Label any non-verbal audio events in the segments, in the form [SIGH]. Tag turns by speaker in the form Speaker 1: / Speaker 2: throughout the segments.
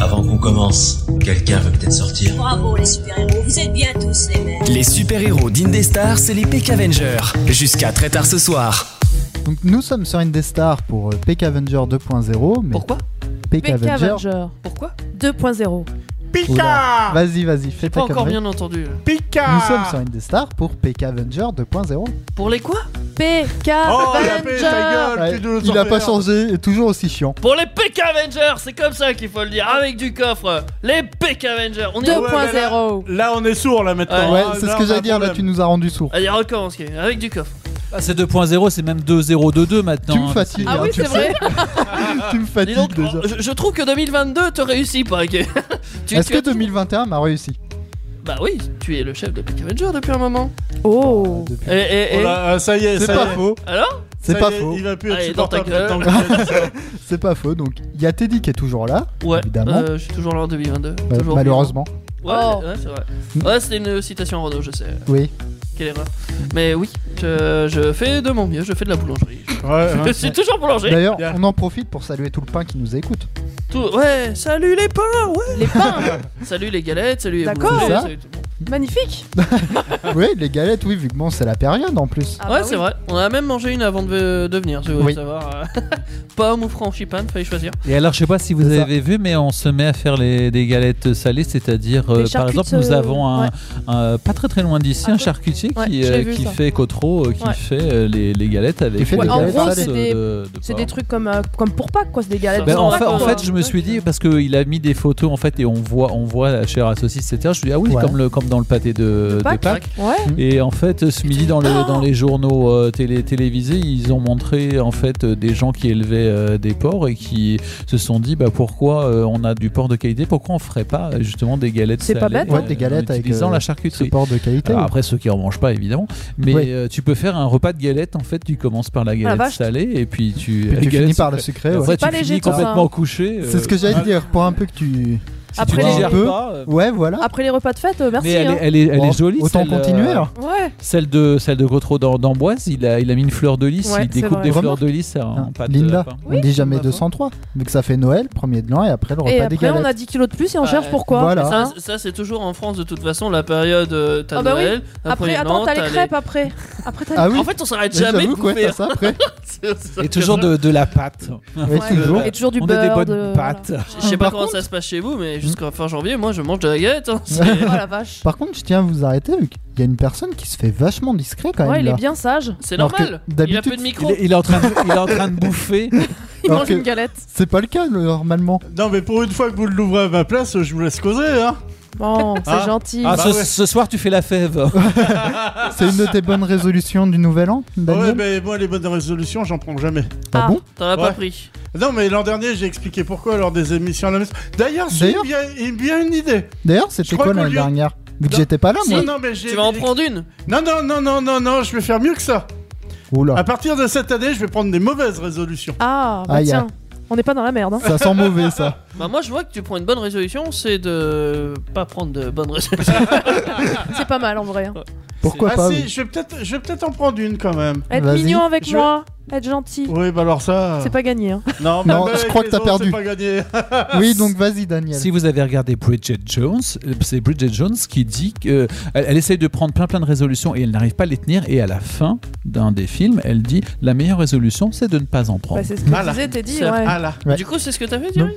Speaker 1: Avant qu'on commence, quelqu'un veut peut-être sortir.
Speaker 2: Bravo les super-héros, vous êtes bien tous les mêmes.
Speaker 3: Les super-héros d'Indestar, c'est les Peck Avengers. Jusqu'à très tard ce soir.
Speaker 4: Donc nous sommes sur Indestar pour euh, Peck Avenger 2.0. mais
Speaker 5: Pourquoi
Speaker 4: Peck
Speaker 6: PK
Speaker 4: Avenger.
Speaker 6: Avenger
Speaker 5: Pourquoi
Speaker 6: 2.0.
Speaker 4: Oula, Vas-y, vas-y, fais
Speaker 5: J'ai pas
Speaker 4: ta
Speaker 5: encore
Speaker 4: connerie.
Speaker 5: bien entendu.
Speaker 4: Nous sommes sur Indestar pour Peck Avenger 2.0.
Speaker 5: Pour les quoi
Speaker 6: PK
Speaker 7: Oh, la paix, ta
Speaker 6: Avenger
Speaker 7: gueule,
Speaker 4: Ouais,
Speaker 7: tu dois
Speaker 4: il a
Speaker 7: sortir.
Speaker 4: pas changé, il est toujours aussi chiant.
Speaker 5: Pour les PK Avengers, c'est comme ça qu'il faut le dire, avec du coffre. Les PK Avengers, on est.
Speaker 7: Deux. Ouais, mais
Speaker 6: 2.0.
Speaker 7: Là, on est sourd, là, maintenant.
Speaker 4: Ouais,
Speaker 7: Ah,
Speaker 4: c'est
Speaker 7: là,
Speaker 4: ce que
Speaker 7: on a
Speaker 4: j'allais
Speaker 7: un
Speaker 4: dire, là tu
Speaker 7: problème.
Speaker 4: nous as rendu sourd.
Speaker 5: Allez, recommence, ok, avec du coffre.
Speaker 8: Ah, c'est 2.0, c'est même 2.022 maintenant.
Speaker 4: Tu me fatigues,
Speaker 6: Ah
Speaker 4: hein,
Speaker 6: oui,
Speaker 4: tu
Speaker 6: c'est
Speaker 4: le
Speaker 6: vrai.
Speaker 4: sais, tu me
Speaker 5: Dis
Speaker 4: fatigues
Speaker 5: donc,
Speaker 4: déjà.
Speaker 5: oh, je, je trouve que 2022 te réussit pas, ok [LAUGHS] Tu-
Speaker 4: Est-ce
Speaker 5: tu-
Speaker 4: que 2021 m'a réussi
Speaker 5: Bah oui, tu es le chef de PK Avenger depuis un moment.
Speaker 6: [LAUGHS] Oh.
Speaker 4: Depuis-
Speaker 5: Et, et,
Speaker 7: Oh là, euh, ça y est,
Speaker 4: C'est
Speaker 7: ça y
Speaker 4: pas
Speaker 7: est.
Speaker 4: faux,
Speaker 5: Alors
Speaker 4: c'est
Speaker 7: Ça
Speaker 4: pas
Speaker 7: y est,
Speaker 4: faux,
Speaker 7: Il va plus être
Speaker 5: Allez, dans ta
Speaker 7: supportable
Speaker 5: gueule.
Speaker 7: maintenant que [LAUGHS] tu l'as dit.
Speaker 4: c'est pas faux. Donc il y a Teddy qui est toujours là,
Speaker 5: Ouais,
Speaker 4: Évidemment.
Speaker 5: euh, je suis toujours là en 2022.
Speaker 4: euh,
Speaker 5: toujours
Speaker 4: malheureusement.
Speaker 5: vivant. Ouais,
Speaker 6: Oh.
Speaker 5: ouais, c'est vrai.
Speaker 4: Mm.
Speaker 5: Ouais, c'était une citation Renault, je sais.
Speaker 4: Oui.
Speaker 5: Quelle erreur. Mais oui, je, je fais de mon mieux, je fais de la boulangerie.
Speaker 7: Ouais,
Speaker 5: [LAUGHS] je
Speaker 7: hein.
Speaker 5: suis toujours boulanger.
Speaker 4: D'ailleurs,
Speaker 7: Yeah.
Speaker 4: on en profite pour saluer tout le pain qui nous écoute. [LAUGHS]
Speaker 5: Tout- Ouais, salut les pains, ouais.
Speaker 6: Les pains.
Speaker 5: Salut les galettes, salut les
Speaker 6: D'accord.
Speaker 5: boulangers,
Speaker 4: C'est ça.
Speaker 5: salut tout le monde.
Speaker 6: Magnifique.
Speaker 4: oui, les galettes, oui, vu que bon, c'est la période en plus.
Speaker 6: Ah
Speaker 5: ouais,
Speaker 6: bah
Speaker 5: c'est
Speaker 6: oui.
Speaker 5: vrai. On a même mangé une avant de, de venir, si vous voulez
Speaker 4: Oui.
Speaker 5: savoir. euh, [LAUGHS] Pomme ou franchipan, fallait choisir.
Speaker 8: Et alors, je sais pas si vous
Speaker 4: C'est ça.
Speaker 8: avez vu, mais on se met à faire les, des galettes salées, c'est-à-dire, euh,
Speaker 6: Des
Speaker 8: par exemple,
Speaker 6: charcutes,
Speaker 8: nous
Speaker 6: euh,
Speaker 8: avons un,
Speaker 6: ouais.
Speaker 8: un- pas très très loin d'ici,
Speaker 6: Un
Speaker 8: un
Speaker 6: peu.
Speaker 8: charcutier
Speaker 6: Ouais,
Speaker 8: qui,
Speaker 6: je l'ai vu,
Speaker 8: qui
Speaker 6: ça.
Speaker 8: fait Cotreau, euh, qui
Speaker 6: Ouais.
Speaker 8: fait euh, les, les galettes avec
Speaker 4: fait des
Speaker 8: euh,
Speaker 4: Ouais, en gros,
Speaker 8: sauce
Speaker 6: c'est des-
Speaker 8: de- de
Speaker 6: C'est
Speaker 8: porc.
Speaker 6: des trucs comme, euh, comme pour Pâques, quoi. C'est des galettes.
Speaker 5: Ben,
Speaker 6: pour
Speaker 8: Bah, en,
Speaker 6: Pâques, euh.
Speaker 8: fait, en
Speaker 6: quoi.
Speaker 8: fait, je me suis dit parce qu'il a mis des photos en fait et on voit, on voit la chair à saucisse, etc. Je me suis dit ah oui
Speaker 4: Ouais.
Speaker 8: comme le comme dans le pâté de,
Speaker 6: De
Speaker 8: de
Speaker 6: Pâques.
Speaker 8: Pâques.
Speaker 6: Ouais.
Speaker 8: Et en fait, ce midi dans, le, dans les journaux euh, télé, télévisés, ils ont montré en fait euh, des gens qui élevaient euh, des porcs et qui se sont dit bah pourquoi euh, on a du porc de qualité, pourquoi on ferait pas euh, justement des galettes
Speaker 6: C'est pas
Speaker 8: salées,
Speaker 6: bête,
Speaker 4: hein. Ouais, des galettes
Speaker 8: en
Speaker 4: avec,
Speaker 8: utilisant
Speaker 4: euh,
Speaker 8: la
Speaker 4: Ce
Speaker 8: charcuterie.
Speaker 4: port de qualité.
Speaker 8: Alors
Speaker 4: oui.
Speaker 8: après ceux qui en mangent pas évidemment, mais
Speaker 4: Oui.
Speaker 8: euh, tu peux faire un repas de galettes en fait. Tu commences par la galette
Speaker 6: Ah, vache.
Speaker 8: salée et puis tu, euh,
Speaker 4: Puis tu
Speaker 8: galette
Speaker 4: finis par le
Speaker 8: sucrée.
Speaker 4: sucré.
Speaker 8: Et
Speaker 4: ouais.
Speaker 8: après,
Speaker 6: C'est pas
Speaker 8: tu
Speaker 6: léger,
Speaker 8: finis
Speaker 6: tout ça,
Speaker 8: complètement
Speaker 6: hein.
Speaker 8: couché. euh,
Speaker 4: Bah, C'est ce que j'allais te dire, pour un peu que tu.
Speaker 8: si
Speaker 6: Après
Speaker 8: tu
Speaker 4: les
Speaker 8: digères
Speaker 4: jeux.
Speaker 8: pas, euh,
Speaker 4: Ouais, voilà.
Speaker 6: Après les repas de fête, euh, merci.
Speaker 8: mais elle,
Speaker 6: hein.
Speaker 8: est, elle est- elle
Speaker 4: Bon,
Speaker 8: est jolie.
Speaker 4: Autant
Speaker 8: celle, euh,
Speaker 4: continuer hein. alors.
Speaker 6: Ouais.
Speaker 8: Celle de celle de Cotreau d'Am- d'Amboise, il a il a mis une fleur de lys,
Speaker 6: Ouais,
Speaker 8: il
Speaker 6: c'est
Speaker 8: découpe
Speaker 6: vrai.
Speaker 8: des fleurs
Speaker 4: Remarque.
Speaker 8: de lys
Speaker 4: Hein,
Speaker 8: en pâte. euh, de
Speaker 4: Linda,
Speaker 8: lapin.
Speaker 4: on dit jamais
Speaker 5: ma foi.
Speaker 4: 203, vu que ça fait Noël, premier de l'an et après le
Speaker 8: Oh,
Speaker 4: repas
Speaker 6: Et
Speaker 4: des
Speaker 6: après,
Speaker 4: galettes.
Speaker 6: on a 10 kilos de plus et on
Speaker 5: Ouais.
Speaker 6: cherche pourquoi.
Speaker 4: Voilà.
Speaker 5: Ça,
Speaker 6: Hein
Speaker 5: c'est- ça, c'est toujours en France de toute façon la période. euh, t'as
Speaker 6: Ah bah oui.
Speaker 5: Noël,
Speaker 6: Après,
Speaker 5: premier
Speaker 6: attends,
Speaker 5: an,
Speaker 6: t'as les crêpes après. Après, t'as
Speaker 4: Ah oui,
Speaker 5: En fait, on s'arrête
Speaker 4: mais
Speaker 5: jamais de hein.
Speaker 4: j'avoue que ouais,
Speaker 5: bouffer.
Speaker 4: t'as ça
Speaker 6: [LAUGHS]
Speaker 4: après.
Speaker 5: [LAUGHS]
Speaker 8: Et toujours de, de la pâte.
Speaker 4: Ouais,
Speaker 6: Ouais.
Speaker 4: toujours.
Speaker 6: Et toujours du
Speaker 8: on a des
Speaker 6: beurre.
Speaker 8: bonnes
Speaker 6: de- voilà.
Speaker 8: pâtes.
Speaker 5: Je sais pas
Speaker 4: Par
Speaker 5: comment ça se passe chez vous, mais jusqu'à fin janvier, moi, je mange de la galette. hein. C'est-
Speaker 6: Oh la vache.
Speaker 4: Par contre, je tiens à vous arrêter, vu qu'il y a une personne qui se fait vachement discret quand
Speaker 6: Ouais,
Speaker 4: même.
Speaker 6: il est
Speaker 4: là.
Speaker 6: bien sage.
Speaker 5: C'est
Speaker 4: Alors que
Speaker 5: normal. Il a
Speaker 4: d'habitude,
Speaker 5: peu de
Speaker 8: Il
Speaker 5: micro.
Speaker 8: est, il est en train de, il est en train de bouffer.
Speaker 6: Il
Speaker 4: Alors
Speaker 6: mange
Speaker 4: que-
Speaker 6: une galette.
Speaker 4: C'est pas le cas normalement.
Speaker 7: Non, mais pour une fois que vous l'ouvrez à ma place, je vous laisse causer, hein.
Speaker 6: Bon, c'est
Speaker 7: Ah.
Speaker 6: gentil.
Speaker 8: Ah,
Speaker 7: Bah
Speaker 8: ce,
Speaker 7: ouais.
Speaker 8: ce soir tu fais la fève.
Speaker 4: C'est une de tes bonnes résolutions du nouvel an, Daniel
Speaker 7: Ouais, mais moi, les bonnes résolutions, j'en prends jamais.
Speaker 4: Ah bon
Speaker 5: T'en as pas
Speaker 7: Ouais.
Speaker 5: pris.
Speaker 7: Non, mais l'an dernier, j'ai expliqué pourquoi lors des émissions à la maison. D'ailleurs, j'ai
Speaker 4: D'ailleurs-
Speaker 7: bien, eh bien une idée.
Speaker 4: D'ailleurs, c'était
Speaker 7: Je crois
Speaker 4: quoi
Speaker 7: qu'on
Speaker 4: l'année
Speaker 7: lui a-
Speaker 4: dernière Vu que
Speaker 7: Non.
Speaker 4: j'étais pas là, moi.
Speaker 7: Non, non, mais j'ai-
Speaker 5: Tu vas en prendre une.
Speaker 7: Non, non, non, non, non, non, je vais faire mieux que ça.
Speaker 4: Oula,
Speaker 7: À partir de cette année, je vais prendre des mauvaises résolutions.
Speaker 6: Ah, bah
Speaker 4: Aïe,
Speaker 6: tiens.
Speaker 4: aïe.
Speaker 6: On n'est pas dans la merde. Hein.
Speaker 4: ça sent mauvais
Speaker 7: [LAUGHS]
Speaker 4: ça.
Speaker 5: Bah, moi, je vois que tu prends une bonne résolution, c'est de pas prendre de bonnes résolutions.
Speaker 6: C'est pas mal en vrai.
Speaker 4: Euh,
Speaker 6: hein.
Speaker 4: Pourquoi
Speaker 7: ah
Speaker 4: pas
Speaker 7: si,
Speaker 4: oui.
Speaker 7: je vais peut-être, je vais peut-être en prendre une quand même.
Speaker 6: Être
Speaker 4: Vas-y.
Speaker 6: mignon avec
Speaker 7: Je-
Speaker 6: moi. Être gentil.
Speaker 7: Oui, bah alors ça.
Speaker 6: C'est pas gagné. Hein.
Speaker 7: Non,
Speaker 4: Non,
Speaker 7: même
Speaker 4: je
Speaker 7: avec
Speaker 4: crois que
Speaker 7: les
Speaker 4: t'as
Speaker 7: autres,
Speaker 4: perdu.
Speaker 7: c'est Pas gagné.
Speaker 4: Oui, donc vas-y, Daniel.
Speaker 8: Si vous avez regardé Bridget Jones, euh, c'est Bridget Jones qui dit qu'elle elle essaye de prendre plein plein de résolutions et elle n'arrive pas à les tenir. Et à la fin d'un des films, elle dit la meilleure résolution, c'est de ne pas en prendre.
Speaker 6: Bah, c'est ce que
Speaker 7: Ah là.
Speaker 6: disais, t'es dit.
Speaker 5: C'est-
Speaker 6: Ouais.
Speaker 7: Ah là.
Speaker 4: Ouais.
Speaker 5: Du coup, c'est ce que t'as fait,
Speaker 4: Non.
Speaker 5: Thierry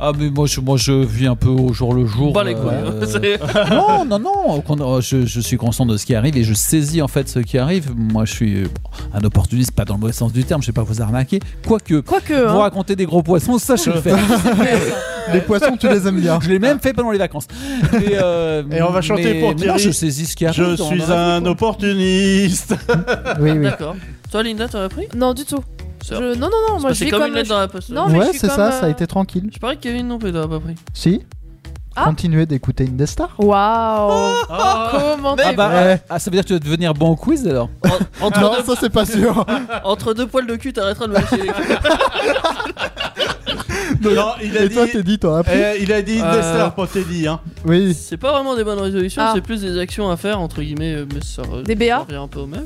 Speaker 8: ah mais moi je, moi je vis un peu au jour le jour.
Speaker 5: Bah, les couilles.
Speaker 8: euh,
Speaker 5: hein. [LAUGHS]
Speaker 8: [LAUGHS]
Speaker 5: C'est-
Speaker 8: non non non, qu'on- euh, je, je suis conscient de ce qui arrive et je saisis en fait ce qui arrive. Moi je suis euh, un opportuniste, pas dans le mauvais sens du terme. Je vais pas vous arnaquer. Quoique.
Speaker 6: Quoique.
Speaker 8: Vous
Speaker 6: Hein.
Speaker 8: raconter des gros poissons, ça je le fais.
Speaker 4: Les poissons, tu les aimes bien.
Speaker 8: [LAUGHS] Je l'ai même fait pendant les vacances. Mais, euh,
Speaker 7: Et on va chanter
Speaker 8: mais-
Speaker 7: pour
Speaker 8: mais
Speaker 7: Thierry.
Speaker 8: non, je saisis ce qui arrive.
Speaker 7: Je
Speaker 8: on en
Speaker 7: suis
Speaker 8: a-
Speaker 4: [LAUGHS]
Speaker 7: un opportuniste.
Speaker 4: Oui, oui.
Speaker 5: D'accord. Toi, Linda, t'en as pris
Speaker 6: Non, du tout.
Speaker 5: C'est
Speaker 6: Je... Non, non, non. Moi, je
Speaker 5: c'est
Speaker 6: vis
Speaker 5: comme
Speaker 6: comme.
Speaker 5: une lettre dans la poste.
Speaker 6: Non, mais je
Speaker 4: Ouais,
Speaker 6: suis
Speaker 4: c'est
Speaker 6: comme,
Speaker 4: ça, ça a
Speaker 6: euh,
Speaker 4: été tranquille.
Speaker 5: Je parie que Kevin non plus t'en as pas pris.
Speaker 4: Si
Speaker 6: Ah.
Speaker 4: Continuez d'écouter Indestar.
Speaker 6: Waouh Comment
Speaker 5: Mais-
Speaker 8: Ah
Speaker 6: tu-
Speaker 8: bah,
Speaker 4: Ouais.
Speaker 8: ah, ça veut dire que tu vas devenir bon en quiz alors
Speaker 5: En- entre,
Speaker 4: Non,
Speaker 5: deux,
Speaker 4: ça c'est pas sûr.
Speaker 5: [LAUGHS] entre deux poils de cul, t'arrêteras de me lâcher les couilles.
Speaker 7: Non, il a
Speaker 4: Et toi,
Speaker 7: dit-
Speaker 4: t'es dit, t'auras appris.
Speaker 7: Eh, il a dit
Speaker 5: Euh.
Speaker 7: Indestar pour Teddy, hein.
Speaker 4: Oui.
Speaker 5: C'est pas vraiment des bonnes résolutions,
Speaker 6: Ah.
Speaker 5: c'est plus des actions à faire, entre guillemets, euh, mais ça, re-
Speaker 6: Des BA?
Speaker 5: ça revient un peu au même.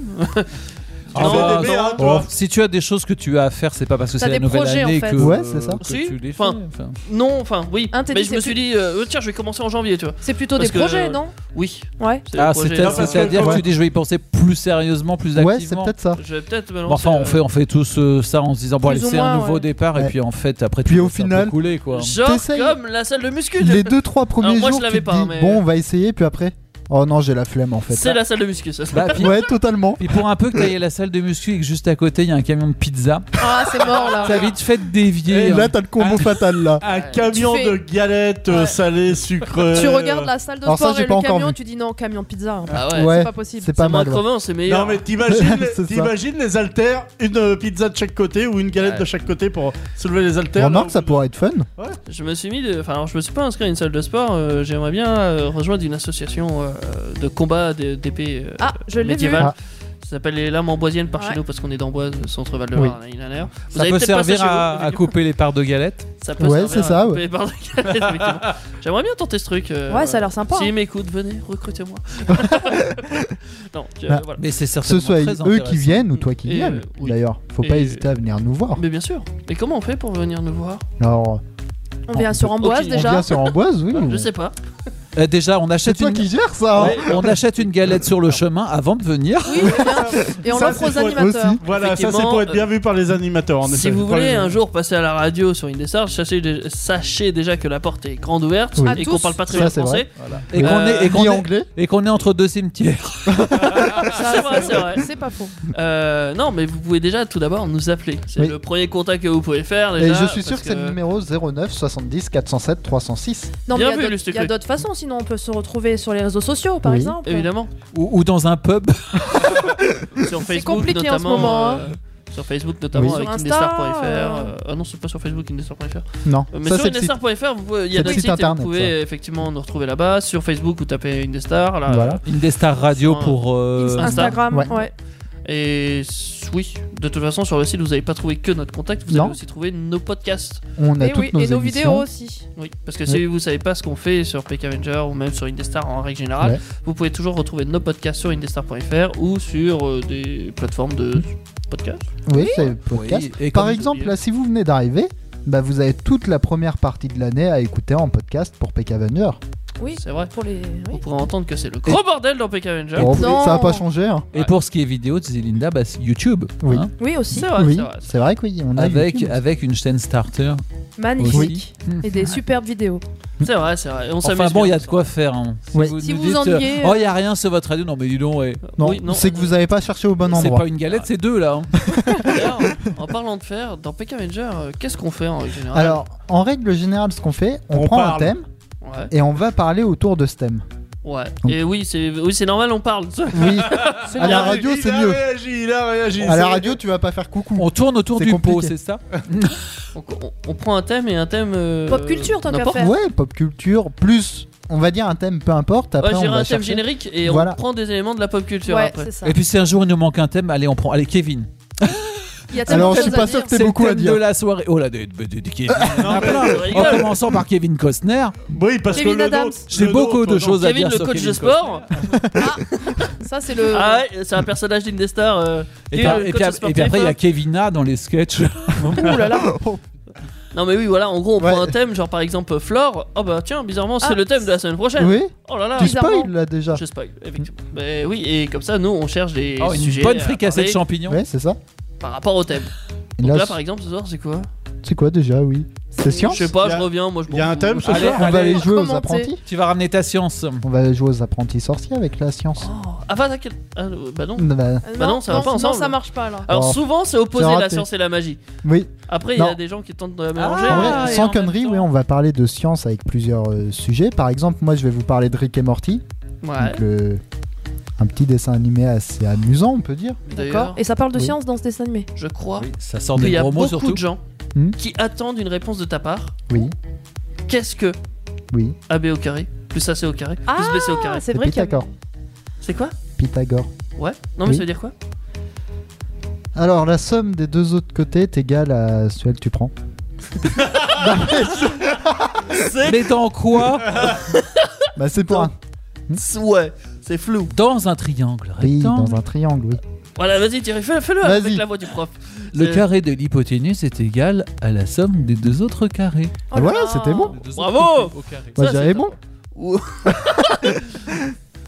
Speaker 7: Tu fais
Speaker 8: bah,
Speaker 7: des B, hein,
Speaker 8: non.
Speaker 7: toi.
Speaker 8: Si tu as des choses que tu as à faire, c'est pas parce que
Speaker 6: T'as
Speaker 8: c'est la
Speaker 6: des
Speaker 8: nouvelle
Speaker 6: projets, en
Speaker 8: année
Speaker 6: fait.
Speaker 8: que,
Speaker 4: Ouais, c'est ça.
Speaker 8: que
Speaker 5: Si,
Speaker 8: tu les fais.
Speaker 5: enfin,
Speaker 8: enfin.
Speaker 5: Non, enfin, oui.
Speaker 6: Un
Speaker 5: mais
Speaker 6: tennis,
Speaker 5: je me
Speaker 6: c'est
Speaker 5: suis dit, euh, tiens, je vais commencer en janvier, tu vois.
Speaker 6: C'est plutôt
Speaker 5: Parce
Speaker 6: des
Speaker 5: que-
Speaker 6: projets, non
Speaker 5: Oui.
Speaker 6: Ouais.
Speaker 5: c'est le
Speaker 8: Ah,
Speaker 5: projet,
Speaker 8: c'est peut-être-
Speaker 5: là.
Speaker 7: parce
Speaker 8: c'est-à-dire
Speaker 7: que-
Speaker 8: que tu dis je vais y penser plus sérieusement, plus
Speaker 4: Ouais, c'est
Speaker 8: activement.
Speaker 4: peut-être ça.
Speaker 5: Je vais peut-être me
Speaker 8: Bon,
Speaker 5: lancer,
Speaker 8: enfin, on
Speaker 5: euh,
Speaker 8: fait, on fait tous euh, ça en se disant, bon, allez,
Speaker 6: Plus ou
Speaker 8: c'est un
Speaker 6: moins,
Speaker 8: nouveau
Speaker 6: ouais.
Speaker 8: départ, et
Speaker 4: Ouais.
Speaker 8: puis en fait, après,
Speaker 4: Puis
Speaker 8: tu
Speaker 4: au
Speaker 8: laisses un peu
Speaker 4: final-
Speaker 8: couler, quoi.
Speaker 5: Genre
Speaker 4: T'essayes.
Speaker 5: comme la salle de muscu.
Speaker 4: Les deux trois premiers
Speaker 5: Alors, moi, je
Speaker 4: jours,
Speaker 5: l'avais
Speaker 4: tu te
Speaker 5: pas,
Speaker 4: dis,
Speaker 5: mais- euh,
Speaker 4: bon, on va essayer, puis après, oh non, j'ai la flemme en fait.
Speaker 5: C'est la salle de muscu, ça.
Speaker 8: Bah,
Speaker 4: [LAUGHS]
Speaker 8: puis,
Speaker 4: Ouais, totalement.
Speaker 8: puis pour un peu que t'ailles à la salle de muscu et que juste à côté, il y a un camion de pizza,
Speaker 6: Ah, c'est mort là.
Speaker 8: t'as vite fait de dévier.
Speaker 4: Et
Speaker 8: hein.
Speaker 4: là, t'as le combo fatal là.
Speaker 7: Un camion
Speaker 6: fais-
Speaker 7: de galettes euh,
Speaker 6: Ouais.
Speaker 7: salées, sucrées.
Speaker 6: Tu regardes la salle de
Speaker 4: Alors ça,
Speaker 6: sport
Speaker 4: j'ai
Speaker 6: et
Speaker 4: pas
Speaker 6: le
Speaker 4: encore
Speaker 6: camion,
Speaker 4: vu.
Speaker 6: tu dis non, camion pizza.
Speaker 5: Ah ouais.
Speaker 4: Ouais,
Speaker 6: C'est pas possible.
Speaker 4: c'est
Speaker 5: C'est
Speaker 4: pas
Speaker 5: moins
Speaker 4: mal. ouais.
Speaker 5: crevant, c'est meilleur.
Speaker 7: euh, Non mais t'imagines,
Speaker 4: [LAUGHS] C'est ça.
Speaker 7: t'imagines les haltères, une euh, pizza de chaque côté ou une galette
Speaker 5: Ouais.
Speaker 7: de chaque côté pour soulever les haltères. euh,
Speaker 4: Remarque,
Speaker 7: là,
Speaker 4: ça pourrait être fun.
Speaker 5: Je me suis mis de... Enfin, alors, je me suis pas inscrit à une salle de sport. euh, J'aimerais bien euh, rejoindre une association euh, de combat d- d'épée euh,
Speaker 6: Ah, je l'ai vu.
Speaker 5: médiévale.
Speaker 4: Ah.
Speaker 5: Ça s'appelle les lames amboisiennes par
Speaker 6: Ouais.
Speaker 5: chez nous parce qu'on est d'Amboise, centre Val de
Speaker 4: Oui.
Speaker 5: Loire, il en a l'air. Vous
Speaker 8: Ça
Speaker 5: avez
Speaker 8: peut
Speaker 5: peut-être pas
Speaker 8: servir
Speaker 5: chez vous,
Speaker 8: à, à
Speaker 5: évidemment.
Speaker 8: couper les parts de galettes.
Speaker 5: Ça peut
Speaker 4: Ouais,
Speaker 5: servir
Speaker 4: c'est
Speaker 5: à
Speaker 4: ça, ouais.
Speaker 5: couper les barres de galette, [LAUGHS] effectivement. J'aimerais bien tenter ce truc. euh,
Speaker 6: Ouais, ça a l'air sympa.
Speaker 5: Si
Speaker 6: hein.
Speaker 5: ils m'écoutent, venez, recrutez-moi.
Speaker 6: [LAUGHS]
Speaker 5: [LAUGHS] non, euh,
Speaker 4: Bah.
Speaker 5: voilà.
Speaker 8: Mais c'est
Speaker 4: Ce
Speaker 8: certainement
Speaker 4: soit
Speaker 8: très
Speaker 4: eux
Speaker 8: intéressant.
Speaker 4: qui viennent ou toi qui
Speaker 5: Et,
Speaker 4: viens
Speaker 5: euh, oui.
Speaker 4: D'ailleurs, faut pas
Speaker 5: Et-
Speaker 4: hésiter à venir nous voir.
Speaker 5: Mais bien sûr. Et comment on fait pour venir nous voir
Speaker 4: Alors,
Speaker 6: On vient sur
Speaker 5: Ok.
Speaker 6: Amboise
Speaker 5: On
Speaker 4: on
Speaker 6: déjà.
Speaker 4: vient sur Amboise, oui.
Speaker 5: Je sais pas.
Speaker 8: Euh, déjà, on
Speaker 4: C'est
Speaker 8: achète
Speaker 4: toi
Speaker 8: une.
Speaker 4: qui gères ça. hein.
Speaker 8: [LAUGHS] On achète une galette sur le chemin avant de venir.
Speaker 6: Oui, bien. Et on
Speaker 7: Ça,
Speaker 6: l'offre
Speaker 7: c'est
Speaker 6: aux
Speaker 7: pour-
Speaker 6: animateurs.
Speaker 4: aussi.
Speaker 7: Voilà, ça c'est pour être
Speaker 4: euh,
Speaker 7: bien vu par les animateurs. En
Speaker 5: Si
Speaker 7: effet,
Speaker 5: vous
Speaker 7: Par
Speaker 5: voulez
Speaker 7: les-
Speaker 5: un jour passer à la radio sur Indestar, sachez, dé- sachez déjà que la porte est grande ouverte
Speaker 4: Oui.
Speaker 6: À
Speaker 5: et
Speaker 6: tous.
Speaker 5: qu'on parle pas très
Speaker 4: Ça,
Speaker 5: bien
Speaker 4: c'est
Speaker 5: français.
Speaker 8: Et qu'on
Speaker 5: Euh,
Speaker 8: est, et qu'on
Speaker 4: Bah, Ni
Speaker 8: est-
Speaker 4: anglais.
Speaker 8: et qu'on est entre deux cimetières.
Speaker 5: Ah, C'est vrai,
Speaker 4: [LAUGHS]
Speaker 5: c'est vrai.
Speaker 6: C'est pas faux.
Speaker 5: Euh, non, mais vous pouvez déjà tout d'abord nous appeler. C'est
Speaker 4: Oui.
Speaker 5: le premier contact que vous pouvez faire.
Speaker 4: Et
Speaker 5: Déjà,
Speaker 4: je suis sûr
Speaker 5: parce
Speaker 4: que c'est le numéro 09 70 407 306.
Speaker 6: Non,
Speaker 5: Bien
Speaker 6: mais
Speaker 5: vu,
Speaker 6: il y a d'autres-
Speaker 5: Luce
Speaker 6: il y a
Speaker 5: Clé.
Speaker 6: d'autres façons. Sinon, on peut se retrouver sur les réseaux sociaux, par
Speaker 4: Oui.
Speaker 6: exemple. [LAUGHS]
Speaker 5: Évidemment,
Speaker 8: Ou, ou dans un pub.
Speaker 5: sur Facebook
Speaker 6: compliqué en ce
Speaker 5: notamment.
Speaker 6: moment, hein.
Speaker 5: euh, Sur Facebook notamment
Speaker 4: Oui.
Speaker 5: avec
Speaker 6: Sur Insta,
Speaker 5: indestar.fr.
Speaker 6: euh.
Speaker 5: euh, Ah non, c'est pas sur Facebook indestar.fr.
Speaker 4: Non,
Speaker 5: Euh, Mais
Speaker 4: ça
Speaker 5: sur
Speaker 4: c'est le site.
Speaker 5: indestar.fr, vous pouvez- il y
Speaker 4: C'est
Speaker 5: a
Speaker 4: le
Speaker 5: d'autres
Speaker 4: site
Speaker 5: sites et vous
Speaker 4: internet,
Speaker 5: pouvez
Speaker 4: ça.
Speaker 5: effectivement nous retrouver là-bas. Sur Facebook, vous tapez indestar. Là,
Speaker 4: Voilà.
Speaker 8: Indestar Radio
Speaker 5: Sur un-
Speaker 8: pour. euh,
Speaker 5: Insta.
Speaker 6: Instagram,
Speaker 4: Ouais.
Speaker 6: ouais.
Speaker 5: Et s- oui, de toute façon, sur le site, vous n'avez pas trouvé que notre contact, vous
Speaker 4: Non.
Speaker 5: avez aussi trouvé nos podcasts.
Speaker 4: On a
Speaker 6: Et
Speaker 4: toutes
Speaker 6: Eh oui,
Speaker 4: nos
Speaker 6: et
Speaker 4: émissions.
Speaker 6: nos vidéos aussi.
Speaker 5: Oui, parce que si vous savez pas ce qu'on fait sur PK Avenger ou même sur Indestar en règle générale,
Speaker 4: Ouais.
Speaker 5: vous pouvez toujours retrouver nos podcasts sur indestar.fr ou sur euh, des plateformes de podcasts.
Speaker 4: Oui, c'est le podcast.
Speaker 8: Oui, et
Speaker 4: Par
Speaker 8: comme-
Speaker 4: exemple, là, si vous venez d'arriver, bah, vous avez toute la première partie de l'année à écouter en podcast pour PK Avenger.
Speaker 6: Oui,
Speaker 5: C'est vrai.
Speaker 6: pour les.
Speaker 5: Vous
Speaker 6: oui.
Speaker 5: pourrez entendre que c'est le gros bordel dans PK Avenger.
Speaker 4: Oh,
Speaker 6: non.
Speaker 4: ça va pas changé. Hein.
Speaker 8: Et pour ce qui est vidéo de Zelinda, bah, c'est YouTube.
Speaker 4: Oui.
Speaker 8: hein,
Speaker 6: Oui, aussi.
Speaker 5: C'est vrai,
Speaker 4: oui,
Speaker 5: c'est vrai.
Speaker 4: c'est vrai qu'on a
Speaker 8: avec,
Speaker 4: Ah,
Speaker 8: euh,
Speaker 4: YouTube.
Speaker 8: avec une chaîne starter.
Speaker 6: Magnifique.
Speaker 8: Aussi.
Speaker 6: Et des superbes vidéos.
Speaker 5: C'est vrai, c'est vrai. On s'amuse.
Speaker 8: Enfin bon, il y
Speaker 5: bien.
Speaker 8: a de quoi faire. hein.
Speaker 4: Ouais.
Speaker 6: Si vous
Speaker 8: nous dites,
Speaker 6: ennuyez,
Speaker 8: euh, Oh, il y a rien sur votre radio. Non, mais dis donc, ouais.
Speaker 4: Non,
Speaker 5: Oui, non.
Speaker 4: c'est que vous avez pas cherché au bon
Speaker 8: c'est
Speaker 4: endroit.
Speaker 8: pas une galette, c'est
Speaker 4: [LAUGHS]
Speaker 8: deux là. hein.
Speaker 5: D'ailleurs, en parlant de faire, dans PK Avenger, euh, qu'est-ce qu'on fait en règle générale
Speaker 4: Alors, en règle générale, ce qu'on fait, on,
Speaker 7: On
Speaker 4: prend un
Speaker 7: parle.
Speaker 4: thème
Speaker 5: Ouais.
Speaker 4: et on va parler autour de ce thème.
Speaker 5: ouais. Et oui, c'est oui, c'est normal, on parle. [LAUGHS]
Speaker 4: Oui,
Speaker 5: C'est
Speaker 4: à la
Speaker 5: normal.
Speaker 4: radio, c'est
Speaker 7: il a
Speaker 4: mieux.
Speaker 7: réagi, il a réagi.
Speaker 4: À
Speaker 7: c'est-
Speaker 4: la radio, tu vas pas faire coucou.
Speaker 8: On tourne autour
Speaker 4: C'est
Speaker 8: du pot,
Speaker 4: compliqué.
Speaker 8: c'est ça
Speaker 5: On, on- on prend un thème et un thème. euh,
Speaker 6: Pop culture, tant qu'à
Speaker 5: n'importe
Speaker 6: faire.
Speaker 4: Ouais, pop culture, plus, on va dire un thème, peu importe. Après,
Speaker 5: Ouais,
Speaker 4: on
Speaker 5: j'irai
Speaker 4: va
Speaker 5: un thème
Speaker 4: chercher.
Speaker 5: générique et
Speaker 4: Voilà.
Speaker 5: on prend des éléments de la pop culture
Speaker 6: Ouais,
Speaker 5: après.
Speaker 6: c'est ça.
Speaker 8: Et puis si un jour il nous manque un thème, allez, on prend. Allez, Kevin.
Speaker 6: Il y a tellement
Speaker 4: Alors,
Speaker 6: de
Speaker 4: je suis
Speaker 6: choses à
Speaker 4: pas
Speaker 6: dire.
Speaker 4: sûr que t'aies
Speaker 8: le
Speaker 4: beaucoup à
Speaker 8: thème
Speaker 4: dire.
Speaker 8: de la soirée. Oh là, de, de- de- de
Speaker 5: [LAUGHS]
Speaker 8: Kevin.
Speaker 7: Non, mais-
Speaker 5: Je rigole.
Speaker 8: en commençant par Kevin Costner.
Speaker 7: Oui, parce
Speaker 6: Kevin
Speaker 7: que le
Speaker 6: Adams.
Speaker 7: nôtre-
Speaker 8: J'ai
Speaker 7: le
Speaker 8: beaucoup
Speaker 7: nôtre,
Speaker 8: de
Speaker 7: non.
Speaker 8: choses à
Speaker 5: Kevin,
Speaker 8: dire
Speaker 5: le
Speaker 8: sur
Speaker 5: coach
Speaker 8: Kevin
Speaker 5: de sport.
Speaker 6: Ça, c'est
Speaker 7: Euh,
Speaker 6: le.
Speaker 5: Ah ouais, c'est un personnage d'Indestar. euh,
Speaker 8: Et,
Speaker 5: qui est
Speaker 8: par-
Speaker 5: le
Speaker 8: et
Speaker 5: coach
Speaker 8: puis,
Speaker 5: de
Speaker 8: ap- et puis après, il y a Kevina dans les sketchs.
Speaker 6: Ouh
Speaker 4: [LAUGHS]
Speaker 6: là là.
Speaker 5: Non, mais oui, voilà, en gros, on
Speaker 4: Ouais.
Speaker 5: prend un thème, genre par exemple euh, Flore. Oh bah tiens, bizarrement, c'est
Speaker 6: Ah.
Speaker 5: le thème de la semaine prochaine.
Speaker 4: Oui,
Speaker 5: Oh là là.
Speaker 4: tu
Speaker 6: bizarrement.
Speaker 4: spoil là déjà.
Speaker 5: Je spoil, effectivement. Mais oui, et comme ça, nous, on cherche des
Speaker 8: Oh, une
Speaker 5: sujets
Speaker 8: bonne
Speaker 5: à
Speaker 8: fricassée de
Speaker 5: parler
Speaker 8: champignons.
Speaker 4: Ouais, c'est ça.
Speaker 5: par rapport au thème.
Speaker 4: Et
Speaker 5: Donc
Speaker 4: là,
Speaker 5: là, par exemple, ce soir, c'est quoi
Speaker 4: c'est quoi déjà, oui C'est science
Speaker 5: Je sais pas,
Speaker 7: Il y
Speaker 5: je
Speaker 7: a-
Speaker 5: reviens, moi je
Speaker 7: Il y a
Speaker 5: m'en
Speaker 7: un
Speaker 5: fous. Ah,
Speaker 7: thème ce
Speaker 8: Allez,
Speaker 7: soir.
Speaker 4: On va aller jouer aux
Speaker 6: commenter.
Speaker 4: apprentis.
Speaker 8: Tu vas ramener ta science.
Speaker 4: On va aller jouer aux apprentis sorciers avec la science.
Speaker 5: Oh. Ah, bah, t'inquiète. Ah, euh, bah non.
Speaker 4: Bah,
Speaker 6: Euh,
Speaker 5: Bah non, ça va pas ensemble.
Speaker 6: Non, ça marche pas là.
Speaker 5: Alors
Speaker 4: Oh.
Speaker 5: souvent, c'est opposé
Speaker 4: J'ai
Speaker 5: la
Speaker 4: raté.
Speaker 5: science et la magie.
Speaker 4: oui,
Speaker 5: Après, il y a
Speaker 4: Non.
Speaker 5: des gens qui tentent de mélanger.
Speaker 4: en
Speaker 5: hein,
Speaker 4: vrai,
Speaker 8: Ah, et
Speaker 4: sans
Speaker 5: en même
Speaker 4: conneries,
Speaker 5: temps-
Speaker 4: oui, on va parler de science avec plusieurs euh, sujets. Par exemple, moi, je vais vous parler de Rick et Morty,
Speaker 5: Ouais.
Speaker 4: donc le- un petit dessin animé assez amusant, on peut dire.
Speaker 5: D'ailleurs,
Speaker 6: Et ça parle de
Speaker 4: Oui.
Speaker 6: science dans ce dessin animé.
Speaker 5: je crois
Speaker 8: Oui, ça sort
Speaker 5: qu'il
Speaker 8: des
Speaker 5: y a
Speaker 8: gros mots
Speaker 5: beaucoup
Speaker 8: surtout.
Speaker 5: de gens
Speaker 4: Hmm.
Speaker 5: qui attendent une réponse de ta part.
Speaker 4: Oui.
Speaker 5: Qu'est-ce que
Speaker 4: Oui.
Speaker 5: AB au carré, plus AC au carré, plus
Speaker 6: Ah,
Speaker 5: BC au carré.
Speaker 6: c'est
Speaker 4: C'est
Speaker 6: vrai qu'il y a-
Speaker 4: Pythagore.
Speaker 5: C'est quoi
Speaker 4: Pythagore.
Speaker 5: Ouais Non, mais
Speaker 4: Oui.
Speaker 5: ça veut
Speaker 4: [LAUGHS]
Speaker 5: dire quoi
Speaker 4: Alors, la somme des deux autres côtés est égale à celui que tu prends.
Speaker 8: Mais dans quoi
Speaker 5: [LAUGHS]
Speaker 4: Bah, c'est pour un.
Speaker 5: Ouais, c'est flou.
Speaker 8: Dans un triangle
Speaker 4: Oui,
Speaker 8: rectangle.
Speaker 4: dans un triangle, oui.
Speaker 5: Voilà, vas-y, Thierry, fais- fais-le
Speaker 4: Vas-y.
Speaker 5: avec la voix du prof.
Speaker 8: Le
Speaker 5: C'est-
Speaker 8: carré de l'hypoténuse est égal à la somme des deux autres carrés.
Speaker 6: Oh là
Speaker 4: voilà,
Speaker 6: là.
Speaker 4: c'était bon.
Speaker 5: Bravo
Speaker 4: Bah,
Speaker 5: Ça,
Speaker 4: j'avais
Speaker 5: c'est
Speaker 4: bon.
Speaker 5: Ouh.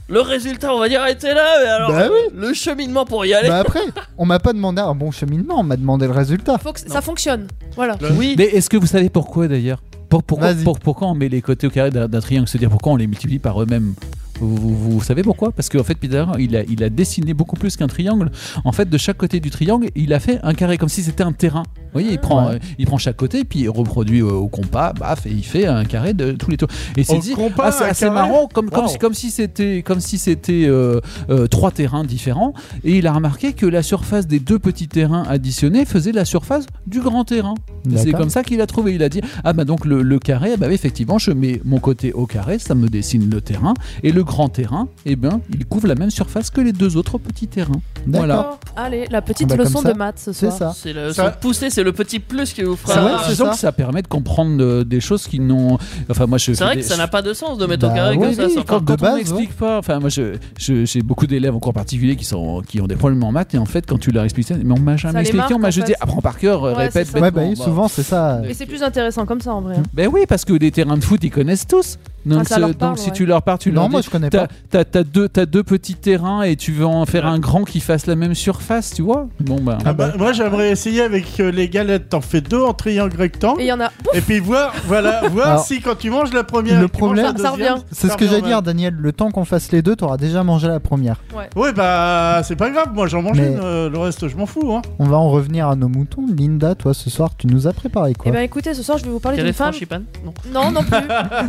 Speaker 5: Le résultat, on va dire, était là, mais alors
Speaker 4: Bah oui.
Speaker 5: le cheminement pour y aller.
Speaker 4: Bah, après, on m'a pas demandé un bon cheminement, on m'a demandé le résultat.
Speaker 6: Faut que ça fonctionne. Voilà.
Speaker 5: oui.
Speaker 8: Mais est-ce que vous savez pourquoi d'ailleurs pour, pourquoi,
Speaker 4: Vas-y.
Speaker 8: pour- pourquoi on met les côtés au carré d'un d'un triangle C'est-à-dire pourquoi on les multiplie par eux-mêmes vous, vous- vous savez pourquoi Parce qu'en fait, Pythagore, il a, il a dessiné beaucoup plus qu'un triangle. En fait, de chaque côté du triangle, il a fait un carré, comme si c'était un terrain. Vous voyez, il
Speaker 7: Ah,
Speaker 8: prend,
Speaker 4: Ouais.
Speaker 8: euh, il prend chaque côté, puis il reproduit au, au compas, baf, et il fait un carré de tous les tours. Et c'est
Speaker 7: Au
Speaker 8: dit,
Speaker 7: compas,
Speaker 8: ah, c'est
Speaker 7: un
Speaker 8: assez
Speaker 7: carré
Speaker 8: marrant, comme, comme,
Speaker 7: Wow.
Speaker 8: si- comme si c'était comme si c'était euh, euh, trois terrains différents. Et il a remarqué que la surface des deux petits terrains additionnés faisait la surface du grand terrain. Et C'est
Speaker 4: D'accord.
Speaker 8: comme ça qu'il a trouvé. Il a dit Ah, bah donc le, le carré, bah oui, effectivement, je mets mon côté au carré, ça me dessine le terrain. Et le grand terrain, eh ben, il couvre la même surface que les deux autres petits terrains. Voilà.
Speaker 6: D'accord. Allez, la petite
Speaker 4: Ah bah,
Speaker 6: leçon
Speaker 4: comme ça.
Speaker 6: de maths ce
Speaker 4: C'est ça.
Speaker 6: soir.
Speaker 5: C'est le
Speaker 7: Ça-
Speaker 5: son poussé, c'est le petit plus qui vous
Speaker 4: C'est
Speaker 5: fera.
Speaker 4: vrai,
Speaker 8: Disons
Speaker 4: ça.
Speaker 8: que ça permet de comprendre euh, des choses qui n'ont. Enfin, moi, je.
Speaker 5: C'est vrai que
Speaker 8: je-
Speaker 5: ça n'a pas de sens de mettre au
Speaker 4: Bah
Speaker 5: carré
Speaker 4: oui,
Speaker 5: comme ça.
Speaker 4: oui,
Speaker 5: sans
Speaker 8: quand,
Speaker 5: faire-
Speaker 4: de
Speaker 8: quand on
Speaker 4: base,
Speaker 8: n'explique pas, enfin moi je je- j'ai beaucoup d'élèves en cours particulier qui sont qui ont des problèmes en maths et en fait quand tu leur expliques ça, mais on m'a jamais
Speaker 6: les
Speaker 8: expliqué,
Speaker 6: marque,
Speaker 8: on m'a
Speaker 6: en
Speaker 8: juste
Speaker 6: fait.
Speaker 8: dit apprends par cœur,
Speaker 6: Ouais,
Speaker 8: répète.
Speaker 6: c'est ça.
Speaker 4: Ouais,
Speaker 8: bêtement.
Speaker 4: bah, oui,
Speaker 8: Bah,
Speaker 4: souvent, c'est ça.
Speaker 6: Mais c'est plus intéressant comme ça en vrai. hein.
Speaker 8: Ben oui, parce que les terrains de foot, ils connaissent tous. Donc,
Speaker 6: Ah, ça leur
Speaker 8: ce-
Speaker 6: parle,
Speaker 8: donc si
Speaker 6: ouais.
Speaker 8: tu leur parles, tu leur
Speaker 4: Non,
Speaker 8: dis,
Speaker 4: moi, je connais
Speaker 8: t'as,
Speaker 4: pas.
Speaker 8: t'as- t'as deux, t'as deux petits terrains et tu veux en faire un grand qui fasse la même surface, tu vois Bon ben...
Speaker 7: Ah bah, moi j'aimerais essayer avec euh, les galettes, t'en fais deux en triangle rectangle
Speaker 4: Mmh.
Speaker 6: Et il y en a.
Speaker 7: et puis voir,
Speaker 4: [LAUGHS]
Speaker 7: voilà, voir
Speaker 4: Alors,
Speaker 7: si quand tu manges la première,
Speaker 4: le
Speaker 7: et que tu manges la
Speaker 4: problème-
Speaker 6: Ça- ça
Speaker 7: deuxième,
Speaker 6: revient.
Speaker 4: C'est ce que
Speaker 7: revient
Speaker 4: j'allais
Speaker 7: au
Speaker 4: dire,
Speaker 7: même.
Speaker 4: Daniel. Le temps qu'on fasse les deux, t'auras déjà mangé la première.
Speaker 7: Ouais bah c'est pas grave, moi j'en mange
Speaker 4: Mais-
Speaker 7: une, euh, le reste je m'en fous. Hein.
Speaker 4: On va en revenir à nos moutons. Linda, toi, ce soir, tu nous as préparé
Speaker 6: Eh
Speaker 4: quoi
Speaker 6: ben écoutez, ce soir je vais vous parler
Speaker 5: Quel
Speaker 6: d'une
Speaker 5: est
Speaker 6: femme.
Speaker 5: Franchipan Non.
Speaker 6: Non, non plus.
Speaker 4: [LAUGHS]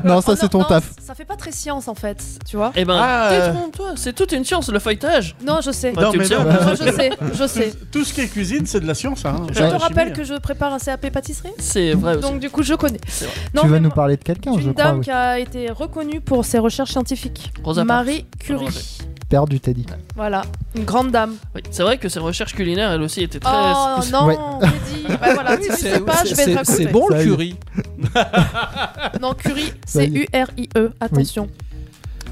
Speaker 4: Non,
Speaker 6: Oh,
Speaker 4: ça, c'est ton
Speaker 6: non,
Speaker 4: taf.
Speaker 6: Ça fait pas très science en fait, tu vois.
Speaker 5: Eh ben,
Speaker 7: Ah, euh.
Speaker 5: détrompe-toi, c'est toute une science le feuilletage.
Speaker 6: Non,
Speaker 5: [LAUGHS]
Speaker 6: je sais.
Speaker 5: Bah,
Speaker 7: Non,
Speaker 5: tu le
Speaker 7: mais
Speaker 5: sais,
Speaker 7: non.
Speaker 5: en plus.
Speaker 6: Moi, je sais, je sais.
Speaker 7: Tout, tout ce qui est cuisine c'est de la science. Hein.
Speaker 6: Je te rappelle que je prépare un CAP pâtisserie.
Speaker 5: Ah, C'est vrai aussi.
Speaker 6: Donc du coup, je connais.
Speaker 5: vrai.
Speaker 6: Non,
Speaker 4: tu
Speaker 6: mais
Speaker 4: vas nous
Speaker 6: moi,
Speaker 4: parler de quelqu'un, je
Speaker 6: Une
Speaker 4: crois.
Speaker 6: dame
Speaker 4: Oui.
Speaker 6: qui a été reconnue pour ses recherches scientifiques.
Speaker 5: Rosa Parks.
Speaker 6: Marie Curie.
Speaker 4: Perdu, t'as dit.
Speaker 6: Voilà, une grande dame.
Speaker 5: Oui, C'est vrai que ses recherches culinaires, elle aussi, étaient très.
Speaker 6: Oh non,
Speaker 4: Ouais.
Speaker 6: Teddy. Bah,
Speaker 5: [LAUGHS]
Speaker 8: Ah
Speaker 6: voilà, si tu sais pas, je vais te raconter.
Speaker 8: bon
Speaker 4: Ça
Speaker 8: le
Speaker 4: y est.
Speaker 8: curry
Speaker 6: Non, Curie, c'est
Speaker 4: Vas-y.
Speaker 6: U-R-I-E, E, attention.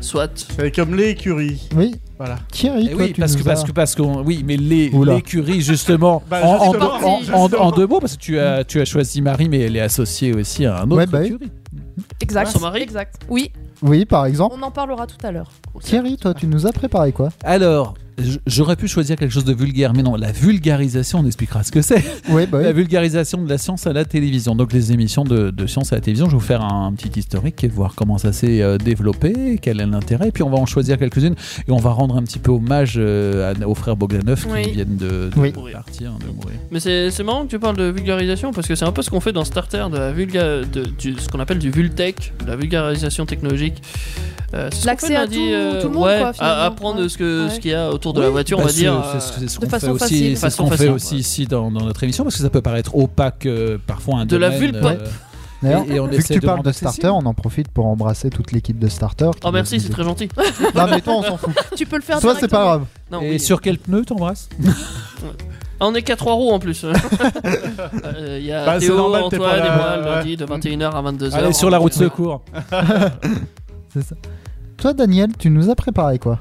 Speaker 5: Soit.
Speaker 7: hein. C'est comme l'écurie.
Speaker 4: Oui,
Speaker 7: Voilà.
Speaker 4: Thierry,
Speaker 8: Eh
Speaker 4: toi,
Speaker 8: Oui,
Speaker 4: tu
Speaker 8: parce
Speaker 4: nous
Speaker 8: que, parce
Speaker 4: as-
Speaker 8: que, parce que, oui, mais les,
Speaker 4: Oula.
Speaker 8: les
Speaker 6: [LAUGHS]
Speaker 8: curries, justement,
Speaker 7: Bah,
Speaker 8: en, en-
Speaker 7: justement,
Speaker 8: en- en-
Speaker 7: justement.
Speaker 8: en deux mots, parce que tu as, tu as choisi Marie, mais elle est associée aussi à un autre
Speaker 4: Ouais, bah oui.
Speaker 8: curry.
Speaker 6: Exact.
Speaker 5: Son mari
Speaker 6: exact. Oui,
Speaker 4: Oui, par exemple.
Speaker 6: on en parlera tout à l'heure.
Speaker 4: Thierry, toi, tu nous as préparé quoi
Speaker 8: Alors, j- j'aurais pu choisir quelque chose de vulgaire, mais non, la vulgarisation, on expliquera ce que c'est.
Speaker 4: Oui, bah
Speaker 8: La
Speaker 4: oui.
Speaker 8: vulgarisation de la science à la télévision. Donc les émissions de, de science à la télévision, je vais vous faire un petit historique et voir comment ça s'est euh, développé, quel est l'intérêt. Et puis on va en choisir quelques-unes et on va rendre un petit peu hommage euh, à- aux frères Bogdanov qui
Speaker 6: Oui.
Speaker 8: viennent de, de
Speaker 4: Oui.
Speaker 8: partir, de mourir.
Speaker 5: Mais c'est c'est marrant que tu parles de vulgarisation parce que c'est un peu ce qu'on fait dans Starter, de la vulga, de, du- ce qu'on appelle du vultech, de la vulgarisation technologique. Euh, c'est ce qu'on
Speaker 6: L'accès
Speaker 5: fait le
Speaker 6: à
Speaker 5: lundi,
Speaker 6: tout- tout le monde,
Speaker 5: ouais,
Speaker 6: quoi,
Speaker 5: à-
Speaker 6: finalement.
Speaker 5: apprendre ce que
Speaker 6: Ouais.
Speaker 5: ce qu'il y a autour de
Speaker 8: Oui,
Speaker 5: la voiture,
Speaker 8: bah,
Speaker 5: on va
Speaker 8: c'est-
Speaker 5: dire. euh,
Speaker 8: c'est ce que- c'est ce
Speaker 6: de
Speaker 8: qu'on
Speaker 6: façon
Speaker 8: fait
Speaker 6: facile.
Speaker 8: aussi,
Speaker 6: De
Speaker 8: c'est ce
Speaker 5: façon
Speaker 8: qu'on fait
Speaker 5: facile,
Speaker 8: aussi
Speaker 5: ouais.
Speaker 8: ici dans, dans notre émission parce que ça peut paraître opaque euh, parfois un
Speaker 5: De la
Speaker 8: domaine, euh,
Speaker 5: vulpop.
Speaker 4: D'ailleurs,
Speaker 8: et- et on
Speaker 4: vu que
Speaker 8: essaie
Speaker 4: tu
Speaker 8: de
Speaker 4: parles de
Speaker 8: rendre accessible.
Speaker 4: Starter, on en profite pour embrasser toute l'équipe de Starter.
Speaker 5: Oh merci, c'est très gentil.
Speaker 4: Non, mais toi, on s'en fout.
Speaker 6: Tu peux le faire
Speaker 4: Toi, c'est pas
Speaker 6: directement.
Speaker 4: grave.
Speaker 5: Non,
Speaker 8: et
Speaker 5: oui.
Speaker 8: sur quel pneu t'embrasses
Speaker 5: Ah, On est qu'à trois roues en plus. [LAUGHS] Euh, Il y a
Speaker 7: Bah, c'est
Speaker 5: Théo,
Speaker 7: normal, t'es
Speaker 5: Antoine
Speaker 7: pas
Speaker 5: et moi
Speaker 7: là,
Speaker 5: le
Speaker 7: ouais.
Speaker 5: lundi de 21h à 22h.
Speaker 8: Allez, sur la route secours.
Speaker 4: Toi, Daniel, tu nous as préparé quoi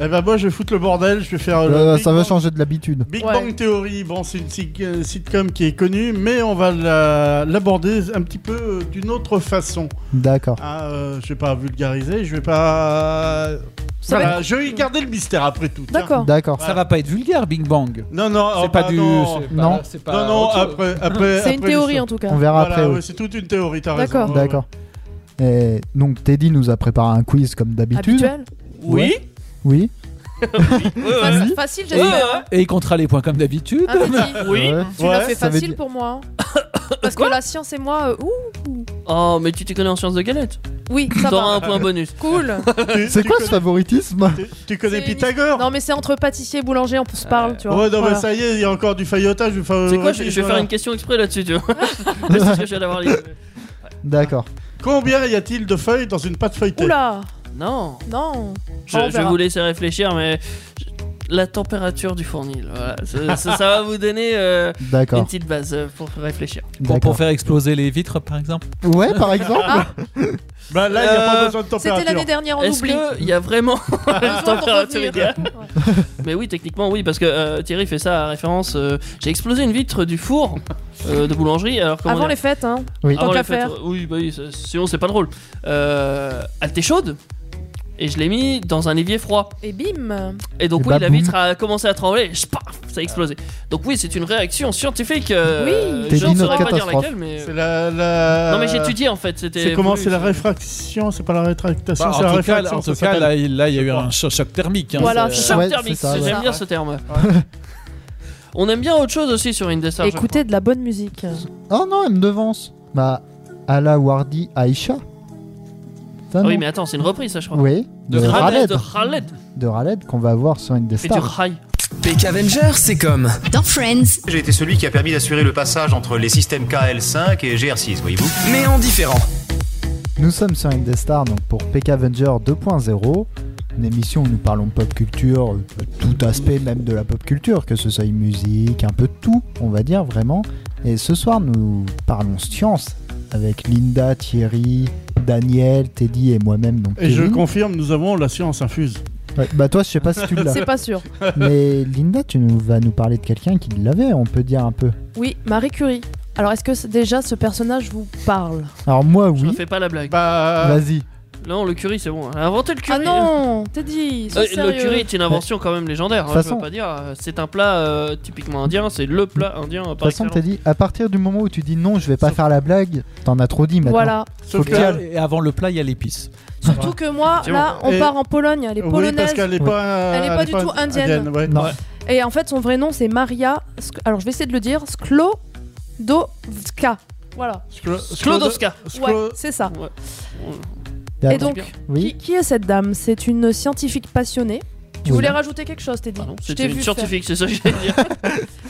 Speaker 7: Eh ben moi je vais foutre le bordel, je vais faire
Speaker 8: Oh,
Speaker 7: le
Speaker 4: Euh,
Speaker 7: Big
Speaker 4: Ça va
Speaker 7: Bang-
Speaker 4: changer de l'habitude.
Speaker 7: Big
Speaker 6: Ouais.
Speaker 7: Bang Theory, bon c'est une sig- euh, sitcom qui est connue, mais on va la- l'aborder un petit peu euh, d'une autre façon.
Speaker 4: D'accord.
Speaker 7: Ah, euh, je vais pas vulgariser, je vais pas.
Speaker 6: Ça va
Speaker 7: Voilà, Je vais garder le mystère après tout. tiens.
Speaker 6: D'accord.
Speaker 4: D'accord.
Speaker 8: Ça va pas être vulgaire, Bing Bang.
Speaker 7: Non non, oh,
Speaker 8: C'est pas
Speaker 7: bah,
Speaker 8: du.
Speaker 7: Non
Speaker 8: c'est pas-
Speaker 4: Non.
Speaker 8: c'est pas
Speaker 7: non, non,
Speaker 8: autre- [LAUGHS]
Speaker 7: après après.
Speaker 6: C'est une
Speaker 7: après
Speaker 6: théorie
Speaker 7: l'histoire.
Speaker 6: en tout cas.
Speaker 4: On verra
Speaker 7: Voilà,
Speaker 4: après.
Speaker 7: ouais,
Speaker 4: oui.
Speaker 7: c'est toute une théorie, t'as raison.
Speaker 6: D'accord.
Speaker 7: ouais, ouais.
Speaker 4: D'accord. Et donc, Teddy nous a préparé un quiz comme d'habitude.
Speaker 6: Habituel.
Speaker 5: Oui.
Speaker 4: Oui.
Speaker 6: Faci- Ah, Facile,
Speaker 8: Et,
Speaker 6: j'espère.
Speaker 8: et il comptera les points comme d'habitude.
Speaker 6: Hein, Teddy
Speaker 5: Oui.
Speaker 4: Ouais.
Speaker 6: Tu
Speaker 7: Ouais,
Speaker 6: l'as fait
Speaker 4: ça veut
Speaker 6: facile
Speaker 4: dire-
Speaker 6: pour moi. hein. Parce que la science et moi, euh, ouh,
Speaker 5: Oh mais tu t'y connais en sciences de galette.
Speaker 6: oui, ça
Speaker 5: T'auras
Speaker 6: va.
Speaker 5: un point bonus.
Speaker 6: Cool.
Speaker 7: Tu-
Speaker 4: C'est
Speaker 7: tu
Speaker 4: quoi ce
Speaker 7: connais-
Speaker 4: favoritisme
Speaker 7: tu- Tu connais
Speaker 6: C'est une-
Speaker 7: Pythagore
Speaker 6: Non mais c'est entre pâtissier et boulanger, on se parle, tu vois.
Speaker 7: Ouais, non, mais
Speaker 6: Voilà.
Speaker 7: ça y est, il y a encore du faillotage. du
Speaker 5: C'est quoi je,
Speaker 7: favoritisme,
Speaker 5: je vais faire [LAUGHS]
Speaker 7: voilà.
Speaker 5: une question exprès là-dessus, tu vois. Parce que je viens d'avoir les-
Speaker 4: D'accord.
Speaker 7: Combien y a-t-il de feuilles dans une pâte feuilletée
Speaker 6: Oula
Speaker 5: Non.
Speaker 6: Non
Speaker 5: Je,
Speaker 6: On
Speaker 5: je vais
Speaker 6: verra.
Speaker 5: vous laisser réfléchir, mais je- la température du fournil. Voilà. Ça, ça- ça va vous donner euh, une
Speaker 4: D'accord.
Speaker 5: petite base euh, pour réfléchir.
Speaker 8: Pour,
Speaker 4: d'accord.
Speaker 8: pour faire exploser les vitres, par exemple.
Speaker 4: Ouais, par exemple.
Speaker 7: Bah là, il n'y a
Speaker 5: Euh,
Speaker 7: pas besoin de température.
Speaker 6: C'était l'année dernière, on
Speaker 5: Est-ce
Speaker 6: oublie.
Speaker 5: qu'il y a
Speaker 6: [LAUGHS]
Speaker 5: vraiment [LAUGHS] une
Speaker 6: Besoin de
Speaker 5: température
Speaker 6: revenir.
Speaker 5: idéale
Speaker 6: Ouais.
Speaker 5: Mais oui, techniquement, oui, parce que euh, Thierry fait ça à référence. euh, J'ai explosé une vitre du four euh, de boulangerie. Alors comment
Speaker 6: Avant
Speaker 5: dire
Speaker 6: les fêtes, hein.
Speaker 4: Oui.
Speaker 6: Tant
Speaker 5: Avant
Speaker 6: qu'à
Speaker 5: les fêtes,
Speaker 6: faire.
Speaker 5: euh, Oui, bah oui, ça- sinon c'est pas drôle. Euh, elle était chaude et je l'ai mis dans un évier froid.
Speaker 6: Et bim
Speaker 5: Et donc
Speaker 4: Et
Speaker 5: oui,
Speaker 4: bah,
Speaker 5: la
Speaker 4: boum.
Speaker 5: vitre a commencé à trembler, et paf, ça a explosé. Donc oui, c'est une réaction scientifique. euh,
Speaker 6: Oui.
Speaker 5: je ne
Speaker 4: T'élis
Speaker 5: saurais pas dire
Speaker 4: catastrophe.
Speaker 5: laquelle, mais
Speaker 7: C'est la, la-
Speaker 5: non mais j'étudiais en fait. C'était
Speaker 7: C'est comment
Speaker 5: voulu,
Speaker 7: C'est la réfraction C'est pas la rétractation
Speaker 8: Bah,
Speaker 7: C'est la
Speaker 8: en tout cas,
Speaker 7: réfraction.
Speaker 8: en tout
Speaker 7: hein, ça
Speaker 8: cas,
Speaker 7: s'appelle.
Speaker 8: là, il là, il y a eu
Speaker 7: Je
Speaker 8: un cho- choc thermique. hein,
Speaker 6: Voilà,
Speaker 8: ça-
Speaker 6: choc.
Speaker 5: Choc
Speaker 4: Ouais,
Speaker 5: thermique,
Speaker 4: c'est ça,
Speaker 5: j'aime
Speaker 6: ouais.
Speaker 5: bien ce terme. On aime bien autre chose aussi sur Indestar. je crois.
Speaker 6: Écoutez de la bonne musique.
Speaker 4: Oh non, elle me devance. Bah, Ala Wardi Aisha. Ça,
Speaker 5: Ah oui,
Speaker 4: non
Speaker 5: mais attends, c'est une reprise, ça je crois.
Speaker 4: Oui, Euh,
Speaker 8: De
Speaker 4: de,
Speaker 8: Khaled,
Speaker 4: Raled.
Speaker 5: de Khaled
Speaker 4: De Raled qu'on va voir sur une des
Speaker 5: et du
Speaker 4: stars.
Speaker 5: Rai.
Speaker 3: Peck Avenger, c'est comme
Speaker 2: Dans Friends,
Speaker 9: J'ai été celui qui a permis d'assurer le passage entre les systèmes KL5 et GR6, voyez-vous
Speaker 3: mais en différent.
Speaker 4: Nous sommes sur une des stars donc pour PK Avenger 2.0. Une émission où nous parlons pop culture, euh, de tout aspect même de la pop culture, que ce soit musique, un peu de tout, on va dire vraiment. Et ce soir, nous parlons science avec Linda, Thierry, Daniel, Teddy et moi-même. Donc
Speaker 7: Et je
Speaker 8: Mhm.
Speaker 4: Kevin.
Speaker 7: confirme, nous avons la science infuse.
Speaker 4: Ouais, bah toi, je sais pas si tu l'as.
Speaker 6: C'est pas sûr.
Speaker 4: Mais Linda, tu nous, vas nous parler de quelqu'un qui l'avait, on peut dire un peu.
Speaker 6: Oui, Marie Curie. Alors, est-ce que c'est- déjà ce personnage vous parle
Speaker 4: Alors moi,
Speaker 5: Je ne
Speaker 4: oui.
Speaker 5: fais pas la blague.
Speaker 7: Bah,
Speaker 4: Vas-y.
Speaker 5: Non, le curry, c'est bon. Inventer le
Speaker 6: Ah
Speaker 5: curry.
Speaker 6: non T'es dit
Speaker 5: Euh, le curry est une invention quand même légendaire, hein, je
Speaker 4: façon-
Speaker 5: peux pas dire. euh, C'est un plat euh, typiquement indien, c'est le plat indien euh,
Speaker 4: De
Speaker 5: par
Speaker 4: toute façon,
Speaker 5: excellence.
Speaker 4: t'as dit, à partir du moment où tu dis non, je vais pas faire la blague, t'en as trop dit maintenant.
Speaker 6: Voilà.
Speaker 4: Faut
Speaker 7: sauf que.
Speaker 4: qu'il y a-
Speaker 8: Et avant le plat, il y a l'épice.
Speaker 6: Surtout que moi,
Speaker 5: C'est bon.
Speaker 6: là, on
Speaker 7: Et-
Speaker 6: part en Pologne. Elle est
Speaker 7: Oui,
Speaker 6: polonaise.
Speaker 7: parce qu'elle n'est
Speaker 4: Oui.
Speaker 7: pas.
Speaker 6: Elle est pas du tout indienne.
Speaker 7: ouais.
Speaker 4: Non.
Speaker 7: Ouais.
Speaker 6: Et en fait, son vrai nom, c'est Maria. Sk- Alors, je vais essayer de le dire. Sklodowska. Voilà.
Speaker 7: Sklo-
Speaker 5: Sklodowska.
Speaker 6: Ouais,
Speaker 7: Sklo-
Speaker 6: c'est ça.
Speaker 4: Ah. Et
Speaker 6: Et
Speaker 4: attends,
Speaker 6: donc,
Speaker 5: bien.
Speaker 4: oui.
Speaker 6: qui, qui est cette dame C'est une scientifique passionnée. Tu
Speaker 4: Oui.
Speaker 6: voulais rajouter quelque chose, Teddy
Speaker 5: Ah non,
Speaker 6: Je t'ai
Speaker 5: C'était une
Speaker 6: vu
Speaker 5: scientifique, c'est ça que j'allais
Speaker 4: [LAUGHS]
Speaker 5: dire.
Speaker 6: faire.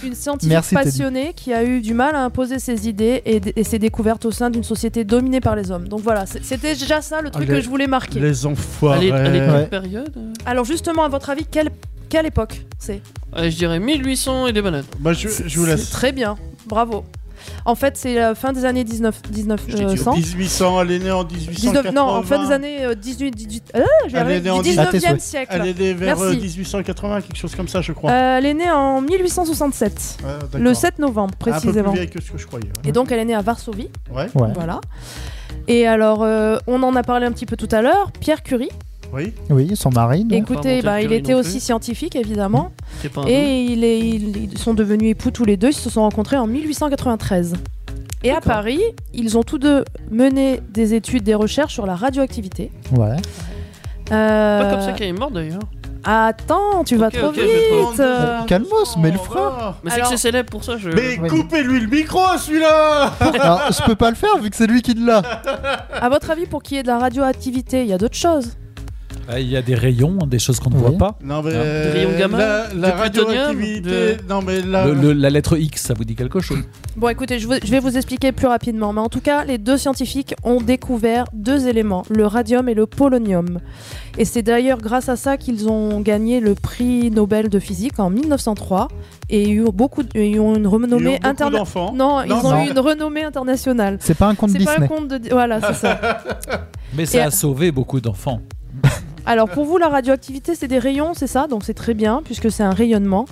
Speaker 6: Une scientifique
Speaker 4: Merci, Teddy.
Speaker 6: passionnée qui a eu du mal à imposer ses idées et, d- et ses découvertes au sein d'une société dominée par les hommes. Donc voilà, c'est- c'était déjà ça le truc
Speaker 7: les-
Speaker 6: que je voulais marquer.
Speaker 7: Les
Speaker 5: Elle
Speaker 7: enfoirés.
Speaker 5: est, elle est de
Speaker 4: Ouais.
Speaker 5: quelle période euh
Speaker 6: Alors justement, à votre avis, quelle, quelle époque c'est
Speaker 5: Euh, Je dirais 1800 et des bananes.
Speaker 7: Bah, je, je vous laisse.
Speaker 6: Très bien, bravo. En fait, c'est la fin des années euh, 19,
Speaker 7: Je t'ai dit,
Speaker 6: 1900.
Speaker 7: 1800, elle est née en 1880.
Speaker 6: 19, non, en fin des années euh, 18, 18, euh, je vais
Speaker 7: Elle est
Speaker 6: arriver,
Speaker 7: née en
Speaker 6: du
Speaker 4: dix- à tes
Speaker 6: 19e
Speaker 4: souhaits.
Speaker 6: siècle.
Speaker 7: Elle est née vers
Speaker 6: Merci.
Speaker 7: euh, 1880, quelque chose comme ça, je crois.
Speaker 6: Euh, elle est née en 1867,
Speaker 7: Ouais, d'accord.
Speaker 6: Euh, le 7 novembre
Speaker 7: Un peu
Speaker 6: précisément.
Speaker 7: plus vieille que ce que je croyais.
Speaker 6: Et donc elle est née à Varsovie,
Speaker 7: Ouais.
Speaker 4: Ouais.
Speaker 6: voilà. Et alors, euh, on en a parlé un petit peu tout à l'heure, Pierre Curie.
Speaker 7: Oui.
Speaker 4: Oui, son mari. donc.
Speaker 6: Écoutez,
Speaker 5: Pas
Speaker 6: bah,
Speaker 5: Montel
Speaker 6: il
Speaker 5: Curie
Speaker 6: était
Speaker 5: non
Speaker 6: aussi
Speaker 5: plus.
Speaker 6: scientifique évidemment.
Speaker 5: C'est pas un doute.
Speaker 6: Et il est- il- ils sont devenus époux tous les deux. Ils se sont rencontrés en 1893. Et à
Speaker 5: D'accord.
Speaker 6: Paris, ils ont tous deux mené des études, des recherches sur la radioactivité.
Speaker 4: Ouais.
Speaker 6: Euh,
Speaker 5: Pas comme ça qu'elle est morte d'ailleurs.
Speaker 6: Attends, tu vas
Speaker 5: Ok,
Speaker 6: trop
Speaker 5: ok, je vais trop
Speaker 6: vite. euh,
Speaker 4: Calmos, mais le
Speaker 7: Oh,
Speaker 4: frein.
Speaker 5: Mais c'est
Speaker 6: alors-
Speaker 5: que c'est célèbre pour ça. Je...
Speaker 7: Mais
Speaker 4: Ouais.
Speaker 7: coupez-lui le micro, celui-là
Speaker 4: Alors, je peux pas le faire vu que c'est lui qui l'a.
Speaker 6: À votre avis, pour qui est de la radioactivité, il y a d'autres choses.
Speaker 8: Ah, Il y a des rayons, des choses qu'on ne
Speaker 4: Oui.
Speaker 8: voit pas.
Speaker 7: Non mais
Speaker 8: Non.
Speaker 7: euh,
Speaker 5: Du rayon gamma,
Speaker 7: la, la
Speaker 5: du plutonium,
Speaker 7: radioactivité, non mais la,
Speaker 8: Le- le- la lettre X, ça vous dit quelque chose
Speaker 6: Bon, écoutez, je, vous- je vais vous expliquer plus rapidement. Mais en tout cas, les deux scientifiques ont découvert deux éléments, le radium et le polonium. Et c'est d'ailleurs grâce à ça qu'ils ont gagné le prix Nobel de physique en 1903 et eu beaucoup, de- ils ont une
Speaker 7: ils ont
Speaker 6: renommée
Speaker 7: beaucoup
Speaker 6: internationale.
Speaker 7: d'enfants.
Speaker 6: Non, ils
Speaker 7: Non,
Speaker 6: ont
Speaker 4: non.
Speaker 6: eu une renommée internationale.
Speaker 4: C'est pas un compte
Speaker 6: C'est pas un
Speaker 4: Disney.
Speaker 6: compte de. Voilà, c'est ça.
Speaker 8: Mais ça
Speaker 6: Et-
Speaker 8: a sauvé beaucoup d'enfants.
Speaker 6: Alors pour vous, la radioactivité, c'est des rayons, c'est ça Donc c'est très bien, puisque c'est un rayonnement.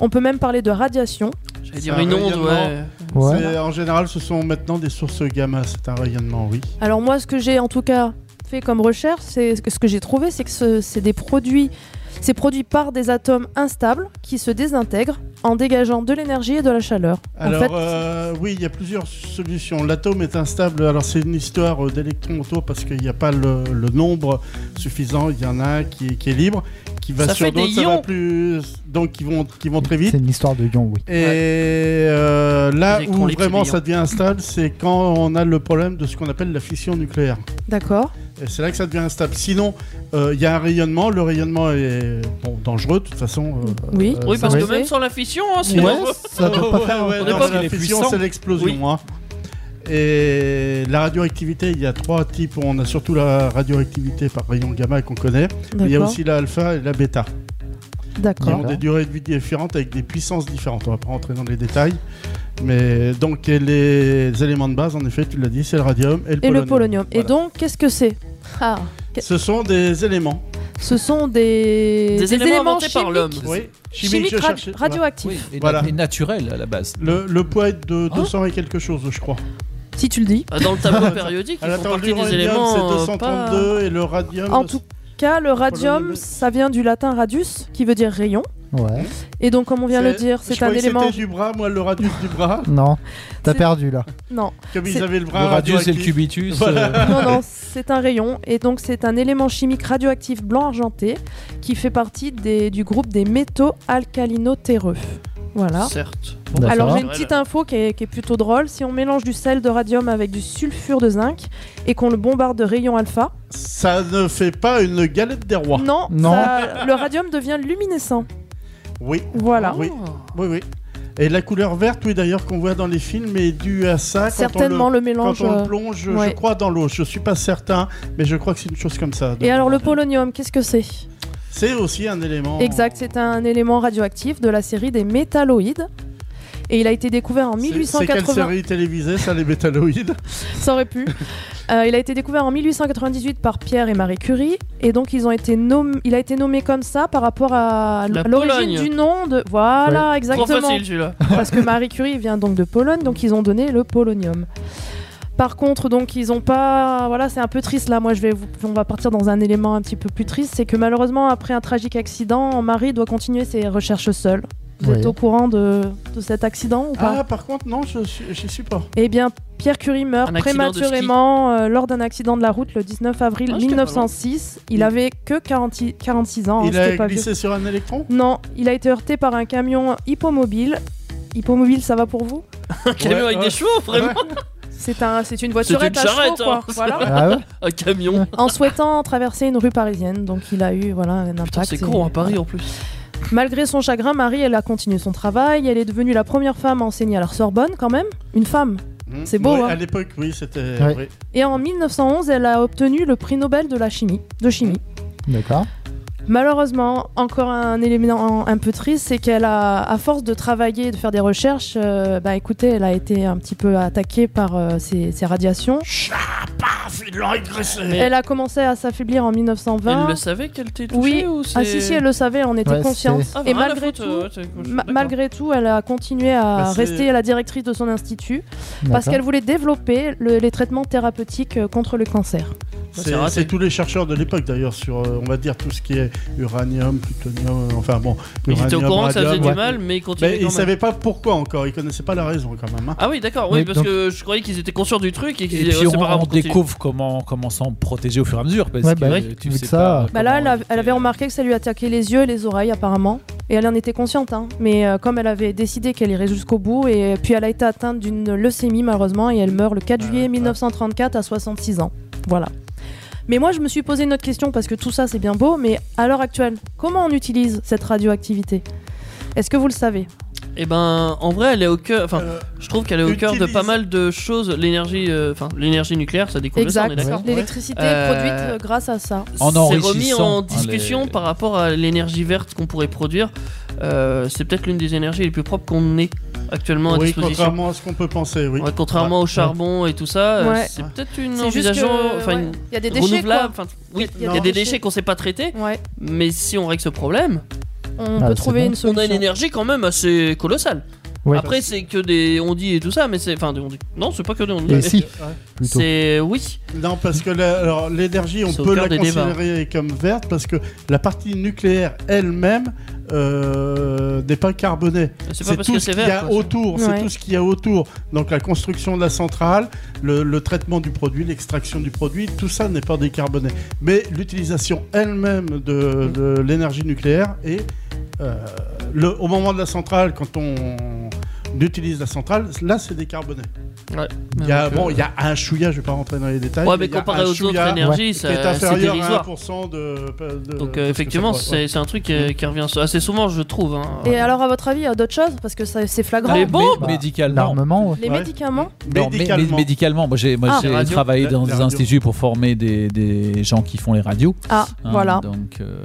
Speaker 6: On peut même parler de radiation.
Speaker 5: J'allais dire
Speaker 7: C'est un
Speaker 5: une onde, ouais.
Speaker 7: rayonnement.
Speaker 4: Ouais.
Speaker 7: C'est- En général, ce sont maintenant des sources gamma. C'est un rayonnement, oui.
Speaker 6: Alors moi, ce que j'ai en tout cas fait comme recherche, c'est ce que j'ai trouvé, c'est que ce- c'est des produits, c'est produit par des atomes instables qui se désintègrent en dégageant de l'énergie et de la chaleur.
Speaker 7: Alors
Speaker 6: en fait,
Speaker 7: euh, oui, il y a plusieurs solutions. L'atome est instable. Alors c'est une histoire euh, d'électrons autour parce qu'il n'y a pas le, le nombre suffisant. Il y en a un qui, est- qui est libre, qui va
Speaker 5: Ça
Speaker 7: sur
Speaker 5: fait des
Speaker 7: d'autres, ça va
Speaker 5: ions.
Speaker 7: plus, donc qui vont qui vont très vite.
Speaker 4: C'est une histoire de Yon, oui.
Speaker 7: Et euh, là
Speaker 5: Les électrons
Speaker 7: où
Speaker 5: libres, c'est
Speaker 7: vraiment
Speaker 5: des
Speaker 7: ça devient instable, c'est quand on a le problème de ce qu'on appelle la fission nucléaire.
Speaker 6: d'accord.
Speaker 7: Et c'est là que ça devient instable. Sinon, euh, il y a un rayonnement. Le rayonnement est bon, dangereux de toute façon. euh,
Speaker 6: Oui.
Speaker 7: euh,
Speaker 5: Oui, parce
Speaker 6: ça
Speaker 5: que
Speaker 6: fait.
Speaker 5: même sans la fission, hein, c'est
Speaker 4: Ouais, ça doit pas
Speaker 7: ouais,
Speaker 4: faire.
Speaker 7: ouais,
Speaker 5: On est
Speaker 7: non,
Speaker 5: pas-
Speaker 7: la
Speaker 8: Il est
Speaker 7: fission,
Speaker 8: puissant.
Speaker 7: c'est l'explosion.
Speaker 5: Oui.
Speaker 7: hein. Et la radioactivité, il y a trois types. On a surtout la radioactivité par rayon gamma qu'on connaît. Il y a
Speaker 6: D'accord.
Speaker 7: aussi la alpha et la bêta, qui
Speaker 6: D'accord.
Speaker 7: ont des durées de vie différentes avec des puissances différentes. On va pas rentrer dans les détails. Mais donc, et les éléments de base, en effet, tu l'as dit, c'est le radium
Speaker 6: Et
Speaker 7: et le polonium.
Speaker 6: le polonium. Et
Speaker 7: Voilà.
Speaker 6: donc, qu'est-ce que c'est Ah,
Speaker 7: Ce sont des éléments
Speaker 6: ce sont des,
Speaker 5: Des, éléments, inventés
Speaker 6: chimiques,
Speaker 5: par l'homme.
Speaker 7: oui,
Speaker 6: chimiques
Speaker 7: je
Speaker 6: ra-
Speaker 7: cherchais, voilà.
Speaker 6: radioactifs.
Speaker 8: Oui, et,
Speaker 7: Voilà.
Speaker 8: na- et naturel à la base.
Speaker 7: Le, le poids est de
Speaker 6: Hein
Speaker 7: 200 et quelque chose, je crois.
Speaker 6: Si tu le dis.
Speaker 5: Ah, Dans le
Speaker 7: [LAUGHS]
Speaker 5: tableau périodique,
Speaker 7: À
Speaker 5: ils
Speaker 7: la
Speaker 5: font
Speaker 7: table
Speaker 5: partie
Speaker 7: du
Speaker 5: des
Speaker 7: radium,
Speaker 5: éléments.
Speaker 7: c'est
Speaker 5: euh, pas-
Speaker 7: 232 et le radium.
Speaker 6: En tout cas, le radium,
Speaker 7: Polonium.
Speaker 6: ça vient du latin radius, qui veut dire rayon.
Speaker 4: Ouais.
Speaker 6: Et donc, comme on vient
Speaker 7: C'est-
Speaker 6: le dire,
Speaker 7: je
Speaker 6: c'est un
Speaker 7: croyais que
Speaker 6: élément.
Speaker 7: C'était du bras, moi, le radius du
Speaker 6: [LAUGHS]
Speaker 7: bras.
Speaker 4: Non, t'as
Speaker 6: C'est-
Speaker 4: perdu là.
Speaker 6: Non,
Speaker 7: Comme
Speaker 6: C'est-
Speaker 7: ils avaient le bras.
Speaker 8: le radius et le
Speaker 7: Ah, radioactif.
Speaker 8: cubitus.
Speaker 7: Voilà. [LAUGHS]
Speaker 8: euh,
Speaker 6: non, non, c'est un rayon. Et donc, c'est un élément chimique radioactif blanc argenté qui fait partie des- du groupe des métaux alcalinotéreux.
Speaker 5: Ah.
Speaker 6: Voilà.
Speaker 5: Certes.
Speaker 4: D'accord.
Speaker 6: Alors j'ai
Speaker 5: Naturel.
Speaker 6: une petite info qui est, qui est plutôt drôle. Si on mélange du sel de radium avec du sulfure de zinc et qu'on le bombarde de rayons alpha,
Speaker 7: Ça ne fait pas une galette des rois.
Speaker 6: non,
Speaker 4: Non.
Speaker 6: ça- le radium devient luminescent.
Speaker 7: Oui,
Speaker 6: Voilà.
Speaker 7: Oui. oui, oui. Et la couleur verte, oui, d'ailleurs, qu'on voit dans les films, est due à ça. quand on
Speaker 6: Certainement le,
Speaker 7: le-
Speaker 6: mélange.
Speaker 7: Quand on
Speaker 6: euh,
Speaker 7: le plonge,
Speaker 6: ouais.
Speaker 7: je crois, dans l'eau. Je suis pas certain, mais je crois que c'est une chose comme ça.
Speaker 6: Et alors le polonium, qu'est-ce que c'est
Speaker 7: C'est aussi un élément.
Speaker 6: Exact, c'est un élément radioactif de la série des métalloïdes. Et il a été découvert en
Speaker 7: C'est- C'est quelle
Speaker 6: 1880.
Speaker 7: série télévisée, ça,
Speaker 6: [LAUGHS]
Speaker 7: les métalloïdes
Speaker 6: Ça aurait pu. Euh, il a été découvert en 1898 par Pierre et Marie Curie, et donc ils ont été nommé. Il a été nommé comme ça par rapport à l-
Speaker 5: La
Speaker 6: à l'origine
Speaker 5: Pologne.
Speaker 6: du nom de. Voilà,
Speaker 5: Trop
Speaker 6: exactement.
Speaker 5: facile celui-là.
Speaker 6: [LAUGHS] Parce que Marie Curie vient donc de Pologne, donc ils ont donné le polonium. Par contre, donc ils ont pas. Voilà, c'est un peu triste là. Moi, je vais. vous- On va partir dans un élément un petit peu plus triste, c'est que malheureusement, après un tragique accident, Marie doit continuer ses recherches seule. Vous
Speaker 4: Oui.
Speaker 6: êtes au courant de, de cet accident ou pas
Speaker 7: Ah, par contre, non, je suis- j'y suis pas.
Speaker 6: eh bien, Pierre Curie meurt
Speaker 5: Un accident de ski.
Speaker 6: prématurément euh, lors d'un accident de la route le 19 avril
Speaker 5: Ah, j'étais pas
Speaker 6: 1906. Il avait que 40 46 ans, hein,
Speaker 7: Il
Speaker 6: c'était
Speaker 7: a
Speaker 6: pas
Speaker 7: glissé sur un électron
Speaker 6: vieux. Non, il a été heurté par un camion hippomobile. Hippomobile, ça va pour vous
Speaker 5: Un camion avec
Speaker 7: [LAUGHS] ouais.
Speaker 5: des chevaux, vraiment
Speaker 6: C'est un, c'est une voiturette
Speaker 5: une
Speaker 6: à chevaux,
Speaker 5: charrette, hein.
Speaker 6: quoi.
Speaker 5: [LAUGHS]
Speaker 6: Voilà.
Speaker 4: Ah ouais
Speaker 5: Un camion.
Speaker 6: en souhaitant traverser une rue parisienne, donc il a eu voilà un impact.
Speaker 5: Putain, c'est
Speaker 6: et-
Speaker 5: con hein. à Paris en plus.
Speaker 6: Malgré son chagrin, Marie, elle a continué son travail. Elle est devenue la première femme à enseigner à la Sorbonne, quand même. Une femme.
Speaker 7: Hmm.
Speaker 6: C'est beau,
Speaker 7: Ouais,
Speaker 6: hein.
Speaker 7: À l'époque, oui, c'était.
Speaker 4: Ouais.
Speaker 7: oui.
Speaker 6: Et en 1911, elle a obtenu le prix Nobel de la chimie, de chimie.
Speaker 4: D'accord.
Speaker 6: Malheureusement, encore un élément un peu triste, c'est qu'elle a, à force de travailler, de faire des recherches, euh, bah écoutez, elle a été un petit peu attaquée par euh, ces, ces radiations.
Speaker 7: Paf, il l'a agressé
Speaker 6: Elle a commencé à s'affaiblir en
Speaker 5: Elle
Speaker 6: 1920.
Speaker 5: le savait qu'elle était touchée
Speaker 6: Oui.
Speaker 5: ou c'est...
Speaker 6: Ah si si, elle le savait, on était
Speaker 4: Ouais,
Speaker 6: conscients.
Speaker 4: c'est-
Speaker 5: Ah, bah,
Speaker 6: Et
Speaker 5: rien à
Speaker 6: malgré
Speaker 5: foutre,
Speaker 6: tout,
Speaker 5: ouais, c'est-
Speaker 6: Ma-
Speaker 5: d'accord.
Speaker 6: malgré tout, elle a continué à
Speaker 7: Bah, c'est-
Speaker 6: rester la directrice de son institut parce
Speaker 4: d'accord.
Speaker 6: qu'elle voulait développer le- les traitements thérapeutiques euh, contre le cancer.
Speaker 5: c'est
Speaker 7: C'est
Speaker 5: raté.
Speaker 7: c'est tous les chercheurs de l'époque d'ailleurs sur, euh, on va dire, tout ce qui est uranium, plutonium, euh, enfin bon.
Speaker 5: Ils étaient au
Speaker 7: uranium,
Speaker 5: courant que ça faisait
Speaker 7: radium,
Speaker 5: du
Speaker 7: ouais.
Speaker 5: mal, mais ils
Speaker 7: Mais
Speaker 5: continuaient
Speaker 7: ils
Speaker 5: quand même.
Speaker 7: savaient pas pourquoi encore, ils connaissaient pas la raison quand même. hein.
Speaker 5: Ah oui, d'accord, oui,
Speaker 4: Oui,
Speaker 5: parce
Speaker 4: donc-
Speaker 5: que je croyais qu'ils étaient conscients du truc et qu'ils
Speaker 8: Et
Speaker 5: disaient,
Speaker 8: puis
Speaker 5: oh,
Speaker 8: on,
Speaker 5: c'est pas grave,
Speaker 8: on
Speaker 5: on continue.
Speaker 8: découvre comment comment s'en protéger au fur et à mesure parce
Speaker 4: Ouais,
Speaker 8: que
Speaker 4: bah
Speaker 8: euh,
Speaker 4: oui,
Speaker 8: tu
Speaker 4: vu
Speaker 8: sais
Speaker 4: que ça-
Speaker 8: pas.
Speaker 6: Bah là, elle,
Speaker 8: comment
Speaker 6: av- elle avait
Speaker 5: euh,
Speaker 6: remarqué que ça lui attaquait les yeux et les oreilles apparemment. Et elle en était consciente, hein. mais euh, comme elle avait décidé qu'elle irait jusqu'au bout, et puis elle a été atteinte d'une leucémie malheureusement, et elle meurt le 4
Speaker 7: Ah,
Speaker 6: juillet
Speaker 7: ouais.
Speaker 6: 1934 à 66 ans. Voilà. Mais moi je me suis posé une autre question, parce que tout ça c'est bien beau, mais à l'heure actuelle, comment on utilise cette radioactivité Est-ce que vous le savez
Speaker 5: Eh ben, en vrai, elle est au cœur. Enfin,
Speaker 7: Euh,
Speaker 5: je trouve qu'elle est au cœur de
Speaker 7: utilise-
Speaker 5: pas mal de choses. L'énergie, euh, enfin, l'énergie nucléaire, ça découle de ça, on est d'accord.
Speaker 6: L'électricité
Speaker 5: Euh,
Speaker 6: est produite euh, grâce à ça.
Speaker 8: En
Speaker 5: C'est remis en
Speaker 8: enrichissant, hein,
Speaker 5: discussion
Speaker 8: les-
Speaker 5: par rapport à l'énergie verte qu'on pourrait produire. Euh, c'est peut-être l'une des énergies les plus propres qu'on ait actuellement à
Speaker 7: oui,
Speaker 5: disposition.
Speaker 7: contrairement à ce qu'on peut penser, oui.
Speaker 5: Ouais, contrairement au charbon et tout ça, euh,
Speaker 6: Ouais.
Speaker 5: c'est peut-être une
Speaker 6: C'est juste
Speaker 5: envisageant,
Speaker 6: que,
Speaker 5: enfin
Speaker 6: ouais,
Speaker 5: une
Speaker 6: il y a des déchets.
Speaker 5: renouvelable.
Speaker 6: quoi.
Speaker 5: enfin, oui, il
Speaker 6: Il
Speaker 5: y
Speaker 6: y a
Speaker 5: a des
Speaker 6: des
Speaker 5: déchets
Speaker 6: déchets.
Speaker 5: qu'on sait pas traiter,
Speaker 6: Ouais,
Speaker 5: mais si on règle ce problème,
Speaker 6: on
Speaker 4: Ah,
Speaker 6: peut
Speaker 4: c'est
Speaker 6: trouver
Speaker 4: bon.
Speaker 6: une
Speaker 5: on
Speaker 6: solution.
Speaker 5: a une énergie quand même assez colossale.
Speaker 4: Ouais.
Speaker 5: Après, c'est que des on dit et tout ça, mais c'est enfin des on dit. Non, c'est pas que des on
Speaker 4: Et
Speaker 5: dit.
Speaker 4: si, plutôt.
Speaker 5: C'est oui.
Speaker 7: Non, parce que la- alors, l'énergie, on
Speaker 5: C'est au
Speaker 7: peut
Speaker 5: cœur
Speaker 7: la
Speaker 5: des débats.
Speaker 7: considérer comme verte parce que la partie nucléaire elle-même euh, n'est pas carbonée.
Speaker 5: C'est pas
Speaker 7: C'est
Speaker 5: parce
Speaker 7: tout
Speaker 5: que
Speaker 7: ce
Speaker 5: c'est
Speaker 7: qu'il y
Speaker 5: vert.
Speaker 7: a
Speaker 5: quoi.
Speaker 7: autour,
Speaker 6: Ouais.
Speaker 7: c'est tout ce qu'il y a autour. Donc la construction de la centrale, le, le traitement du produit, l'extraction du produit, tout ça n'est pas décarboné. Mais l'utilisation elle-même de, de l'énergie nucléaire et euh, le-
Speaker 5: Ah,
Speaker 7: au moment de la centrale, quand on utilise la centrale, là c'est décarboné.
Speaker 5: Ouais.
Speaker 7: Il y a, bon, il y a un chouïa, je vais pas rentrer dans les détails.
Speaker 5: euh, Ouais, mais
Speaker 7: il y a
Speaker 5: comparé
Speaker 7: un
Speaker 5: aux
Speaker 7: chouïa
Speaker 5: autres énergies,
Speaker 7: qui
Speaker 5: ça-
Speaker 7: est
Speaker 5: c'est
Speaker 7: inférieur à
Speaker 5: dérisoire.
Speaker 7: 1% de,
Speaker 5: Donc,
Speaker 7: de-
Speaker 5: euh,
Speaker 7: parce que
Speaker 5: effectivement,
Speaker 7: ça
Speaker 5: c'est
Speaker 7: pourrait-
Speaker 5: c'est un truc euh, qui revient assez souvent, je trouve. hein.
Speaker 6: Et alors, à votre avis, il y a d'autres choses Parce que ça- c'est flagrant.
Speaker 5: Les bombes
Speaker 4: Bah,
Speaker 8: Ah, médicalement.
Speaker 4: L'armement, ouais.
Speaker 6: Les
Speaker 7: Ouais.
Speaker 6: médicaments
Speaker 8: Non, mais- mais-
Speaker 7: Médicalement.
Speaker 8: médicalement. Moi, j'ai moi,
Speaker 6: Ah.
Speaker 8: j'ai
Speaker 5: Les radios.
Speaker 8: travaillé
Speaker 7: Les-
Speaker 8: dans
Speaker 7: les
Speaker 8: des
Speaker 7: radios.
Speaker 8: instituts pour former des, des gens qui font les radios.
Speaker 6: Ah,
Speaker 8: hein,
Speaker 6: voilà.
Speaker 8: Donc, euh,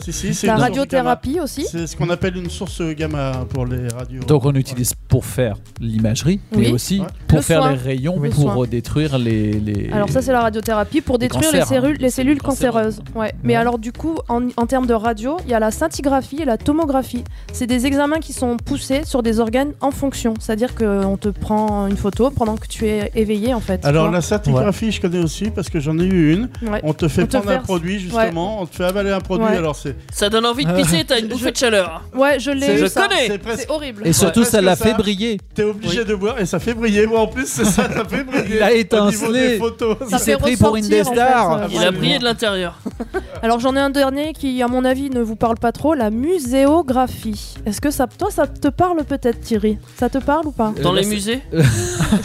Speaker 7: Si, si, c'est
Speaker 6: La
Speaker 7: une source
Speaker 6: radiothérapie aussi
Speaker 7: gamma. C'est ce qu'on appelle une source gamma pour les radios.
Speaker 8: donc on utilise pour faire l'imagerie, mais
Speaker 6: Oui.
Speaker 8: aussi
Speaker 7: Ouais.
Speaker 8: pour
Speaker 6: Le
Speaker 8: faire
Speaker 6: soin.
Speaker 8: les rayons,
Speaker 6: Oui. Le
Speaker 8: pour
Speaker 6: soin.
Speaker 8: détruire les. les-
Speaker 6: Alors ça c'est la radiothérapie pour
Speaker 8: Les
Speaker 6: détruire les
Speaker 8: cancers, hein.
Speaker 6: cellules, les cellules
Speaker 8: Cancéreuses.
Speaker 6: cancéreuses. Ouais. Mais
Speaker 8: Ouais.
Speaker 6: alors du coup en, en termes de radio, il y a la scintigraphie et la tomographie. C'est des examens qui sont poussés sur des organes en fonction. C'est-à-dire qu'on te prend une photo pendant que tu es éveillé en fait. tu
Speaker 7: Alors
Speaker 6: vois.
Speaker 7: la scintigraphie, je connais aussi parce que j'en ai eu une.
Speaker 6: Ouais.
Speaker 7: On te fait
Speaker 6: On te
Speaker 7: prendre un
Speaker 6: verse.
Speaker 7: produit justement, on te fait avaler un produit.
Speaker 6: Ouais.
Speaker 7: Alors c'est
Speaker 5: Ça donne envie de pisser,
Speaker 6: [LAUGHS]
Speaker 5: t'as une bouffée de chaleur.
Speaker 6: Ouais, je l'ai
Speaker 5: Je
Speaker 6: eu ça.
Speaker 5: connais.
Speaker 7: c'est presque.
Speaker 6: C'est horrible.
Speaker 8: Et surtout,
Speaker 7: Ouais.
Speaker 8: ça l'a
Speaker 7: Est-ce que
Speaker 8: fait
Speaker 7: ça-
Speaker 8: briller.
Speaker 7: T'es obligé de boire et ça fait briller. Moi en plus, c'est ça, ça fait briller.
Speaker 8: Il a
Speaker 7: Au niveau
Speaker 8: étincelé.
Speaker 7: des photos.
Speaker 8: Il
Speaker 6: Ça
Speaker 8: s'est
Speaker 6: fait
Speaker 8: pris pour une
Speaker 6: ressortir,
Speaker 8: des
Speaker 6: en fait,
Speaker 8: stars.
Speaker 6: euh,
Speaker 5: Il a brillé de l'intérieur.
Speaker 6: Alors j'en ai un dernier qui à mon avis ne vous parle pas trop, la muséographie. Est-ce que ça toi ça te parle peut-être Thierry Ça te parle ou pas
Speaker 8: Euh,
Speaker 5: Dans
Speaker 8: là,
Speaker 5: les
Speaker 8: c'est-
Speaker 5: musées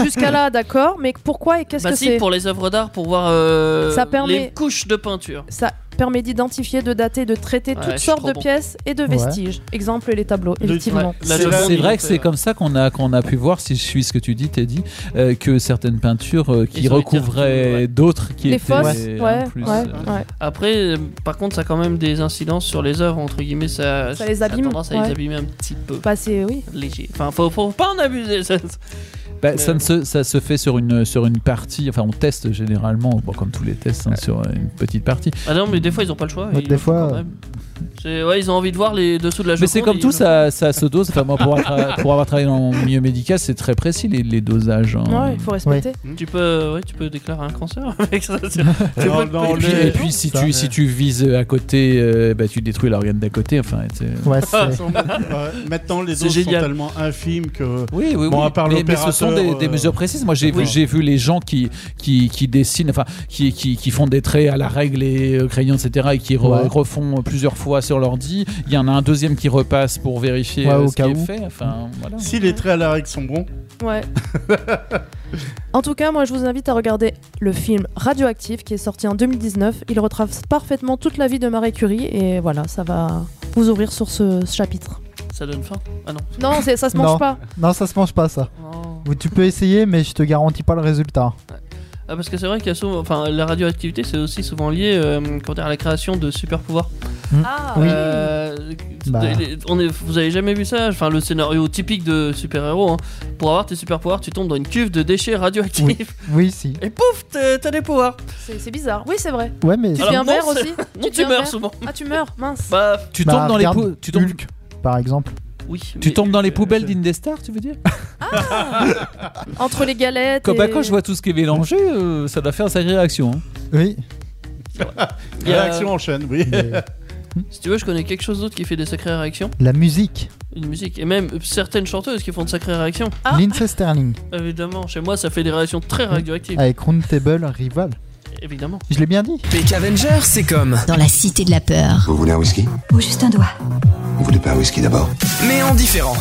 Speaker 6: Jusqu'à là d'accord, mais pourquoi et qu'est-ce
Speaker 5: Bah
Speaker 6: que
Speaker 5: si,
Speaker 6: c'est
Speaker 5: pour les œuvres d'art, pour voir euh,
Speaker 6: Ça permet-
Speaker 5: les couches de peinture.
Speaker 6: Ça permet d'identifier, de dater, de traiter
Speaker 5: Ouais, je
Speaker 6: toutes
Speaker 5: suis
Speaker 6: sortes
Speaker 5: trop
Speaker 6: de
Speaker 5: bon.
Speaker 6: pièces et de vestiges. Exemple, les tableaux,
Speaker 7: Le-
Speaker 6: effectivement.
Speaker 5: Ouais, la
Speaker 7: C'est
Speaker 5: seconde,
Speaker 7: là-
Speaker 8: C'est
Speaker 5: ils
Speaker 8: vrai
Speaker 5: ont
Speaker 8: que
Speaker 5: fait,
Speaker 8: c'est
Speaker 5: euh,
Speaker 8: comme ça qu'on a, qu'on a pu voir, si je suis ce que tu dis, Teddy, euh, que certaines peintures euh, qui
Speaker 5: Ils ont été
Speaker 8: recouvraient
Speaker 5: retrouvées, ouais.
Speaker 8: d'autres qui
Speaker 6: les
Speaker 8: étaient
Speaker 6: fosses, ouais,
Speaker 8: en plus,
Speaker 6: ouais,
Speaker 8: euh,
Speaker 6: ouais.
Speaker 5: Après, euh, par contre, ça a quand même des incidences sur les œuvres, entre guillemets, ça,
Speaker 6: Ça les
Speaker 5: a
Speaker 6: abîme,
Speaker 5: tendance à les
Speaker 6: ouais.
Speaker 5: abîmer un petit peu.
Speaker 6: Bah, c'est- oui.
Speaker 5: Léger. Enfin, faut, faut pas en abuser. ça-
Speaker 8: Bah,
Speaker 5: Mais-
Speaker 8: ça, ne se, ça se fait sur une, sur une partie, enfin on teste généralement, bon, comme tous les tests, hein, sur euh, une petite partie.
Speaker 5: Ah non, mais des fois, ils ont pas le choix.
Speaker 8: Bah,
Speaker 4: Ouais,
Speaker 5: ils
Speaker 4: des
Speaker 5: le font
Speaker 4: fois,
Speaker 5: quand même. C'est- Ouais, ils ont envie de voir les dessous de la
Speaker 8: Mais c'est
Speaker 5: Joconde,
Speaker 8: comme
Speaker 5: ils
Speaker 8: tout,
Speaker 5: le
Speaker 8: ça, ça se dose, enfin moi pour avoir, tra- pour avoir travaillé dans le milieu médical, c'est très précis les, les dosages. hein.
Speaker 6: Ouais, il faut respecter.
Speaker 5: Tu peux, ouais, tu peux déclarer un cancer [LAUGHS] avec ça.
Speaker 8: [LAUGHS]
Speaker 5: c'est- tu
Speaker 7: Alors,
Speaker 5: peux-
Speaker 7: dans
Speaker 8: Et puis,
Speaker 7: les-
Speaker 8: et puis, si,
Speaker 4: Ça,
Speaker 8: tu,
Speaker 4: ouais.
Speaker 8: si tu vises à côté, euh, bah, tu détruis l'organe d'à côté. Enfin, et c'est- [LAUGHS]
Speaker 4: Ouais, c'est-
Speaker 7: Ah, [LAUGHS] sont- ouais. Maintenant, les
Speaker 5: C'est
Speaker 7: doses sont
Speaker 5: génial.
Speaker 7: tellement infimes que.
Speaker 8: Oui, oui,
Speaker 7: Bon,
Speaker 8: oui.
Speaker 7: à part
Speaker 8: mais, mais ce sont des,
Speaker 7: l'opérateur,
Speaker 8: des
Speaker 7: euh,
Speaker 8: mesures précises. Moi, j'ai
Speaker 5: oui.
Speaker 8: vu, j'ai vu les gens qui, qui, qui dessinent, enfin, qui, qui, qui font des traits à la règle et euh, crayon, etc., et qui re-
Speaker 4: Ouais.
Speaker 8: refont plusieurs fois sur l'ordi. Il y en a un deuxième qui repasse pour vérifier
Speaker 4: Ouais,
Speaker 8: euh,
Speaker 4: au
Speaker 8: ce
Speaker 4: cas
Speaker 8: qui est
Speaker 4: où.
Speaker 8: fait. Enfin, voilà.
Speaker 7: Si les traits à la règle sont bons,
Speaker 8: [LAUGHS]
Speaker 6: Ouais. en tout cas, moi, je vous invite à regarder le film Radioactif qui est sorti en 2019. Il retrace parfaitement toute la vie de Marie Curie et voilà, ça va vous ouvrir sur ce, ce chapitre.
Speaker 5: Ça donne faim. Ah non.
Speaker 6: Non, c'est- ça se mange
Speaker 4: Non.
Speaker 6: pas.
Speaker 4: Non, ça se mange pas ça.
Speaker 5: Non.
Speaker 4: Ou Tu peux essayer, mais je te garantis pas le résultat.
Speaker 5: Ah, parce que c'est vrai qu'il y a souvent, enfin, la radioactivité, c'est aussi souvent lié, euh, comment dire, à la création de super pouvoirs.
Speaker 6: Ah,
Speaker 5: Euh,
Speaker 4: Bah.
Speaker 5: les- on est- vous avez jamais vu ça Enfin, le scénario typique de super-héros. hein. Pour avoir tes super-pouvoirs, tu tombes dans une cuve de déchets radioactifs.
Speaker 4: Oui, [LAUGHS] si.
Speaker 5: Et pouf, t'as t'as des pouvoirs.
Speaker 6: C'est c'est bizarre. Oui, c'est vrai.
Speaker 4: Ouais, mais
Speaker 6: Tu
Speaker 5: Alors,
Speaker 6: deviens
Speaker 5: non,
Speaker 6: vert
Speaker 5: c'est-
Speaker 6: aussi
Speaker 5: Non, [LAUGHS] tu
Speaker 6: deviens
Speaker 5: meurs
Speaker 6: vert
Speaker 5: souvent.
Speaker 6: Ah, tu meurs, mince.
Speaker 5: Bah,
Speaker 8: Tu
Speaker 4: Bah,
Speaker 8: tombes dans les
Speaker 4: regarde
Speaker 8: pou- tu tombes, euh,
Speaker 4: Hulk, par exemple.
Speaker 5: oui.
Speaker 8: tu
Speaker 5: mais-
Speaker 8: tombes dans les poubelles d'Indestar, tu veux dire
Speaker 6: Entre les galettes.
Speaker 8: Ah, Comme bah,
Speaker 6: et-
Speaker 8: quand je vois tout ce qui est mélangé, euh, ça doit faire sa réaction. hein.
Speaker 4: Oui.
Speaker 5: Il y a-
Speaker 7: réaction en chaîne, oui.
Speaker 4: mais
Speaker 5: Si tu veux, je connais quelque chose d'autre qui fait des sacrées réactions.
Speaker 4: la musique.
Speaker 5: Une musique. Et même euh, certaines chanteuses qui font de sacrées réactions.
Speaker 6: Ah.
Speaker 4: Lindsay Sterling
Speaker 5: Évidemment, chez moi, ça fait des réactions très radioactives.
Speaker 4: avec Roundtable Rival.
Speaker 5: Évidemment.
Speaker 4: Je l'ai bien dit.
Speaker 3: Peck Avenger, c'est comme,
Speaker 10: Dans la cité de la peur.
Speaker 11: Vous voulez un whisky
Speaker 10: Ou juste un doigt.
Speaker 11: Vous voulez pas un whisky d'abord
Speaker 3: mais en différent.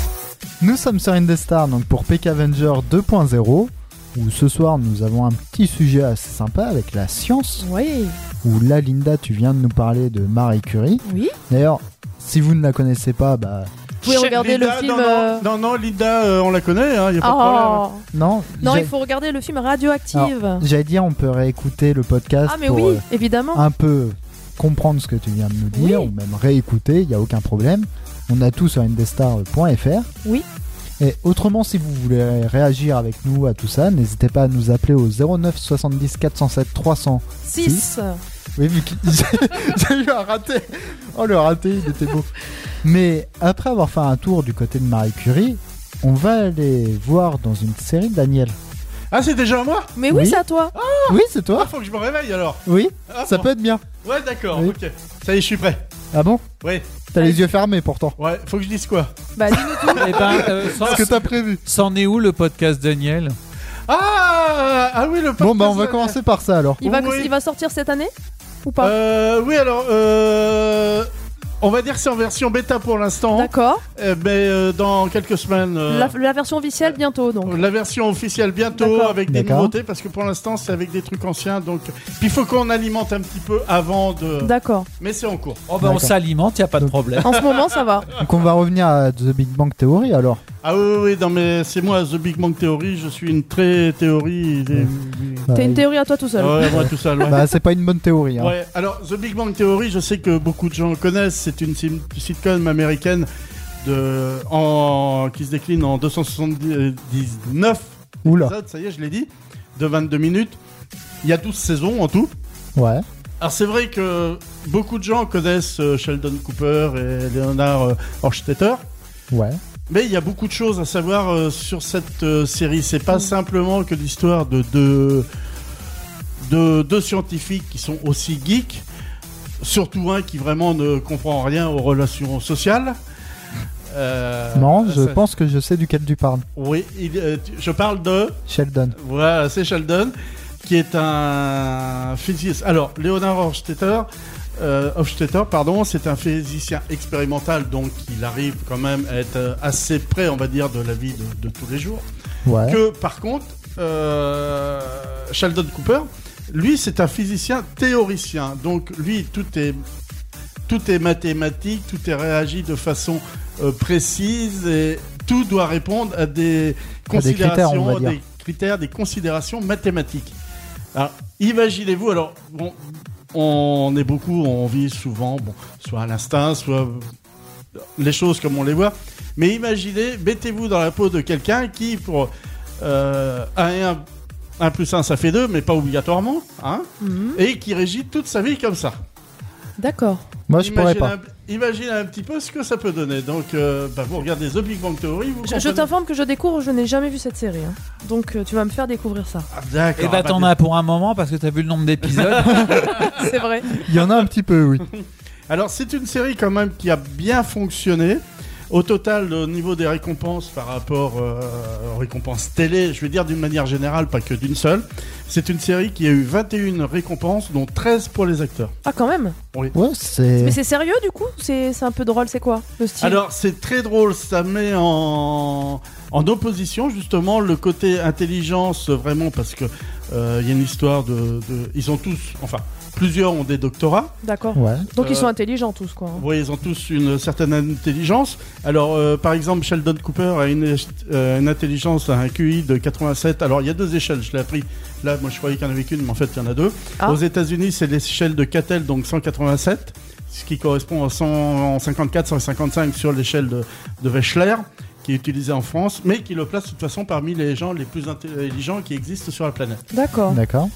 Speaker 4: Nous sommes sur Indestar donc pour Peck Avenger 2.0 où ce soir nous avons un petit sujet assez sympa avec la science
Speaker 6: Oui,
Speaker 4: où là Linda tu viens de nous parler de Marie Curie.
Speaker 6: oui.
Speaker 4: D'ailleurs, si vous ne la connaissez pas, bah
Speaker 6: Vous pouvez
Speaker 7: Chez-
Speaker 6: regarder le
Speaker 7: Linda,
Speaker 6: film.
Speaker 7: Non,
Speaker 6: euh,
Speaker 7: non, non, non, Linda, euh, on la connaît, il n'y a pas hein. de problème.
Speaker 6: Oh.
Speaker 4: non.
Speaker 6: Non,
Speaker 4: j'ai- Ah,
Speaker 6: il faut regarder le film Radioactive.
Speaker 4: J'allais dire on peut réécouter le podcast
Speaker 6: ah, mais
Speaker 4: pour
Speaker 6: oui,
Speaker 4: euh,
Speaker 6: évidemment.
Speaker 4: un peu comprendre ce que tu viens de nous dire
Speaker 6: Oui.
Speaker 4: ou même réécouter, il n'y a aucun problème. On a tout sur indestar.fr.
Speaker 6: Oui.
Speaker 4: Et autrement, si vous voulez réagir avec nous à tout ça, n'hésitez pas à nous appeler au 09 70 407 300.
Speaker 6: 6.
Speaker 4: Oui, vu que [LAUGHS] j'ai eu un raté. Oh, le raté, il était beau. Mais après avoir fait un tour du côté de Marie Curie, on va aller voir dans une série Daniel.
Speaker 7: Ah, c'est déjà à moi
Speaker 6: Mais oui,
Speaker 4: Oui.
Speaker 6: c'est à toi.
Speaker 4: Oui, c'est toi
Speaker 7: Ah, faut que je me réveille alors.
Speaker 4: Oui,
Speaker 7: Ah,
Speaker 4: ça
Speaker 7: bon.
Speaker 4: peut être bien.
Speaker 7: Ouais, d'accord,
Speaker 4: Oui.
Speaker 7: ok. Ça y est, je suis prêt.
Speaker 4: Ah bon
Speaker 7: Oui, Ah,
Speaker 4: T'as les yeux fermés pourtant.
Speaker 7: ouais, faut que je dise quoi
Speaker 6: Bah, dis-nous tout.
Speaker 8: Eh ben, euh, sans-
Speaker 4: Ce que t'as prévu.
Speaker 8: C'en est où le podcast Daniel
Speaker 7: Ah Ah oui, le
Speaker 4: Bon bah on
Speaker 7: podcast-
Speaker 4: va commencer par ça alors.
Speaker 6: il, va,
Speaker 7: Oui.
Speaker 6: il va sortir cette année Ou pas
Speaker 7: Euh, oui, alors, euh, On va dire que c'est en version bêta pour l'instant.
Speaker 6: D'accord.
Speaker 7: mais euh, dans quelques semaines. euh,
Speaker 6: La, la version officielle bientôt donc.
Speaker 7: La version officielle bientôt
Speaker 6: D'accord.
Speaker 7: avec des
Speaker 6: D'accord.
Speaker 7: nouveautés parce que pour l'instant c'est avec des trucs anciens donc puis il faut qu'on alimente un petit peu avant de.
Speaker 6: D'accord.
Speaker 7: Mais c'est en cours.
Speaker 8: Oh, bah, on s'alimente, il a pas de
Speaker 6: [LAUGHS]
Speaker 8: problème.
Speaker 6: En ce moment
Speaker 4: [LAUGHS]
Speaker 6: ça va.
Speaker 4: Donc on va revenir à The Big Bang Theory alors.
Speaker 7: Ah oui, oui, oui, non mais c'est moi The Big Bang Theory, je suis une très théorie. des-
Speaker 6: T'as une théorie à toi tout seul.
Speaker 7: Ouais, moi tout seul. ouais.
Speaker 4: Bah c'est pas une bonne théorie. Hein.
Speaker 7: Ouais, alors The Big Bang Theory, je sais que beaucoup de gens connaissent, c'est une sim- sitcom américaine de, en, qui se décline en 279
Speaker 4: Oula.
Speaker 7: épisodes, ça y est, je l'ai dit, de 22 minutes. Il y a 12 saisons en tout.
Speaker 4: Ouais.
Speaker 7: Alors c'est vrai que beaucoup de gens connaissent euh, Sheldon Cooper et Leonard euh, Horstetter.
Speaker 4: Ouais.
Speaker 7: Mais il y a beaucoup de choses à savoir euh, sur cette euh, série. C'est pas simplement que l'histoire de deux, de deux scientifiques qui sont aussi geeks, surtout un qui vraiment ne comprend rien aux relations sociales. Euh,
Speaker 4: non, je
Speaker 7: ça-
Speaker 4: pense que je sais duquel tu parles.
Speaker 7: Oui, il- euh, tu- je parle de.
Speaker 4: Sheldon.
Speaker 7: Voilà, c'est Sheldon, qui est un physicien. Alors, Leonard Hofstetter, euh, Hofstetter, pardon, c'est un physicien expérimental, donc il arrive quand même à être euh, assez près, on va dire, de la vie de, de tous les jours.
Speaker 4: Ouais.
Speaker 7: Que, par contre, euh, Sheldon Cooper, lui, c'est un physicien théoricien. Donc, lui, tout est, tout est mathématique, tout est réagi de façon euh, précise et tout doit répondre à des
Speaker 4: À des critères,
Speaker 7: considérations,
Speaker 4: on va dire.
Speaker 7: des critères, des considérations mathématiques. Alors, imaginez-vous, alors, bon, on est beaucoup, on vit souvent, bon, soit à l'instinct, soit les choses comme on les voit. Mais imaginez, mettez-vous dans la peau de quelqu'un qui, pour euh, 1 et 1, plus 1, ça fait 2, mais pas obligatoirement, hein,
Speaker 6: Mhm.
Speaker 7: et qui régit toute sa vie comme ça.
Speaker 6: D'accord.
Speaker 4: Moi je pourrais
Speaker 7: imaginez,
Speaker 4: pas.
Speaker 7: Un, imaginez un petit peu ce que ça peut donner. Donc, euh, bah, vous regardez The Big Bang Theory, vous
Speaker 6: Je, je
Speaker 7: comprenez-
Speaker 6: t'informe que je découvre, je n'ai jamais vu cette série. hein. Donc euh, tu vas me faire découvrir ça.
Speaker 7: Ah, D'accord.
Speaker 8: Et bah,
Speaker 7: ah, bah,
Speaker 8: t'en as pour un moment parce que t'as vu le nombre d'épisodes.
Speaker 6: C'est vrai.
Speaker 4: Il y en a un petit peu, oui.
Speaker 7: Alors c'est une série quand même qui a bien fonctionné. Au total, au niveau des récompenses par rapport euh, aux récompenses télé, je veux dire d'une manière générale, pas que d'une seule, c'est une série qui a eu 21 récompenses, dont 13 pour les acteurs.
Speaker 6: Ah quand même.
Speaker 4: Ouais, c'est.
Speaker 6: Mais c'est sérieux du coup C'est c'est un peu drôle, c'est quoi le style
Speaker 7: Alors c'est très drôle, ça met en, en opposition justement le côté intelligence vraiment parce que euh, il y a une histoire de, de- Ils ont tous, enfin plusieurs ont des doctorats,
Speaker 6: D'accord.
Speaker 4: Ouais.
Speaker 6: Donc
Speaker 7: Euh,
Speaker 6: ils sont intelligents tous quoi. hein.
Speaker 7: Oui, ils ont tous une certaine intelligence. Alors, euh, par exemple, Sheldon Cooper a une, est- euh, une intelligence, un QI de 87. Alors, il y a deux échelles, je l'ai appris. Là, moi, je croyais qu'il y en avait qu'une, mais en fait, il y en a deux.
Speaker 6: Ah.
Speaker 7: Aux États-Unis, c'est l'échelle de Cattell, donc 187, ce qui correspond à 154, 155 sur l'échelle de, de Wechsler, qui est utilisée en France, mais qui le place de toute façon parmi les gens les plus intelligents qui existent sur la planète.
Speaker 6: D'accord.
Speaker 4: D'accord.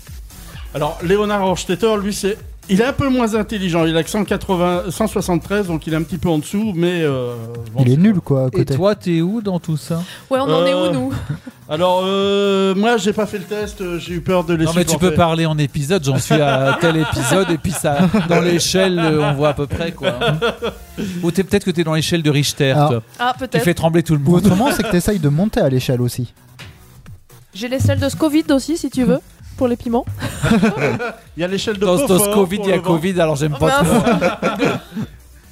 Speaker 7: Alors, Léonard Horstetter, lui, c'est. Il est un peu moins intelligent, il a que 180, 173, donc il est un petit peu en dessous, mais... euh, bon,
Speaker 4: Il est
Speaker 7: c'est
Speaker 4: nul quoi à
Speaker 8: Et
Speaker 4: côté.
Speaker 8: toi, t'es où dans tout ça
Speaker 6: Ouais, on en est où
Speaker 7: Euh,
Speaker 6: nous
Speaker 7: pas- Alors, euh, moi, j'ai pas fait le test, euh, j'ai eu peur de les
Speaker 8: Non mais tu peux
Speaker 7: supporter.
Speaker 8: parler en épisode, j'en
Speaker 7: [LAUGHS]
Speaker 8: suis à tel épisode et puis ça dans l'échelle euh, on voit à peu près
Speaker 7: [LAUGHS]
Speaker 8: quoi. Ou t'es peut-être que t'es dans l'échelle de Richter,
Speaker 4: Ah.
Speaker 8: toi,
Speaker 6: Ah
Speaker 8: qui
Speaker 6: peut-être.
Speaker 8: fait trembler tout le
Speaker 4: Ou
Speaker 8: monde.
Speaker 4: autrement, c'est que t'essayes de monter à l'échelle aussi.
Speaker 6: J'ai les selles de Scovide aussi si tu veux pour les piments.
Speaker 7: Il y a l'échelle de
Speaker 8: [LAUGHS] Dans dans
Speaker 7: Beaufort
Speaker 8: ce Covid,
Speaker 7: pour
Speaker 8: il y a
Speaker 7: le vent. bah,
Speaker 8: Covid, alors j'aime
Speaker 6: Ah,
Speaker 8: pas trop.
Speaker 6: mince.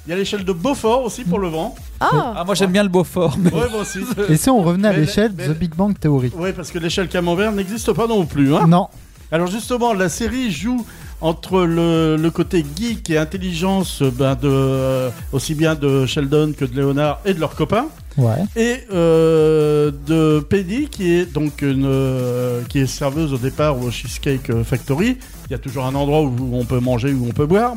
Speaker 7: Il y a l'échelle de Beaufort aussi pour
Speaker 4: [LAUGHS]
Speaker 7: le vent.
Speaker 6: Ah
Speaker 8: Ah, moi j'aime bien le Beaufort. mais-
Speaker 7: Ouais, moi aussi.
Speaker 4: Et si on revenait à
Speaker 7: Mais-
Speaker 4: l'échelle
Speaker 7: mais-
Speaker 4: The Big Bang Theory
Speaker 7: ouais, parce que l'échelle camembert n'existe pas non plus. Hein
Speaker 4: Non.
Speaker 7: Alors justement, la série joue entre le, le côté geek et intelligence euh, ben, de, euh, aussi bien de Sheldon que de Léonard et de leurs copains.
Speaker 4: Ouais.
Speaker 7: et euh, de Penny qui est donc une euh, qui est serveuse au départ au Cheesecake euh, Factory. Il y a toujours un endroit où on peut manger où on peut boire.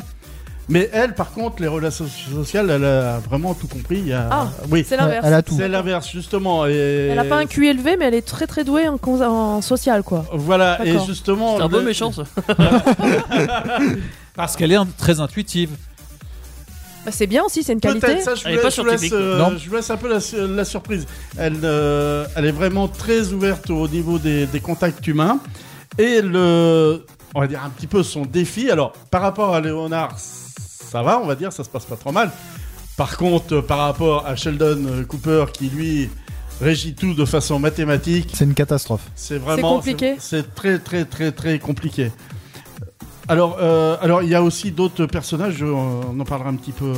Speaker 7: Mais elle, par contre, les relations sociales, elle a vraiment tout compris. Il y a...
Speaker 6: Ah,
Speaker 7: oui,
Speaker 6: c'est l'inverse.
Speaker 4: Elle a tout.
Speaker 7: c'est l'inverse justement. Et...
Speaker 6: Elle a pas un QI élevé mais elle est très très douée en, cons- en social quoi.
Speaker 7: Voilà, et
Speaker 6: D'accord.
Speaker 7: justement.
Speaker 5: C'est un peu
Speaker 7: Oh, le-
Speaker 5: méchant ça.
Speaker 8: Parce qu'elle est un- très intuitive.
Speaker 6: Bah, c'est bien aussi, c'est une qualité.
Speaker 7: Peut-être ça, je vous
Speaker 5: Elle est pas
Speaker 7: laisse, je vous laisse,
Speaker 5: scientifique,
Speaker 7: euh,
Speaker 8: non.
Speaker 7: je vous laisse un peu la, su- la surprise. Elle, euh, elle est vraiment très ouverte au niveau des, des contacts humains. Et le, on va dire un petit peu son défi. Alors, par rapport à Léonard, ça va, on va dire, ça se passe pas trop mal. Par contre, euh, par rapport à Sheldon euh, Cooper, qui lui régit tout de façon mathématique,
Speaker 4: C'est une catastrophe.
Speaker 7: c'est vraiment
Speaker 6: compliqué.
Speaker 7: C'est c'est très très très très compliqué. Alors, euh, alors il y a aussi d'autres personnages. je- on en parlera un petit peu.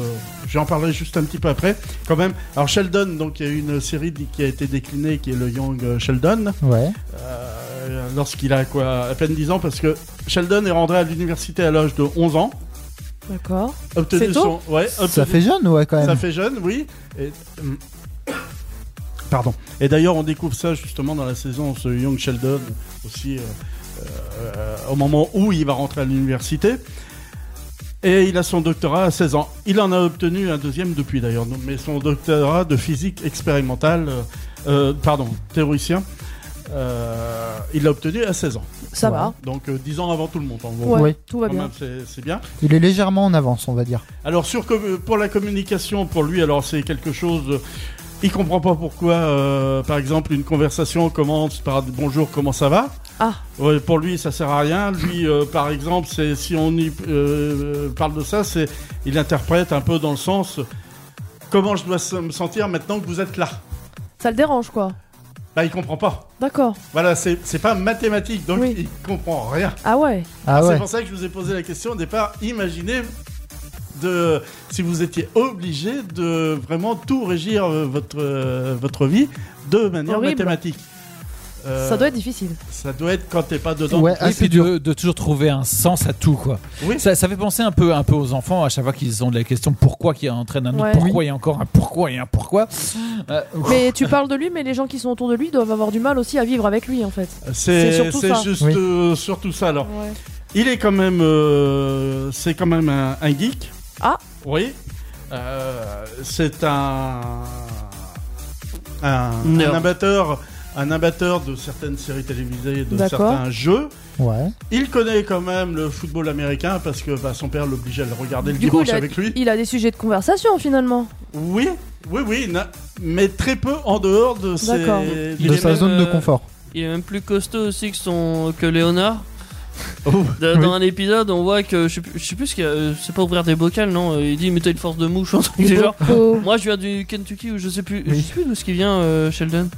Speaker 7: J'en parlerai juste un petit peu après, quand même. Alors Sheldon, donc il y a une série qui a été déclinée, qui est le Young Sheldon.
Speaker 4: Ouais.
Speaker 7: Euh, Lorsqu'il a quoi, à peine 10 ans, parce que Sheldon est rentré à l'université à l'âge de 11 ans.
Speaker 6: D'accord.
Speaker 7: Obtenu
Speaker 6: C'est tôt
Speaker 7: son- ouais,
Speaker 4: Ça
Speaker 7: obtenu-
Speaker 4: fait jeune, ouais, quand même.
Speaker 7: Ça fait jeune, oui. Et, hum. Pardon. Et d'ailleurs, on découvre ça justement dans la saison, ce Young Sheldon, aussi euh, euh, au moment où il va rentrer à l'université. Et il a son doctorat à 16 ans. Il en a obtenu un deuxième depuis d'ailleurs, donc- mais son doctorat de physique expérimentale, euh, euh, pardon, théoricien, euh, il l'a obtenu à 16 ans.
Speaker 6: Ça va.
Speaker 7: Donc euh, 10 ans avant tout le monde. en gros.
Speaker 6: Ouais,
Speaker 4: Oui.
Speaker 6: tout va
Speaker 7: Quand
Speaker 6: bien.
Speaker 7: même, c'est- C'est bien.
Speaker 4: Il est légèrement en avance, on va dire.
Speaker 7: Alors sur com- pour la communication, pour lui, alors c'est quelque chose. de- Il comprend pas pourquoi, euh, par exemple, une conversation commence par bonjour, comment ça va.
Speaker 6: Ah.
Speaker 7: Ouais, pour lui, ça sert à rien. Lui, euh, par exemple, c'est si on y euh, parle de ça, c'est il interprète un peu dans le sens comment je dois se- me sentir maintenant que vous êtes là.
Speaker 6: Ça le dérange, quoi.
Speaker 7: Bah, il comprend pas.
Speaker 6: D'accord.
Speaker 7: Voilà, c'est c'est pas mathématique, donc
Speaker 6: Oui.
Speaker 7: il comprend rien.
Speaker 6: Ah ouais.
Speaker 4: Ah
Speaker 7: C'est
Speaker 4: ouais.
Speaker 7: pour ça que je vous ai posé la question au départ. Imaginez de, si vous étiez obligé de vraiment tout régir euh, votre, euh, votre vie de manière
Speaker 6: Horrible.
Speaker 7: mathématique. Euh,
Speaker 6: Ça doit être difficile.
Speaker 7: ça doit être quand t'es pas dedans.
Speaker 4: Ouais,
Speaker 8: Et
Speaker 4: assez
Speaker 8: puis
Speaker 4: dur.
Speaker 8: de, de toujours trouver un sens à tout quoi.
Speaker 7: Oui.
Speaker 8: Ça, ça fait penser un peu, un peu aux enfants à chaque fois qu'ils ont de la question pourquoi qu'il entraîne un autre,
Speaker 6: Ouais.
Speaker 8: pourquoi il y a encore un pourquoi et un pourquoi. Euh,
Speaker 6: Mais tu parles de lui, mais les gens qui sont autour de lui doivent avoir du mal aussi à vivre avec lui, en fait. c'est
Speaker 7: C'est
Speaker 6: surtout
Speaker 7: c'est
Speaker 6: ça.
Speaker 7: juste
Speaker 4: Oui.
Speaker 7: euh, surtout ça. Alors,
Speaker 6: Ouais.
Speaker 7: il est quand même, euh, c'est quand même un, un geek.
Speaker 6: Ah.
Speaker 7: Oui. Euh, c'est un un,
Speaker 5: Nerd.
Speaker 7: un amateur, un amateur de certaines séries télévisées, de
Speaker 6: D'accord.
Speaker 7: certains jeux.
Speaker 4: Ouais.
Speaker 7: Il connaît quand même le football américain parce que bah, son père l'obligeait à le regarder le
Speaker 6: Du coup,
Speaker 7: dimanche
Speaker 6: il a,
Speaker 7: avec lui.
Speaker 6: il a des sujets de conversation, finalement.
Speaker 7: Oui, oui, oui, na- mais très peu en dehors de, ses...
Speaker 6: D'accord.
Speaker 7: des
Speaker 5: Il
Speaker 4: De
Speaker 5: est
Speaker 4: sa
Speaker 5: même,
Speaker 4: zone de
Speaker 5: euh,
Speaker 4: confort.
Speaker 5: Il est même plus costaud aussi que son que Léonard.
Speaker 7: Oh,
Speaker 5: [LAUGHS] Dans dans un épisode, on voit que je sais plus, je sais plus ce qu'il y a, euh, c'est pas ouvrir des bocales, non euh, Il dit, mais t'as une force de mouche, [LAUGHS] un truc du genre.
Speaker 7: Euh.
Speaker 6: Oh.
Speaker 5: Moi, je viens du Kentucky ou je sais plus, je
Speaker 4: Oui.
Speaker 5: sais plus d'où ce qui vient, euh, Sheldon.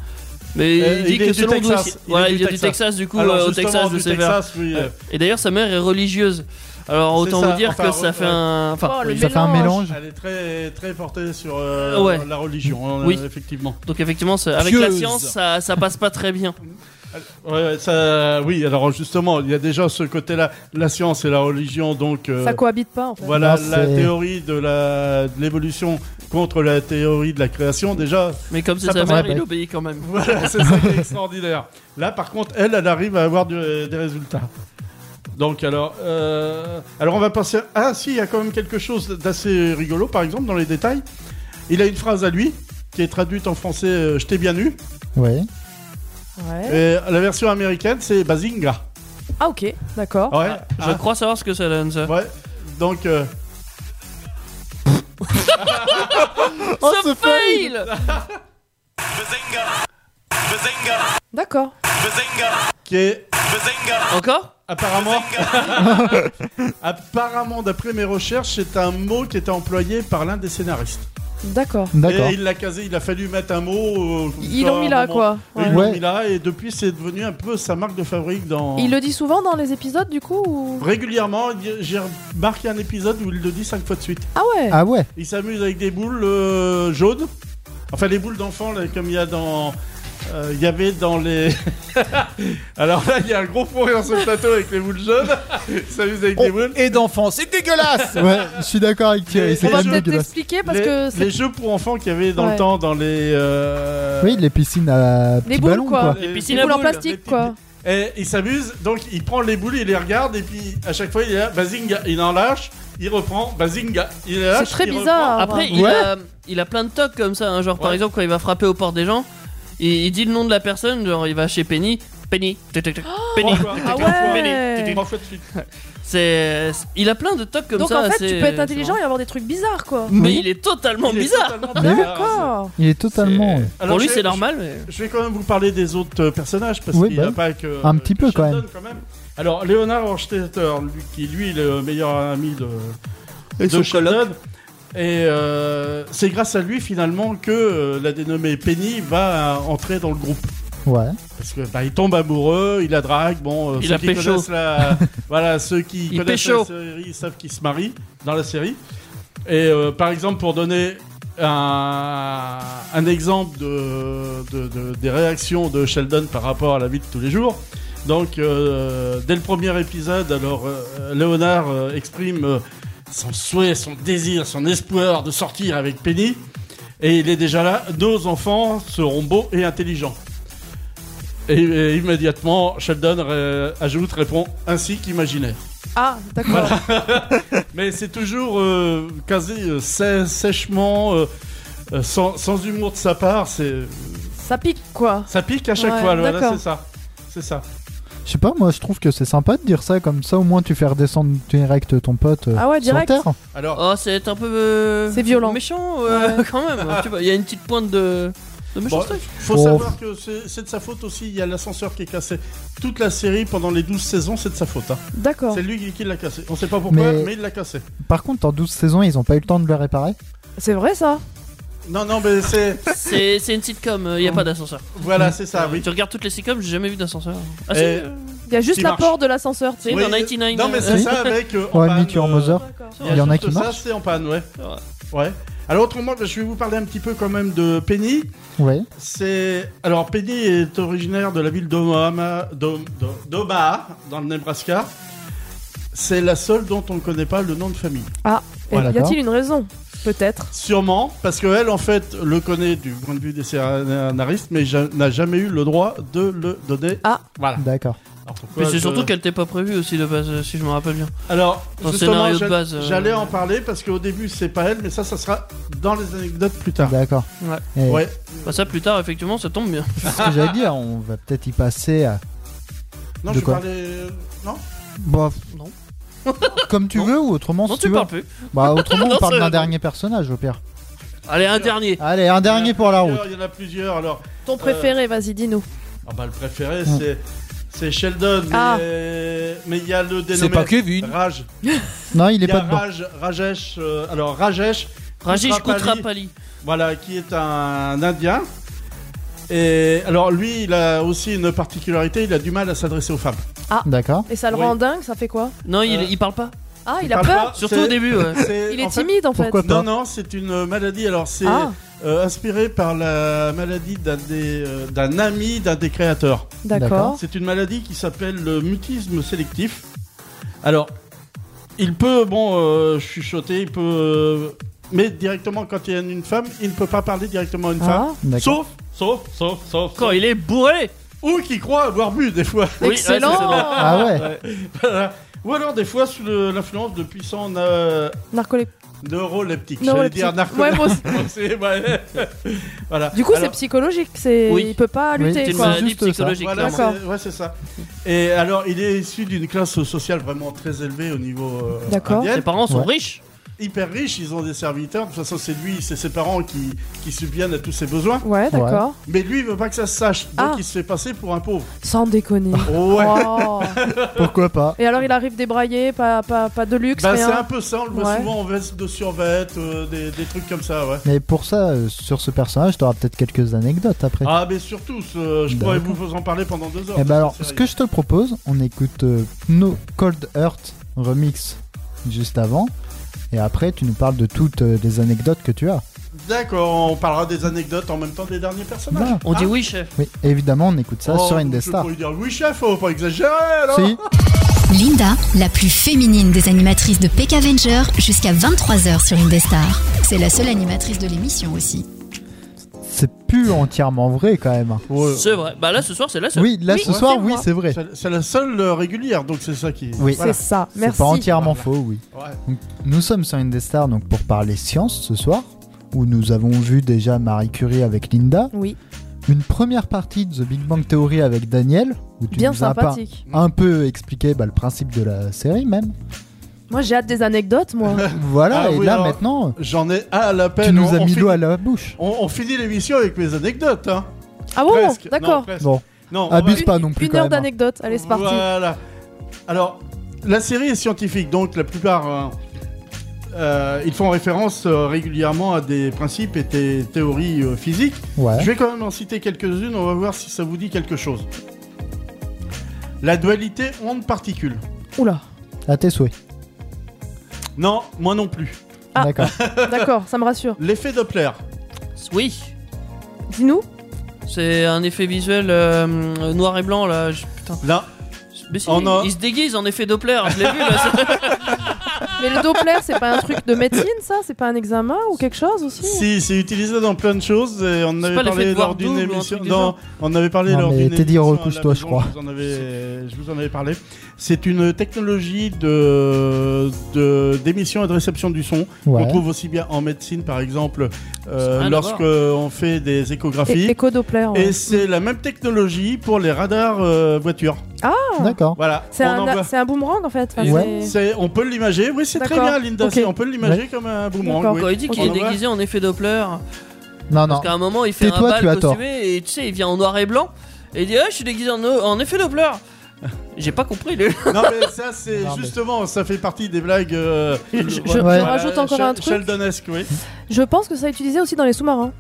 Speaker 5: Mais
Speaker 7: Euh,
Speaker 5: il dit
Speaker 7: il est
Speaker 5: que
Speaker 7: du
Speaker 5: selon d'où
Speaker 7: Texas.
Speaker 5: il-
Speaker 7: Il
Speaker 5: voilà, il
Speaker 7: est du
Speaker 5: vient du
Speaker 7: Texas.
Speaker 5: Texas du coup,
Speaker 7: Alors,
Speaker 5: euh, au
Speaker 7: justement,
Speaker 5: Texas, je
Speaker 7: du
Speaker 5: sais pas.
Speaker 7: Texas, oui, euh,
Speaker 5: Ouais. Et d'ailleurs, sa mère est religieuse. Alors
Speaker 7: C'est
Speaker 5: autant
Speaker 7: ça,
Speaker 5: vous dire
Speaker 7: enfin,
Speaker 5: que ça
Speaker 7: ouais,
Speaker 5: fait
Speaker 7: ouais.
Speaker 5: un, enfin,
Speaker 6: Oh, le
Speaker 5: oui.
Speaker 4: Ça fait un mélange.
Speaker 7: Elle est très, très portée sur euh,
Speaker 5: Ouais.
Speaker 7: la religion, euh,
Speaker 5: Oui.
Speaker 7: effectivement.
Speaker 5: donc effectivement, ça- avec la
Speaker 8: Pieuse.
Speaker 5: science, ça, ça passe pas très bien.
Speaker 7: Ouais, ouais, ça, oui, alors justement, il y a déjà ce côté-là, la science et la religion, donc euh,
Speaker 6: Ça cohabite pas, en fait.
Speaker 7: voilà
Speaker 4: Non,
Speaker 7: la
Speaker 4: Ah, c'est-
Speaker 7: théorie de la- de l'évolution contre la théorie de la création. Déjà,
Speaker 5: Mais comme c'est
Speaker 7: Ça
Speaker 5: sa
Speaker 7: passe
Speaker 5: mère,
Speaker 4: pas.
Speaker 5: il obéit quand même.
Speaker 7: [LAUGHS] Voilà, c'est ça qui est extraordinaire. Là, par contre, elle, elle arrive à avoir du- des résultats. Donc, alors, euh, alors, on va passer. Ah, si, il y a quand même quelque chose d'assez rigolo, par exemple, dans les détails. Il a une phrase à lui qui est traduite en français euh, Je t'ai bien eu.
Speaker 4: Ouais.
Speaker 6: Ouais.
Speaker 7: Et la version américaine, c'est Bazinga.
Speaker 6: Ah, ok, d'accord.
Speaker 7: Ouais,
Speaker 5: Ah, je
Speaker 7: ah,
Speaker 5: crois savoir ce que ça donne ça.
Speaker 7: ouais. Donc, euh,
Speaker 5: Oh, ce fail
Speaker 6: D'accord.
Speaker 7: qui est
Speaker 5: Encore
Speaker 7: apparemment. [LAUGHS] apparemment, d'après mes recherches, c'est un mot qui était employé par l'un des scénaristes.
Speaker 6: D'accord.
Speaker 4: D'accord.
Speaker 7: Et il l'a casé, il a fallu mettre un mot. euh, comme
Speaker 6: Ils
Speaker 7: ça,
Speaker 6: l'ont mis
Speaker 7: un
Speaker 6: là,
Speaker 7: moment.
Speaker 6: quoi.
Speaker 7: Oui,
Speaker 6: Ouais.
Speaker 7: Ils l'ont
Speaker 4: Ouais.
Speaker 7: mis là, et depuis, c'est devenu un peu sa marque de fabrique dans.
Speaker 6: Il le dit souvent dans les épisodes, du coup ou-
Speaker 7: Régulièrement, il- j'ai remarqué un épisode où il le dit cinq fois de suite.
Speaker 6: Ah ouais
Speaker 4: Ah ouais.
Speaker 7: Il s'amuse avec des boules euh, jaunes. Enfin, les boules d'enfants, là, comme il y a dans. euh, Il y avait dans les. [LAUGHS] Alors là, il y a un gros pourri dans ce plateau avec les boules jaunes. Il s'amuse avec des boules.
Speaker 8: et d'enfants, c'est dégueulasse.
Speaker 4: Ouais, je suis d'accord avec
Speaker 7: Les-
Speaker 4: Thierry. C'est
Speaker 6: On va
Speaker 7: jeux
Speaker 6: peut-être
Speaker 4: dégueulasse.
Speaker 6: l'expliquer parce
Speaker 7: les,
Speaker 6: que
Speaker 7: les
Speaker 6: c'est
Speaker 7: jeux pour enfants qu'il y avait dans
Speaker 6: Ouais.
Speaker 7: le temps, dans les. euh,
Speaker 4: Oui, les piscines à
Speaker 6: les
Speaker 4: petits
Speaker 6: boules,
Speaker 4: ballons,
Speaker 6: quoi.
Speaker 4: quoi.
Speaker 5: Les
Speaker 6: les
Speaker 5: piscines à
Speaker 6: boules en
Speaker 5: boules.
Speaker 7: les
Speaker 6: plastique,
Speaker 7: petites-
Speaker 6: quoi.
Speaker 7: Et il s'amuse, donc il prend les boules, il les regarde, et puis à chaque fois il est là, bazinga, il en lâche, il reprend, bazinga, il lâche.
Speaker 6: C'est très
Speaker 7: il
Speaker 6: bizarre.
Speaker 5: Après,
Speaker 6: ouais.
Speaker 5: il,
Speaker 4: Ouais.
Speaker 5: a, il a plein de tocs comme ça. hein, genre, par
Speaker 7: Ouais.
Speaker 5: exemple, quand il va frapper aux portes des gens, il, il dit le nom de la personne. Genre, il va chez Penny. Penny. Tuc, tuc, tuc. Penny.
Speaker 7: Trois fois.
Speaker 5: Tuc, tuc,
Speaker 6: Ah
Speaker 5: tuc. Penny.
Speaker 6: ouais
Speaker 5: Tuc,
Speaker 7: reprend.
Speaker 5: tuc.
Speaker 7: Trois fois de suite.
Speaker 5: C'est, il a plein de tocs comme
Speaker 6: Donc
Speaker 5: ça.
Speaker 6: en fait,
Speaker 5: c'est-
Speaker 6: tu peux être
Speaker 5: c'est
Speaker 6: intelligent
Speaker 5: marrant.
Speaker 6: et avoir des trucs bizarres, quoi.
Speaker 5: Mais
Speaker 4: Oui.
Speaker 5: il est totalement
Speaker 7: Il est
Speaker 5: bizarre.
Speaker 7: totalement
Speaker 4: Mais oui.
Speaker 7: bizarre.
Speaker 6: D'accord.
Speaker 4: Il est totalement.
Speaker 5: C'est-
Speaker 7: Alors,
Speaker 5: Pour lui,
Speaker 7: je-
Speaker 5: c'est normal. Mais...
Speaker 7: Je vais quand même vous parler des autres euh, personnages parce
Speaker 4: Oui,
Speaker 7: qu'il n'y
Speaker 4: bah
Speaker 7: a
Speaker 4: oui.
Speaker 7: pas que. euh,
Speaker 4: Un petit peu, quand
Speaker 7: Sheldon, Alors, Léonard Horstetter, lui, qui lui est le meilleur ami de, de Sheldon. Et euh, c'est grâce à lui finalement que euh, la dénommée Penny va euh, entrer dans le groupe.
Speaker 4: Ouais.
Speaker 7: Parce que bah, il tombe amoureux, il la drague. Bon, euh,
Speaker 5: Il
Speaker 7: ceux
Speaker 5: a
Speaker 7: qui
Speaker 5: pécho. [LAUGHS]
Speaker 7: connaissent la, voilà, ceux qui
Speaker 5: Il
Speaker 7: connaissent
Speaker 5: pécho.
Speaker 7: la série ils savent qu'ils se marient dans la série. Et euh, par exemple, pour donner un, un exemple de, de- de- des réactions de Sheldon par rapport à la vie de tous les jours. Donc, euh, dès le premier épisode, alors euh, Léonard euh, exprime euh, son souhait, son désir, son espoir de sortir avec Penny. Et il est déjà là, nos enfants seront beaux et intelligents. Et, et immédiatement, Sheldon euh, ajoute, répond, ainsi qu'imaginaire.
Speaker 6: Ah, d'accord.
Speaker 7: Mais c'est toujours euh, quasi euh, sè- sèchement, euh, euh, sans, sans humour de sa part, c'est
Speaker 6: Ça pique, quoi.
Speaker 7: ça pique à chaque
Speaker 6: Ouais,
Speaker 7: fois. Là,
Speaker 6: d'accord.
Speaker 7: c'est ça. C'est ça.
Speaker 4: Je sais pas, moi je trouve que c'est sympa de dire ça comme ça, au moins tu fais redescendre direct ton pote euh,
Speaker 6: Ah ouais, direct.
Speaker 4: sur Terre.
Speaker 7: Alors,
Speaker 5: Oh, c'est un peu. euh,
Speaker 6: C'est violent.
Speaker 5: Méchant, euh,
Speaker 6: Ouais.
Speaker 5: quand même. Tu vois, Il y a une petite pointe de. de méchanceté.
Speaker 7: faut
Speaker 4: Oh.
Speaker 7: savoir que c'est c'est de sa faute aussi. Il y a l'ascenseur qui est cassé. Toute la série, pendant les 12 saisons, c'est de sa faute. hein.
Speaker 6: D'accord.
Speaker 5: Oh.
Speaker 7: C'est lui qui- qui l'a cassé. On sait pas pourquoi,
Speaker 4: Mais-
Speaker 7: mais il l'a cassé.
Speaker 4: Par contre, en 12 saisons, ils ont pas eu le temps de le réparer.
Speaker 6: C'est vrai, ça
Speaker 7: Non, non, mais c'est. [LAUGHS]
Speaker 5: C'est c'est une sitcom, euh, il n'y a pas d'ascenseur.
Speaker 7: voilà, c'est ça, Oh. oui. Eh,
Speaker 5: Tu regardes toutes les sitcoms, j'ai jamais vu d'ascenseur. Ah, si,
Speaker 7: Et-
Speaker 5: euh,
Speaker 6: Il y a juste
Speaker 7: Qui marche.
Speaker 6: l'apport de l'ascenseur, tu sais.
Speaker 5: Oui. dans 99,
Speaker 7: Non, mais c'est
Speaker 4: euh,
Speaker 7: ça avec. euh, en
Speaker 4: Ouais,
Speaker 7: panne,
Speaker 4: Me Your
Speaker 7: euh,
Speaker 4: Mother.
Speaker 7: Il
Speaker 4: Il y en a
Speaker 7: juste
Speaker 4: qui
Speaker 7: ça,
Speaker 4: marchent.
Speaker 7: c'est en panne, ouais.
Speaker 5: C'est vrai.
Speaker 7: Ouais. Alors autrement, bah, je vais vous parler un petit peu quand même de Penny.
Speaker 4: Ouais.
Speaker 7: C'est alors Penny est originaire de la ville d'Omaha, d'O- d'O- d'Omaha, dans le Nebraska. C'est la seule dont on ne connaît pas le nom de famille.
Speaker 6: Et
Speaker 4: Ouais,
Speaker 6: y
Speaker 4: d'accord.
Speaker 6: a-t-il une raison Peut-être.
Speaker 7: Sûrement, parce qu'elle, en fait, le connaît du point de vue des scénaristes, mais ja- n'a jamais eu le droit de le donner.
Speaker 6: Ah.
Speaker 7: Voilà.
Speaker 4: D'accord.
Speaker 7: Alors, pourquoi
Speaker 5: Mais c'est
Speaker 7: je-
Speaker 5: surtout qu'elle t'est pas prévue aussi de base, euh, si je me rappelle bien.
Speaker 7: Alors,
Speaker 5: Dans le
Speaker 7: justement,
Speaker 5: scénario de
Speaker 7: j'allais-
Speaker 5: base, euh,
Speaker 7: j'allais en parler parce qu'au début, c'est pas elle, mais ça, ça sera dans les anecdotes plus tard.
Speaker 4: D'accord.
Speaker 5: Ah. Ouais.
Speaker 4: Et
Speaker 7: Ouais.
Speaker 5: Bah, ça, plus tard, effectivement, ça tombe bien.
Speaker 4: c'est ce que j'allais dire, on va peut-être y passer à.
Speaker 7: Non,
Speaker 4: De
Speaker 7: je
Speaker 4: quoi
Speaker 7: parlais. euh, Non
Speaker 4: Bon,
Speaker 5: Non.
Speaker 4: comme tu
Speaker 5: Non.
Speaker 4: veux ou autrement
Speaker 5: Non,
Speaker 4: si tu
Speaker 5: tu
Speaker 4: veux.
Speaker 5: parles plus. [LAUGHS]
Speaker 4: Bah, autrement,
Speaker 5: Non,
Speaker 4: on parle
Speaker 5: c'est-
Speaker 4: d'un dernier personnage au pire.
Speaker 5: Allez, un dernier.
Speaker 4: Allez, un dernier pour la route.
Speaker 7: Il y en a plusieurs, alors.
Speaker 6: Ton préféré, vas-y, dis-nous.
Speaker 7: Ah bah le préféré
Speaker 4: Mm.
Speaker 7: c'est c'est Sheldon mais
Speaker 6: Ah.
Speaker 7: mais il y a le
Speaker 8: C'est
Speaker 7: dénommé
Speaker 8: pas Kevin.
Speaker 7: Raj.
Speaker 4: Non, il
Speaker 7: Il
Speaker 4: est
Speaker 7: y a
Speaker 4: pas dedans.
Speaker 7: Raj, Rajesh euh, alors Rajesh
Speaker 5: Rajesh
Speaker 7: Kutrapali,
Speaker 5: Kutrapali.
Speaker 7: voilà qui est un indien. Et alors lui il a aussi une particularité, il a du mal à s'adresser aux femmes.
Speaker 4: D'accord.
Speaker 6: Et ça le
Speaker 7: Oui.
Speaker 6: rend dingue, ça fait quoi
Speaker 5: Non, il,
Speaker 7: Euh,
Speaker 5: il parle pas.
Speaker 6: Ah, il,
Speaker 7: Il
Speaker 6: a
Speaker 7: parle
Speaker 6: peur
Speaker 7: pas,
Speaker 5: Surtout
Speaker 7: c'est-
Speaker 5: au début.
Speaker 7: [LAUGHS]
Speaker 5: ouais.
Speaker 7: c'est-
Speaker 6: Euh, Il est
Speaker 7: en fait-
Speaker 6: timide, en fait.
Speaker 4: Pourquoi pas
Speaker 7: Non non, c'est une maladie alors c'est
Speaker 6: Ah,
Speaker 7: euh, inspiré par la maladie d'un des euh, d'un ami d'un des créateurs.
Speaker 6: d'accord.
Speaker 7: C'est une maladie qui s'appelle le mutisme sélectif. Alors, il peut, bon, euh, chuchoter, il peut. euh, mais directement, quand il y a une femme, il ne peut pas parler directement à une
Speaker 6: Ah,
Speaker 7: femme.
Speaker 4: D'accord.
Speaker 7: Sauf, sauf, sauf, sauf.
Speaker 5: Quand
Speaker 7: sauf.
Speaker 5: il est bourré.
Speaker 7: Ou qui croit avoir bu, des fois. [LAUGHS]
Speaker 5: Oui, ouais,
Speaker 6: excellent
Speaker 5: c'est ça.
Speaker 4: Ah ouais.
Speaker 7: Voilà. Ou alors, des fois, sous le- l'influence de puissants euh,
Speaker 6: Narcolé-
Speaker 7: neuroleptiques. J'allais
Speaker 6: neuroleptique.
Speaker 7: dire
Speaker 6: Ouais,
Speaker 7: [LAUGHS] narcoleptiques.
Speaker 6: moi aussi. [LAUGHS]
Speaker 7: voilà.
Speaker 6: Du coup,
Speaker 7: Alors,
Speaker 6: c'est psychologique, c'est
Speaker 5: Oui.
Speaker 6: il peut pas
Speaker 4: Oui,
Speaker 6: lutter
Speaker 5: C'est une
Speaker 6: quoi.
Speaker 4: ça.
Speaker 5: maladie
Speaker 4: juste ça.
Speaker 5: psychologique.
Speaker 7: Voilà,
Speaker 5: clairement.
Speaker 6: D'accord.
Speaker 7: c'est- ouais, c'est ça. Et alors, il est issu d'une classe sociale vraiment très élevée au niveau euh,
Speaker 6: D'accord.
Speaker 7: indienne.
Speaker 5: Ses parents sont
Speaker 4: Ouais.
Speaker 5: riches.
Speaker 7: Hyper riche, ils ont des serviteurs. De toute façon, c'est lui, c'est ses parents qui, qui subviennent à tous ses besoins.
Speaker 6: Ouais, d'accord.
Speaker 7: Mais lui, il veut pas que ça se sache. Donc,
Speaker 6: Ah.
Speaker 7: il se fait passer pour un pauvre.
Speaker 4: [LAUGHS]
Speaker 6: Sans déconner.
Speaker 7: Ouais. Ben,
Speaker 6: Oh.
Speaker 4: Pourquoi pas
Speaker 6: Et alors il arrive débraillé, pas, pas, pas de luxe,
Speaker 4: Ben,
Speaker 7: Bah, c'est un
Speaker 6: rien.
Speaker 7: peu ça, on le voit
Speaker 6: Ouais.
Speaker 7: souvent en veste de survette, euh, des, des trucs comme ça, ouais.
Speaker 4: Mais pour ça, euh, sur ce personnage, t'auras peut-être quelques anecdotes après.
Speaker 7: Ah, mais surtout, ce- je pourrais
Speaker 4: Bah, D'accord.
Speaker 7: vous en parler pendant deux heures.
Speaker 4: Et bah alors,
Speaker 7: C'est
Speaker 4: ce que je te propose, on écoute euh, No Cold Heart remix juste avant, et après tu nous parles de toutes euh, les anecdotes que tu as.
Speaker 7: D'accord, on parlera des anecdotes en même temps des derniers personnages.
Speaker 4: Voilà.
Speaker 5: On dit
Speaker 7: Ah.
Speaker 5: oui, chef.
Speaker 4: Oui, évidemment, on écoute ça
Speaker 7: Oh,
Speaker 4: sur
Speaker 7: Je
Speaker 4: Indestar.
Speaker 7: pourrais lui dire oui, chef, faut pas exagérer, non
Speaker 4: Si,
Speaker 10: Linda, la plus féminine des animatrices de Peck Avenger jusqu'à 23h sur Indestar. C'est la seule animatrice de l'émission aussi.
Speaker 4: c'est plus entièrement vrai quand même.
Speaker 5: C'est vrai. Bah là, ce soir, c'est la seule.
Speaker 4: Oui, là
Speaker 6: Oui,
Speaker 4: ce
Speaker 6: c'est
Speaker 4: soir,
Speaker 6: moi.
Speaker 4: oui, c'est vrai.
Speaker 7: C'est- C'est la seule euh, régulière, donc c'est ça qui.
Speaker 4: Oui.
Speaker 7: Voilà.
Speaker 6: C'est ça.
Speaker 4: C'est
Speaker 6: Merci.
Speaker 4: pas entièrement
Speaker 7: Voilà.
Speaker 4: faux, oui.
Speaker 7: Ouais.
Speaker 4: Donc, nous sommes sur Indestar donc pour parler science ce soir, où nous avons vu déjà Marie Curie avec Linda,
Speaker 6: Oui,
Speaker 4: une première partie de The Big Bang Theory avec Daniel, où tu
Speaker 6: bien
Speaker 4: nous as pas-
Speaker 6: sympathique.
Speaker 4: un peu expliqué bah, le principe de la série même.
Speaker 6: Moi j'ai hâte des anecdotes moi.
Speaker 4: Voilà,
Speaker 7: Ah
Speaker 4: et
Speaker 7: oui,
Speaker 4: là
Speaker 7: alors,
Speaker 4: maintenant,
Speaker 7: J'en ai un à l'appel.
Speaker 4: tu nous
Speaker 7: on-
Speaker 4: as
Speaker 7: on
Speaker 4: mis
Speaker 7: finit-
Speaker 4: l'eau à la bouche.
Speaker 7: On, on finit l'émission avec mes anecdotes, hein.
Speaker 6: Ah bon
Speaker 7: Presque. Non,
Speaker 6: D'accord.
Speaker 7: presque.
Speaker 4: Bon, Ah, ben,
Speaker 7: Non, on
Speaker 4: abuse
Speaker 6: Une-
Speaker 4: pas non plus
Speaker 6: Une
Speaker 4: quand
Speaker 6: heure
Speaker 4: même. hein.
Speaker 6: d'anecdotes, allez c'est parti.
Speaker 7: Voilà. Alors, la série est scientifique, donc la plupart euh, hein, euh, ils font référence euh, régulièrement à des principes et des théories euh, physiques.
Speaker 4: Ouais.
Speaker 7: Je vais quand même en citer quelques-unes, on va voir si ça vous dit quelque chose. La dualité onde-particule.
Speaker 6: Oula.
Speaker 4: À tes souhaits.
Speaker 7: Non, moi non plus.
Speaker 6: Ah.
Speaker 7: [LAUGHS]
Speaker 4: D'accord.
Speaker 6: D'accord, ça me rassure.
Speaker 7: L'effet Doppler.
Speaker 5: Oui,
Speaker 6: Dis-nous.
Speaker 5: c'est un effet visuel euh, noir et blanc là. je- Putain.
Speaker 7: Là,
Speaker 5: Mais si,
Speaker 7: En or.
Speaker 5: il se déguise en effet Doppler, je l'ai vu là.
Speaker 6: Mais le Doppler, c'est pas un truc de médecine, ça C'est pas un examen ou quelque chose aussi
Speaker 7: si, c'est utilisé dans plein de choses. et on en
Speaker 5: C'est
Speaker 7: avait
Speaker 5: pas l'effet
Speaker 7: parlé
Speaker 5: de voir
Speaker 7: lors d'une
Speaker 5: double ou un
Speaker 7: émission.
Speaker 5: truc du
Speaker 7: Non,
Speaker 5: genre.
Speaker 7: on avait parlé
Speaker 4: Non,
Speaker 7: lors
Speaker 4: mais
Speaker 7: d'une
Speaker 4: Teddy,
Speaker 7: émission à la
Speaker 4: recouche-toi, je
Speaker 7: maison,
Speaker 4: crois.
Speaker 7: Je vous en avais, je vous en avais parlé. C'est une technologie de de- d'émission et de réception du son
Speaker 4: Ouais.
Speaker 7: qu'on trouve aussi bien en médecine, par exemple,
Speaker 5: Rien à
Speaker 7: euh, lorsque on fait des échographies.
Speaker 6: Éco Doppler.
Speaker 7: Et c'est la même technologie pour les radars euh, voitures.
Speaker 4: D'accord.
Speaker 7: Voilà.
Speaker 6: C'est
Speaker 7: on
Speaker 6: un,
Speaker 7: envoie-
Speaker 6: c'est un boomerang en fait. Enfin,
Speaker 4: Ouais.
Speaker 6: c'est-
Speaker 7: c'est- on peut l'imager. Oui, c'est très
Speaker 6: D'accord.
Speaker 7: bien, Linda.
Speaker 6: Ok.
Speaker 7: c'est- On peut l'imager
Speaker 4: Ouais.
Speaker 7: comme un boomerang.
Speaker 6: D'accord.
Speaker 7: oui. Oh,
Speaker 5: Quand il dit qu'il
Speaker 7: On
Speaker 5: est
Speaker 7: envoie-
Speaker 5: déguisé en effet Doppler,
Speaker 4: Non, non.
Speaker 5: parce qu'à un moment il fait un
Speaker 4: Tais-toi,
Speaker 5: bal
Speaker 4: tu as
Speaker 5: costumé et tu sais, il vient en noir et blanc et il dit Ah, je suis déguisé en, en effet Doppler. J'ai pas compris. Le...
Speaker 7: Non mais ça c'est
Speaker 4: Non, mais-
Speaker 7: justement, ça fait partie des blagues. euh,
Speaker 6: Je- je- je
Speaker 7: voilà,
Speaker 6: rajoute encore un truc.
Speaker 7: Sheldonesque, oui.
Speaker 6: Je pense que ça est utilisé aussi dans les sous-marins.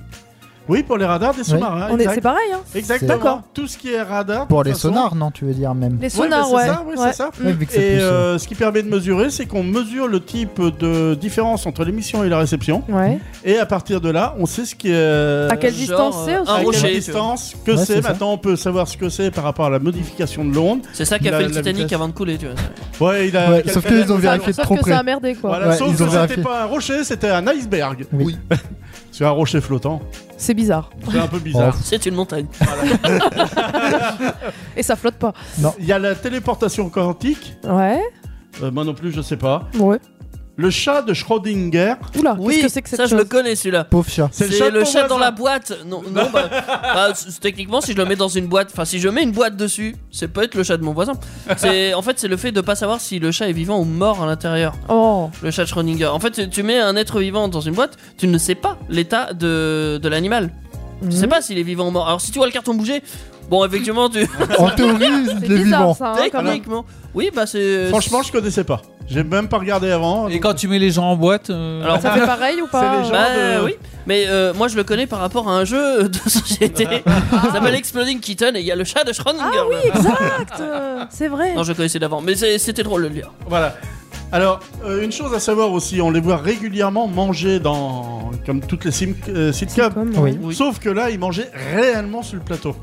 Speaker 7: Oui, pour les radars des sous-marins.
Speaker 6: On est- C'est
Speaker 7: Ah, exact.
Speaker 6: pareil. Hein.
Speaker 7: Exactement.
Speaker 6: D'accord.
Speaker 7: Tout ce qui est radar. de
Speaker 4: Pour
Speaker 7: toute
Speaker 4: les
Speaker 7: façon-
Speaker 4: sonars, non, tu veux dire même.
Speaker 6: Les
Speaker 7: Ouais, mais
Speaker 6: sonars,
Speaker 7: c'est
Speaker 6: ouais.
Speaker 7: ça, ouais, c'est
Speaker 6: ouais.
Speaker 7: ça.
Speaker 4: Ouais, vu que c'est
Speaker 7: Et
Speaker 4: plus, euh,
Speaker 7: euh, ce qui permet de mesurer, c'est qu'on mesure le type de différence entre l'émission et la réception.
Speaker 6: Ouais.
Speaker 7: Et à partir de là, on sait ce qui est.
Speaker 6: À quelle distance
Speaker 5: Genre,
Speaker 6: c'est
Speaker 5: euh,
Speaker 6: aussi
Speaker 5: un
Speaker 7: à quelle
Speaker 5: rocher, tu vois.
Speaker 7: distance que
Speaker 4: Ouais,
Speaker 7: c'est.
Speaker 4: c'est ça.
Speaker 7: Maintenant, on peut savoir ce que c'est par rapport à la modification de l'onde.
Speaker 5: C'est ça qu'a
Speaker 7: La-
Speaker 5: fait le
Speaker 7: la
Speaker 5: Titanic
Speaker 7: vitesse.
Speaker 5: avant de couler, tu vois.
Speaker 7: Ouais, il a.
Speaker 4: Ouais,
Speaker 7: quelqu'un
Speaker 4: sauf
Speaker 7: l'a-
Speaker 4: qu'ils ont vérifié de
Speaker 6: Sauf
Speaker 4: trop
Speaker 6: que ça a
Speaker 4: près.
Speaker 6: merdé quoi.
Speaker 7: Voilà,
Speaker 4: Ouais,
Speaker 7: sauf
Speaker 4: ils
Speaker 7: que
Speaker 4: ont
Speaker 7: c'était
Speaker 4: vérifié.
Speaker 7: pas un rocher, c'était un iceberg.
Speaker 4: Oui.
Speaker 7: C'est un rocher flottant.
Speaker 6: C'est bizarre.
Speaker 7: C'est un peu bizarre.
Speaker 5: C'est une montagne.
Speaker 6: Et ça flotte pas.
Speaker 7: Il y a la téléportation quantique.
Speaker 6: Ouais.
Speaker 7: Euh, moi non plus, je sais pas.
Speaker 6: Ouais.
Speaker 7: Le chat de Schrödinger.
Speaker 6: Oula,
Speaker 5: Oui,
Speaker 6: qu'est-ce que c'est que cette
Speaker 5: ça je
Speaker 6: chose
Speaker 5: le connais celui-là.
Speaker 4: Pauvre
Speaker 6: [LAUGHS]
Speaker 4: chat.
Speaker 7: C'est le
Speaker 5: C'est
Speaker 7: chat,
Speaker 5: le
Speaker 7: de ton
Speaker 5: chat dans
Speaker 7: voisin.
Speaker 5: la boîte.
Speaker 7: [LAUGHS]
Speaker 5: Non, non bah, bah, c- c- techniquement, si je le mets dans une boîte, enfin, si je mets une boîte dessus, c'est peut-être le chat de mon voisin.
Speaker 7: [LAUGHS]
Speaker 5: C'est, en fait, c'est le fait de pas savoir si le chat est vivant ou mort à l'intérieur.
Speaker 6: Oh.
Speaker 5: Le chat de Schrödinger. En fait, tu- tu mets un être vivant dans une boîte, tu ne sais pas l'état de, de l'animal. Tu sais
Speaker 6: Mhm.
Speaker 5: pas s'il est vivant ou mort. Alors, si tu vois le carton bouger, bon, effectivement, tu.
Speaker 4: En théorie,
Speaker 6: C'est
Speaker 4: il est
Speaker 6: bizarre
Speaker 4: vivant.
Speaker 6: ça.
Speaker 5: [LAUGHS]
Speaker 6: hein, quand même.
Speaker 5: Techniquement. Oui, bah, c'est.
Speaker 7: Ah, Franchement, je connaissais pas. J'ai même pas regardé avant.
Speaker 8: Et quand tu mets les gens en boîte. euh,
Speaker 5: Alors,
Speaker 6: Ça fait pareil ou pas
Speaker 7: les gens.
Speaker 5: Bah
Speaker 7: de-
Speaker 5: oui, mais euh, moi je le connais par rapport à un jeu de société. Ça s'appelle Exploding Kitten et il y a le chat de Schrödinger.
Speaker 6: Ah oui,
Speaker 5: là.
Speaker 6: exact. euh,
Speaker 7: [LAUGHS]
Speaker 6: C'est vrai.
Speaker 5: Non, je le connaissais d'avant, mais c'est- c'était drôle de le lire.
Speaker 7: Voilà. Alors, euh, une chose à savoir aussi, on les voit régulièrement manger dans. comme toutes les sim- euh, sitcoms.
Speaker 6: Comme,
Speaker 4: Oui.
Speaker 6: euh,
Speaker 5: Oui.
Speaker 7: Sauf que là, ils mangeaient réellement sur le plateau.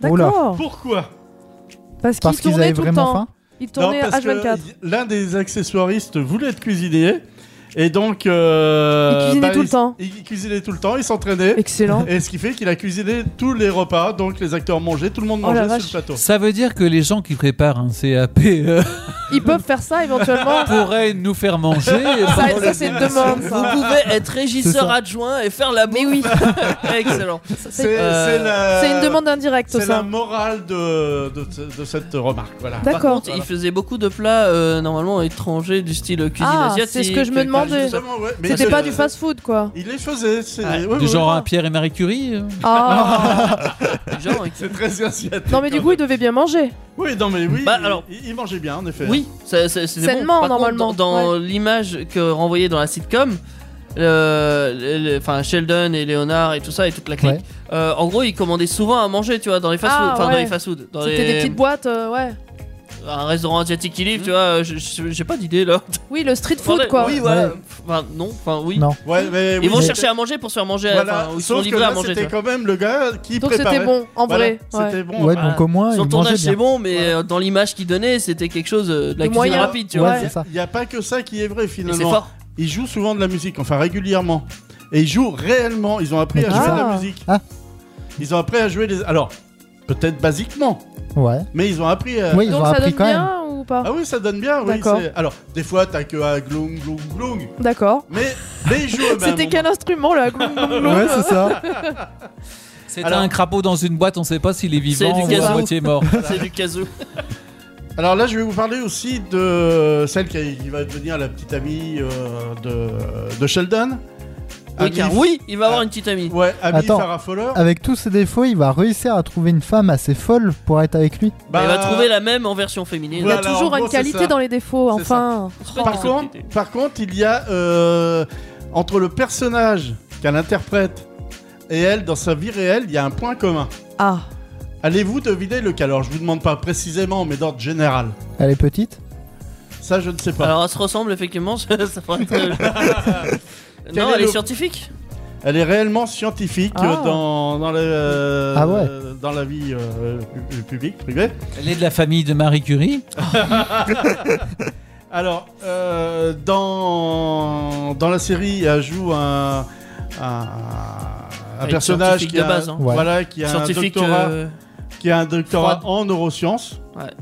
Speaker 6: D'accord.
Speaker 7: Pourquoi
Speaker 6: Parce qu'ils
Speaker 4: Parce qu'ils
Speaker 6: tournaient
Speaker 4: avaient
Speaker 6: tout le
Speaker 4: vraiment
Speaker 6: temps.
Speaker 4: faim.
Speaker 6: Ils
Speaker 7: Non,
Speaker 6: tournaient
Speaker 7: parce que
Speaker 6: H24.
Speaker 7: y- l'un des accessoiristes voulait être cuisinier. Et donc. euh,
Speaker 6: Il cuisinait tout le
Speaker 7: s-
Speaker 6: temps.
Speaker 7: Il cuisinait tout le temps, il s'entraînait.
Speaker 6: Excellent.
Speaker 7: Et ce qui fait qu'il a cuisiné tous les repas, donc les acteurs mangeaient, tout le monde
Speaker 6: Oh la
Speaker 7: mangeait sur
Speaker 6: vache.
Speaker 7: le plateau.
Speaker 8: Ça veut dire que les gens qui préparent un CAP euh,
Speaker 6: Ils peuvent faire ça éventuellement.
Speaker 8: pourraient nous faire manger.
Speaker 6: Ah.
Speaker 7: [LAUGHS]
Speaker 6: Ça, ça, c'est une demande.
Speaker 5: Vous
Speaker 6: ça.
Speaker 5: pouvez être régisseur adjoint et faire la bouffe.
Speaker 6: Mais oui.
Speaker 5: [LAUGHS] Excellent.
Speaker 6: C'est
Speaker 5: Euh,
Speaker 7: la...
Speaker 6: c'est une demande indirecte
Speaker 7: C'est la
Speaker 6: ça.
Speaker 7: morale de, de, de cette remarque, voilà.
Speaker 5: Par
Speaker 6: D'accord.
Speaker 5: contre, il faisait beaucoup de plats euh, normalement étrangers du style cuisine
Speaker 6: Ah,
Speaker 5: asiatique.
Speaker 6: c'est ce que je me
Speaker 5: euh,
Speaker 6: demandais.
Speaker 7: Justement, ouais, mais
Speaker 6: C'était
Speaker 7: c'est-
Speaker 6: pas du fast-food
Speaker 7: [LAUGHS]
Speaker 6: quoi.
Speaker 7: Il les faisait, c'est
Speaker 5: Ouais.
Speaker 7: ouais, ouais,
Speaker 8: Genre
Speaker 7: ouais.
Speaker 8: un Pierre et Marie Curie. euh.
Speaker 6: Ah.
Speaker 5: Genre,
Speaker 7: C'est très asiatique.
Speaker 6: Non mais du
Speaker 7: quand
Speaker 6: coup ils
Speaker 7: même.
Speaker 6: devaient bien manger.
Speaker 7: Oui, non mais oui.
Speaker 5: Bah,
Speaker 7: il-
Speaker 5: alors-
Speaker 7: il, il mangeait bien en effet.
Speaker 5: Oui, ça- ça- c'était bon.
Speaker 6: Sainement,
Speaker 5: Par contre,
Speaker 6: normalement,
Speaker 5: dans dans l'image que renvoyait dans la sitcom, euh, le- le- enfin Sheldon et Leonard et tout ça et toute la clique.
Speaker 4: Ouais.
Speaker 5: euh, en gros, ils commandaient souvent à manger, tu vois, dans les fast-food,
Speaker 6: Ah,
Speaker 5: enfin dans
Speaker 6: ouais.
Speaker 5: les fast-food, dans
Speaker 6: C'était
Speaker 5: les-
Speaker 6: des petites boîtes euh, ouais.
Speaker 5: un restaurant asiatique qui
Speaker 7: Mmh.
Speaker 5: livre, tu vois. je- je- J'ai pas d'idée là. [LAUGHS]
Speaker 6: Oui le street
Speaker 5: Enfin,
Speaker 6: food quoi.
Speaker 5: Oui, voilà.
Speaker 4: Ouais.
Speaker 5: Enfin non, enfin oui.
Speaker 4: Non.
Speaker 7: Ouais, mais
Speaker 5: Ils
Speaker 7: oui,
Speaker 5: vont
Speaker 7: mais-
Speaker 5: chercher à manger pour se faire manger,
Speaker 7: Voilà.
Speaker 5: enfin, ou ils sont
Speaker 7: Sauf que
Speaker 5: livrés à
Speaker 7: là,
Speaker 5: manger. tu
Speaker 7: c'était
Speaker 5: vois.
Speaker 7: quand même le gars qui
Speaker 6: Donc
Speaker 7: préparait.
Speaker 6: c'était bon en
Speaker 7: Voilà,
Speaker 6: vrai. ouais.
Speaker 7: C'était bon. bah,
Speaker 4: Ouais,
Speaker 5: Voilà.
Speaker 4: donc au moins,
Speaker 5: Sur
Speaker 4: ils
Speaker 5: le tournage,
Speaker 4: mangeaient
Speaker 5: c'est
Speaker 4: bien.
Speaker 5: bon, mais euh, dans l'image qu'ils donnaient, c'était quelque chose euh, de la
Speaker 6: Des
Speaker 5: cuisine
Speaker 6: moyens.
Speaker 5: rapide, tu vois.
Speaker 4: Ouais, c'est ça.
Speaker 7: Il n'y a pas que ça qui est vrai
Speaker 5: Et c'est
Speaker 7: finalement.
Speaker 5: fort.
Speaker 7: Ils jouent souvent de la musique, enfin régulièrement. Et ils jouent réellement, ils ont appris à
Speaker 4: Ah.
Speaker 7: jouer de la musique.
Speaker 4: Ah.
Speaker 7: Ils ont appris à jouer des... Alors, peut-être basiquement,
Speaker 4: Ouais.
Speaker 7: mais ils ont appris à...
Speaker 4: Oui, ils ont
Speaker 6: Donc ça
Speaker 4: appris
Speaker 6: donne
Speaker 4: quand même.
Speaker 6: bien ou pas
Speaker 7: Ah oui, ça donne bien, oui.
Speaker 6: D'accord.
Speaker 7: c'est- Alors, des fois, t'as que à gloum, gloum, gloum.
Speaker 6: D'accord.
Speaker 7: Mais, mais ils jouent eux-mêmes.
Speaker 6: C'était qu'un instrument là. gloum, gloum,
Speaker 7: [LAUGHS]
Speaker 6: gloum.
Speaker 5: [LAUGHS]
Speaker 4: Ouais, c'est ça.
Speaker 8: C'est
Speaker 7: Alors-
Speaker 8: un crapaud dans une boîte, on sait pas s'il est
Speaker 5: C'est du
Speaker 8: vivant ou
Speaker 5: gazou.
Speaker 8: à moitié mort.
Speaker 5: [LAUGHS] C'est du casou.
Speaker 7: Alors là, je vais vous parler aussi de celle qui, qui va devenir la petite amie euh, de, de Sheldon.
Speaker 5: Oui, car oui, il va avoir une petite amie.
Speaker 7: Ouais,
Speaker 4: Attends, avec tous ses défauts, il va réussir à trouver une femme assez folle pour être avec lui.
Speaker 5: Bah, il va trouver la même en version féminine.
Speaker 6: Il y a toujours une qualité dans les défauts, enfin.
Speaker 7: Par contre, par contre, il y a euh, entre le personnage qu'elle interprète et elle dans sa vie réelle, il y a un point commun.
Speaker 6: Ah.
Speaker 7: Allez-vous deviner lequel Alors, je vous demande pas précisément, mais d'ordre général.
Speaker 4: Elle est petite
Speaker 7: Ça, je ne sais pas.
Speaker 5: Alors, elle se ressemble effectivement. [LAUGHS] ça pourrait être-
Speaker 7: [LAUGHS] Quel
Speaker 5: non,
Speaker 7: est
Speaker 5: elle est
Speaker 7: le-
Speaker 5: scientifique.
Speaker 7: Elle est réellement scientifique
Speaker 5: Ah.
Speaker 7: euh, dans, dans, le, euh,
Speaker 8: Ah ouais.
Speaker 7: euh, dans la vie euh, pu- publique, privée.
Speaker 8: Elle est de la famille de Marie Curie.
Speaker 7: Alors, euh, dans, dans la série, elle joue un, un- un
Speaker 5: Elle est
Speaker 7: personnage
Speaker 5: scientifique
Speaker 7: qui
Speaker 5: de
Speaker 7: a,
Speaker 5: base, hein.
Speaker 7: voilà,
Speaker 5: Ouais.
Speaker 7: qui a un
Speaker 5: Scientifique,
Speaker 7: doctorat,
Speaker 5: euh,
Speaker 7: qui a un doctorat en neurosciences.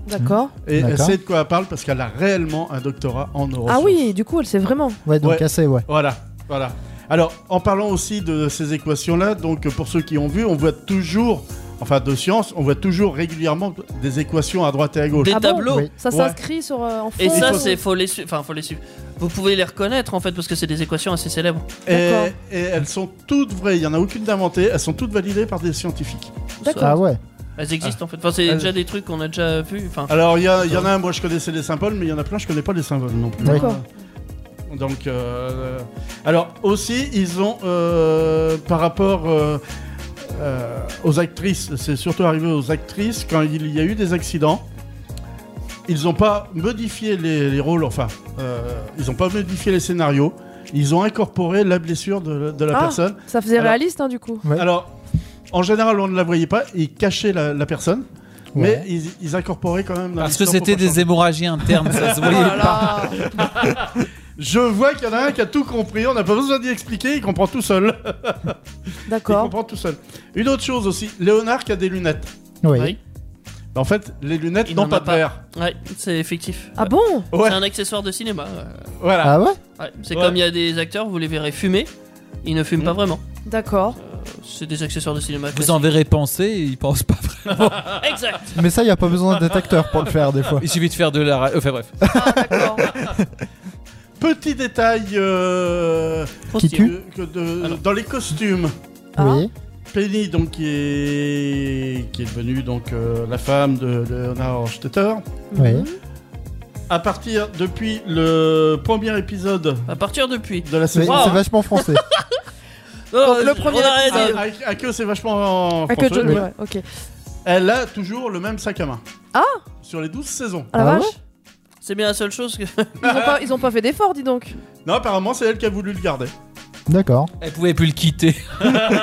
Speaker 6: D'accord.
Speaker 4: Mmh.
Speaker 7: Et elle
Speaker 6: D'accord.
Speaker 7: sait de quoi elle parle parce qu'elle a réellement un doctorat en neurosciences.
Speaker 6: Ah oui, du coup, elle sait vraiment.
Speaker 4: Ouais, donc
Speaker 7: Ouais.
Speaker 4: assez, ouais.
Speaker 7: Voilà, voilà. Alors, en parlant aussi de ces équations-là, donc euh, pour ceux qui ont vu, on voit toujours, enfin de science, on voit toujours régulièrement des équations à droite et à gauche.
Speaker 5: Des Ah bon tableaux. Oui.
Speaker 6: Ça
Speaker 7: Ouais.
Speaker 6: s'inscrit sur euh, en fond.
Speaker 5: Et ça,
Speaker 6: ou-
Speaker 5: c'est faut les suivre. Enfin, faut les suivre. Vous pouvez les reconnaître en fait parce que c'est des équations assez célèbres.
Speaker 7: Et, et elles sont toutes vraies, il n'y en a aucune d'inventée, elles sont toutes validées par des scientifiques.
Speaker 5: D'accord. Ah ouais. Elles existent en fait. Enfin, c'est
Speaker 7: Elles-
Speaker 5: déjà des trucs qu'on a déjà vu. Enfin,
Speaker 7: Alors, il y, a- il y en a un, moi je connaissais les symboles, mais il y en a plein, je connais pas les symboles non plus.
Speaker 5: D'accord.
Speaker 7: Donc, euh, alors aussi, ils ont, euh, par rapport euh, euh, aux actrices, c'est surtout arrivé aux actrices, quand il y a eu des accidents, ils n'ont pas modifié les, les rôles, enfin, euh, ils n'ont pas modifié les scénarios, ils ont incorporé la blessure de, de la
Speaker 6: Ah,
Speaker 7: personne.
Speaker 6: Ça faisait
Speaker 7: Alors-
Speaker 6: réaliste, hein, du coup.
Speaker 7: alors, en général, on ne la voyait pas, ils cachaient la, la personne,
Speaker 8: Ouais.
Speaker 7: mais ils, ils incorporaient quand même. dans
Speaker 8: Parce que
Speaker 7: l'histoire
Speaker 8: c'était
Speaker 7: pour pas
Speaker 8: des hémorragies internes, ça se voyait pas.
Speaker 7: Je vois qu'il y en a un qui a tout compris, on n'a pas besoin d'y expliquer, il comprend tout seul. [LAUGHS]
Speaker 6: D'accord.
Speaker 7: Il comprend tout seul. Une autre chose aussi, Léonard qui a des lunettes.
Speaker 4: Oui.
Speaker 7: En fait, les lunettes
Speaker 5: Il
Speaker 7: n'ont
Speaker 5: n'en
Speaker 7: pas
Speaker 5: a
Speaker 7: de
Speaker 5: pas.
Speaker 7: verre.
Speaker 5: ouais, c'est effectif.
Speaker 6: Ah bon
Speaker 7: Ouais.
Speaker 5: C'est un accessoire de cinéma. euh.
Speaker 7: Voilà. Ah ouais
Speaker 5: C'est
Speaker 7: Ouais. Mm.
Speaker 5: comme il y a des acteurs, vous les verrez fumer, ils ne fument pas vraiment.
Speaker 6: D'accord.
Speaker 5: C'est des accessoires de cinéma. Ah,
Speaker 8: Vous en verrez penser, ils pensent pas vraiment.
Speaker 5: exact.
Speaker 4: Mais ça, il n'y a pas besoin d'être acteur pour le faire, des
Speaker 5: [LAUGHS]
Speaker 4: fois.
Speaker 8: Il suffit de faire de la. ra- Enfin bref.
Speaker 7: Petit détail euh,
Speaker 4: Qui tue
Speaker 7: que- que de- dans les costumes.
Speaker 5: Ah.
Speaker 4: Oui.
Speaker 7: Penny, donc, qui est, qui est devenue donc, euh, la femme de Leonard Stetter.
Speaker 6: Mmh.
Speaker 4: Oui.
Speaker 5: Mm-hmm.
Speaker 7: À partir depuis le premier épisode.
Speaker 5: À partir depuis.
Speaker 7: De la
Speaker 4: Mais
Speaker 7: saison.
Speaker 5: hein.
Speaker 4: c'est vachement
Speaker 5: [LAUGHS]
Speaker 4: français.
Speaker 5: le
Speaker 7: premier
Speaker 5: épisode.
Speaker 7: À, à Ah, que c'est vachement.
Speaker 6: Ah, que
Speaker 7: français,
Speaker 6: Johnny,
Speaker 7: ouais.
Speaker 6: ouais, ok.
Speaker 7: Elle a toujours le même sac à main.
Speaker 6: Ah
Speaker 7: Sur les 12 saisons.
Speaker 6: Ah la vache
Speaker 5: C'est bien la seule chose que. [LAUGHS]
Speaker 6: ils, ont pas, ils ont pas fait d'effort,
Speaker 4: [LAUGHS]
Speaker 6: dis donc.
Speaker 7: Non, apparemment, c'est elle qui a voulu le garder.
Speaker 4: D'accord.
Speaker 8: Elle pouvait plus le quitter.
Speaker 5: À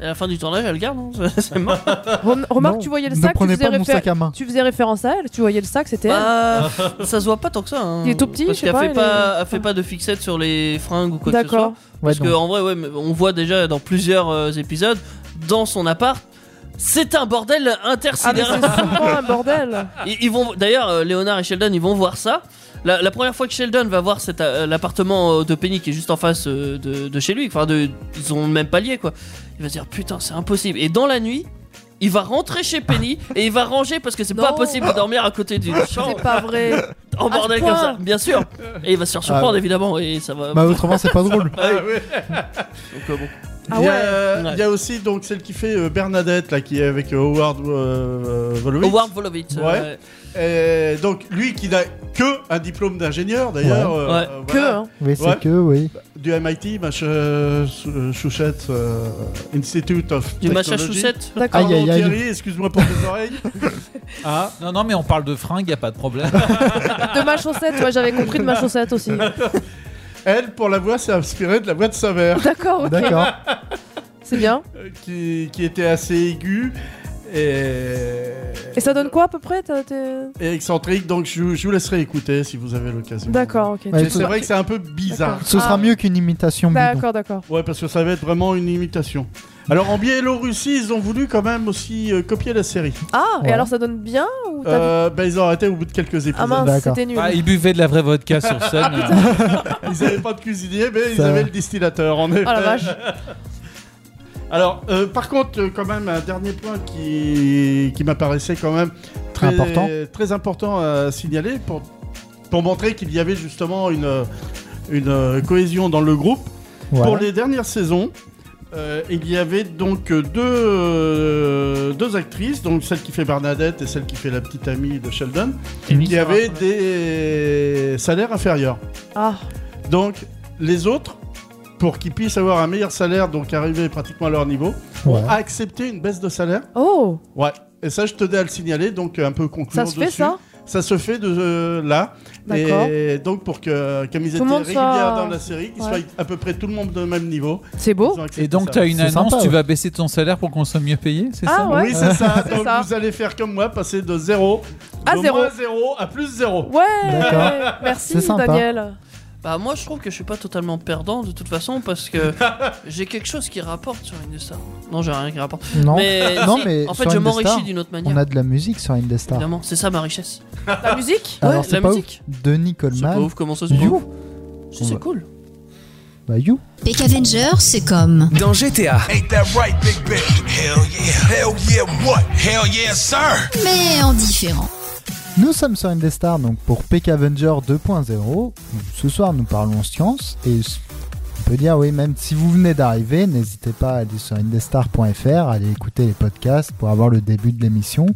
Speaker 5: la fin du tournage, elle le garde, non [LAUGHS] C'est mort.
Speaker 6: Rem- Remarque, tu voyais le sac, tu faisais,
Speaker 5: [LAUGHS]
Speaker 6: réfé- tu faisais référence à elle, tu voyais le sac, c'était
Speaker 5: Bah, ça se voit pas tant que ça. hein.
Speaker 6: Il est tout petit,
Speaker 5: Parce
Speaker 6: je
Speaker 5: qu'elle
Speaker 6: sais pas,
Speaker 5: fait
Speaker 6: il
Speaker 5: pas, elle fait pas de fixette sur les fringues ou quoi que ce soit.
Speaker 6: D'accord.
Speaker 5: Parce
Speaker 6: Ouais,
Speaker 5: que
Speaker 6: donc.
Speaker 5: en vrai, ouais, mais on voit déjà dans plusieurs euh, épisodes, dans son appart, c'est un
Speaker 6: Ah,
Speaker 5: bordel intersidéral.
Speaker 6: elle. Oh, un bordel.
Speaker 5: Ils, ils vont d'ailleurs, euh, Léonard et Sheldon, ils vont voir ça. La, la première fois que Sheldon va voir cet, euh, l'appartement euh, de Penny qui est juste en face euh, de, de chez lui, enfin, de, ils ont le même palier quoi. Il va se dire putain, c'est impossible. Et dans la nuit, il va rentrer chez
Speaker 6: [LAUGHS]
Speaker 5: Penny et il va ranger parce que c'est pas possible de dormir à côté d'une chambre.
Speaker 6: C'est pas vrai.
Speaker 5: En
Speaker 6: À ce
Speaker 5: bordel
Speaker 6: point.
Speaker 5: comme ça, bien sûr. Et il va se faire surprendre évidemment et ça va.
Speaker 4: Bah, autrement, c'est pas
Speaker 5: [LAUGHS]
Speaker 4: drôle.
Speaker 5: Ah oui. Donc, euh, bon.
Speaker 7: il, y a, euh, il y a aussi donc celle qui fait euh, Bernadette là, qui est avec euh, Howard euh, Wolowitz.
Speaker 5: Howard euh, Wolowitz,
Speaker 7: Ouais. Et donc lui qui n'a que un diplôme d'ingénieur d'ailleurs.
Speaker 4: Ouais.
Speaker 7: euh,
Speaker 5: Ouais.
Speaker 7: euh,
Speaker 5: Que,
Speaker 7: voilà.
Speaker 5: hein.
Speaker 4: Oui, c'est
Speaker 7: Ouais.
Speaker 4: que,
Speaker 5: [LAUGHS]
Speaker 4: oui.
Speaker 7: Du MIT, Mach- euh, Sou- Chouchette euh, Institute of
Speaker 5: Du
Speaker 7: Technology.
Speaker 5: Massachusetts.
Speaker 8: D'accord.
Speaker 7: Pardon,
Speaker 8: Aïe, aïe, aïe.
Speaker 7: Thierry, excuse-moi pour tes oreilles. Ah.
Speaker 8: Non, non, mais on parle de fringues, y a pas de problème.
Speaker 4: Ah.
Speaker 6: De ma chaussette, ouais, j'avais compris de ma chaussette
Speaker 4: [LAUGHS]
Speaker 6: aussi.
Speaker 7: Elle, pour la voix, s'est inspirée de la voix de sa mère.
Speaker 6: D'accord, ok. D'accord. C'est bien.
Speaker 7: qui, qui était assez aiguë et,
Speaker 6: Et ça donne quoi à peu près t'as- t'es-
Speaker 7: et excentrique. Donc je, vous- je vous laisserai écouter si vous avez l'occasion.
Speaker 6: D'accord, ok.
Speaker 7: Mais
Speaker 4: Ouais,
Speaker 7: c'est
Speaker 4: ce-
Speaker 7: vrai que c'est un peu bizarre.
Speaker 4: Ce sera mieux qu'une imitation.
Speaker 5: Bah,
Speaker 4: bidon.
Speaker 6: D'accord, d'accord.
Speaker 7: Ouais, parce que ça va être vraiment une imitation. Alors en Biélorussie, ils ont voulu quand même aussi euh, copier la série.
Speaker 6: Ah, et alors ça donne bien ou t'as
Speaker 7: Euh, bah, ils ont arrêté au bout de quelques épisodes.
Speaker 6: mince, D'accord. c'était nul.
Speaker 8: Ah, ils buvaient de la vraie vodka sur scène.
Speaker 7: ils avaient pas de cuisinier, mais ils
Speaker 8: Ça-
Speaker 7: avaient le distillateur
Speaker 6: Oh
Speaker 7: en effet.
Speaker 8: la vache.
Speaker 7: Alors, euh, par contre, euh, quand même, un dernier point qui, qui m'apparaissait quand même très
Speaker 4: Important.
Speaker 7: très important à signaler pour, pour montrer qu'il y avait justement une, une euh, cohésion dans le groupe.
Speaker 4: Ouais.
Speaker 7: Pour les dernières saisons, euh, il y avait donc euh, deux, euh, deux actrices, donc celle qui fait Bernadette et celle qui fait la petite amie de Sheldon,
Speaker 5: Amy
Speaker 7: qui
Speaker 5: Sarah,
Speaker 7: avaient
Speaker 5: ouais.
Speaker 7: des salaires inférieurs.
Speaker 6: Ah,
Speaker 7: Donc les autres, pour qu'ils puissent avoir un meilleur salaire, donc arriver pratiquement à leur niveau,
Speaker 4: Ouais.
Speaker 7: ont accepté une baisse de salaire.
Speaker 6: oh,
Speaker 7: Ouais. Et ça, je tenais à le signaler, donc euh, un peu conclure
Speaker 6: ça se fait
Speaker 7: dessus.
Speaker 6: ça
Speaker 7: Ça se fait de euh, là.
Speaker 6: D'accord.
Speaker 7: Et donc pour que comme ils
Speaker 6: Tout le
Speaker 7: étaient
Speaker 6: monde
Speaker 7: réguliers
Speaker 6: soit-
Speaker 7: dans la série, qu'ils
Speaker 6: Ouais. Oh.
Speaker 7: soient à peu près tout le monde de même niveau.
Speaker 6: C'est beau.
Speaker 7: ils ont accepté
Speaker 8: Et donc,
Speaker 7: ça.
Speaker 8: tu as une
Speaker 4: C'est
Speaker 8: annonce,
Speaker 4: sympa,
Speaker 8: tu
Speaker 4: ouais.
Speaker 8: vas baisser ton salaire pour qu'on soit mieux payé, c'est
Speaker 6: Ah
Speaker 8: ça
Speaker 6: ouais.
Speaker 7: Oui, c'est ça.
Speaker 6: [LAUGHS] C'est
Speaker 7: Donc
Speaker 6: ça.
Speaker 7: vous allez faire comme moi, passer de 0
Speaker 6: À
Speaker 7: de
Speaker 6: zéro.
Speaker 7: moins 0 à plus 0.
Speaker 6: Ouais,
Speaker 4: D'accord.
Speaker 6: merci
Speaker 4: C'est sympa.
Speaker 6: Daniel.
Speaker 5: Bah moi je trouve que je suis pas totalement perdant de toute façon parce que j'ai quelque chose qui rapporte sur Indestar. Non j'ai rien qui rapporte.
Speaker 4: Non,
Speaker 5: mais,
Speaker 4: non,
Speaker 5: si,
Speaker 4: mais
Speaker 5: en fait
Speaker 4: sur
Speaker 5: je
Speaker 4: Indestar,
Speaker 5: m'enrichis d'une autre manière.
Speaker 4: on a de la musique sur Indestar.
Speaker 5: Évidemment, c'est ça ma richesse.
Speaker 6: La musique
Speaker 5: Ouais,
Speaker 4: Alors, c'est
Speaker 5: la
Speaker 4: pas
Speaker 5: musique.
Speaker 4: ouf. Denis
Speaker 5: C'est pas
Speaker 4: Coleman,
Speaker 5: ouf comment ça se passe.
Speaker 4: You,
Speaker 5: Si, C'est cool.
Speaker 4: bah You.
Speaker 10: Peck Avenger, c'est comme.
Speaker 3: Dans GTA,
Speaker 10: Mais en différent.
Speaker 4: Nous sommes sur Indestar donc pour Peck Avenger 2.0. Ce soir, nous parlons science et on peut dire, oui, même si vous venez d'arriver, n'hésitez pas à aller sur indestar.fr, à aller écouter les podcasts pour avoir le début de l'émission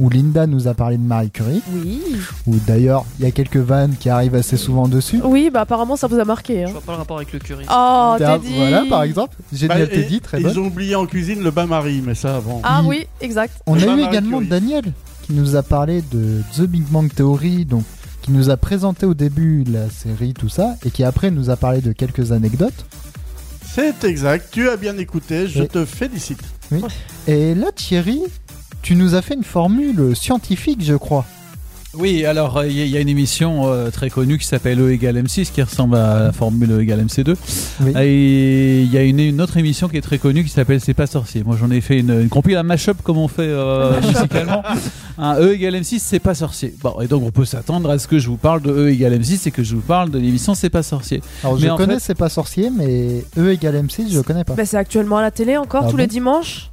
Speaker 4: où Linda nous a parlé de Marie Curie,
Speaker 6: Oui.
Speaker 4: où d'ailleurs, il y a quelques vannes qui arrivent assez souvent dessus.
Speaker 6: Oui, bah apparemment ça vous a marqué.
Speaker 5: Je
Speaker 6: Hein.
Speaker 5: vois pas le rapport avec le curry.
Speaker 6: Oh,
Speaker 4: Ah,
Speaker 6: Teddy.
Speaker 4: Voilà, par exemple, j'ai
Speaker 7: Bah,
Speaker 4: dit à
Speaker 7: et-
Speaker 4: Teddy, très
Speaker 7: ils
Speaker 4: bonne.
Speaker 7: ont oublié en cuisine le bain-marie, mais ça avant.
Speaker 6: Ah
Speaker 4: Ils-
Speaker 6: oui, exact.
Speaker 4: On
Speaker 7: Et
Speaker 4: a eu
Speaker 7: Marie
Speaker 4: également
Speaker 7: Curie.
Speaker 4: Daniel qui nous a parlé de The Big Bang Theory, donc qui nous a présenté au début la série, tout ça, et qui après nous a parlé de quelques anecdotes.
Speaker 7: C'est exact. Tu as bien écouté. Je
Speaker 4: Oui.
Speaker 7: te félicite.
Speaker 4: Et là, Thierry, tu nous as fait une formule scientifique, je crois.
Speaker 8: Oui, alors euh, il y, a- il y a une émission euh, très connue qui s'appelle E égale M6, qui ressemble à la formule E égale MC2.
Speaker 4: Oui.
Speaker 8: Et il y a une, une autre émission qui est très connue qui s'appelle C'est pas sorcier. Moi j'en ai fait une, une compil, un mash-up comme on fait [LAUGHS] euh, musicalement. Un E égale M6, C'est pas sorcier. Bon, et donc on peut s'attendre à ce que je vous parle de E égale M6 et que je vous parle de l'émission C'est pas sorcier.
Speaker 4: Alors,
Speaker 8: Mais
Speaker 4: je
Speaker 8: en
Speaker 4: connais
Speaker 8: fait-
Speaker 4: C'est pas sorcier, mais E égale M6, je connais pas.
Speaker 6: Bah, c'est actuellement à la télé encore
Speaker 4: Ah
Speaker 6: tous
Speaker 4: bon
Speaker 6: les dimanches.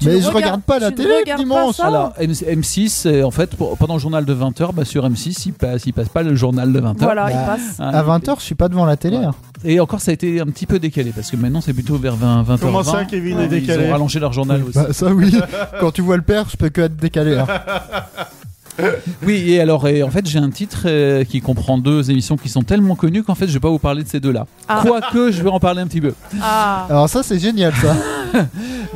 Speaker 6: Tu
Speaker 4: mais
Speaker 6: ne
Speaker 4: je
Speaker 6: regardes-
Speaker 4: regarde pas la
Speaker 6: tu ne
Speaker 4: télé
Speaker 6: regardes pas
Speaker 4: dimanche.
Speaker 6: ça
Speaker 8: Alors M- M6, euh, en fait, pour- pendant le journal de 20h, bah, sur M6, il passe, il passe pas le journal de Ah, 20h.
Speaker 6: Voilà, il
Speaker 4: Bah,
Speaker 6: passe.
Speaker 4: À 20h, je suis pas devant la télé.
Speaker 8: Ouais.
Speaker 4: hein.
Speaker 8: Et encore, ça a été un petit peu décalé parce que maintenant c'est plutôt vers 20, 20
Speaker 7: Comment ça, Kevin est
Speaker 8: Ah, Ils
Speaker 7: décalé
Speaker 8: ont rallongé leur journal aussi.
Speaker 4: Bah, ça oui, [LAUGHS] quand tu vois le père, je peux que être décalé. hein.
Speaker 8: Oui, et alors, et en fait, j'ai un titre euh, qui comprend deux émissions qui sont tellement connues qu'en fait, je vais pas vous parler de ces deux-là.
Speaker 6: Ah.
Speaker 8: Quoique, je vais en parler un petit peu.
Speaker 6: Ah.
Speaker 4: Alors ça, c'est génial ça.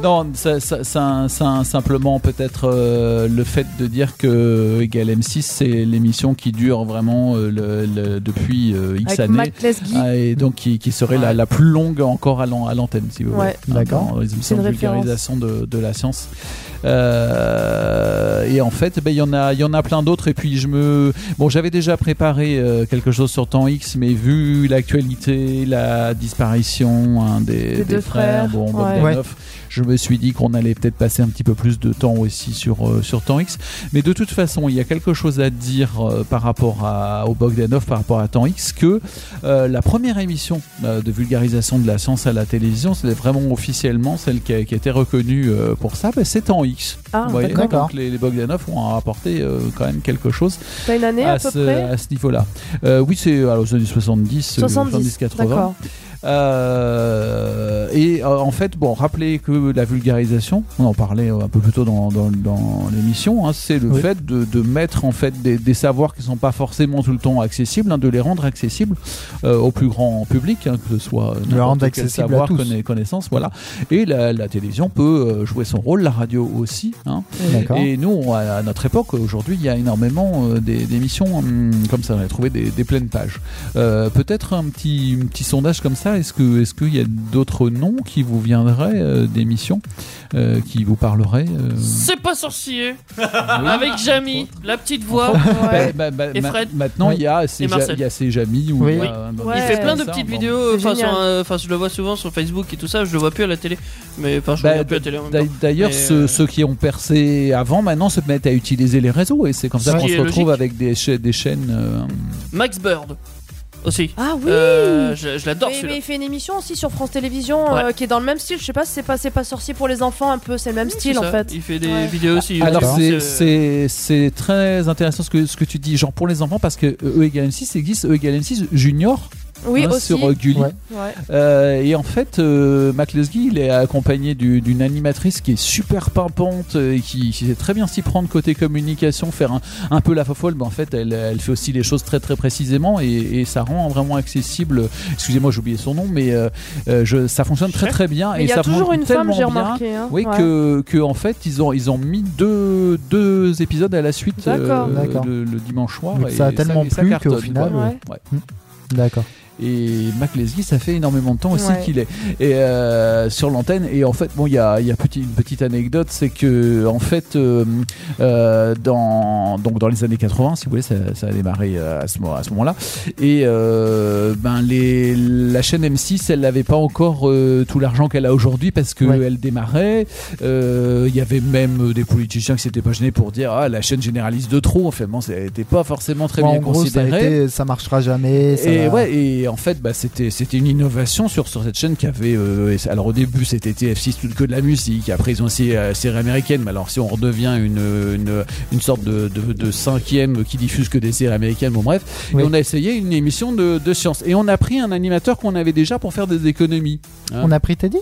Speaker 8: Non, ça, ça- ça- ça- simplement peut-être euh, le fait de dire que Égal M6, c'est l'émission qui dure vraiment euh, le- le- depuis euh, X
Speaker 6: Avec
Speaker 8: années.
Speaker 6: Mac Lesguy.
Speaker 8: Ah, et donc qui, qui serait la, la plus longue encore à l'an- à l'antenne, si vous voulez.
Speaker 6: Ouais.
Speaker 4: D'accord.
Speaker 8: Dans les émissions
Speaker 6: C'est une
Speaker 8: de
Speaker 6: référence.
Speaker 8: vulgarisation de, de la science. Euh, et en fait, ben, il y en a, il y en a plein d'autres. Et puis je me, bon, j'avais déjà préparé euh, quelque chose sur temps X, mais vu l'actualité, la disparition hein, des,
Speaker 6: Des deux frères,
Speaker 8: bon,
Speaker 6: ouais.
Speaker 8: Bogdanov, je me suis dit qu'on allait peut-être passer un petit peu plus de temps aussi sur euh, sur temps X. Mais de toute façon, il y a quelque chose à dire euh, par rapport à, au Bogdanov, par rapport à Temps X, que euh, la première émission euh, de vulgarisation de la science à la télévision, c'était vraiment officiellement celle qui a, qui a été reconnue euh, pour ça, bah, c'est Temps X.
Speaker 6: Ah,
Speaker 8: Vous voyez,
Speaker 4: d'accord.
Speaker 8: donc les, les Bogdanov ont apporté euh, quand même quelque chose
Speaker 6: T'as une année à,
Speaker 8: à
Speaker 6: peu
Speaker 8: Ah, ce,
Speaker 6: près
Speaker 8: à ce niveau-là. Euh, oui, c'est alors, aux années 70, euh,
Speaker 6: 70.
Speaker 8: 80.
Speaker 6: D'accord.
Speaker 8: Euh, et euh, en fait, bon, rappelez que la vulgarisation, on en parlait euh, un peu plus tôt dans, dans- dans l'émission, hein, c'est le
Speaker 4: Oui.
Speaker 8: fait de, de mettre en fait des, des savoirs qui sont pas forcément tout le temps accessibles, hein, de les rendre accessibles euh, au plus grand public, hein, que ce soit euh,
Speaker 4: Le rendre
Speaker 8: n'importe quel
Speaker 4: accessible à
Speaker 8: savoir,
Speaker 4: tous.
Speaker 8: conna- connaissance, voilà. Et la, la télévision peut euh, jouer son rôle, la radio aussi. hein.
Speaker 4: D'accord.
Speaker 8: Et nous, on- à, à notre époque, aujourd'hui, il y a énormément euh, des- d'émissions hum, comme ça. On a trouvé des, des pleines pages. Euh, Peut-être un petit, un petit sondage comme ça. Est-ce que est-ce qu'il y a d'autres noms qui vous viendraient euh, d'émissions euh, qui vous parleraient
Speaker 5: [LAUGHS]
Speaker 8: euh,
Speaker 5: C'est pas sorcier.
Speaker 8: oui.
Speaker 5: Ah, Avec Jamie, la petite voix.
Speaker 6: Ah, Ouais.
Speaker 8: Bah, bah,
Speaker 5: Et
Speaker 8: ma-
Speaker 5: Fred
Speaker 8: Maintenant, il y a
Speaker 5: Et
Speaker 8: ces
Speaker 5: Marcel.
Speaker 8: il y a ces Jamis ou
Speaker 4: Oui.
Speaker 8: il y a-
Speaker 6: Oui.
Speaker 5: Il
Speaker 6: Ouais.
Speaker 5: fait plein de
Speaker 8: ça,
Speaker 5: petites
Speaker 8: bon. Bah,
Speaker 5: vidéos,
Speaker 6: C'est
Speaker 5: enfin sur,
Speaker 6: génial.
Speaker 5: euh, enfin, je le vois souvent sur Facebook et tout ça, je le vois plus à la télé, mais enfin je
Speaker 8: Bah,
Speaker 5: regarde plus la télé en même
Speaker 8: D'a-
Speaker 5: temps.
Speaker 8: D'ailleurs,
Speaker 5: Mais,
Speaker 8: ceux,
Speaker 5: euh,
Speaker 8: ceux qui ont percé avant, maintenant, se mettent à utiliser les réseaux. Et c'est comme ça
Speaker 5: Ce
Speaker 8: qu'on
Speaker 5: qui
Speaker 8: se
Speaker 5: est
Speaker 8: retrouve
Speaker 5: logique.
Speaker 8: avec des, cha- des chaînes. euh,
Speaker 5: Max Bird aussi.
Speaker 6: Ah oui.
Speaker 5: Euh, je je l'adore
Speaker 6: mais, mais
Speaker 5: celui-là.
Speaker 6: il fait une émission aussi sur France Télévisions
Speaker 5: Ouais.
Speaker 6: euh, qui est dans le même style. Je sais pas si c'est pas, c'est pas sorcier pour les enfants un peu, c'est le même
Speaker 5: C'est
Speaker 6: style en
Speaker 5: ça.
Speaker 6: fait.
Speaker 5: Il fait des
Speaker 6: Ouais.
Speaker 5: vidéos aussi. euh,
Speaker 8: Alors
Speaker 5: YouTube,
Speaker 8: c'est- c'est c'est très intéressant ce que ce que tu dis genre pour les enfants parce que E égale M6 existe E égale M6 junior
Speaker 6: Oui,
Speaker 4: Ah,
Speaker 8: hein,
Speaker 6: aussi.
Speaker 8: sur euh, Gulli.
Speaker 4: Ouais.
Speaker 6: Ouais.
Speaker 8: Euh, et en fait, euh, Matt Lesguy, il est accompagné du- d'une animatrice qui est super pimpante euh, et qui, qui sait très bien s'y prendre côté communication, faire un, un peu la fofolle, mais en fait, elle, elle fait aussi les choses très très précisément et, et ça rend vraiment accessible. Excusez-moi, j'ai oublié son nom, mais euh, euh, je, ça fonctionne très très bien
Speaker 6: Mais
Speaker 8: et
Speaker 6: il y
Speaker 8: ça
Speaker 6: a toujours
Speaker 8: fonctionne
Speaker 6: une femme,
Speaker 8: tellement
Speaker 6: j'ai
Speaker 8: bien.
Speaker 6: remarqué. hein.
Speaker 8: Oui,
Speaker 6: Ouais.
Speaker 8: que, que en fait ils ont ils ont mis deux, deux épisodes à la suite euh,
Speaker 6: D'accord.
Speaker 4: D'accord.
Speaker 8: le, le dimanche soir.
Speaker 4: Donc
Speaker 8: et
Speaker 4: ça a tellement
Speaker 8: et ça
Speaker 4: plu qu'au
Speaker 8: cartonne,
Speaker 4: final,
Speaker 8: quoi.
Speaker 6: ouais.
Speaker 8: Ouais.
Speaker 4: D'accord.
Speaker 8: Et Mac Lesguy, ça fait énormément de temps aussi
Speaker 6: Ouais.
Speaker 8: qu'il est et euh, sur l'antenne. Et en fait, bon, il y a, il y a petit- une petite anecdote, c'est que en fait, euh, euh, dans donc dans les années 80, si vous voulez, ça, ça a démarré euh, à ce, mo- à ce moment-là. Et euh, ben les, la chaîne M6, elle n'avait pas encore euh, tout l'argent qu'elle a aujourd'hui parce que
Speaker 4: Ouais.
Speaker 8: elle démarrait. Euh, Il y avait même des politiciens qui s'étaient pas gênés pour dire ah la chaîne généraliste de trop. Enfin bon, c'était pas forcément très
Speaker 4: Moi,
Speaker 8: bien
Speaker 4: en gros, ça, a
Speaker 8: considéré.
Speaker 4: été, ça marchera jamais. ça
Speaker 8: Et,
Speaker 4: va-
Speaker 8: ouais, et en fait, bah, c'était, c'était une innovation sur, sur cette chaîne qui avait. euh, et ça- alors au début, c'était TF6 tout que de la musique. Après, ils ont essayé euh, série américaine. Mais alors, si on redevient une, une, une sorte de, de, de cinquième qui diffuse que des séries américaines, bon bref.
Speaker 4: Oui.
Speaker 8: Et on a essayé une émission de, de science. Et on a pris un animateur qu'on avait déjà pour faire des économies.
Speaker 4: On a pris Teddy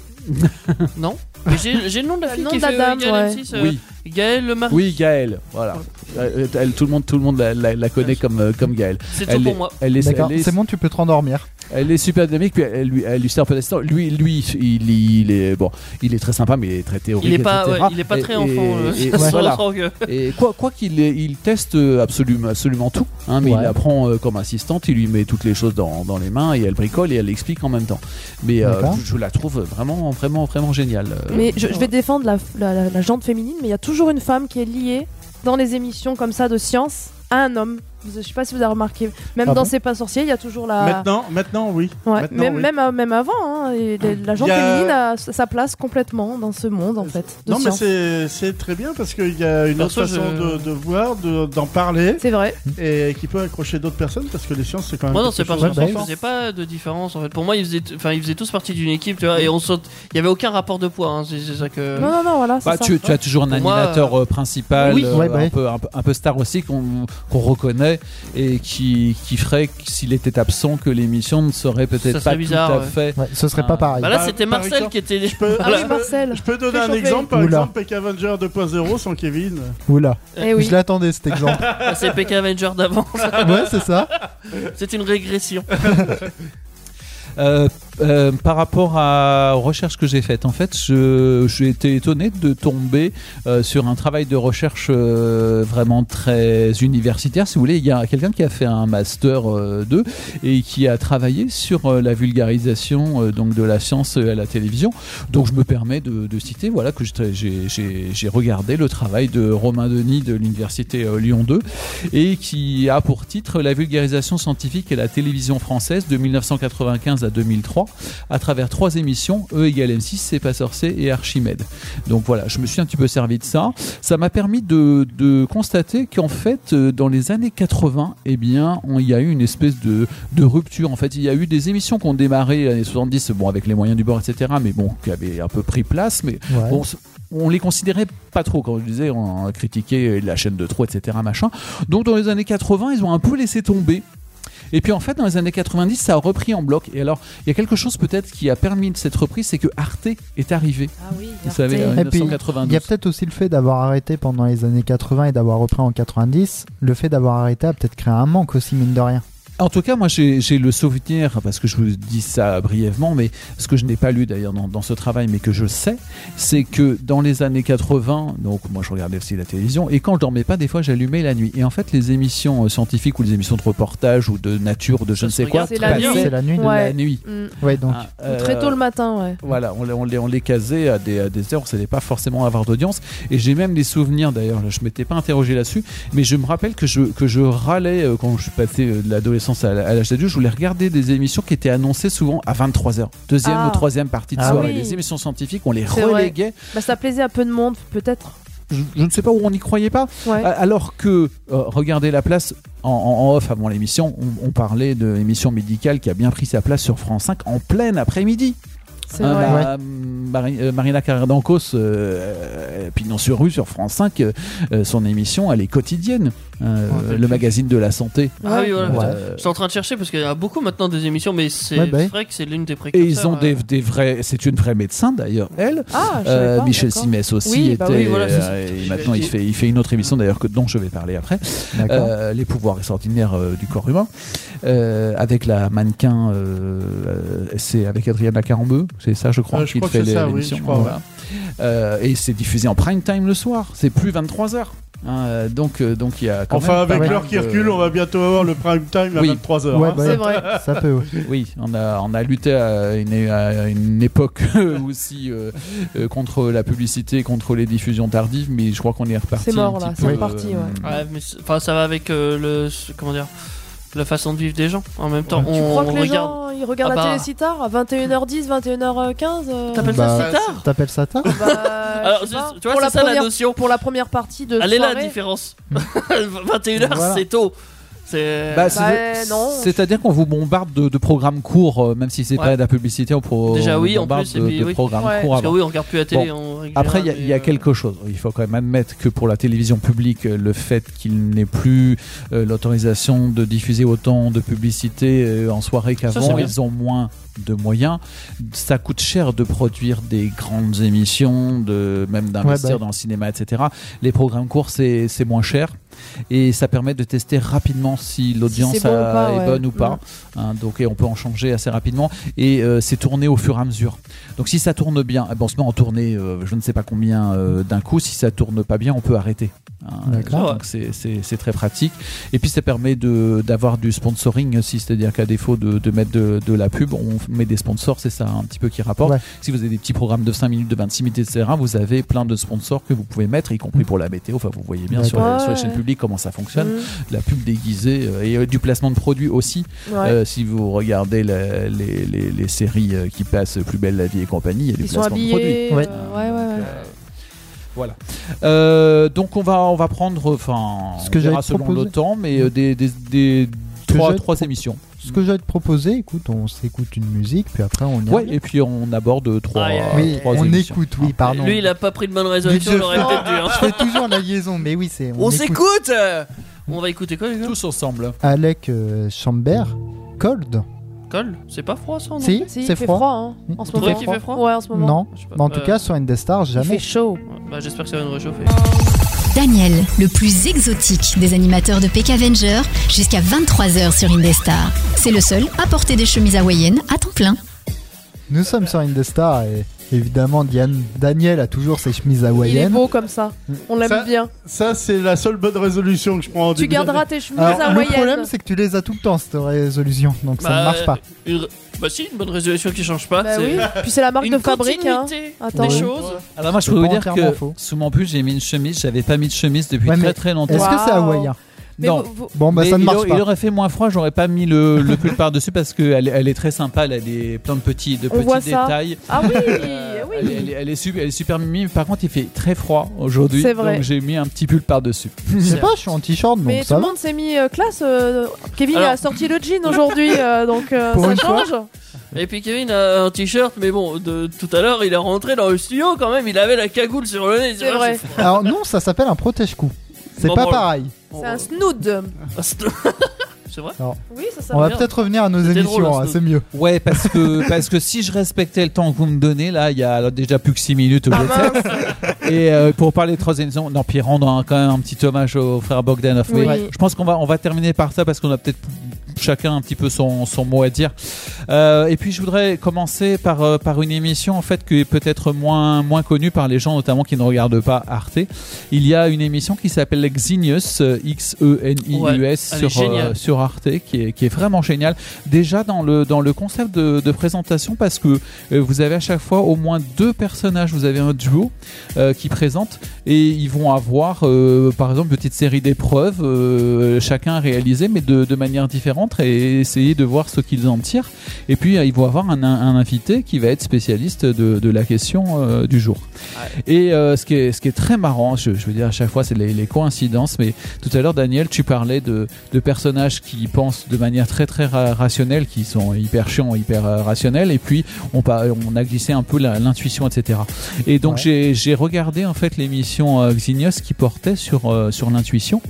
Speaker 5: Non. Mais euh, j'ai j'ai le nom de la
Speaker 6: Le
Speaker 5: fille
Speaker 6: nom
Speaker 5: qui
Speaker 6: de la
Speaker 5: fait
Speaker 6: dame,
Speaker 5: Gaël
Speaker 6: ouais.
Speaker 5: M6, euh,
Speaker 8: Oui,
Speaker 5: Gaël Le Marais.
Speaker 8: oui, Gaël. Voilà. Euh, elle- tout le monde, tout le monde la, la- la connaît comme, euh, comme Gaël.
Speaker 5: C'est tout
Speaker 8: Elle
Speaker 5: pour
Speaker 8: est-
Speaker 5: moi.
Speaker 8: Elle est,
Speaker 4: D'accord.
Speaker 8: elle est-
Speaker 4: C'est bon, tu peux te rendormir.
Speaker 8: Elle est super dynamique, puis elle lui, elle lui sert un peu d'assistant. Lui, lui, il, il est bon, il est très sympa, mais il est très théorique.
Speaker 5: Il est pas,
Speaker 8: etc..
Speaker 5: ouais, il est pas
Speaker 8: Et-
Speaker 5: très
Speaker 8: et-
Speaker 5: enfant. euh, [LAUGHS]
Speaker 8: et-
Speaker 5: ça se
Speaker 8: voilà.
Speaker 5: ressent que-
Speaker 8: Et quoi, quoi qu'il ait- il teste euh, absolument, absolument tout. hein, mais
Speaker 4: Ouais.
Speaker 8: il apprend euh, comme assistante, il lui met toutes les choses dans, dans les mains et elle bricole et elle explique en même temps. Mais euh,
Speaker 4: D'accord.
Speaker 8: je, je la trouve vraiment, vraiment, vraiment géniale. euh.
Speaker 6: Mais je, je vais défendre la, la, la- la gente féminine, mais il y a toujours une femme qui est liée dans les émissions comme ça de science à un homme. Vous- Je sais pas si vous avez remarqué. Même
Speaker 4: Ah
Speaker 6: dans
Speaker 4: bon
Speaker 6: C'est pas sorcier, il y a toujours la.
Speaker 7: Maintenant, maintenant, oui.
Speaker 6: Ah. Ouais,
Speaker 7: Maintenant,
Speaker 6: même,
Speaker 7: oui.
Speaker 6: même, à- même avant, hein, et les- la gente
Speaker 7: Il y a-
Speaker 6: féminine a s- sa place complètement dans ce monde en fait. de
Speaker 7: non, mais
Speaker 6: science.
Speaker 7: c'est- c'est très bien parce qu'il y a une
Speaker 5: Perso,
Speaker 7: autre façon
Speaker 5: je-
Speaker 7: de, de voir, de- d'en parler
Speaker 6: C'est vrai.
Speaker 7: et qui peut accrocher d'autres personnes parce que les sciences, c'est quand même.
Speaker 5: Moi, dans
Speaker 7: quelque
Speaker 5: ces
Speaker 7: chose
Speaker 5: personnages,
Speaker 4: bah,
Speaker 5: je
Speaker 7: d'important.
Speaker 5: faisais pas de différence en fait. Pour moi, ils faisaient, enfin, ils faisaient tous partie d'une équipe, tu vois, et on saute. Il y avait aucun rapport de poids. hein, c'est c'est ça que.
Speaker 6: Non, non, non, voilà. c'est
Speaker 8: Bah,
Speaker 6: ça.
Speaker 8: tu, tu as toujours un
Speaker 5: Pour moi,
Speaker 8: animateur euh, principal,
Speaker 5: oui.
Speaker 8: euh,
Speaker 4: Ouais, bah
Speaker 8: un,
Speaker 4: oui.
Speaker 8: peu, un, peu- un peu star aussi, qu'on qu'on reconnaît et qui, qui ferait, que s'il était absent, que l'émission ne serait
Speaker 5: Ça
Speaker 8: peut-être
Speaker 5: serait
Speaker 8: pas
Speaker 5: bizarre,
Speaker 8: tout à
Speaker 5: ouais.
Speaker 8: fait
Speaker 4: Ouais, ce serait
Speaker 8: Ah.
Speaker 4: pas pareil.
Speaker 5: Bah là,
Speaker 7: Par-
Speaker 5: c'était
Speaker 7: par
Speaker 5: Marcel
Speaker 7: exemple,
Speaker 5: qui était.
Speaker 7: Je peux,
Speaker 6: Ah
Speaker 7: je
Speaker 6: oui,
Speaker 7: peux-
Speaker 6: Marcel.
Speaker 7: je peux donner un
Speaker 6: Réchauffé.
Speaker 7: exemple, par
Speaker 4: Oula.
Speaker 7: exemple, Peck Avenger 2.0 sans Kevin.
Speaker 4: Oula.
Speaker 6: Eh oui.
Speaker 4: Je l'attendais cet
Speaker 8: [LAUGHS]
Speaker 4: exemple.
Speaker 5: Ah, C'est PK Avenger
Speaker 6: [LAUGHS]
Speaker 5: d'avant.
Speaker 4: ouais, c'est ça.
Speaker 5: C'est une régression.
Speaker 8: Euh, euh, par rapport à aux recherches que j'ai faites, en fait, je- j'ai été étonné de tomber euh, sur un travail de recherche euh, vraiment très universitaire. Si vous voulez, il y a quelqu'un qui a fait un master euh, 2 et qui a travaillé sur euh, la vulgarisation euh, donc de la science euh, à la télévision. Donc, je me permets de, de citer, voilà, que j'ai- j'ai j'ai- j'ai regardé le travail de Romain Denis de l'université euh, Lyon 2 et qui a pour titre La vulgarisation scientifique et la télévision française de 1995 à 2003 à travers trois émissions E égale M6, C'est pas sorcier et Archimède. Donc voilà, je me suis un petit peu servi de ça. Ça m'a permis de, de constater qu'en fait, euh, dans les années 80, eh bien, on- il y a eu une espèce de, de rupture. En fait, il y a eu des émissions qui ont démarré les années 70, bon, avec les moyens du bord, etc., mais bon, qui avaient un peu pris place, mais
Speaker 4: Ouais.
Speaker 8: on, s- on les considérait pas trop quand je disais on critiquait la chaîne de trop etc machin donc dans les années 80 ils ont un peu laissé tomber et puis en fait dans les années 90 ça a repris en bloc et alors il y a quelque chose peut-être qui a permis cette reprise c'est que Arte est arrivé
Speaker 6: Ah oui,
Speaker 8: vous savez en
Speaker 4: Et puis, Il y a
Speaker 8: 1992
Speaker 4: peut-être aussi le fait d'avoir arrêté pendant les années 80 et d'avoir repris en 90. Le fait d'avoir arrêté a peut-être créé un manque aussi, mine de rien.
Speaker 8: En tout cas, moi j'ai j'ai le souvenir, parce que je vous dis ça brièvement, mais ce que je n'ai pas lu d'ailleurs dans, dans ce travail, mais que je sais, c'est que dans les années 80, donc moi je regardais aussi la télévision, et quand je dormais pas, des fois j'allumais la nuit. Et en fait, les émissions euh, scientifiques ou les émissions de reportage ou de nature, de je ne
Speaker 5: se
Speaker 8: sais quoi,
Speaker 5: regarde,
Speaker 6: c'est la
Speaker 8: passaient
Speaker 6: nuit.
Speaker 4: C'est la nuit.
Speaker 8: la
Speaker 6: Ouais.
Speaker 8: nuit.
Speaker 6: Mm.
Speaker 4: Ouais, donc.
Speaker 8: Ah,
Speaker 6: Ou Très
Speaker 8: euh,
Speaker 6: tôt le matin, ouais.
Speaker 8: voilà, on, les- on les, on les casait à des, à des heures où ça n'allait pas forcément avoir d'audience. Et j'ai même des souvenirs d'ailleurs, je ne m'étais pas interrogé là-dessus, mais je me rappelle que je, que je râlais euh, quand je suis passé euh, de l'adolescence à, la- à l'âge adulte, je voulais regarder des émissions qui étaient annoncées souvent à 23h, deuxième
Speaker 6: Ah.
Speaker 8: ou troisième partie de
Speaker 4: Ah
Speaker 8: soirée.
Speaker 6: oui.
Speaker 8: Les émissions scientifiques, on les
Speaker 6: C'est vrai.
Speaker 8: reléguait.
Speaker 6: Bah, ça plaisait à peu de monde, peut-être.
Speaker 8: Je, je ne sais pas où on n'y croyait pas.
Speaker 6: Ouais.
Speaker 8: A- Alors que, euh, regardez la place, en, en- en off avant l'émission, on, on parlait de l'émission médicale qui a bien pris sa place sur France 5 en pleine après-midi.
Speaker 6: c'est
Speaker 8: Hein,
Speaker 6: vrai.
Speaker 8: ma- Mari- euh, Marina Carrère d'Ancos, euh, euh, Pignon sur rue sur France 5, euh, euh, son émission, elle est quotidienne. euh,
Speaker 4: Ouais,
Speaker 8: le magazine de la santé. Euh,
Speaker 5: Ah oui, voilà.
Speaker 8: Ouais.
Speaker 5: Je suis en train de chercher parce qu'il y a beaucoup maintenant des émissions, mais c'est
Speaker 8: Ouais, bah.
Speaker 5: vrai que c'est l'une des
Speaker 8: Et
Speaker 5: précurseurs.
Speaker 8: ils ont
Speaker 5: euh.
Speaker 8: des, des vrais. C'est une vraie médecin d'ailleurs, elle.
Speaker 5: Ah, je
Speaker 8: Euh,
Speaker 5: savais pas,
Speaker 8: Michel
Speaker 5: d'accord.
Speaker 8: Simès aussi
Speaker 5: Oui,
Speaker 8: était.
Speaker 5: bah oui, voilà, c'est ça.
Speaker 8: euh, et maintenant, il fait, il fait une autre émission d'ailleurs que dont je vais parler après.
Speaker 4: D'accord.
Speaker 8: Euh, les pouvoirs extraordinaires euh, du corps humain. Euh, avec la mannequin, euh, euh, c'est avec Adriana Carambeu, c'est ça, je crois,
Speaker 7: Euh, je
Speaker 8: qu'il
Speaker 7: crois que
Speaker 8: fait
Speaker 7: c'est ça, oui,
Speaker 8: l'émission.
Speaker 7: je crois, ouais.
Speaker 8: Euh, et c'est diffusé en prime time le soir. C'est plus 23 h donc, euh, donc il y a quand
Speaker 7: Enfin,
Speaker 8: même pas
Speaker 7: avec
Speaker 8: mal
Speaker 7: l'heure qui
Speaker 8: de-
Speaker 7: recule, on va bientôt avoir le prime time à hein.
Speaker 8: Oui.
Speaker 7: 23h.
Speaker 4: Ouais, bah, C'est vrai. ça peut, ouais.
Speaker 8: Oui, on a, on a lutté à une, à une époque [LAUGHS] aussi euh, euh, contre la publicité, contre les diffusions tardives, mais je crois qu'on est reparti.
Speaker 6: C'est mort,
Speaker 8: un
Speaker 6: là,
Speaker 8: petit
Speaker 6: c'est
Speaker 8: peu,
Speaker 6: reparti,
Speaker 8: euh,
Speaker 7: Ah,
Speaker 6: ouais.
Speaker 5: Ouais, mais c'est- enfin, ça va avec euh, le comment dire la façon de vivre des gens. En même temps,
Speaker 6: Tu
Speaker 5: on
Speaker 6: crois que les
Speaker 5: regarde.
Speaker 6: gens ils regardent
Speaker 5: Ah
Speaker 6: la
Speaker 5: bah.
Speaker 6: télé si tard à 21h10, 21h15 euh,
Speaker 5: T'appelles
Speaker 4: Bah,
Speaker 5: ça si tard
Speaker 4: T'appelles ça tard
Speaker 6: bah,
Speaker 5: Alors,
Speaker 6: je sais
Speaker 5: c'est-
Speaker 6: pas.
Speaker 5: tu vois,
Speaker 6: Pour
Speaker 5: c'est ça la
Speaker 6: première-
Speaker 5: notion.
Speaker 6: Pour la première partie de
Speaker 5: Elle est là la
Speaker 6: soirée.
Speaker 5: différence. [LAUGHS] 21h,
Speaker 4: Voilà.
Speaker 5: c'est tôt. C'est.
Speaker 8: Bah,
Speaker 5: euh,
Speaker 6: Bah,
Speaker 8: c'est-
Speaker 6: non.
Speaker 8: C'est-à-dire qu'on vous bombarde de, de programmes courts, euh, même si c'est
Speaker 5: Ouais.
Speaker 8: pas de la publicité, on
Speaker 5: euh,
Speaker 8: pro-
Speaker 5: Déjà,
Speaker 8: on
Speaker 5: oui, en
Speaker 8: bombarde
Speaker 5: plus, et
Speaker 8: de,
Speaker 5: puis,
Speaker 8: de
Speaker 5: oui.
Speaker 8: programmes
Speaker 6: Ouais.
Speaker 8: courts
Speaker 5: Parce que
Speaker 8: avant.
Speaker 5: oui, on regarde plus la télé. en règle
Speaker 8: Après, il y a-
Speaker 5: générale,
Speaker 8: il y, a
Speaker 5: mais, euh,
Speaker 8: quelque chose. Il faut quand même admettre que pour la télévision publique, euh, le fait qu'il n'ait plus euh, l'autorisation de diffuser autant de publicité euh, en soirée
Speaker 5: c'est
Speaker 8: qu'avant,
Speaker 5: bien.
Speaker 8: ils ont moins de moyens. Ça coûte cher de produire des grandes émissions, de même d'investir
Speaker 4: Ouais, bah.
Speaker 8: dans le cinéma, etc. Les programmes courts, c'est c'est moins cher et ça permet de tester rapidement si l'audience
Speaker 6: c'est bon
Speaker 8: a-
Speaker 6: ou pas,
Speaker 8: est
Speaker 6: ouais.
Speaker 8: bonne ou pas. Hein, donc et on peut en changer assez rapidement et euh, c'est tourné au fur et à mesure. Donc si ça tourne bien, eh ben, on se met en tournée, euh, je ne sais pas combien euh, d'un coup. Si ça tourne pas bien, on peut arrêter. Hein,
Speaker 4: D'accord.
Speaker 8: donc c'est- c'est c'est très pratique. Et puis ça permet de- d'avoir du sponsoring aussi, c'est-à-dire qu'à défaut de, de mettre de, de la pub, on met des sponsors, c'est ça un petit peu qui rapporte.
Speaker 4: Ouais.
Speaker 8: Si vous avez des petits programmes de 5 minutes, de 26 minutes, etc., vous avez plein de sponsors que vous pouvez mettre, y compris pour la météo. Enfin, vous voyez bien sur, les,
Speaker 6: D'accord.
Speaker 8: sur les chaînes publiques comment ça
Speaker 6: euh, Mm.
Speaker 8: fonctionne.
Speaker 4: Mmh.
Speaker 8: La pub déguisée euh, et euh, du placement de produits aussi.
Speaker 6: Mmh. Ouais.
Speaker 8: Euh, si vous regardez la- les, les- les séries euh, qui passent Plus belle la vie et compagnie, il y a du
Speaker 6: Ils sont
Speaker 8: placement de produits.
Speaker 6: habillés. euh,
Speaker 4: Ouais.
Speaker 6: Ouais, ouais, ouais.
Speaker 8: Voilà. Euh, donc on va on va prendre enfin
Speaker 4: Ce
Speaker 8: on
Speaker 4: que
Speaker 8: verra
Speaker 4: j'allais te
Speaker 8: selon
Speaker 4: proposer.
Speaker 8: le temps mais euh, des des, des
Speaker 4: que
Speaker 8: trois,
Speaker 4: j'allais te
Speaker 8: trois
Speaker 4: pro-
Speaker 8: émissions.
Speaker 4: Ce que j'allais te proposer, écoute, on s'écoute une musique, puis après on y
Speaker 8: Ouais,
Speaker 4: revient.
Speaker 8: et puis on aborde trois,
Speaker 5: Aïe, aïe, aïe.
Speaker 4: Oui,
Speaker 8: trois
Speaker 4: on
Speaker 8: émissions.
Speaker 4: écoute, oui, pardon.
Speaker 5: Lui, il a pas pris de bonne résolution,
Speaker 4: Vu
Speaker 5: on
Speaker 4: que je
Speaker 5: aurait
Speaker 4: fais-
Speaker 5: peut-être dû.
Speaker 4: [LAUGHS]
Speaker 5: hein.
Speaker 4: Je fais toujours la liaison, mais oui, c'est.
Speaker 5: On s'écoute On va écouter quoi, les gars
Speaker 8: tous ensemble.
Speaker 4: Alec euh, Chambert, Cold.
Speaker 5: Colle C'est pas froid, ça en
Speaker 4: Si,
Speaker 6: Si, il
Speaker 4: c'est
Speaker 6: fait
Speaker 4: froid.
Speaker 6: hein, en ce
Speaker 5: Tu
Speaker 6: moment.
Speaker 5: trouves qu'il fait froid
Speaker 6: Ouais, en ce moment.
Speaker 4: Non,
Speaker 5: Je sais pas.
Speaker 4: mais en tout
Speaker 5: Euh,
Speaker 4: cas sur Indestar,
Speaker 6: Il fait
Speaker 4: jamais.
Speaker 6: chaud.
Speaker 5: Bah, j'espère que ça va nous réchauffer.
Speaker 10: Daniel, le plus exotique des animateurs de Peck Avenger, jusqu'à 23h sur Indestar. C'est le seul à porter des chemises hawaïennes à temps plein.
Speaker 4: Nous sommes sur Indestar et évidemment Diane, Daniel a toujours ses chemises
Speaker 6: Il est
Speaker 4: hawaïennes.
Speaker 6: beau comme ça. On l'aime
Speaker 7: Ça-
Speaker 6: bien.
Speaker 7: Ça, c'est la seule bonne résolution que je prends en
Speaker 6: Tu
Speaker 7: début
Speaker 6: garderas tes chemises
Speaker 4: Alors, le
Speaker 6: hawaïennes.
Speaker 4: problème, c'est que tu les as tout le temps cette résolution, donc ça
Speaker 5: Bah,
Speaker 4: ne marche pas.
Speaker 5: une- Bah, si, une bonne résolution qui change pas.
Speaker 6: Bah
Speaker 5: Ah, c'est-
Speaker 6: oui. Puis c'est la marque
Speaker 5: Une
Speaker 6: de fabrique. hein.
Speaker 5: continuité
Speaker 6: Attends.
Speaker 5: des
Speaker 4: Oui.
Speaker 5: choses.
Speaker 8: Alors Ah bah moi je
Speaker 4: C'est
Speaker 8: peux vous
Speaker 4: pas
Speaker 8: dire que
Speaker 4: entièrement faux.
Speaker 8: sous mon pull j'ai mis une chemise, j'avais pas mis de chemise depuis
Speaker 4: Ouais, mais
Speaker 8: très très longtemps.
Speaker 4: Est-ce que c'est
Speaker 6: Waouh.
Speaker 4: hawaïen
Speaker 6: Mais
Speaker 8: Non.
Speaker 6: vous- vous-
Speaker 4: Bon, bah
Speaker 8: Mais
Speaker 4: ça ne
Speaker 8: il
Speaker 4: marche
Speaker 8: aurait-
Speaker 4: pas.
Speaker 8: Il aurait fait moins froid, j'aurais pas mis le, le pull par-dessus parce qu'elle elle est très sympa, elle a des, plein de petits, de
Speaker 6: On voit
Speaker 8: petits
Speaker 6: ça.
Speaker 8: détails.
Speaker 6: Ah oui,
Speaker 8: Euh, Elle,
Speaker 6: oui.
Speaker 8: elle est- elle est super, elle est super mimi, mais par contre il fait très froid aujourd'hui.
Speaker 6: C'est vrai.
Speaker 8: Donc j'ai mis un petit pull par-dessus.
Speaker 4: Je sais pas, je suis en t-shirt, donc
Speaker 6: Mais tout
Speaker 4: ça
Speaker 6: le
Speaker 4: va.
Speaker 6: monde s'est mis euh, classe. euh, Kevin
Speaker 5: Alors-
Speaker 6: a sorti le jean aujourd'hui, euh, donc euh,
Speaker 4: Pour
Speaker 6: ça
Speaker 4: une fois.
Speaker 6: change.
Speaker 5: Et puis Kevin a un t-shirt, mais bon, de tout à l'heure, il est rentré dans le studio quand même. Il avait la cagoule sur le nez.
Speaker 6: C'est vrai.
Speaker 4: Alors non, ça s'appelle un protège-cou. C'est
Speaker 5: Bon,
Speaker 4: pas
Speaker 5: bon,
Speaker 4: pareil.
Speaker 5: Oh,
Speaker 6: C'est un snood.
Speaker 5: [LAUGHS] C'est vrai.
Speaker 6: Oui, ça, ça
Speaker 4: On va
Speaker 5: bien.
Speaker 4: peut-être revenir à nos
Speaker 5: C'était drôle,
Speaker 4: émissions,
Speaker 5: hein,
Speaker 4: hein,
Speaker 5: ce
Speaker 4: c'est mieux.
Speaker 8: Ouais, parce que, parce que si je respectais le temps que vous me donnez, là il y a déjà plus que 6 minutes au lieu de sept. [LAUGHS] Et euh, pour parler de troisième saison, non, puis rendre un- quand même un petit hommage au frère Bogdanov. Mais
Speaker 6: Oui.
Speaker 8: je pense qu'on va, on va terminer par ça parce qu'on a peut-être chacun un petit peu son, son mot à dire. Euh, et puis je voudrais commencer par, euh, par une émission en fait qui est peut-être moins, moins connue par les gens notamment qui ne regardent pas Arte. Il y a une émission qui s'appelle Xenius, euh, X-E-N-I-U-S
Speaker 5: Ouais, elle est
Speaker 8: sur, euh,
Speaker 5: géniale.
Speaker 8: sur Arte qui est, qui est vraiment géniale. Déjà dans le, dans le concept de, de présentation parce que euh, vous avez à chaque fois au moins deux personnages, vous avez un duo euh, qui présente et ils vont avoir euh, par exemple une petite série d'épreuves euh, chacun réalisées mais de, de manière différente et essayer de voir ce qu'ils en tirent et puis euh, ils vont avoir un, un invité qui va être spécialiste de, de la question euh, du jour et euh, ce, qui est, ce qui est très marrant je, je veux dire à chaque fois c'est les, les coïncidences mais tout à l'heure Daniel tu parlais de, de personnages qui pensent de manière très très ra- rationnelle qui sont hyper chiants hyper euh, rationnels et puis on, par- on a glissé un peu la- l'intuition etc et donc
Speaker 4: Ouais.
Speaker 8: j'ai- j'ai regardé en fait l'émission euh, Xenios qui portait sur, euh, sur l'intuition.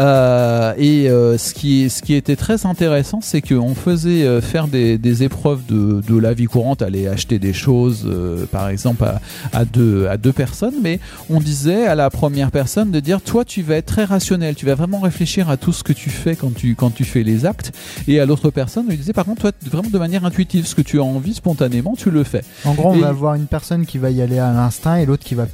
Speaker 8: Euh, et euh, ce, qui, ce qui était très intéressant, c'est qu'on faisait euh, faire des, des épreuves de, de la vie courante, aller acheter des choses, euh, par exemple, à, à deux, à deux personnes, mais on disait à la première personne de dire Toi, tu vas être très rationnel, tu vas vraiment réfléchir à tout ce que tu fais quand tu, quand tu fais les actes. Et à l'autre personne, on lui disait Par contre, toi, vraiment de manière intuitive, ce que tu as envie spontanément, tu le fais.
Speaker 4: En gros, on
Speaker 8: Et-
Speaker 4: va avoir une personne qui va y aller à l'instinct et l'autre qui va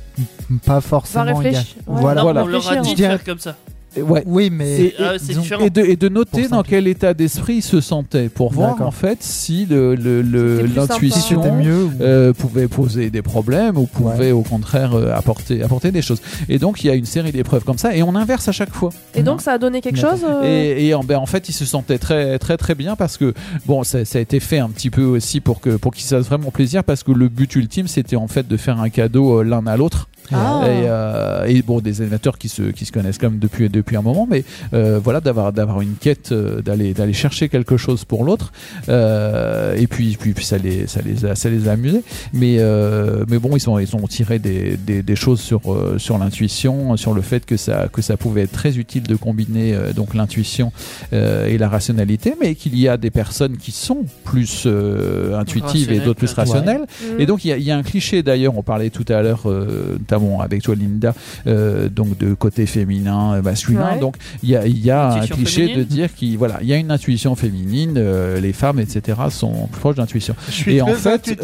Speaker 4: m- pas forcément. y aller.
Speaker 6: réfléchir. Ouais.
Speaker 4: Voilà.
Speaker 5: Non,
Speaker 8: voilà.
Speaker 5: on leur a
Speaker 6: Réfléchir,
Speaker 5: dit
Speaker 4: hein.
Speaker 5: de faire comme ça.
Speaker 8: Et ouais.
Speaker 4: Oui, mais
Speaker 8: Et-
Speaker 5: Ah, c'est
Speaker 4: disons-
Speaker 5: différent.
Speaker 8: Et de, et de noter
Speaker 4: Pour
Speaker 8: dans
Speaker 4: simplifier.
Speaker 8: quel état d'esprit il se sentait pour voir
Speaker 4: D'accord.
Speaker 8: en fait si le- le- le-
Speaker 6: C'était plus sympa.
Speaker 8: l'intuition
Speaker 4: c'était mieux. ou-
Speaker 8: euh, pouvait poser des problèmes ou pouvait au contraire euh, apporter, apporter des choses. Et donc il y a une série d'épreuves comme ça et on inverse à chaque fois.
Speaker 6: Et donc, ça a donné quelque
Speaker 4: D'accord.
Speaker 6: chose euh,
Speaker 8: Et, et en, ben, en fait, il se sentait très très très bien parce que bon, ça, ça a été fait un petit peu aussi pour que pour qu'ils se fassent vraiment plaisir parce que le but ultime c'était en fait de faire un cadeau euh, l'un à l'autre.
Speaker 6: Ah.
Speaker 8: Et, euh, et bon, des animateurs qui se, qui se connaissent quand même depuis, depuis un moment, mais euh, voilà, d'avoir, d'avoir une quête, euh, d'aller, d'aller chercher quelque chose pour l'autre. Euh, et puis, puis, puis ça, les, ça, les a, ça les a amusés. Mais, euh, mais bon, ils, sont, ils ont tiré des, des, des choses sur, euh, sur l'intuition, sur le fait que ça, que ça pouvait être très utile de combiner euh, donc l'intuition euh, et la rationalité, mais qu'il y a des personnes qui sont plus euh, intuitives et
Speaker 5: Rationnelles,
Speaker 8: d'autres plus
Speaker 5: ouais.
Speaker 8: rationnelles.
Speaker 6: hmm.
Speaker 8: Et donc il y, a- il y a un cliché d'ailleurs, on parlait tout à l'heure, euh, notamment avec toi Linda, euh, donc de côté féminin, euh, masculin.
Speaker 6: Ouais.
Speaker 8: Donc il y a, il y a un
Speaker 5: Intuition
Speaker 8: cliché de
Speaker 5: féminine.
Speaker 8: dire qu'il voilà, il y a une intuition féminine, euh, les femmes, etc. sont plus proches d'intuition.
Speaker 7: Je suis
Speaker 8: Et
Speaker 7: très
Speaker 8: en fait,
Speaker 7: intuitif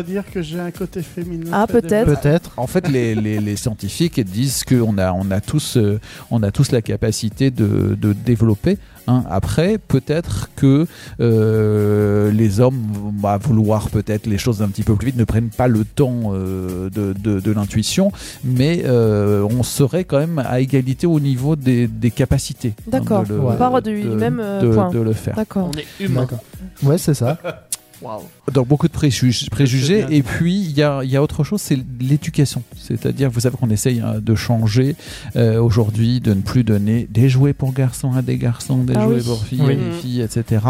Speaker 7: à se dire que j'ai un côté féminin.
Speaker 6: Ah,
Speaker 7: très
Speaker 6: peut-être.
Speaker 7: développé.
Speaker 4: Peut-être.
Speaker 8: En fait, les, les- les scientifiques disent qu'on a, on a, tous, euh, on a tous la capacité de, de développer. hein. Après, peut-être que euh, les hommes, vont- à vouloir peut-être les choses un petit peu plus vite, ne prennent pas le temps euh, de, de- de l'intuition, mais euh, on serait quand même à égalité au niveau des, des capacités. hein,
Speaker 6: D'accord.
Speaker 8: de le-
Speaker 6: On part du même, euh,
Speaker 8: de-
Speaker 6: point.
Speaker 8: de le faire.
Speaker 6: D'accord.
Speaker 5: On est humain.
Speaker 4: D'accord. Ouais, c'est ça.
Speaker 8: Donc beaucoup de préjugés. préjugés.
Speaker 7: bien.
Speaker 8: Et puis, il y a, il y a autre chose, c'est l'éducation. C'est-à-dire, vous savez qu'on essaye hein, de changer euh, aujourd'hui, de ne plus donner des jouets pour garçons à des garçons, des
Speaker 6: Ah
Speaker 8: jouets
Speaker 6: oui.
Speaker 8: pour filles
Speaker 5: Oui.
Speaker 8: à des filles, etc.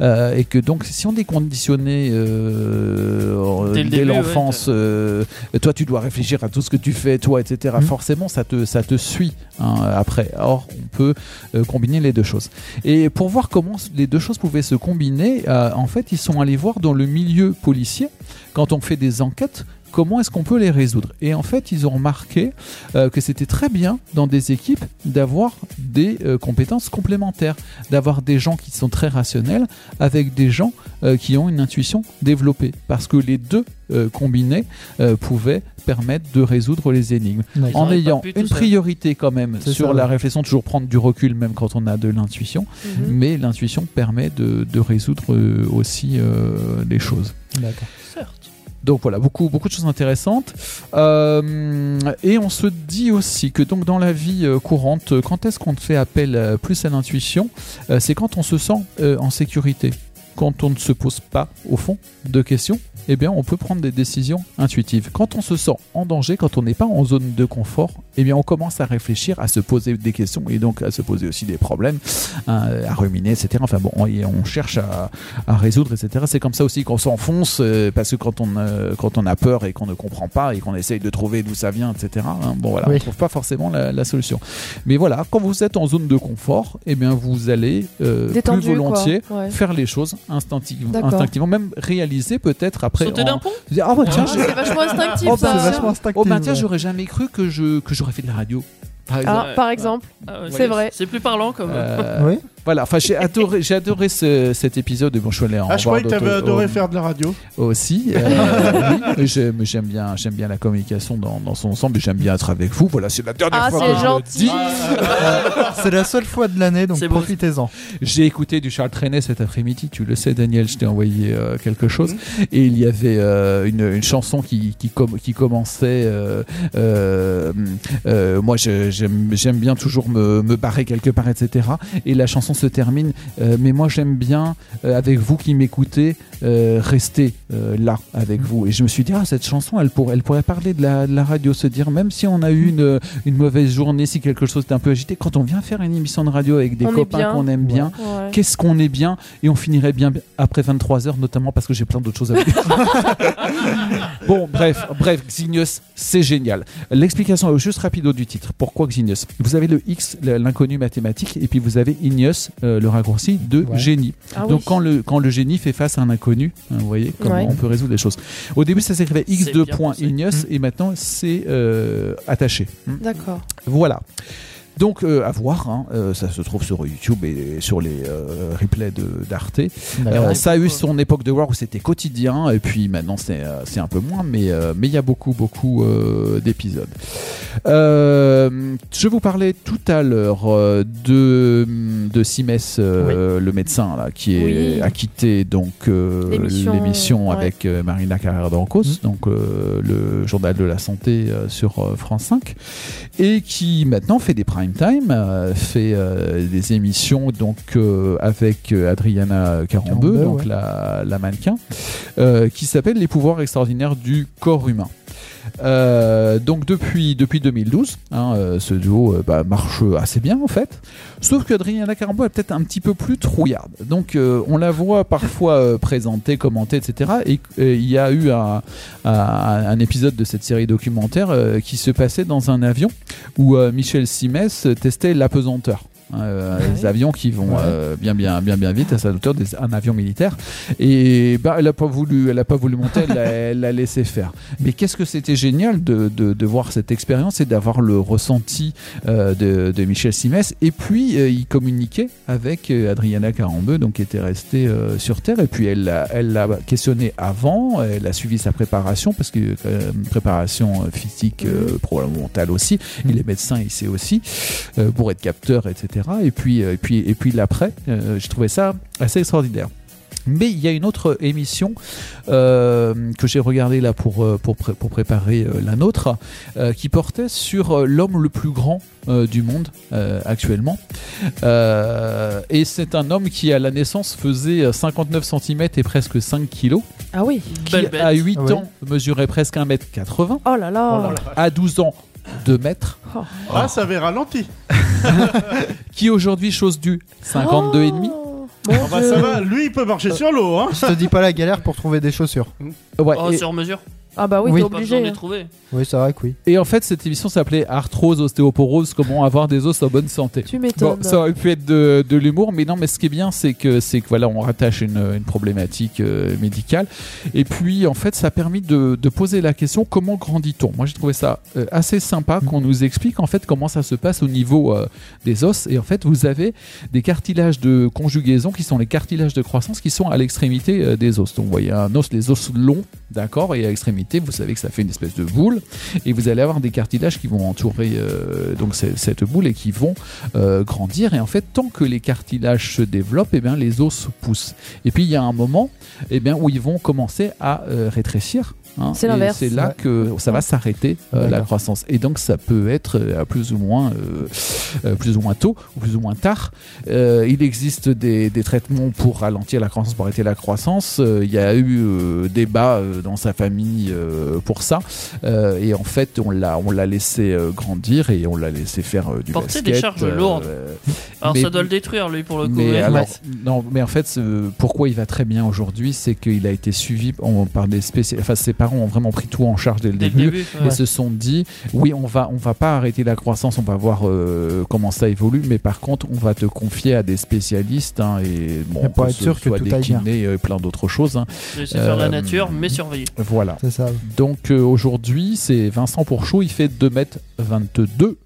Speaker 8: Euh, et que donc, si on est conditionné euh,
Speaker 5: Dès le
Speaker 8: dès
Speaker 5: début,
Speaker 8: l'enfance,
Speaker 5: ouais,
Speaker 8: euh, toi tu dois réfléchir à tout ce que tu fais, toi, etc.,
Speaker 4: Mhm.
Speaker 8: forcément, ça te, ça te suit hein, après. Or, on peut euh, combiner les deux choses. Et pour voir comment les deux choses pouvaient se combiner, euh, en fait, ils sont allés voir dans le milieu policier, quand on fait des enquêtes, comment est-ce qu'on peut les résoudre. Et en fait, ils ont remarqué euh, que c'était très bien dans des équipes d'avoir des euh, compétences complémentaires, d'avoir des gens qui sont très rationnels avec des gens euh, qui ont une intuition développée, parce que les deux euh, combinés euh, pouvaient permettre de résoudre les énigmes
Speaker 5: Ils
Speaker 8: en
Speaker 5: auraient pas
Speaker 8: ayant
Speaker 5: pu hein. tout
Speaker 8: une
Speaker 5: seul.
Speaker 8: priorité quand même
Speaker 4: C'est
Speaker 8: sur
Speaker 4: ça,
Speaker 8: la
Speaker 4: ouais.
Speaker 8: réflexion, toujours prendre du recul même quand on a de l'intuition,
Speaker 6: Mhm.
Speaker 8: mais l'intuition permet de, de résoudre euh, aussi euh, les choses.
Speaker 4: D'accord.
Speaker 5: Certes.
Speaker 8: Donc voilà, beaucoup, beaucoup de choses intéressantes. Euh, et on se dit aussi que donc dans la vie euh, courante, euh, quand est-ce qu'on fait appel euh, plus à l'intuition Euh, C'est quand on se sent euh, en sécurité. Quand on ne se pose pas, au fond, de questions, eh bien, on peut prendre des décisions intuitives. Quand on se sent en danger, quand on n'est pas en zone de confort, eh bien, on commence à réfléchir, à se poser des questions et donc à se poser aussi des problèmes, hein, à ruminer, etc. Enfin bon, on, et on cherche à, à résoudre, etc. C'est comme ça aussi qu'on s'enfonce, euh, parce que quand on, euh, quand on a peur et qu'on ne comprend pas et qu'on essaye de trouver d'où ça vient, etc., hein, bon voilà,
Speaker 4: Oui.
Speaker 8: on ne trouve pas forcément la, la solution. Mais voilà, quand vous êtes en zone de confort, eh bien, vous allez euh,
Speaker 6: Détendu,
Speaker 8: plus volontiers
Speaker 6: quoi. Ouais.
Speaker 8: faire les choses instinctive-
Speaker 6: D'accord.
Speaker 8: instinctivement, même réaliser peut-être après.
Speaker 5: Sauter
Speaker 8: en-
Speaker 5: d'un pont
Speaker 8: Vous dites, Ah bah tiens,
Speaker 6: Ah,
Speaker 8: je-
Speaker 6: c'est vachement instinctif
Speaker 8: Oh,
Speaker 6: ça.
Speaker 8: bah,
Speaker 4: c'est vachement instinctif.
Speaker 8: oh bah tiens,
Speaker 4: ouais.
Speaker 8: j'aurais jamais cru que je que j'aurais fait de la radio. Par exemple.
Speaker 6: Ah, par exemple,
Speaker 5: Ah ouais,
Speaker 6: C'est vrai.
Speaker 5: C'est plus parlant comme.
Speaker 7: [LAUGHS]
Speaker 8: Euh,
Speaker 4: Oui.
Speaker 8: Voilà, enfin j'ai adoré, j'ai adoré ce- cet épisode. Bon, je suis allé en
Speaker 7: Ah, je
Speaker 8: voir
Speaker 7: croyais que t'avais
Speaker 8: d'autres-
Speaker 7: adoré
Speaker 8: au-
Speaker 7: faire de la radio.
Speaker 8: aussi.
Speaker 7: [LAUGHS]
Speaker 8: euh, oui, mais j'ai- mais j'aime bien, j'aime bien la communication dans, dans son ensemble. et J'aime bien être avec vous. Voilà, c'est la dernière
Speaker 6: Ah,
Speaker 8: fois
Speaker 6: c'est
Speaker 8: que je le
Speaker 6: gentil.
Speaker 8: dis.
Speaker 4: Euh, C'est la seule fois de l'année, donc
Speaker 5: C'est beau.
Speaker 4: profitez-en.
Speaker 8: J'ai écouté du Charles Trenet cet après-midi, tu le sais Daniel, je t'ai envoyé euh, quelque chose, et il y avait euh, une, une chanson qui, qui, com- qui commençait, euh, euh, euh, moi je- j'aime j'aime bien toujours me, me barrer quelque part, etc. Et la chanson se termine. Euh, mais moi, j'aime bien, euh, avec vous qui m'écoutez, euh, rester euh, là avec vous. Et je me suis dit, ah, cette chanson, elle, pour- elle pourrait parler de la, de la radio, se dire, même si on a eu une, une mauvaise journée, si quelque chose est un peu agité, quand on vient faire une émission de radio avec des
Speaker 6: On est bien.
Speaker 8: copains qu'on aime bien,
Speaker 6: Ouais.
Speaker 8: qu'est-ce qu'on est bien Et on finirait bien après 23h, notamment parce que j'ai plein d'autres choses à vous dire. Bon, bref, bref, Xignos, c'est génial. L'explication est juste rapido du titre. Pourquoi Xignos Vous avez le X, le- l'inconnu mathématique, et puis vous avez Ignos, euh, le raccourci de
Speaker 12: Ouais.
Speaker 8: génie.
Speaker 12: Ah
Speaker 8: Donc
Speaker 12: oui.
Speaker 8: quand, le, quand le génie fait face à un inconnu, hein, vous voyez comment
Speaker 12: Ouais.
Speaker 8: on peut résoudre les choses. Au début, ça s'écrivait X
Speaker 12: C'est
Speaker 8: de
Speaker 12: bien Hmm.
Speaker 8: point Ignos, et maintenant c'est euh, attaché. Hmm.
Speaker 6: D'accord.
Speaker 8: Voilà. Donc euh, à voir, hein, euh, ça se trouve sur YouTube et sur les euh, replays de- d'Arte.
Speaker 4: D'accord.
Speaker 8: Euh, ça a eu son époque de War où c'était quotidien et puis maintenant c'est euh, c'est un peu moins, mais euh, mais il y a beaucoup beaucoup euh, d'épisodes. Euh, je vous parlais tout à l'heure euh, de de Simès, euh, le médecin là, qui est
Speaker 12: Oui.
Speaker 8: a quitté donc euh,
Speaker 12: L'émission,
Speaker 8: l'émission
Speaker 12: ouais. Hum.
Speaker 8: avec euh, Marina Carrère d'Ancos, donc euh, le journal de la santé euh, sur euh, France 5, et qui maintenant fait des prime time, euh, fait euh, des émissions donc euh, avec euh, Adriana Carambeu,
Speaker 4: Carambeu,
Speaker 8: donc
Speaker 4: ouais.
Speaker 8: la, la mannequin, euh, qui s'appelle Les pouvoirs extraordinaires du corps humain. Euh, donc depuis, depuis 2012, hein, euh, ce duo euh, bah, marche assez bien en fait. Sauf qu'Adriana Carambo est peut-être un petit peu plus trouillarde. Donc euh, on la voit parfois euh, présentée, commentée, etc. Et euh, il y a eu un, un- un épisode de cette série documentaire euh, qui se passait dans un avion où euh, Michel Simès testait l'apesanteur. hein, euh, Les avions qui vont euh, bien bien bien bien vite à sa hauteur des- un avion militaire et bah elle a pas voulu elle a pas voulu monter elle l'a- elle l'a laissé faire mais qu'est-ce que c'était génial de, de- de voir cette expérience et d'avoir le ressenti euh, de, de Michel Simès et puis euh, il communiquait avec euh, Adriana Carambeu donc qui était restée euh, sur terre et puis elle l'a- elle l'a questionné avant elle a suivi sa préparation parce que euh, préparation euh, physique euh, probablement mentale aussi il est médecin il sait aussi euh, bourré de capteurs etc et puis euh, et puis et puis l'après euh, je trouvais ça assez extraordinaire mais il y a une autre émission euh, que j'ai regardée là pour, euh, pour, pré- pour préparer euh, la nôtre, euh, qui portait sur euh, l'homme le plus grand euh, du monde euh, actuellement. Euh, et c'est un homme qui à la naissance faisait euh, 59 cm et presque 5 kg.
Speaker 6: Ah oui.
Speaker 8: Qui à 8 ans mesurait presque 1m80.
Speaker 6: Oh là là. Oh là là.
Speaker 8: À 12 ans, 2 mètres.
Speaker 7: Ah, ça avait ralenti.
Speaker 8: Qui aujourd'hui, chose du 52,5 et demi.
Speaker 6: Oh.
Speaker 7: Ah bah, ça va, lui il peut marcher sur l'eau. Hein.
Speaker 4: Je te dis pas la galère pour trouver des chaussures.
Speaker 8: Ouais,
Speaker 5: Oh,
Speaker 8: et-
Speaker 5: sur mesure.
Speaker 6: Ah bah oui,
Speaker 8: Oui.
Speaker 6: t'es
Speaker 8: Pas
Speaker 6: obligé.
Speaker 5: besoin de trouver.
Speaker 4: Oui, c'est vrai que oui.
Speaker 8: Et en fait, cette émission s'appelait Arthrose, ostéoporose, comment avoir des os en bonne santé.
Speaker 6: Tu m'étonnes.
Speaker 8: Bon, ça aurait pu être de, de l'humour, mais non, mais ce qui est bien, c'est que, c'est que voilà, on rattache une, une problématique euh, médicale. Et puis, en fait, ça a permis de, de poser la question comment grandit-on Moi, j'ai trouvé ça euh, assez sympa qu'on nous explique en fait comment ça se passe au niveau euh, des os. Et en fait, vous avez des cartilages de conjugaison qui sont les cartilages de croissance qui sont à l'extrémité euh, des os. Donc, vous voyez un os, les os longs, d'accord, et à l'extrémité, vous savez que ça fait une espèce de boule, et vous allez avoir des cartilages qui vont entourer euh, donc ce- cette boule et qui vont euh, grandir. Et en fait, tant que les cartilages se développent, et bien les os poussent. Et puis il y a un moment, et bien où ils vont commencer à euh, rétrécir. hein.
Speaker 12: C'est
Speaker 8: Et
Speaker 12: l'inverse.
Speaker 8: C'est là
Speaker 12: Ouais.
Speaker 8: que ça va s'arrêter euh, la
Speaker 12: D'accord.
Speaker 8: croissance. Et donc ça peut être euh, à plus ou moins, euh, euh, plus ou moins tôt ou plus ou moins tard. Euh, il existe des, des traitements pour ralentir la croissance, pour arrêter la croissance. Euh, il y a eu euh, débat euh, dans sa famille euh, pour ça. Euh, et en fait, on l'a, on l'a laissé euh, grandir et on l'a laissé faire euh, du
Speaker 5: Porter
Speaker 8: basket.
Speaker 5: des charges
Speaker 8: euh,
Speaker 5: lourdes. Alors
Speaker 8: mais-
Speaker 5: ça doit le détruire lui pour le coup.
Speaker 8: mais
Speaker 5: ouais.
Speaker 8: alors- non, mais en fait, ce- pourquoi il va très bien aujourd'hui, c'est qu'il a été suivi on- par des spécialistes. Enfin, ses parents ont vraiment pris tout en charge dès le
Speaker 5: Dès le
Speaker 8: début,
Speaker 5: début,
Speaker 8: et
Speaker 5: ouais.
Speaker 8: se sont dit oui, on va, on va pas arrêter la croissance, on va voir euh, comment ça évolue, mais par contre, on va te confier à des spécialistes hein, et bon,
Speaker 4: Et pour être
Speaker 8: ce
Speaker 4: sûr que
Speaker 8: soit
Speaker 4: tout
Speaker 8: des
Speaker 4: aille bien.
Speaker 8: kinés et plein d'autres choses. hein.
Speaker 5: Laisser faire la
Speaker 8: Euh,
Speaker 5: nature, mais surveiller.
Speaker 8: Voilà.
Speaker 4: C'est ça.
Speaker 8: Donc euh, aujourd'hui, c'est Vincent Pourchaud, il fait 2m22.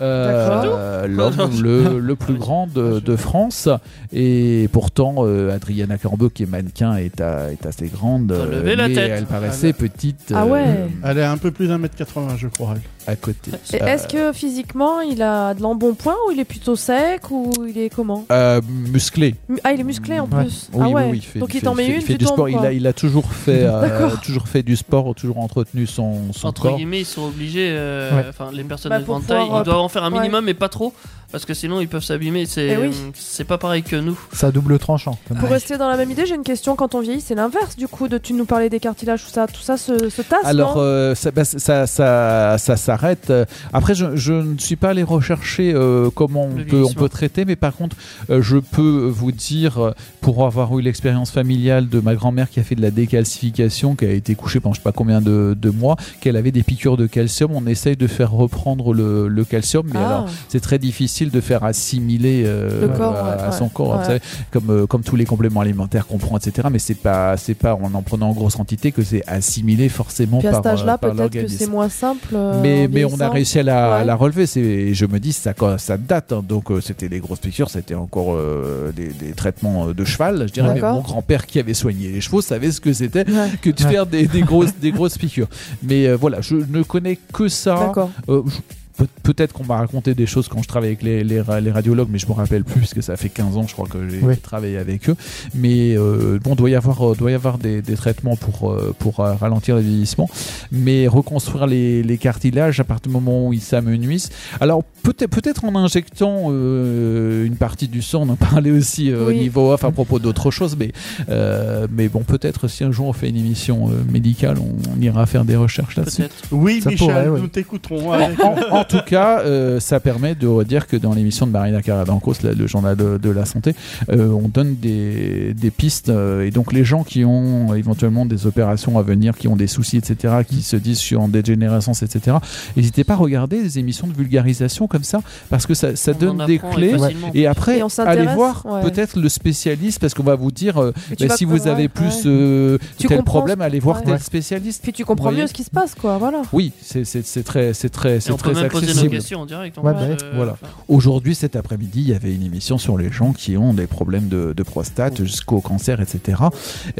Speaker 8: Euh,
Speaker 12: D'accord.
Speaker 8: L'homme le, le plus grand de, de France. Et pourtant, euh, Adriana Carambeu, qui est mannequin, est, à- est assez grande. euh,
Speaker 7: lever la
Speaker 8: mais
Speaker 7: tête.
Speaker 8: elle paraissait
Speaker 7: Ah,
Speaker 8: petite
Speaker 6: Ah
Speaker 8: euh,
Speaker 6: ouais.
Speaker 7: Elle est à un peu plus d'un mètre 80, je crois.
Speaker 8: à côté.
Speaker 6: Et Est-ce que physiquement il a de l'embonpoint ou il est plutôt sec ou il est comment
Speaker 8: Euh, musclé.
Speaker 6: Mu- Ah, il est musclé en
Speaker 8: Mm, Ouais.
Speaker 6: plus.
Speaker 8: Oui,
Speaker 6: ah ouais.
Speaker 8: oui, oui, il fait,
Speaker 6: Donc
Speaker 8: il
Speaker 6: il t'en
Speaker 8: fait-
Speaker 6: met
Speaker 8: il
Speaker 6: une,
Speaker 8: fait
Speaker 6: tu
Speaker 8: du
Speaker 6: tombes,
Speaker 8: sport. Il
Speaker 6: quoi.
Speaker 8: a, il a
Speaker 6: [LAUGHS]
Speaker 8: toujours fait, euh,
Speaker 6: D'accord.
Speaker 8: toujours fait du sport, toujours entretenu son, son
Speaker 5: Entre
Speaker 8: corps.
Speaker 5: guillemets, ils sont obligés, euh,
Speaker 8: Ouais.
Speaker 5: enfin les personnes
Speaker 6: Bah,
Speaker 5: de
Speaker 6: pour
Speaker 5: grande taille,
Speaker 6: pouvoir, euh,
Speaker 5: ils doivent en faire un
Speaker 6: ouais.
Speaker 5: minimum, mais pas trop, parce que sinon ils peuvent s'abîmer. C'est euh,
Speaker 6: Eh oui.
Speaker 5: c'est pas pareil que nous.
Speaker 4: Ça double tranchant. comme
Speaker 6: Pour
Speaker 4: on dit.
Speaker 6: rester dans la même idée, j'ai une question. Quand on vieillit, c'est l'inverse du coup de tu nous parlais des cartilages, tout ça, tout ça se, se tasse.
Speaker 8: Alors
Speaker 6: non
Speaker 8: euh, ça, bah, ça, ça- ça s'arrête. Euh, Après, je, je ne suis pas allé rechercher euh, comment on
Speaker 5: Le
Speaker 8: peut, on
Speaker 5: vieillissement.
Speaker 8: peut traiter, mais par contre, euh, je peux vous dire, euh, pour avoir eu l'expérience familiale de ma grand-mère qui a fait de la décalcification, qui a été couchée pendant je sais pas combien de, de mois, qu'elle avait des piqûres de calcium. On essaye de faire reprendre le, le calcium, mais
Speaker 6: Ah.
Speaker 8: alors c'est très difficile de faire assimiler euh,
Speaker 6: Le corps,
Speaker 8: à,
Speaker 6: ouais,
Speaker 8: à son
Speaker 6: ouais,
Speaker 8: corps.
Speaker 6: ouais.
Speaker 8: Vous savez, comme, euh, comme tous les compléments alimentaires qu'on prend, etc. Mais c'est pas, c'est pas en en prenant en grosse quantité que c'est assimilé forcément
Speaker 6: Puis à
Speaker 8: par,
Speaker 6: cet âge-là,
Speaker 8: euh, par
Speaker 6: peut-être que c'est
Speaker 8: l'organisme.
Speaker 6: moins simple. euh,
Speaker 8: Mais,
Speaker 6: en
Speaker 8: mais on a
Speaker 6: vieillissant.
Speaker 8: réussi à la, à
Speaker 6: Ouais.
Speaker 8: la relever. C'est- et je me dis, ça, co- ça date. hein. donc, euh, c'était des grosses piqûres, c'était encore euh, des, des traitements euh, de cheval. Je dirais, mais
Speaker 6: D'accord.
Speaker 8: mon grand-père qui avait soigné les chevaux savait ce que c'était
Speaker 6: Ouais.
Speaker 8: que de
Speaker 4: Ouais.
Speaker 8: faire des, des grosses, des grosses piqûres. Mais euh, voilà, je ne connais que ça.
Speaker 6: D'accord.
Speaker 8: Euh, je- peut- Peut-être qu'on m'a raconté des choses quand je travaillais avec les, les, ra- les radiologues, mais je me rappelle plus parce que ça fait 15 ans, je crois que j'ai
Speaker 4: Oui.
Speaker 8: travaillé avec eux. Mais euh, bon, doit y avoir, euh, doit y avoir des, des traitements pour, euh, pour euh, ralentir le vieillissement, mais reconstruire les, les cartilages à partir du moment où ils s'amenuisent. Alors peut-être peut-être en injectant euh, une partie du sang, on en parlait aussi euh,
Speaker 6: Oui.
Speaker 8: au niveau off à propos d'autres choses, mais euh, mais bon, peut-être si un jour on fait une émission euh, médicale, on, on ira faire des recherches là-dessus.
Speaker 5: Peut-être.
Speaker 7: Oui,
Speaker 4: Ça
Speaker 7: Michel,
Speaker 4: pourrait, ouais.
Speaker 7: nous t'écouterons.
Speaker 8: [LAUGHS]
Speaker 7: avec-
Speaker 8: En tout cas, euh, ça permet de redire que dans l'émission de Marina Caradancos, la- le journal de, de la santé, euh, on donne des, des pistes. euh, et donc, les gens qui ont éventuellement des opérations à venir, qui ont des soucis, etc., qui se disent je suis en dégénérescence, etc., n'hésitez pas à regarder des émissions de vulgarisation comme ça, parce que ça, ça
Speaker 5: On
Speaker 8: donne
Speaker 5: en
Speaker 8: des
Speaker 5: apprend
Speaker 8: clés.
Speaker 5: et facilement.
Speaker 8: Et après,
Speaker 6: Et on s'intéresse,
Speaker 8: allez voir
Speaker 6: ouais.
Speaker 8: peut-être le spécialiste, parce qu'on va vous dire euh,
Speaker 6: Et tu
Speaker 8: bah,
Speaker 6: vas
Speaker 8: si
Speaker 6: prendre-
Speaker 8: vous avez
Speaker 6: ouais,
Speaker 8: plus
Speaker 6: ouais.
Speaker 8: euh,
Speaker 6: Tu
Speaker 8: tel
Speaker 6: comprends
Speaker 8: problème,
Speaker 6: ce-
Speaker 8: allez voir
Speaker 6: ouais.
Speaker 8: tel
Speaker 6: Ouais.
Speaker 8: spécialiste.
Speaker 6: Puis tu comprends
Speaker 8: Voyez.
Speaker 6: mieux ce qui se passe, quoi. Voilà.
Speaker 8: Oui, c'est c'est- c'est très, c'est très,
Speaker 5: Et
Speaker 8: c'est
Speaker 5: on peut
Speaker 8: très
Speaker 5: même poser nos
Speaker 8: accessible.
Speaker 5: questions en direct. en
Speaker 4: Ouais,
Speaker 5: plus,
Speaker 4: bah,
Speaker 5: euh,
Speaker 8: voilà.
Speaker 5: enfin.
Speaker 8: Aujourd'hui, cet après-midi, il y avait une émission sur les gens qui ont des problèmes de, de prostate jusqu'au cancer, etc.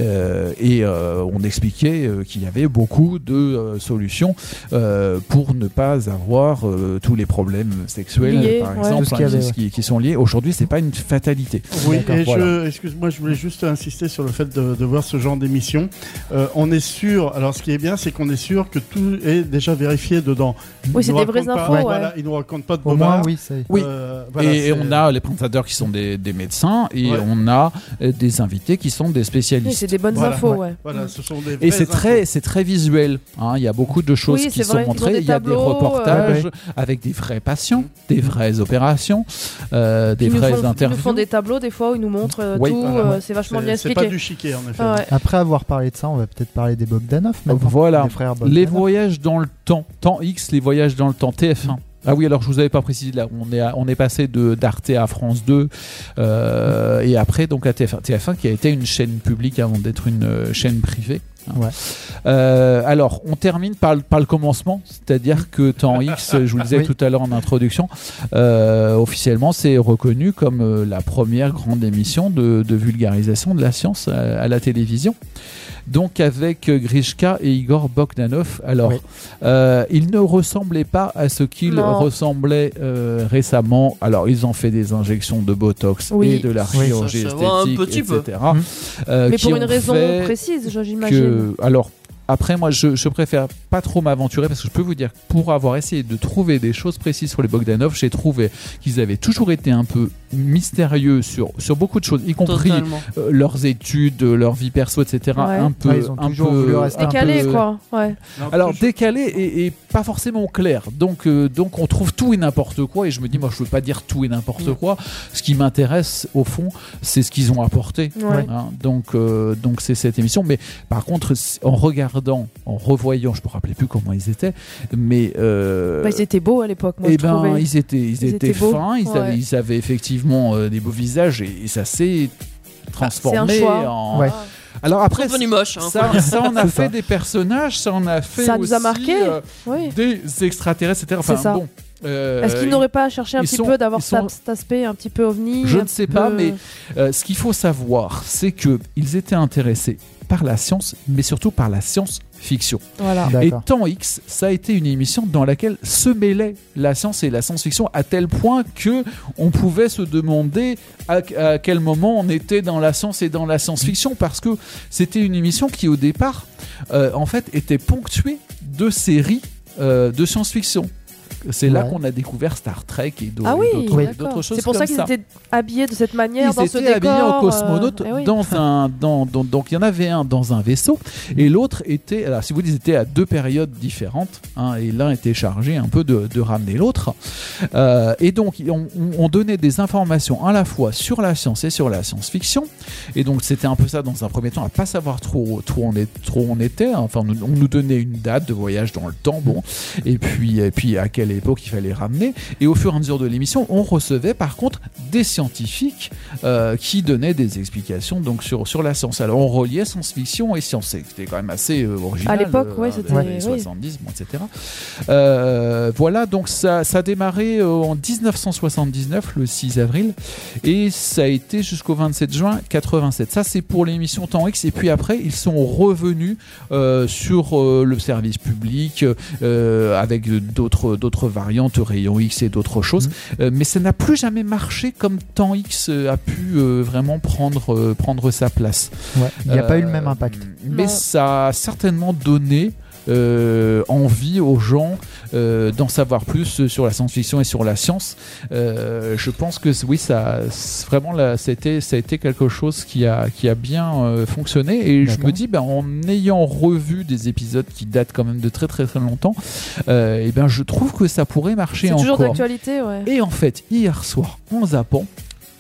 Speaker 8: Euh, et euh, on expliquait euh, qu'il y avait beaucoup de euh, solutions euh, pour ne pas avoir euh, tous les problèmes sexuels,
Speaker 6: Liés,
Speaker 8: par
Speaker 6: ouais.
Speaker 8: exemple,
Speaker 4: Tout ce qu'il y
Speaker 8: hein,
Speaker 4: avait,
Speaker 8: qui,
Speaker 4: ouais.
Speaker 8: qui- qui sont liés. Aujourd'hui, c'est pas une fatalité.
Speaker 7: Oui,
Speaker 8: D'accord,
Speaker 7: et
Speaker 8: voilà.
Speaker 7: je, excuse-moi, je voulais juste insister sur le fait de, de voir ce genre d'émission. Euh, on est sûr, alors ce qui est bien, c'est qu'on est sûr que tout est déjà vérifié dedans.
Speaker 6: Oui,
Speaker 7: Ils
Speaker 6: c'est
Speaker 7: nous
Speaker 6: des vraies
Speaker 7: racontent
Speaker 6: infos.
Speaker 7: Pas,
Speaker 6: ouais.
Speaker 7: voilà, ils nous racontent pas de
Speaker 4: Au
Speaker 7: bobards.
Speaker 4: moins, oui, c'est.
Speaker 8: Oui.
Speaker 7: Euh, voilà,
Speaker 8: et, et
Speaker 7: c'est-
Speaker 8: on a les présentateurs qui sont des, des médecins et
Speaker 7: Ouais.
Speaker 8: on a euh, des invités qui sont des
Speaker 6: Oui,
Speaker 8: spécialistes.
Speaker 6: C'est des bonnes
Speaker 7: Voilà.
Speaker 6: infos, ouais.
Speaker 7: Voilà, ce sont des
Speaker 8: Et
Speaker 7: vraies
Speaker 8: c'est très, c'est très visuel. hein. Il y a beaucoup de choses
Speaker 6: Oui,
Speaker 8: qui
Speaker 6: c'est
Speaker 8: sont
Speaker 6: vrai. Ils ont
Speaker 8: montrées.
Speaker 6: des
Speaker 8: Il y a des
Speaker 6: tableaux,
Speaker 8: reportages
Speaker 4: euh,
Speaker 8: avec des vrais patients, des vraies opérations, euh, des
Speaker 6: Ils nous
Speaker 8: vraies
Speaker 6: font- Ils
Speaker 8: interviews.
Speaker 6: nous font des tableaux des fois où ils nous montrent euh,
Speaker 8: Oui,
Speaker 6: tout.
Speaker 7: voilà,
Speaker 6: euh,
Speaker 7: ouais.
Speaker 6: C'est vachement
Speaker 7: C'est-
Speaker 6: bien
Speaker 7: C'est
Speaker 6: expliqué.
Speaker 7: pas du chiquet, en effet.
Speaker 6: Ah ouais.
Speaker 4: Après avoir parlé de ça, on va peut-être parler des Bogdanov maintenant.
Speaker 8: Voilà.
Speaker 4: Des frères
Speaker 8: Les
Speaker 4: Bogdanov.
Speaker 8: voyages dans le temps, temps X, les voyages dans le temps
Speaker 4: Mm.
Speaker 8: TF1. Ah oui, alors je vous avais pas précisé là, on est à- on est passé de d'Arte à France 2 euh, et après donc à TF1, TF1 qui a été une chaîne publique avant d'être une euh, chaîne privée. hein.
Speaker 4: Ouais.
Speaker 8: Euh, alors, on termine par, le- par le commencement, c'est-à-dire que Temps X, je vous le disais
Speaker 4: Oui.
Speaker 8: tout à l'heure en introduction, euh, officiellement c'est reconnu comme euh, la première grande émission de, de vulgarisation de la science à- à la télévision donc avec euh, Grishka et Igor Bogdanov. Alors,
Speaker 4: Oui.
Speaker 8: euh, ils ne ressemblaient pas à ce qu'ils
Speaker 6: Non.
Speaker 8: ressemblaient euh, récemment. Alors, ils ont fait des injections de Botox
Speaker 6: Oui.
Speaker 8: et de la
Speaker 4: Oui.
Speaker 8: chirurgie
Speaker 5: Ça se voit un
Speaker 8: esthétique,
Speaker 5: petit peu.
Speaker 8: etc.
Speaker 4: Mm.
Speaker 8: euh,
Speaker 6: Mais
Speaker 8: qui
Speaker 6: pour une
Speaker 8: ont
Speaker 6: raison
Speaker 8: fait
Speaker 6: précise, je- j'imagine.
Speaker 8: que, alors. Après, moi, je, je préfère pas trop m'aventurer parce que je peux vous dire que pour avoir essayé de trouver des choses précises sur les Bogdanov, j'ai trouvé qu'ils avaient toujours été un peu mystérieux sur, sur beaucoup de choses, y compris
Speaker 5: Totalement.
Speaker 8: euh, leurs études, euh, leur vie perso, etc.
Speaker 6: Ouais.
Speaker 8: Un peu,
Speaker 4: Ouais, Ah, ils ont
Speaker 8: un
Speaker 4: toujours
Speaker 8: peu,
Speaker 4: voulu rester
Speaker 8: un
Speaker 6: Décalé,
Speaker 8: peu- euh,
Speaker 6: quoi. Ouais.
Speaker 7: Non,
Speaker 8: Alors
Speaker 7: toujours-
Speaker 8: décalé et, et pas forcément clair. Donc, euh, donc on trouve tout et n'importe quoi. Et je me dis, moi, je veux pas dire tout et n'importe
Speaker 6: Mm.
Speaker 8: quoi. Ce qui m'intéresse au fond, c'est ce qu'ils ont apporté.
Speaker 6: Ouais.
Speaker 8: Hein, donc, euh, donc c'est cette émission. Mais par contre, c- en regardant, en revoyant, je me rappelais plus comment ils étaient, mais euh,
Speaker 6: Bah, ils étaient beaux à l'époque, moi, je
Speaker 8: eh ben,
Speaker 6: trouvais.
Speaker 8: ils étaient, ils, étaient,
Speaker 6: étaient beaux.
Speaker 8: fins, ils,
Speaker 6: Ouais.
Speaker 8: avaient, ils avaient effectivement euh, des beaux visages et, et ça s'est transformé
Speaker 6: Bah, choix.
Speaker 8: en.
Speaker 4: Ouais.
Speaker 8: Alors
Speaker 5: Ils
Speaker 8: après,
Speaker 5: sont devenus moches. hein.
Speaker 4: [LAUGHS]
Speaker 8: ça, ça, on a
Speaker 4: C'est
Speaker 8: fait
Speaker 4: ça.
Speaker 8: des personnages, ça on a fait
Speaker 6: Ça nous
Speaker 8: aussi,
Speaker 6: a marqué.
Speaker 8: euh,
Speaker 6: Oui.
Speaker 8: des extraterrestres, etc. Enfin
Speaker 6: C'est ça.
Speaker 8: bon. euh,
Speaker 6: Est-ce qu'ils n'auraient pas cherché un
Speaker 8: ils
Speaker 6: petit
Speaker 8: sont-
Speaker 6: peu d'avoir
Speaker 8: ils sont-
Speaker 6: cet cet aspect un petit peu ovni
Speaker 8: Je
Speaker 6: un
Speaker 8: ne sais
Speaker 6: peu-
Speaker 8: pas, mais euh, ce qu'il faut savoir, c'est que ils étaient intéressés par la science, mais surtout par la science-fiction.
Speaker 6: Voilà.
Speaker 8: Et
Speaker 4: Ah, D'accord.
Speaker 8: Temps X, ça a été une émission dans laquelle se mêlaient la science et la science-fiction à tel point que on pouvait se demander à, à quel moment on était dans la science et dans la science-fiction parce que c'était une émission qui au départ, euh, en fait, était ponctuée de séries euh, de science-fiction. C'est là
Speaker 4: Ouais.
Speaker 8: qu'on a découvert Star Trek et d'autres
Speaker 6: Ah oui,
Speaker 8: d'autres-
Speaker 6: d'accord.
Speaker 8: d'autres choses
Speaker 6: C'est pour ça
Speaker 8: comme
Speaker 6: qu'ils étaient habillés de cette manière dans
Speaker 8: ils
Speaker 6: ce
Speaker 8: étaient
Speaker 6: décor.
Speaker 8: habillés en
Speaker 6: euh,
Speaker 8: cosmonautes
Speaker 6: eh oui. [LAUGHS]
Speaker 8: dans un dans, dans- donc il y en avait un dans un vaisseau et l'autre était alors si vous voulez, ils étaient à deux périodes différentes hein, et l'un était chargé un peu de, de ramener l'autre Euh, et donc on, on- on donnait des informations à la fois sur la science et sur la science-fiction et donc c'était un peu ça dans un premier temps à pas savoir trop trop on est trop on était hein. enfin on, nous- on nous donnait une date de voyage dans le temps bon et puis et puis à quelle époque il fallait ramener et au fur et à mesure de l'émission on recevait par contre des scientifiques euh, qui donnaient des explications donc sur, sur la science. Alors on reliait science-fiction et science, c'était quand même assez euh, original.
Speaker 6: À l'époque, ouais,
Speaker 8: hein,
Speaker 6: c'était-
Speaker 8: des années
Speaker 6: oui.
Speaker 8: 70, bon, etc. Euh, voilà, donc ça, ça a démarré euh, en 1979, le 6 avril, et ça a été jusqu'au 27 juin 87. Ça, c'est pour l'émission Temps X, et puis après, ils sont revenus euh, sur euh, le service public euh, avec d'autres d'autres variantes, Rayon X et d'autres choses, Euh, mais ça n'a plus jamais marché comme Temps X euh, a pu euh, vraiment prendre, euh, prendre sa place.
Speaker 4: Ouais, Il n'y a pas eu le
Speaker 8: Euh,
Speaker 4: même impact.
Speaker 8: Mais ça a certainement donné euh, envie aux gens euh, d'en savoir plus sur la science-fiction et sur la science. Euh, je pense que oui, ça c'est vraiment là, ça a été, ça a été quelque chose qui a, qui a bien euh, fonctionné. Et je
Speaker 4: D'accord.
Speaker 8: me dis, ben, en ayant revu des épisodes qui datent quand même de très très très longtemps, et ben, je trouve que ça pourrait marcher
Speaker 6: C'est toujours
Speaker 8: encore.
Speaker 6: d'actualité, ouais.
Speaker 8: Et en fait, hier soir, en zappant,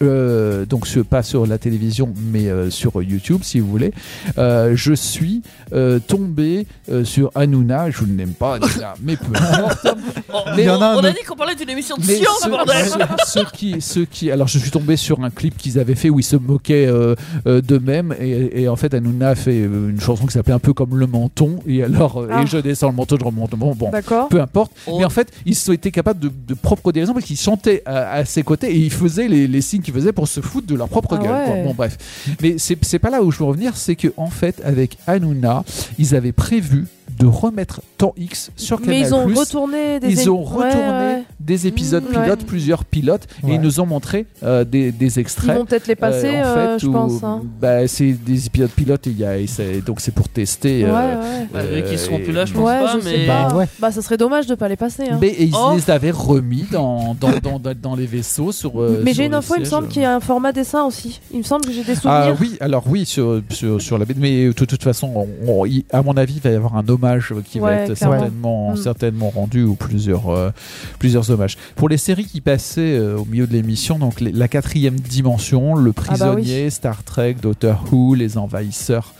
Speaker 8: euh, donc sur- pas sur la télévision, mais euh, sur YouTube, si vous voulez, euh, je suis euh, tombé euh, sur Hanouna. Je n'aime pas Hanouna, mais peu importe.
Speaker 5: [LAUGHS] Oh,
Speaker 8: Mais
Speaker 5: on,
Speaker 8: il y en a un
Speaker 5: on a
Speaker 8: autre.
Speaker 5: dit qu'on parlait d'une émission de
Speaker 8: Mais
Speaker 5: science,
Speaker 8: ce-
Speaker 5: bordel
Speaker 8: ce- ce qui, ce qui, alors je suis tombé sur un clip qu'ils avaient fait où ils se moquaient euh, euh, d'eux-mêmes et, et en fait Hanouna a fait euh, une chanson qui s'appelait un peu comme le menton et alors euh,
Speaker 6: Ah.
Speaker 8: et je descends le menton, je remonte bon bon
Speaker 6: D'accord.
Speaker 8: peu importe.
Speaker 5: Oh.
Speaker 8: Mais en fait, ils ont été capables de, de propre dérision parce qu'ils chantaient à, à ses côtés et ils faisaient les, les signes qu'ils faisaient pour se foutre de leur propre
Speaker 6: Ah
Speaker 8: gueule. quoi.
Speaker 6: ouais.
Speaker 8: Bon, bref. Mais c'est c'est pas là où je veux revenir, c'est que en fait, avec Hanouna, ils avaient prévu de remettre Temps X sur Canal+.
Speaker 6: Mais ils ont retourné des
Speaker 8: Ils
Speaker 6: é-
Speaker 8: ont retourné
Speaker 6: Ouais, ouais.
Speaker 8: des épisodes
Speaker 6: Mm,
Speaker 8: pilotes,
Speaker 6: ouais.
Speaker 8: plusieurs pilotes, et
Speaker 4: Ouais.
Speaker 8: ils nous ont montré euh, des, des
Speaker 6: Ils
Speaker 8: extraits.
Speaker 6: vont peut-être les passer,
Speaker 8: Euh, en fait,
Speaker 6: euh, je
Speaker 8: où-
Speaker 6: pense. hein.
Speaker 8: bah, c'est des épisodes pilotes, et il y a, et c'est- donc c'est pour tester.
Speaker 6: Ouais,
Speaker 8: euh,
Speaker 6: ouais.
Speaker 5: Bah, vu qu'ils seront plus là, je
Speaker 8: et-
Speaker 5: pense
Speaker 6: Ouais,
Speaker 5: pas,
Speaker 6: je sais
Speaker 5: mais-
Speaker 6: pas.
Speaker 4: Bah, ouais.
Speaker 6: Bah, ça serait dommage de pas les passer. hein.
Speaker 8: Mais ils
Speaker 5: Oh.
Speaker 8: les avaient remis dans, dans, dans, dans- dans les vaisseaux sur. euh,
Speaker 6: Mais
Speaker 8: sur
Speaker 6: j'ai une
Speaker 8: le
Speaker 6: info, il me
Speaker 8: siège.
Speaker 6: semble qu'il y a un format dessin aussi. Il me semble que j'ai des
Speaker 8: Ah
Speaker 6: souvenirs.
Speaker 8: oui, alors oui, sur, sur, sur la baie. Mais de toute, toute façon, on- on- il- à mon avis, il va y avoir un hommage qui va
Speaker 6: Ouais,
Speaker 8: être
Speaker 6: clairement.
Speaker 8: certainement,
Speaker 6: Mm.
Speaker 8: certainement rendu ou plusieurs, euh, plusieurs hommages. Pour les séries qui passaient euh, au milieu de l'émission, donc les- la quatrième
Speaker 6: Ah
Speaker 8: dimension, Le
Speaker 6: bah oui.
Speaker 8: Prisonnier, Star Trek, Doctor Who, Les Envahisseurs.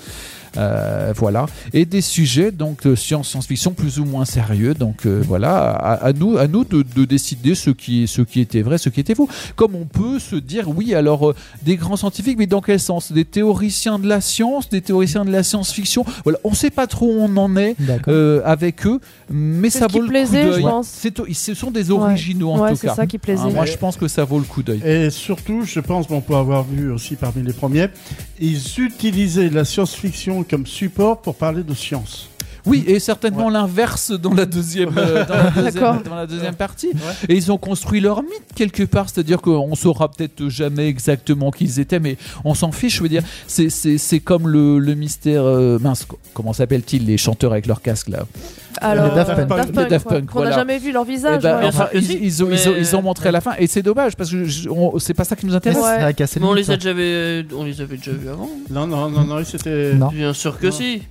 Speaker 8: euh, voilà et des sujets donc de science science-fiction plus ou moins sérieux donc euh, voilà à, à nous à nous de, de décider ce qui ce qui était vrai ce qui était faux comme on peut se dire oui alors euh, des grands scientifiques mais dans quel sens des théoriciens de la science des théoriciens de la science-fiction voilà on sait pas trop où on en est
Speaker 4: D'accord.
Speaker 8: euh, avec eux mais
Speaker 6: C'est
Speaker 8: ça
Speaker 6: ce qui
Speaker 8: vaut le
Speaker 6: plaisait,
Speaker 8: coup
Speaker 6: je
Speaker 8: d'œil
Speaker 6: pense.
Speaker 8: C'est- ce sont des originaux en
Speaker 6: Ouais,
Speaker 8: tout
Speaker 6: c'est
Speaker 8: cas
Speaker 6: ça qui plaisait.
Speaker 8: Hein, moi je pense que ça vaut le coup d'œil
Speaker 7: Et surtout, je pense, qu'on peut avoir vu aussi parmi les premiers, ils utilisaient la science-fiction comme support pour parler de science.
Speaker 8: Oui, et certainement l'inverse dans la deuxième, euh,
Speaker 6: [LAUGHS]
Speaker 8: dans la deuxième,
Speaker 6: D'accord.
Speaker 8: dans la deuxième partie. Et ils ont construit leur mythe quelque part, c'est-à-dire qu'on saura peut-être jamais exactement qui ils étaient, mais on s'en fiche. Je veux dire, c'est- c'est c'est comme le, le mystère euh, mince. Comment s'appelle-t-il les chanteurs avec leur casque là
Speaker 6: Alors, euh,
Speaker 4: Les Daft Punk.
Speaker 7: Les
Speaker 8: Daft
Speaker 6: ouais.
Speaker 8: Punk,
Speaker 6: Qu'on n'a
Speaker 8: voilà.
Speaker 6: jamais vu leur visage.
Speaker 8: Eh ben,
Speaker 6: ouais.
Speaker 5: bien
Speaker 8: enfin,
Speaker 5: sûr que si,
Speaker 8: ils, ils ont, ils ont-
Speaker 5: mais-
Speaker 8: ils ont montré à la fin, et c'est dommage parce que je- on- c'est pas ça qui nous
Speaker 4: Mais
Speaker 8: intéresse.
Speaker 6: Ouais.
Speaker 4: ça a cassé
Speaker 5: Mais
Speaker 4: le
Speaker 5: on
Speaker 4: mythe,
Speaker 5: les,
Speaker 4: ça.
Speaker 5: a déjà vu- on les avait déjà vus avant.
Speaker 7: Non, non, non, non, c'était.
Speaker 8: Ah.
Speaker 4: Non.
Speaker 5: Bien sûr que
Speaker 7: Non.
Speaker 5: si.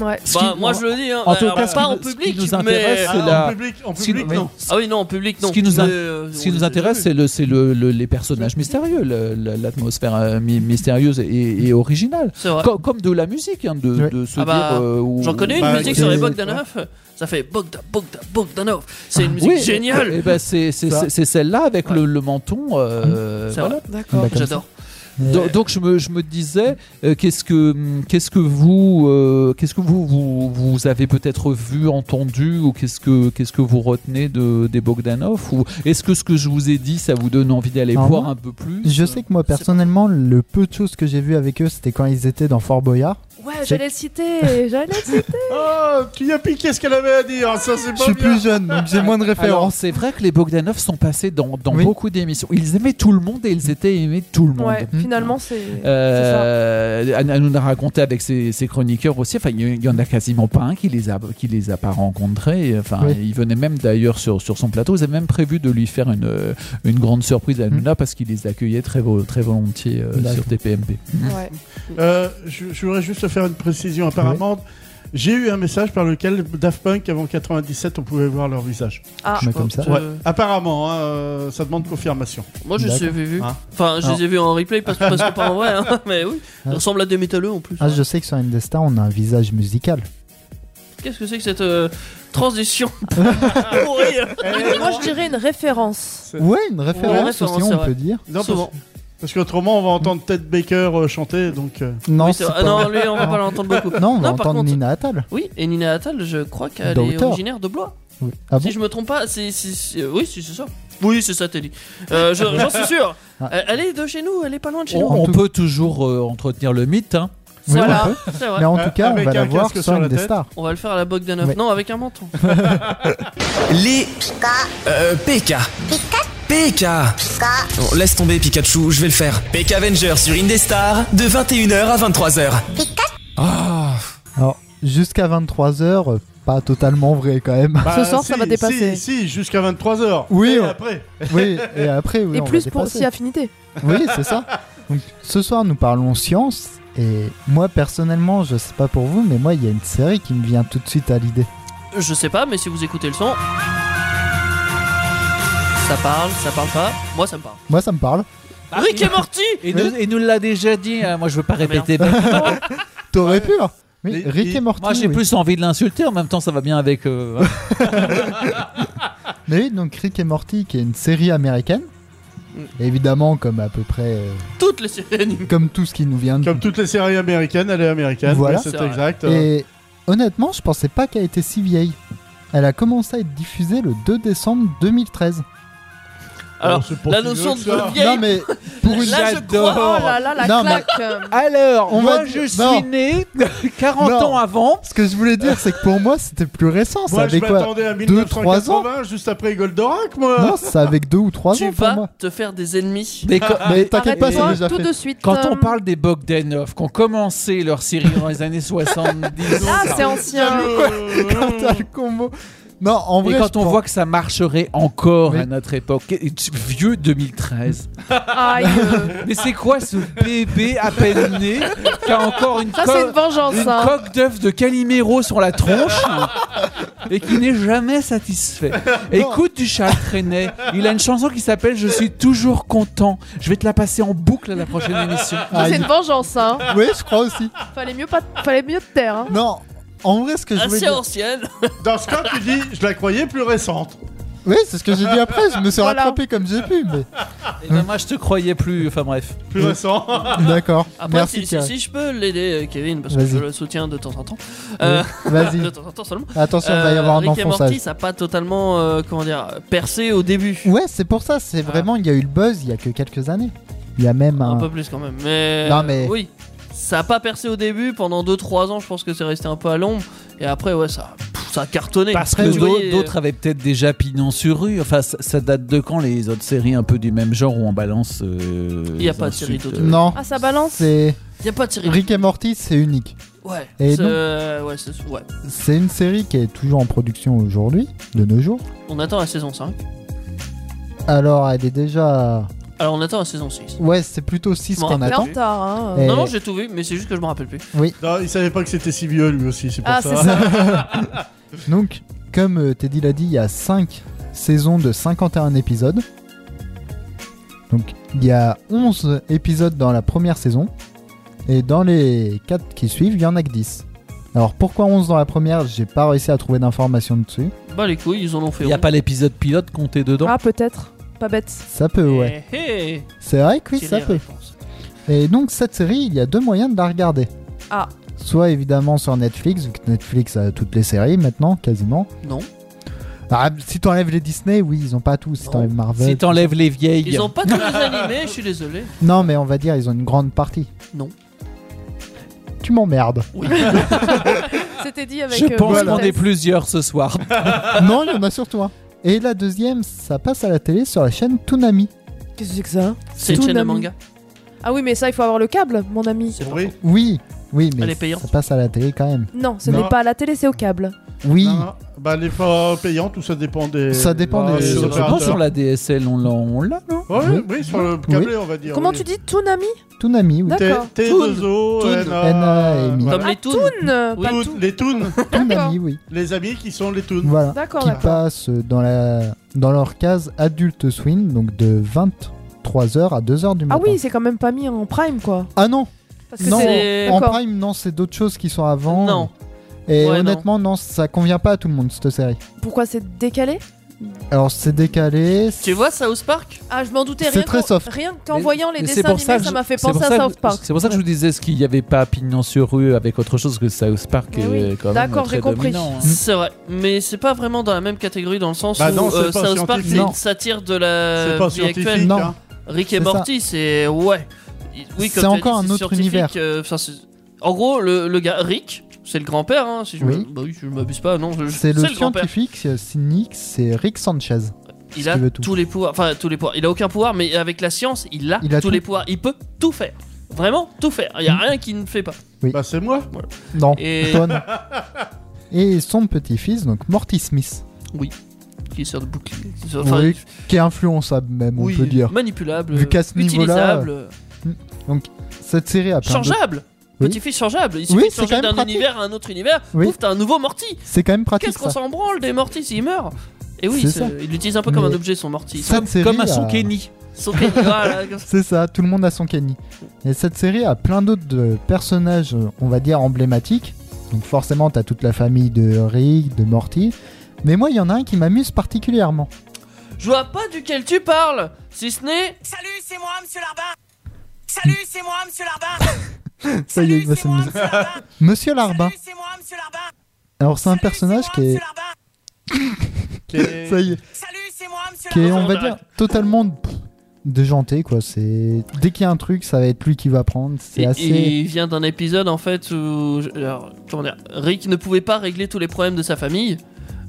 Speaker 6: Ouais.
Speaker 8: Ce qui-
Speaker 5: Bah, moi je le dis, hein.
Speaker 8: En tout
Speaker 5: Alors,
Speaker 8: cas, ce
Speaker 5: pas
Speaker 8: qui
Speaker 5: en
Speaker 8: nous- ce qui
Speaker 5: public,
Speaker 8: nous
Speaker 5: mais. euh,
Speaker 8: intéresse,
Speaker 7: Ah,
Speaker 8: c'est la-
Speaker 7: En public, en
Speaker 8: Ce qui-
Speaker 7: public
Speaker 8: mais-
Speaker 7: non.
Speaker 5: Ah oui, non, en public, non.
Speaker 8: Ce qui nous in-
Speaker 5: Mais, euh,
Speaker 8: Ce
Speaker 5: on
Speaker 8: qui nous
Speaker 5: les a
Speaker 8: intéresse,
Speaker 5: déjà
Speaker 8: c'est le, c'est le- le- les personnages mystérieux, le- le- l'atmosphère euh, mi- mystérieuse et, et originale.
Speaker 5: vus. C'est vrai.
Speaker 8: Co- Comme de la musique, hein, de,
Speaker 4: Ouais.
Speaker 8: de se
Speaker 5: Ah bah,
Speaker 8: dire. euh, où-
Speaker 5: J'en connais une
Speaker 7: Bah,
Speaker 5: musique
Speaker 7: écoutez,
Speaker 5: sur les
Speaker 4: euh,
Speaker 5: Bogdanov. Ça fait Bogda, Bogda, Bogdanov. C'est une musique
Speaker 8: Oui,
Speaker 5: géniale.
Speaker 8: eh ben, c'est c'est-
Speaker 4: Ça.
Speaker 8: c'est- c'est celle-là avec
Speaker 5: Ouais. Mmh,
Speaker 8: le, le menton. euh,
Speaker 5: C'est
Speaker 8: voilà.
Speaker 5: vrai.
Speaker 6: D'accord.
Speaker 4: D'accord.
Speaker 5: J'adore.
Speaker 8: Do- Donc je me, je me disais euh, qu'est-ce que hum, qu'est-ce que vous euh, qu'est-ce que vous vous, vous avez peut-être vu entendu ou qu'est-ce que qu'est-ce que vous retenez de des Bogdanov ou est-ce que ce que je vous ai dit ça vous donne envie d'aller
Speaker 4: Ah,
Speaker 8: voir
Speaker 4: moi
Speaker 8: un peu plus
Speaker 4: Je sais que moi personnellement, le peu de choses que j'ai vu avec eux, c'était quand ils étaient dans Fort Boyard.
Speaker 6: Ouais, j'allais le citer. J'allais le citer.
Speaker 7: Oh, tu y as piqué ce qu'elle avait à dire, ça c'est
Speaker 4: Je
Speaker 7: pas
Speaker 4: suis
Speaker 7: bien.
Speaker 4: plus jeune, donc j'ai moins de
Speaker 8: Alors,
Speaker 4: références.
Speaker 8: c'est vrai que les Bogdanov sont passés dans, dans
Speaker 4: Oui.
Speaker 8: beaucoup d'émissions. Ils aimaient tout le monde et ils étaient aimés de tout le monde.
Speaker 6: Ouais.
Speaker 4: Mm.
Speaker 6: Finalement, c'est.
Speaker 8: Euh, Anna nous a raconté avec ses, ses chroniqueurs aussi. Enfin, il y en a quasiment pas un qui les a, qui les a pas rencontrés. Enfin,
Speaker 4: Oui.
Speaker 8: il venait même d'ailleurs sur, sur son plateau. Ils avaient même prévu de lui faire une, euh, une grande surprise à Hanouna parce qu'il les accueillait très, vo- très volontiers
Speaker 4: Mm.
Speaker 8: euh,
Speaker 4: D'accord. Oh,
Speaker 8: sur TPMP.
Speaker 6: Ouais.
Speaker 7: Euh, je, je voudrais juste faire une précision. Apparemment, j'ai eu un message par lequel Daft Punk, avant 97, on pouvait voir leur visage.
Speaker 6: Ah,
Speaker 4: Mais Bah, comme ça.
Speaker 5: Euh,
Speaker 7: Ouais. Apparemment, hein, euh, ça demande confirmation.
Speaker 5: Moi, je les ai vus.
Speaker 7: Hein
Speaker 5: Enfin, je les ai vus en replay parce, parce que pas en vrai, hein, [LAUGHS] mais oui. Ils
Speaker 4: Ah.
Speaker 5: ressemblent à des métalleux en plus.
Speaker 4: Ah, je sais que sur Indestar, on a un visage musical.
Speaker 5: Qu'est-ce que c'est que cette euh,
Speaker 4: [LAUGHS]
Speaker 5: transition
Speaker 4: Ah,
Speaker 5: pourrie
Speaker 6: Moi, je dirais une référence.
Speaker 4: Ouais, une référence,
Speaker 5: Ouais, référence,
Speaker 4: aussi,
Speaker 5: c'est
Speaker 4: on
Speaker 5: vrai.
Speaker 4: peut dire.
Speaker 7: Non, parce,
Speaker 5: Souvent.
Speaker 7: parce qu'autrement, on va entendre Ted Baker euh, chanter. Donc, euh,
Speaker 4: Non,
Speaker 5: Oui, c'est
Speaker 4: c'est
Speaker 5: vrai. Ah
Speaker 4: pas-
Speaker 5: non, lui, on va pas l'entendre beaucoup.
Speaker 4: Non, on va
Speaker 5: Non, par
Speaker 4: entendre
Speaker 5: contre-
Speaker 4: Nina Attal.
Speaker 5: Oui, et Nina Attal, je crois qu'elle est
Speaker 4: D'auteur.
Speaker 5: originaire de Blois.
Speaker 4: Oui. Ah bon
Speaker 5: Si je me trompe pas, c'est. c'est- c'est- euh, Oui, si, c'est ça. Oui, c'est ça, Teddy. Euh, je- J'en suis sûr.
Speaker 4: Ah. Oh.
Speaker 5: Elle elle est de chez nous, elle est pas loin de chez
Speaker 8: On,
Speaker 5: nous.
Speaker 4: en
Speaker 8: on
Speaker 4: tout-
Speaker 8: peut toujours euh, entretenir le mythe. hein.
Speaker 4: Oui,
Speaker 5: Voilà,
Speaker 4: on peut.
Speaker 5: c'est vrai.
Speaker 4: Mais en
Speaker 7: Euh,
Speaker 4: tout cas, on
Speaker 7: avec
Speaker 4: va la
Speaker 7: un
Speaker 4: voir
Speaker 7: casque
Speaker 4: sur
Speaker 7: sur la
Speaker 4: Indestar.
Speaker 5: On va le faire à la Bogdanov.
Speaker 4: Ouais.
Speaker 5: Non, avec un menton.
Speaker 3: Les. Euh, PK. PK. Bon, laisse tomber Pikachu, je vais le faire. PK Avenger sur Indestar de 21h à 23h. Ah.
Speaker 4: Alors, jusqu'à 23h, pas totalement vrai quand même.
Speaker 7: bah,
Speaker 6: soir, ça
Speaker 7: si,
Speaker 6: va dépasser.
Speaker 7: Si, si, jusqu'à 23h.
Speaker 4: Oui,
Speaker 7: Et
Speaker 4: on-
Speaker 7: après.
Speaker 4: [LAUGHS] oui, et après, oui,
Speaker 6: Et
Speaker 4: on va
Speaker 6: plus pour
Speaker 4: dépasser.
Speaker 6: si affinité.
Speaker 4: Oui, c'est ça. Donc, ce soir, nous parlons science. Et moi, personnellement, je sais pas pour vous, mais moi, il y a une série qui me vient tout de suite à l'idée.
Speaker 5: Je sais pas, mais si vous écoutez le son. Ça parle, ça parle pas. Moi, ça me parle.
Speaker 4: Moi, ça me parle.
Speaker 5: Rick est morti
Speaker 8: Et nous, et nous l'a déjà dit. hein. Moi, je veux pas
Speaker 5: Ah, merde.
Speaker 8: répéter.
Speaker 4: T'aurais pu, hein Mais
Speaker 7: Les-
Speaker 4: Rick
Speaker 7: les-
Speaker 4: et Morty.
Speaker 8: Moi, j'ai
Speaker 4: oui.
Speaker 8: plus envie de l'insulter. En même temps, ça va bien avec. euh,
Speaker 4: Mais oui, donc Rick et Morty, qui est une série américaine. Évidemment, comme à peu près. euh,
Speaker 5: Toutes les séries animées.
Speaker 4: comme tout ce qui nous vient de.
Speaker 7: Comme hein. toutes les séries américaines, elle est américaine.
Speaker 4: Voilà.
Speaker 7: ouais, c'est
Speaker 5: C'est vrai.
Speaker 7: exact.
Speaker 4: Et honnêtement, je pensais pas qu'elle était si vieille. Elle a commencé à être diffusée le 2 décembre 2013. Ah,
Speaker 5: Alors,
Speaker 7: c'est pas
Speaker 5: la
Speaker 7: si
Speaker 5: notion
Speaker 7: vieux
Speaker 5: de
Speaker 7: que ça.
Speaker 5: vieille.
Speaker 4: Non, mais pour une.
Speaker 5: Là, je
Speaker 8: J'adore.
Speaker 5: crois.
Speaker 6: Oh là là, la
Speaker 4: Non, mais-
Speaker 6: claque. euh,
Speaker 8: Alors,
Speaker 4: On
Speaker 8: moi,
Speaker 4: va
Speaker 8: je
Speaker 4: dire-
Speaker 8: suis
Speaker 4: non. [LAUGHS]
Speaker 8: né 40
Speaker 4: Non.
Speaker 8: ans avant.
Speaker 4: Ce que je voulais dire, c'est que pour moi, c'était plus récent. Ça
Speaker 7: Moi, je
Speaker 4: avait quoi
Speaker 7: m'attendais à
Speaker 4: Deux, trois
Speaker 7: 1980, juste après Goldorak, moi.
Speaker 4: Non, c'est avec 2 ou 3
Speaker 5: Tu
Speaker 4: ans pour
Speaker 5: vas
Speaker 4: moi. [LAUGHS]
Speaker 5: te faire des ennemis.
Speaker 8: Mais quand,
Speaker 4: Mais t'inquiète pas, c'est
Speaker 6: arrête-toi
Speaker 4: déjà
Speaker 6: tout
Speaker 4: fait.
Speaker 6: de suite.
Speaker 8: quand
Speaker 6: euh,
Speaker 8: on parle des Bogdanov, qui ont commencé leur série dans les années 70,
Speaker 6: Ah,
Speaker 8: ça-
Speaker 6: c'est ancien.
Speaker 7: Euh,
Speaker 4: Quand t'as le combo. Non, [LAUGHS] en
Speaker 8: et
Speaker 4: vrai.
Speaker 8: quand
Speaker 4: je
Speaker 8: on
Speaker 4: pense-
Speaker 8: voit que ça marcherait encore
Speaker 4: Oui.
Speaker 8: à notre époque, et tu- vieux 2013.
Speaker 6: Aïe. euh,
Speaker 8: Mais c'est quoi ce bébé à peine né qui a encore une,
Speaker 6: Ça,
Speaker 8: co-
Speaker 6: c'est une vengeance.
Speaker 8: une
Speaker 6: hein.
Speaker 8: coque d'œuf de Calimero sur
Speaker 6: [LAUGHS]
Speaker 8: la tronche et qui n'est jamais satisfait. Écoute du chat traîné, il a une chanson qui s'appelle Je suis toujours content. Je vais te la passer en boucle à la prochaine émission.
Speaker 6: Ça, c'est
Speaker 4: Aïe.
Speaker 6: une vengeance. Hein.
Speaker 4: [LAUGHS] Oui, je crois aussi.
Speaker 6: Fallait mieux pas, fallait mieux te taire. hein.
Speaker 4: Non, en vrai, ce que je voulais
Speaker 5: Assez
Speaker 4: dire.
Speaker 5: ancienne.
Speaker 7: Dans ce cas, tu dis, je la croyais plus récente.
Speaker 4: Oui, c'est ce que j'ai dit après. Je me
Speaker 5: [LAUGHS]
Speaker 4: suis
Speaker 6: Voilà.
Speaker 4: rattrapé comme j'ai pu. Mais...
Speaker 8: Eh ben, moi je te croyais plus, enfin bref.
Speaker 7: Plus récent.
Speaker 4: [LAUGHS] D'accord.
Speaker 5: Après,
Speaker 4: Merci,
Speaker 5: si, si,
Speaker 4: Thierry.
Speaker 5: si je peux l'aider, euh, Kevin, parce que
Speaker 4: Vas-y.
Speaker 5: je le soutiens de temps en temps. Euh, de
Speaker 4: Vas-y.
Speaker 5: temps en temps seulement.
Speaker 4: Attention, il va y
Speaker 5: Euh,
Speaker 4: avoir un
Speaker 5: Rick et Morty,
Speaker 4: enfonçage.
Speaker 5: ça n'a pas totalement, euh, comment dire, percé au début.
Speaker 4: Ouais, c'est pour ça. C'est
Speaker 5: Ah.
Speaker 4: vraiment. Il y a eu le buzz il y a que quelques années. Il y a même
Speaker 5: Un
Speaker 4: un.
Speaker 5: peu plus quand même. Mais,
Speaker 4: Non, mais-
Speaker 5: oui, ça a pas percé au début. Pendant 2-3 ans, je pense que c'est resté un peu à l'ombre. Et après, ouais, ça, pff, ça a cartonné.
Speaker 8: Parce
Speaker 5: Tu
Speaker 8: que d'au-
Speaker 5: voyais, euh,
Speaker 8: d'autres avaient peut-être déjà pignon sur rue. Enfin, ça, ça date de quand les autres séries un peu du même genre où on balance. euh, Il
Speaker 5: Y a pas de série d'autres.
Speaker 8: euh,
Speaker 4: Non.
Speaker 6: Ah, ça balance.
Speaker 4: C'est
Speaker 5: euh, Y a pas de série.
Speaker 4: Rick et Morty, c'est unique.
Speaker 5: Ouais.
Speaker 4: Et
Speaker 5: c'est-
Speaker 4: non.
Speaker 5: euh, ouais, c'est- ouais.
Speaker 4: C'est une série qui est toujours en production aujourd'hui, de nos jours.
Speaker 5: On attend la saison 5.
Speaker 4: Alors, elle est déjà.
Speaker 5: Alors, on attend la saison 6.
Speaker 4: Ouais, c'est plutôt 6
Speaker 5: Bon,
Speaker 4: qu'on
Speaker 6: Elle est
Speaker 4: attend.
Speaker 6: en retard. hein.
Speaker 4: Et-
Speaker 5: Non, non, j'ai tout vu, mais c'est juste que je me rappelle plus.
Speaker 7: Non, il savait pas que c'était si vieux lui aussi, c'est pour
Speaker 6: Ah, c'est
Speaker 7: ça.
Speaker 6: ça.
Speaker 5: [LAUGHS]
Speaker 4: Donc, comme euh, Teddy l'a dit, il y a 5 saisons de 51 épisodes. Donc, il y a 11 épisodes dans la première saison. Et dans les 4 qui suivent, il y en a que 10. Alors, pourquoi 11 dans la première J'ai pas réussi à trouver d'informations dessus.
Speaker 5: Bah, les couilles, ils en ont fait.
Speaker 8: Il n'y a
Speaker 5: rond.
Speaker 8: pas l'épisode pilote compté dedans.
Speaker 6: Ah, peut-être. Pas bête.
Speaker 4: Ça peut, ouais.
Speaker 5: Eh, eh,
Speaker 4: C'est vrai que oui,
Speaker 5: c'est
Speaker 4: ça
Speaker 5: les
Speaker 4: peut.
Speaker 5: réponses.
Speaker 4: Et donc, cette série, il y a deux moyens de la regarder.
Speaker 6: Ah.
Speaker 4: Soit évidemment sur Netflix, vu que Netflix a toutes les séries maintenant, quasiment.
Speaker 5: Non.
Speaker 4: Ah, si t'enlèves les Disney, oui, ils ont pas tout. Si
Speaker 5: Non.
Speaker 4: t'enlèves Marvel.
Speaker 6: Bah,
Speaker 8: Si t'enlèves les vieilles.
Speaker 5: Ils ont pas tous les animés, je suis désolé.
Speaker 4: Non, mais on va dire, ils ont une grande partie.
Speaker 5: Non.
Speaker 4: Tu m'emmerdes.
Speaker 6: [LAUGHS] C'était dit avec.
Speaker 8: Je
Speaker 6: euh,
Speaker 8: pense qu'on
Speaker 6: politesse.
Speaker 8: est plusieurs ce soir.
Speaker 5: Ah.
Speaker 4: non, il y en a surtout un. Et la deuxième, ça passe à la télé sur la chaîne Toonami.
Speaker 6: Qu'est-ce que c'est que ça
Speaker 5: C'est une chaîne de
Speaker 6: Toonami.
Speaker 5: manga.
Speaker 6: Ah oui, mais ça, il faut avoir le câble, mon ami.
Speaker 7: Ah Oui.
Speaker 4: Oui, oui, mais
Speaker 5: Elle est payante.
Speaker 4: ça passe à la télé quand même.
Speaker 6: Non, ce
Speaker 7: Non.
Speaker 6: n'est pas à la télé, c'est au câble.
Speaker 4: Oui.
Speaker 7: Non, non. Bah, elle est pas payante ou ça dépend des.
Speaker 4: Ça dépend
Speaker 7: Ah,
Speaker 4: des-
Speaker 8: Je
Speaker 4: opérateurs.
Speaker 8: pense sur la DSL, on l'a, on l'a, non
Speaker 7: Ouais, oui, sur le câblé, on va dire.
Speaker 6: Comment tu dis Toonami
Speaker 4: Toonami, oui.
Speaker 6: D'accord.
Speaker 7: T2O,
Speaker 5: Toon.
Speaker 7: NA.
Speaker 4: NA,
Speaker 7: voilà.
Speaker 5: Comme les toons.
Speaker 6: Toon, pas
Speaker 7: Toon,
Speaker 6: tout.
Speaker 7: Les Toons,
Speaker 6: D'accord.
Speaker 4: Toonami, oui.
Speaker 7: les amis qui sont les Toons.
Speaker 4: Voilà.
Speaker 6: D'accord,
Speaker 4: qui
Speaker 6: Ah, d'accord.
Speaker 4: passent dans, la, dans leur case adulte swing, donc de 23h à 2h du
Speaker 6: Ah
Speaker 4: matin.
Speaker 6: oui, c'est quand même pas mis en prime, quoi.
Speaker 4: Ah non,
Speaker 6: Parce que
Speaker 4: Non,
Speaker 6: c'est.
Speaker 4: en
Speaker 6: D'accord.
Speaker 4: prime, non, c'est d'autres choses qui sont avant.
Speaker 5: Non.
Speaker 4: Et
Speaker 5: Ouais,
Speaker 4: honnêtement, non. ça convient pas à tout le monde, cette série.
Speaker 6: Pourquoi c'est décalé
Speaker 4: Alors, c'est décalé.
Speaker 5: Tu vois South Park
Speaker 6: Ah, je m'en doutais.
Speaker 4: C'est
Speaker 6: Rien
Speaker 4: très
Speaker 6: qu'en-
Speaker 4: soft.
Speaker 6: Rien qu'en
Speaker 8: Mais-
Speaker 6: voyant les
Speaker 8: mais
Speaker 6: dessins
Speaker 8: c'est pour
Speaker 6: animés,
Speaker 8: que
Speaker 6: ça
Speaker 8: je-
Speaker 6: m'a fait
Speaker 8: c'est pour
Speaker 6: penser
Speaker 8: ça
Speaker 6: à
Speaker 8: que-
Speaker 6: South Park.
Speaker 8: C'est pour ça que je vous disais ce qu'il n'y avait pas pignon sur rue avec autre chose que South Park.
Speaker 6: Eh oui.
Speaker 8: euh, quand même
Speaker 6: D'accord,
Speaker 8: très
Speaker 6: j'ai compris.
Speaker 8: dominant,
Speaker 4: Hmm.
Speaker 8: hein.
Speaker 5: C'est vrai, mais c'est pas vraiment dans la même catégorie dans le sens
Speaker 7: Bah
Speaker 5: où
Speaker 7: non, c'est
Speaker 5: euh,
Speaker 7: pas
Speaker 5: South Park
Speaker 7: scientifique.
Speaker 5: c'est
Speaker 4: Non.
Speaker 5: une satire de la
Speaker 7: C'est pas
Speaker 5: vie
Speaker 7: scientifique.
Speaker 5: actuelle.
Speaker 4: Non.
Speaker 7: hein.
Speaker 5: Rick
Speaker 4: C'est
Speaker 5: et
Speaker 4: ça.
Speaker 5: Morty, c'est ouais. Oui, comme
Speaker 4: C'est
Speaker 5: tu as
Speaker 4: encore
Speaker 5: dit,
Speaker 4: un
Speaker 5: c'est
Speaker 4: autre
Speaker 5: scientifique,
Speaker 4: univers.
Speaker 5: euh, enfin, c'est- en gros, le, le gars Rick, c'est le grand-père, hein, si je me-
Speaker 4: Oui.
Speaker 5: bah oui, si je m'abuse pas, non, je-
Speaker 4: C'est le
Speaker 5: grand-père.
Speaker 4: scientifique c'est cynique, c'est Rick Sanchez.
Speaker 5: Il
Speaker 4: qui
Speaker 5: a
Speaker 4: veut tout.
Speaker 5: tous les pouvoirs, enfin tous les pouvoirs. Il a aucun pouvoir, mais avec la science, il a,
Speaker 4: Il a
Speaker 5: tous
Speaker 4: tout. Mm.
Speaker 5: les pouvoirs. Il peut tout faire, vraiment tout faire. Il y a rien qu'il ne fait pas.
Speaker 7: Bah, c'est moi.
Speaker 4: Non,
Speaker 5: Et-
Speaker 4: [LAUGHS] toi, non. Et son petit-fils, donc Morty Smith,
Speaker 5: Qui sort de bouclier, qui sort- enfin,
Speaker 4: Oui, qui est influençable même,
Speaker 5: oui,
Speaker 4: on peut dire.
Speaker 5: manipulable,
Speaker 4: Vu qu'à ce niveau-là,
Speaker 5: utilisable.
Speaker 4: Cette série a plein de-
Speaker 5: changeable
Speaker 4: Oui.
Speaker 5: Petit-fils changeable Il suffit
Speaker 4: Oui,
Speaker 5: de
Speaker 4: c'est quand
Speaker 5: changer
Speaker 4: même
Speaker 5: d'un
Speaker 4: pratique.
Speaker 5: univers à un autre univers,
Speaker 4: Oui.
Speaker 5: pouf, t'as un nouveau Morty
Speaker 4: C'est quand même pratique
Speaker 5: Qu'est-ce qu'on
Speaker 4: ça.
Speaker 5: s'en branle des Morty s'ils meurent Et Eh oui,
Speaker 4: C'est
Speaker 5: c'est-
Speaker 4: ça.
Speaker 5: il l'utilise un peu comme
Speaker 4: Mais
Speaker 5: un objet son Morty. Ils
Speaker 4: Cette
Speaker 5: sont-
Speaker 4: série
Speaker 8: Comme un
Speaker 4: a-
Speaker 8: son Kenny.
Speaker 5: sont pénibles, voilà,
Speaker 4: [LAUGHS]
Speaker 5: comme ça.
Speaker 4: C'est ça, tout le monde a son Kenny. Et cette série a plein d'autres euh, personnages, euh, on va dire, emblématiques. Donc forcément, t'as toute la famille de Rick, de Morty. Mais moi, il y en a un qui m'amuse particulièrement.
Speaker 5: Je vois pas duquel tu parles Si ce n'est.
Speaker 2: Salut, c'est moi, monsieur Larbin. Salut, c'est moi, monsieur Larbin.
Speaker 4: Ça y est, il va s'amuser.
Speaker 5: [LAUGHS]
Speaker 4: Monsieur Larbin.
Speaker 2: c'est moi, monsieur Larbin.
Speaker 4: Alors c'est un personnage qui est,
Speaker 7: Qui est-
Speaker 4: ça y est,
Speaker 2: Salut, c'est moi, monsieur
Speaker 4: qui est,
Speaker 5: Larbin.
Speaker 4: on va dire, totalement pff, déjanté quoi. C'est dès qu'il y a un truc, ça va être lui qui va prendre. C'est
Speaker 5: Il,
Speaker 4: assez.
Speaker 5: il vient d'un épisode en fait où. je- alors, comment dire, Rick ne pouvait pas régler tous les problèmes de sa famille.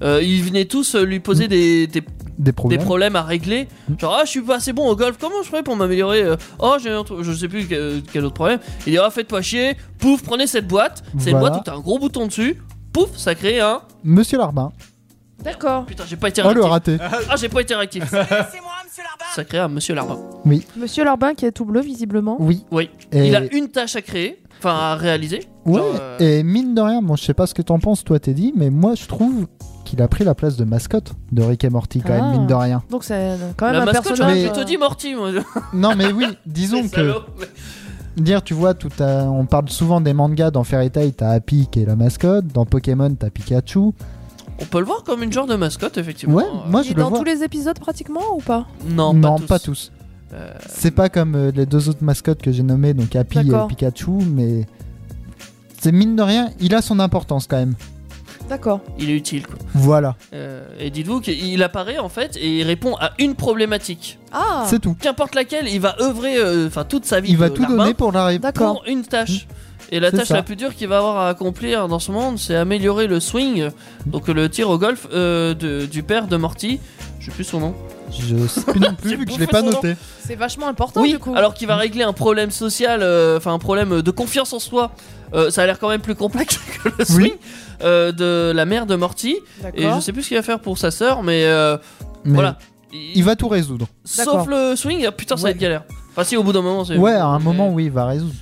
Speaker 5: Euh, ils venaient tous euh, lui poser des- des
Speaker 4: Des Hmm. problèmes. Hmm.
Speaker 5: des problèmes à régler. Genre, ah, je suis pas assez bon au golf, comment je ferais pour m'améliorer Euh, Oh, j'ai un autre- je sais plus que- quel autre problème. Il dit, ah, faites-moi chier, pouf, prenez cette boîte. C'est une
Speaker 4: Voilà.
Speaker 5: boîte où t'as un gros bouton dessus, pouf, ça crée un.
Speaker 4: Monsieur Larbin.
Speaker 6: D'accord.
Speaker 5: Putain, j'ai pas été
Speaker 4: Oh le
Speaker 5: réactif.
Speaker 4: raté.
Speaker 5: ah, j'ai pas été réactif.
Speaker 2: C'est moi, monsieur Larbin.
Speaker 5: ça crée un monsieur Larbin.
Speaker 6: Monsieur Larbin qui est tout bleu, visiblement.
Speaker 4: Oui.
Speaker 5: Oui.
Speaker 4: Et...
Speaker 5: Il a une tâche à créer, enfin à réaliser.
Speaker 4: Ouais,
Speaker 5: Genre, euh,
Speaker 4: et mine de rien, bon, je sais pas ce que t'en penses, toi, Teddy, mais moi, je trouve qu'il a pris la place de mascotte de Rick et Morty, quand
Speaker 6: Ah.
Speaker 4: même, mine de
Speaker 8: Oh.
Speaker 4: rien.
Speaker 6: Donc c'est quand même
Speaker 5: La
Speaker 6: un
Speaker 5: mascotte, j'aurais
Speaker 6: personnage.
Speaker 5: plutôt
Speaker 6: euh,
Speaker 5: dit Morty, moi.
Speaker 4: Non, mais oui, disons
Speaker 5: [LAUGHS] Les
Speaker 4: que.
Speaker 5: salauds.
Speaker 4: Dire, tu vois, tout à- on parle souvent des mangas, dans Fairy Tail, t'as Happy qui est la mascotte, dans Pokémon, t'as Pikachu.
Speaker 5: On peut le voir comme une genre de mascotte, effectivement.
Speaker 4: Ouais,
Speaker 5: Euh,
Speaker 4: moi,
Speaker 6: il
Speaker 4: je
Speaker 6: est
Speaker 4: le
Speaker 6: dans
Speaker 4: vois.
Speaker 6: tous les épisodes pratiquement ou pas
Speaker 5: Non,
Speaker 4: non,
Speaker 5: pas
Speaker 4: pas tous.
Speaker 5: tous. Euh,
Speaker 4: C'est pas comme euh, les deux autres mascottes que j'ai nommées, donc Happy et
Speaker 6: D'accord.
Speaker 4: Pikachu, mais. C'est mine de rien, il a son importance quand même.
Speaker 6: D'accord.
Speaker 5: il est utile, quoi.
Speaker 4: Voilà,
Speaker 5: Euh, et dites-vous qu'il apparaît en fait et il répond à une problématique.
Speaker 6: Ah
Speaker 4: c'est tout.
Speaker 5: Qu'importe laquelle, il va œuvrer euh, enfin toute sa vie.
Speaker 4: Il va
Speaker 5: de
Speaker 4: tout
Speaker 5: larbin
Speaker 4: donner pour la réponse.
Speaker 6: D'accord.
Speaker 5: pour une tâche. Et la
Speaker 4: C'est
Speaker 5: tâche
Speaker 4: ça.
Speaker 5: la plus dure qu'il va avoir à accomplir dans ce monde, c'est améliorer le swing, donc le tir au golf euh, de- du père de Morty. Je sais plus son nom.
Speaker 4: Je sais plus
Speaker 5: [LAUGHS]
Speaker 4: non plus,
Speaker 5: J'ai
Speaker 4: vu que je
Speaker 5: bouffé
Speaker 4: l'ai pas
Speaker 5: son nom.
Speaker 4: noté.
Speaker 6: C'est vachement important
Speaker 5: oui,
Speaker 6: du coup.
Speaker 5: alors qu'il va régler un problème social, euh, enfin un problème de confiance en soi. Euh, ça a l'air quand même plus complexe [LAUGHS] que le swing euh, de la mère de Morty. Et je
Speaker 6: D'accord.
Speaker 5: sais plus ce qu'il va faire pour sa sœur, mais euh,
Speaker 4: Mais
Speaker 5: voilà.
Speaker 4: Il va tout résoudre.
Speaker 5: Sauf
Speaker 6: D'accord.
Speaker 5: le swing, ah, putain, ça va
Speaker 4: Ouais.
Speaker 5: être galère. Enfin, si, au bout d'un moment, c'est.
Speaker 4: Ouais, à un
Speaker 5: mais-
Speaker 4: moment, oui, il va résoudre.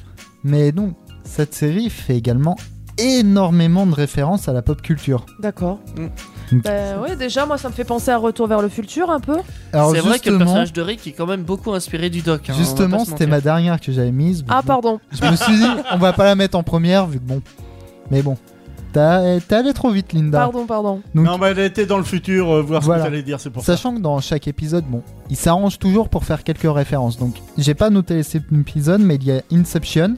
Speaker 4: Mais donc, cette série fait également énormément de références à la pop culture.
Speaker 6: D'accord.
Speaker 5: Mm.
Speaker 6: Bah ouais, déjà moi ça me fait penser à Retour vers le futur un peu. Ah,
Speaker 4: Alors
Speaker 5: C'est vrai que le
Speaker 4: justement,
Speaker 5: personnage de Rick est quand même beaucoup inspiré du doc. hein, on va
Speaker 4: justement,
Speaker 5: pas se
Speaker 4: c'était ma
Speaker 5: mentir.
Speaker 4: dernière que j'avais mise.
Speaker 6: Ah
Speaker 4: Bon,
Speaker 6: pardon.
Speaker 4: Je me suis dit, on va pas la mettre en première, vu que bon. Mais bon, t'as- t'es allé trop vite,
Speaker 5: Bah.
Speaker 4: Linda.
Speaker 6: Pardon, pardon.
Speaker 4: Donc-
Speaker 7: Non, mais elle était dans le futur, euh, voir
Speaker 4: Voilà.
Speaker 7: ce que t'allais dire, c'est pour ça.
Speaker 4: Sachant que dans chaque épisode, bon, il s'arrange toujours pour faire quelques références. Donc, j'ai pas noté les sept épisodes, mais il y a Inception,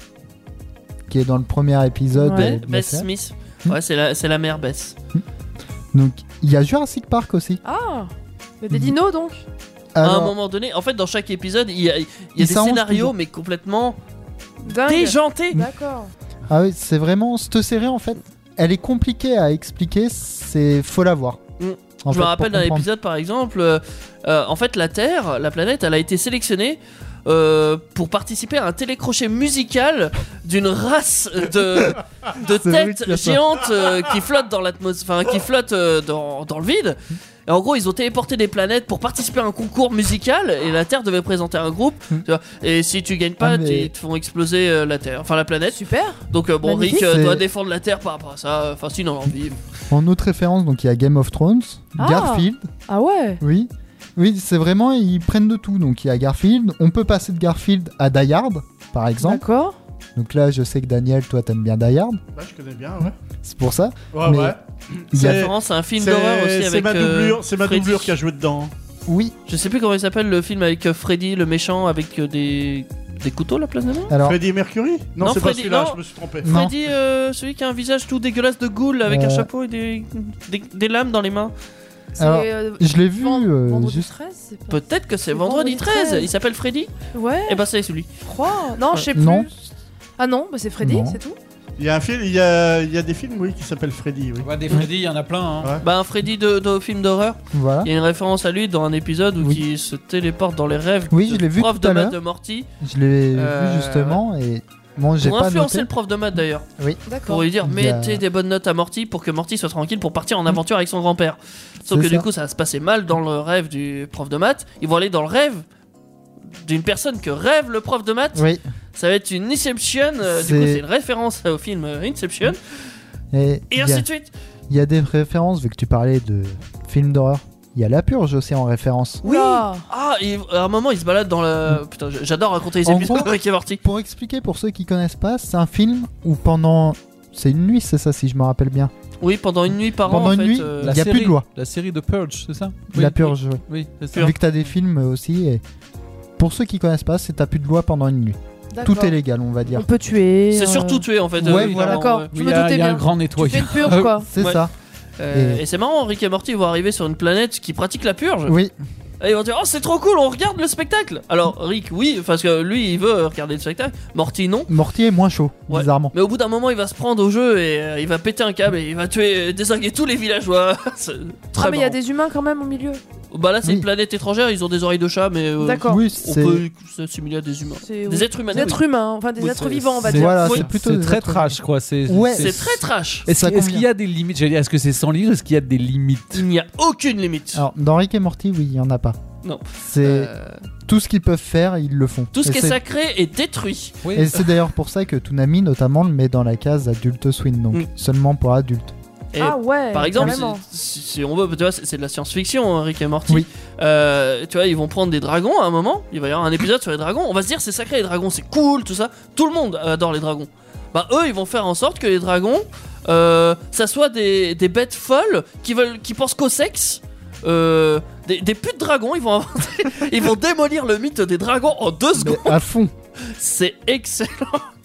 Speaker 4: qui est dans le premier épisode.
Speaker 6: Ouais.
Speaker 4: euh, de la
Speaker 5: Bess
Speaker 4: série.
Speaker 5: Smith.
Speaker 4: Hmm.
Speaker 5: Ouais, c'est la, c'est la mère Bess.
Speaker 4: Donc, il y a Jurassic Park aussi.
Speaker 6: Ah Mais
Speaker 5: Mm.
Speaker 6: des dinos donc
Speaker 5: à un
Speaker 4: Alors,
Speaker 5: moment donné, en fait, dans chaque épisode, il y a, il y a des
Speaker 4: Ils s'arrangent
Speaker 5: scénarios,
Speaker 4: toujours.
Speaker 5: mais complètement
Speaker 6: Dingue.
Speaker 5: déjantés.
Speaker 6: D'accord.
Speaker 4: Ah oui, c'est vraiment cette série en fait. Elle est compliquée à expliquer, c'est faut la voir.
Speaker 5: Mm.
Speaker 4: En
Speaker 5: Je
Speaker 4: fait,
Speaker 5: me
Speaker 4: pour
Speaker 5: rappelle d'un
Speaker 4: comprendre.
Speaker 5: épisode, par exemple, euh, euh, en fait, la Terre, la planète, elle a été sélectionnée euh, pour participer à un télécrochet musical d'une race
Speaker 4: [LAUGHS]
Speaker 5: de, de
Speaker 12: C'est vrai
Speaker 5: têtes
Speaker 12: qu'il y a ça.
Speaker 5: géantes euh, qui flottent dans l'atmosphère, enfin, qui flottent euh, dans, dans le vide. Et en gros, ils ont téléporté des planètes pour participer à un concours musical et la Terre devait présenter un groupe. tu vois. Et si tu gagnes pas,
Speaker 4: Hmm. Ah, mais-
Speaker 5: ils te font exploser euh, la Terre, enfin la planète.
Speaker 6: Super.
Speaker 5: Donc euh, bon,
Speaker 4: Magnifique.
Speaker 5: Rick euh,
Speaker 4: C'est-
Speaker 5: doit défendre la Terre par rapport à ça. Enfin, s'il en a envie.
Speaker 4: En autre référence, donc il y a Game of Thrones,
Speaker 5: Ah.
Speaker 4: Garfield.
Speaker 6: Ah ouais
Speaker 4: Oui. Oui, c'est vraiment, ils prennent de tout. Donc il y a Garfield. On peut passer de Garfield à Die Hard, par exemple.
Speaker 6: D'accord.
Speaker 4: Donc là, je sais que Daniel, toi, t'aimes bien Die Hard.
Speaker 7: Bah, je connais bien, ouais.
Speaker 4: C'est pour ça.
Speaker 7: Ouais,
Speaker 4: Mais
Speaker 7: ouais.
Speaker 4: il y a-
Speaker 5: référence à un film
Speaker 7: c'est-
Speaker 5: d'horreur aussi
Speaker 7: c'est
Speaker 5: avec,
Speaker 7: ma
Speaker 5: euh,
Speaker 7: doublure, c'est ma
Speaker 5: Freddy.
Speaker 7: doublure qui a joué dedans.
Speaker 4: Oui.
Speaker 5: Je sais plus comment il s'appelle le film avec euh, Freddy le méchant avec euh, des des couteaux la place de moi.
Speaker 4: Alors-
Speaker 7: Freddy Mercury Non, c'est pas
Speaker 5: Freddy-
Speaker 7: celui-là,
Speaker 5: non.
Speaker 7: je me suis trompé.
Speaker 5: Freddy, euh, celui qui a un visage tout dégueulasse de ghoul avec un
Speaker 4: Euh.
Speaker 5: chapeau et des, des, des lames dans les mains.
Speaker 4: Alors, je l'ai vu. euh, juste...
Speaker 5: Peut-être que c'est vendredi 13. Il s'appelle Freddy
Speaker 6: Ouais.
Speaker 5: Et bah c'est celui.
Speaker 6: Je crois. Non, je sais plus.
Speaker 7: Non.
Speaker 6: Ah non, bah c'est Freddy,
Speaker 7: Non.
Speaker 6: c'est tout.
Speaker 7: Il y a un film, il y a, il y a des films, oui, qui s'appellent Freddy, oui.
Speaker 8: des Freddy, il y en a plein. hein.
Speaker 5: Bah un Freddy de, de film d'horreur.
Speaker 4: Voilà.
Speaker 5: Il y a une référence à lui dans un épisode où il se téléporte dans les rêves.
Speaker 4: Oui,
Speaker 5: du
Speaker 4: je l'ai vu
Speaker 5: prof
Speaker 4: tout à
Speaker 5: de maths
Speaker 4: l'heure.
Speaker 5: de Morty.
Speaker 4: Je l'ai
Speaker 5: Euh,
Speaker 4: vu justement et bon, j'ai
Speaker 5: pour
Speaker 4: pas
Speaker 5: influencer
Speaker 4: noté.
Speaker 5: le prof de maths d'ailleurs.
Speaker 4: Oui.
Speaker 5: Pour lui dire
Speaker 4: Il y a-
Speaker 5: mettez des bonnes notes à Morty pour que Morty soit tranquille pour partir en aventure avec son grand-père. Sauf
Speaker 4: C'est
Speaker 5: que du
Speaker 4: ça.
Speaker 5: coup ça va se passer mal dans le rêve du prof de maths. Ils vont aller dans le rêve d'une personne que rêve le prof de maths.
Speaker 4: Oui.
Speaker 5: Ça va être une Inception. euh, du coup
Speaker 4: C'est-
Speaker 5: c'est une référence au film euh, Inception.
Speaker 4: Et,
Speaker 5: Et ainsi de suite.
Speaker 4: Il y a des références vu que tu parlais de films d'horreur. Il y a La Purge aussi en référence.
Speaker 5: Oui. Ah, et à un moment il se balade dans le. Putain j- j'adore raconter les
Speaker 4: En
Speaker 5: épisodes
Speaker 4: gros,
Speaker 5: avec Morty.
Speaker 4: Pour expliquer pour ceux qui connaissent pas, c'est un film où pendant c'est une nuit, c'est ça si je me rappelle bien.
Speaker 5: Oui pendant une nuit par an.
Speaker 4: Pendant
Speaker 5: en
Speaker 4: une
Speaker 5: fait,
Speaker 4: nuit,
Speaker 5: euh,
Speaker 4: il y a plus de loi.
Speaker 8: La série de Purge, c'est ça
Speaker 4: la Purge, oui.
Speaker 8: Oui, c'est ça.
Speaker 4: Vu que t'as des films euh, aussi et pour ceux qui connaissent pas, c'est t'as plus de loi pendant une nuit.
Speaker 6: D'accord.
Speaker 4: Tout est légal, on va dire.
Speaker 6: On peut tuer. euh,
Speaker 5: C'est surtout tuer en fait.
Speaker 4: euh,
Speaker 5: euh,
Speaker 4: Ouais,
Speaker 5: évidemment,
Speaker 4: voilà.
Speaker 6: D'accord,
Speaker 5: ouais.
Speaker 6: je me doutais bien. Tu fais
Speaker 8: [LAUGHS]
Speaker 6: une purge quoi.
Speaker 4: C'est ça.
Speaker 5: Euh,
Speaker 4: Et-
Speaker 5: et c'est marrant, Rick et Morty vont arriver sur une planète qui pratique la purge.
Speaker 4: Oui.
Speaker 5: Et ils vont dire Oh, c'est trop cool, on regarde le spectacle. Alors, Rick, oui, parce que lui, il veut regarder le spectacle. Morty, non.
Speaker 4: Mortier est moins chaud,
Speaker 5: Ouais.
Speaker 4: bizarrement.
Speaker 5: Mais au bout d'un moment, il va se prendre au jeu et euh, il va péter un câble et il va tuer, euh, désinguer tous les villageois. [LAUGHS] C'est [LAUGHS] très
Speaker 6: Ah, mais il y a
Speaker 5: marrant.
Speaker 6: des humains quand même au milieu.
Speaker 5: Bah là, c'est une planète étrangère, ils ont des oreilles de chat, mais euh,
Speaker 6: D'accord. Oui,
Speaker 5: on
Speaker 6: c'est-
Speaker 5: peut s'assimiler à des humains.
Speaker 6: C'est-
Speaker 5: Des êtres humains.
Speaker 6: Des êtres humains, enfin des
Speaker 5: Oui,
Speaker 6: êtres
Speaker 5: c'est-
Speaker 6: vivants, on va
Speaker 8: C'est-
Speaker 6: dire.
Speaker 8: voilà,
Speaker 5: Oui.
Speaker 8: Ah, c'est plutôt
Speaker 5: C'est
Speaker 8: des
Speaker 5: très
Speaker 8: êtres humains. trash quoi. C'est
Speaker 5: Ouais. C'est très trash.
Speaker 8: Est-ce
Speaker 5: Ça
Speaker 8: est-ce qu'il
Speaker 5: convient.
Speaker 8: y a des limites J'allais dire, est-ce que c'est sans limite ou est-ce qu'il y a des limites
Speaker 5: Il n'y a aucune limite.
Speaker 4: Alors, dans Rick et Morty, oui, il y en a pas.
Speaker 5: Non. Euh.
Speaker 4: C'est tout ce qu'ils peuvent faire, ils le font.
Speaker 5: Tout ce
Speaker 4: Et
Speaker 5: qui est
Speaker 4: c'est-
Speaker 5: sacré est détruit.
Speaker 4: Et c'est d'ailleurs pour ça que Toonami notamment le met dans la case adulte swing, donc seulement pour adultes.
Speaker 5: Et
Speaker 6: Ah ouais,
Speaker 5: Par exemple,
Speaker 6: carrément.
Speaker 5: si, si- si on veut, tu vois, c'est c'est de la science-fiction, hein, Rick et Morty. Euh, tu vois, ils vont prendre des dragons à un moment. Il va y avoir un épisode sur les dragons. On va se dire, c'est sacré les dragons, c'est cool, tout ça. Tout le monde adore les dragons. Bah eux, ils vont faire en sorte que les dragons, euh, ça soit des, des bêtes folles qui veulent, qui pensent qu'au sexe. Euh, des, des putes dragons, ils vont inventer- [LAUGHS] ils vont démolir le mythe des dragons en deux secondes.
Speaker 4: à fond.
Speaker 5: C'est excellent.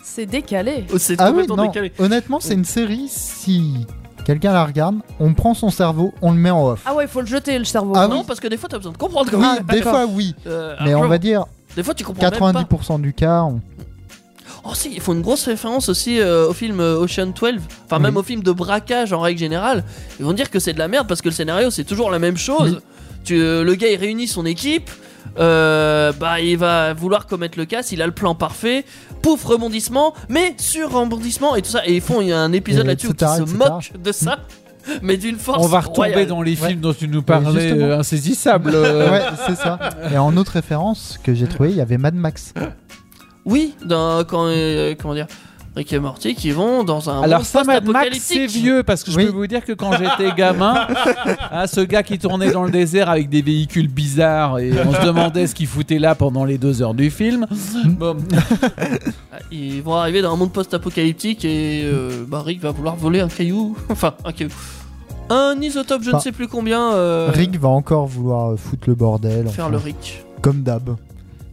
Speaker 6: C'est décalé.
Speaker 5: C'est
Speaker 4: Ah oui,
Speaker 5: complètement
Speaker 4: non.
Speaker 5: décalé.
Speaker 4: Honnêtement, c'est une série. Si quelqu'un la regarde, on prend son cerveau, on le met en off.
Speaker 6: Ah ouais, il faut le jeter le cerveau.
Speaker 4: Ah
Speaker 5: non,
Speaker 4: oui.
Speaker 5: parce que des fois, t'as besoin de comprendre.
Speaker 4: Oui, des fois oui.
Speaker 5: Euh,
Speaker 4: Mais
Speaker 5: après,
Speaker 4: on va dire
Speaker 5: Des fois, tu comprends même pas.
Speaker 4: 90% du cas. on-
Speaker 5: Oh si, ils font une grosse référence aussi euh, au film euh, Ocean 12, enfin
Speaker 8: Mhm.
Speaker 5: même au film de braquage en règle générale. Ils vont dire que c'est de la merde parce que le scénario c'est toujours la même chose.
Speaker 8: Mhm.
Speaker 5: Tu, euh, le gars il réunit son équipe, euh, bah il va vouloir commettre le casse, il a le plan parfait, pouf rebondissement, mais sur rebondissement et tout ça. Et ils font il y a un épisode
Speaker 8: Et
Speaker 5: là-dessus où ils
Speaker 8: etc.,
Speaker 5: se
Speaker 8: etc..
Speaker 5: moquent de ça, [LAUGHS] mais d'une force.
Speaker 8: On va retomber
Speaker 5: royale.
Speaker 8: dans les films
Speaker 5: Ouais.
Speaker 8: dont tu nous parlais,
Speaker 4: justement.
Speaker 8: euh, insaisissables. euh.
Speaker 4: ouais, c'est ça. Et en autre référence que j'ai trouvé, il y avait Mad Max.
Speaker 5: Oui, dans, quand euh, comment dire, Rick et Morty qui vont dans un
Speaker 8: Alors
Speaker 5: monde
Speaker 8: ça, Mad Max,
Speaker 5: post-apocalyptique.
Speaker 8: c'est vieux parce que je peux vous dire que quand j'étais
Speaker 4: [LAUGHS]
Speaker 8: gamin, hein, ce gars qui tournait dans le désert avec des véhicules bizarres et on se demandait ce qu'il foutait là pendant les deux heures du film. Bon.
Speaker 5: Ah, Ils vont arriver dans un monde post-apocalyptique et euh, bah, Rick va vouloir voler un caillou. [LAUGHS] enfin, un caillou. Un isotope, je
Speaker 4: Enfin,
Speaker 5: ne sais plus combien. euh,
Speaker 4: Rick va encore vouloir euh, foutre le bordel.
Speaker 5: Faire
Speaker 4: enfin,
Speaker 5: le Rick.
Speaker 4: Comme d'hab.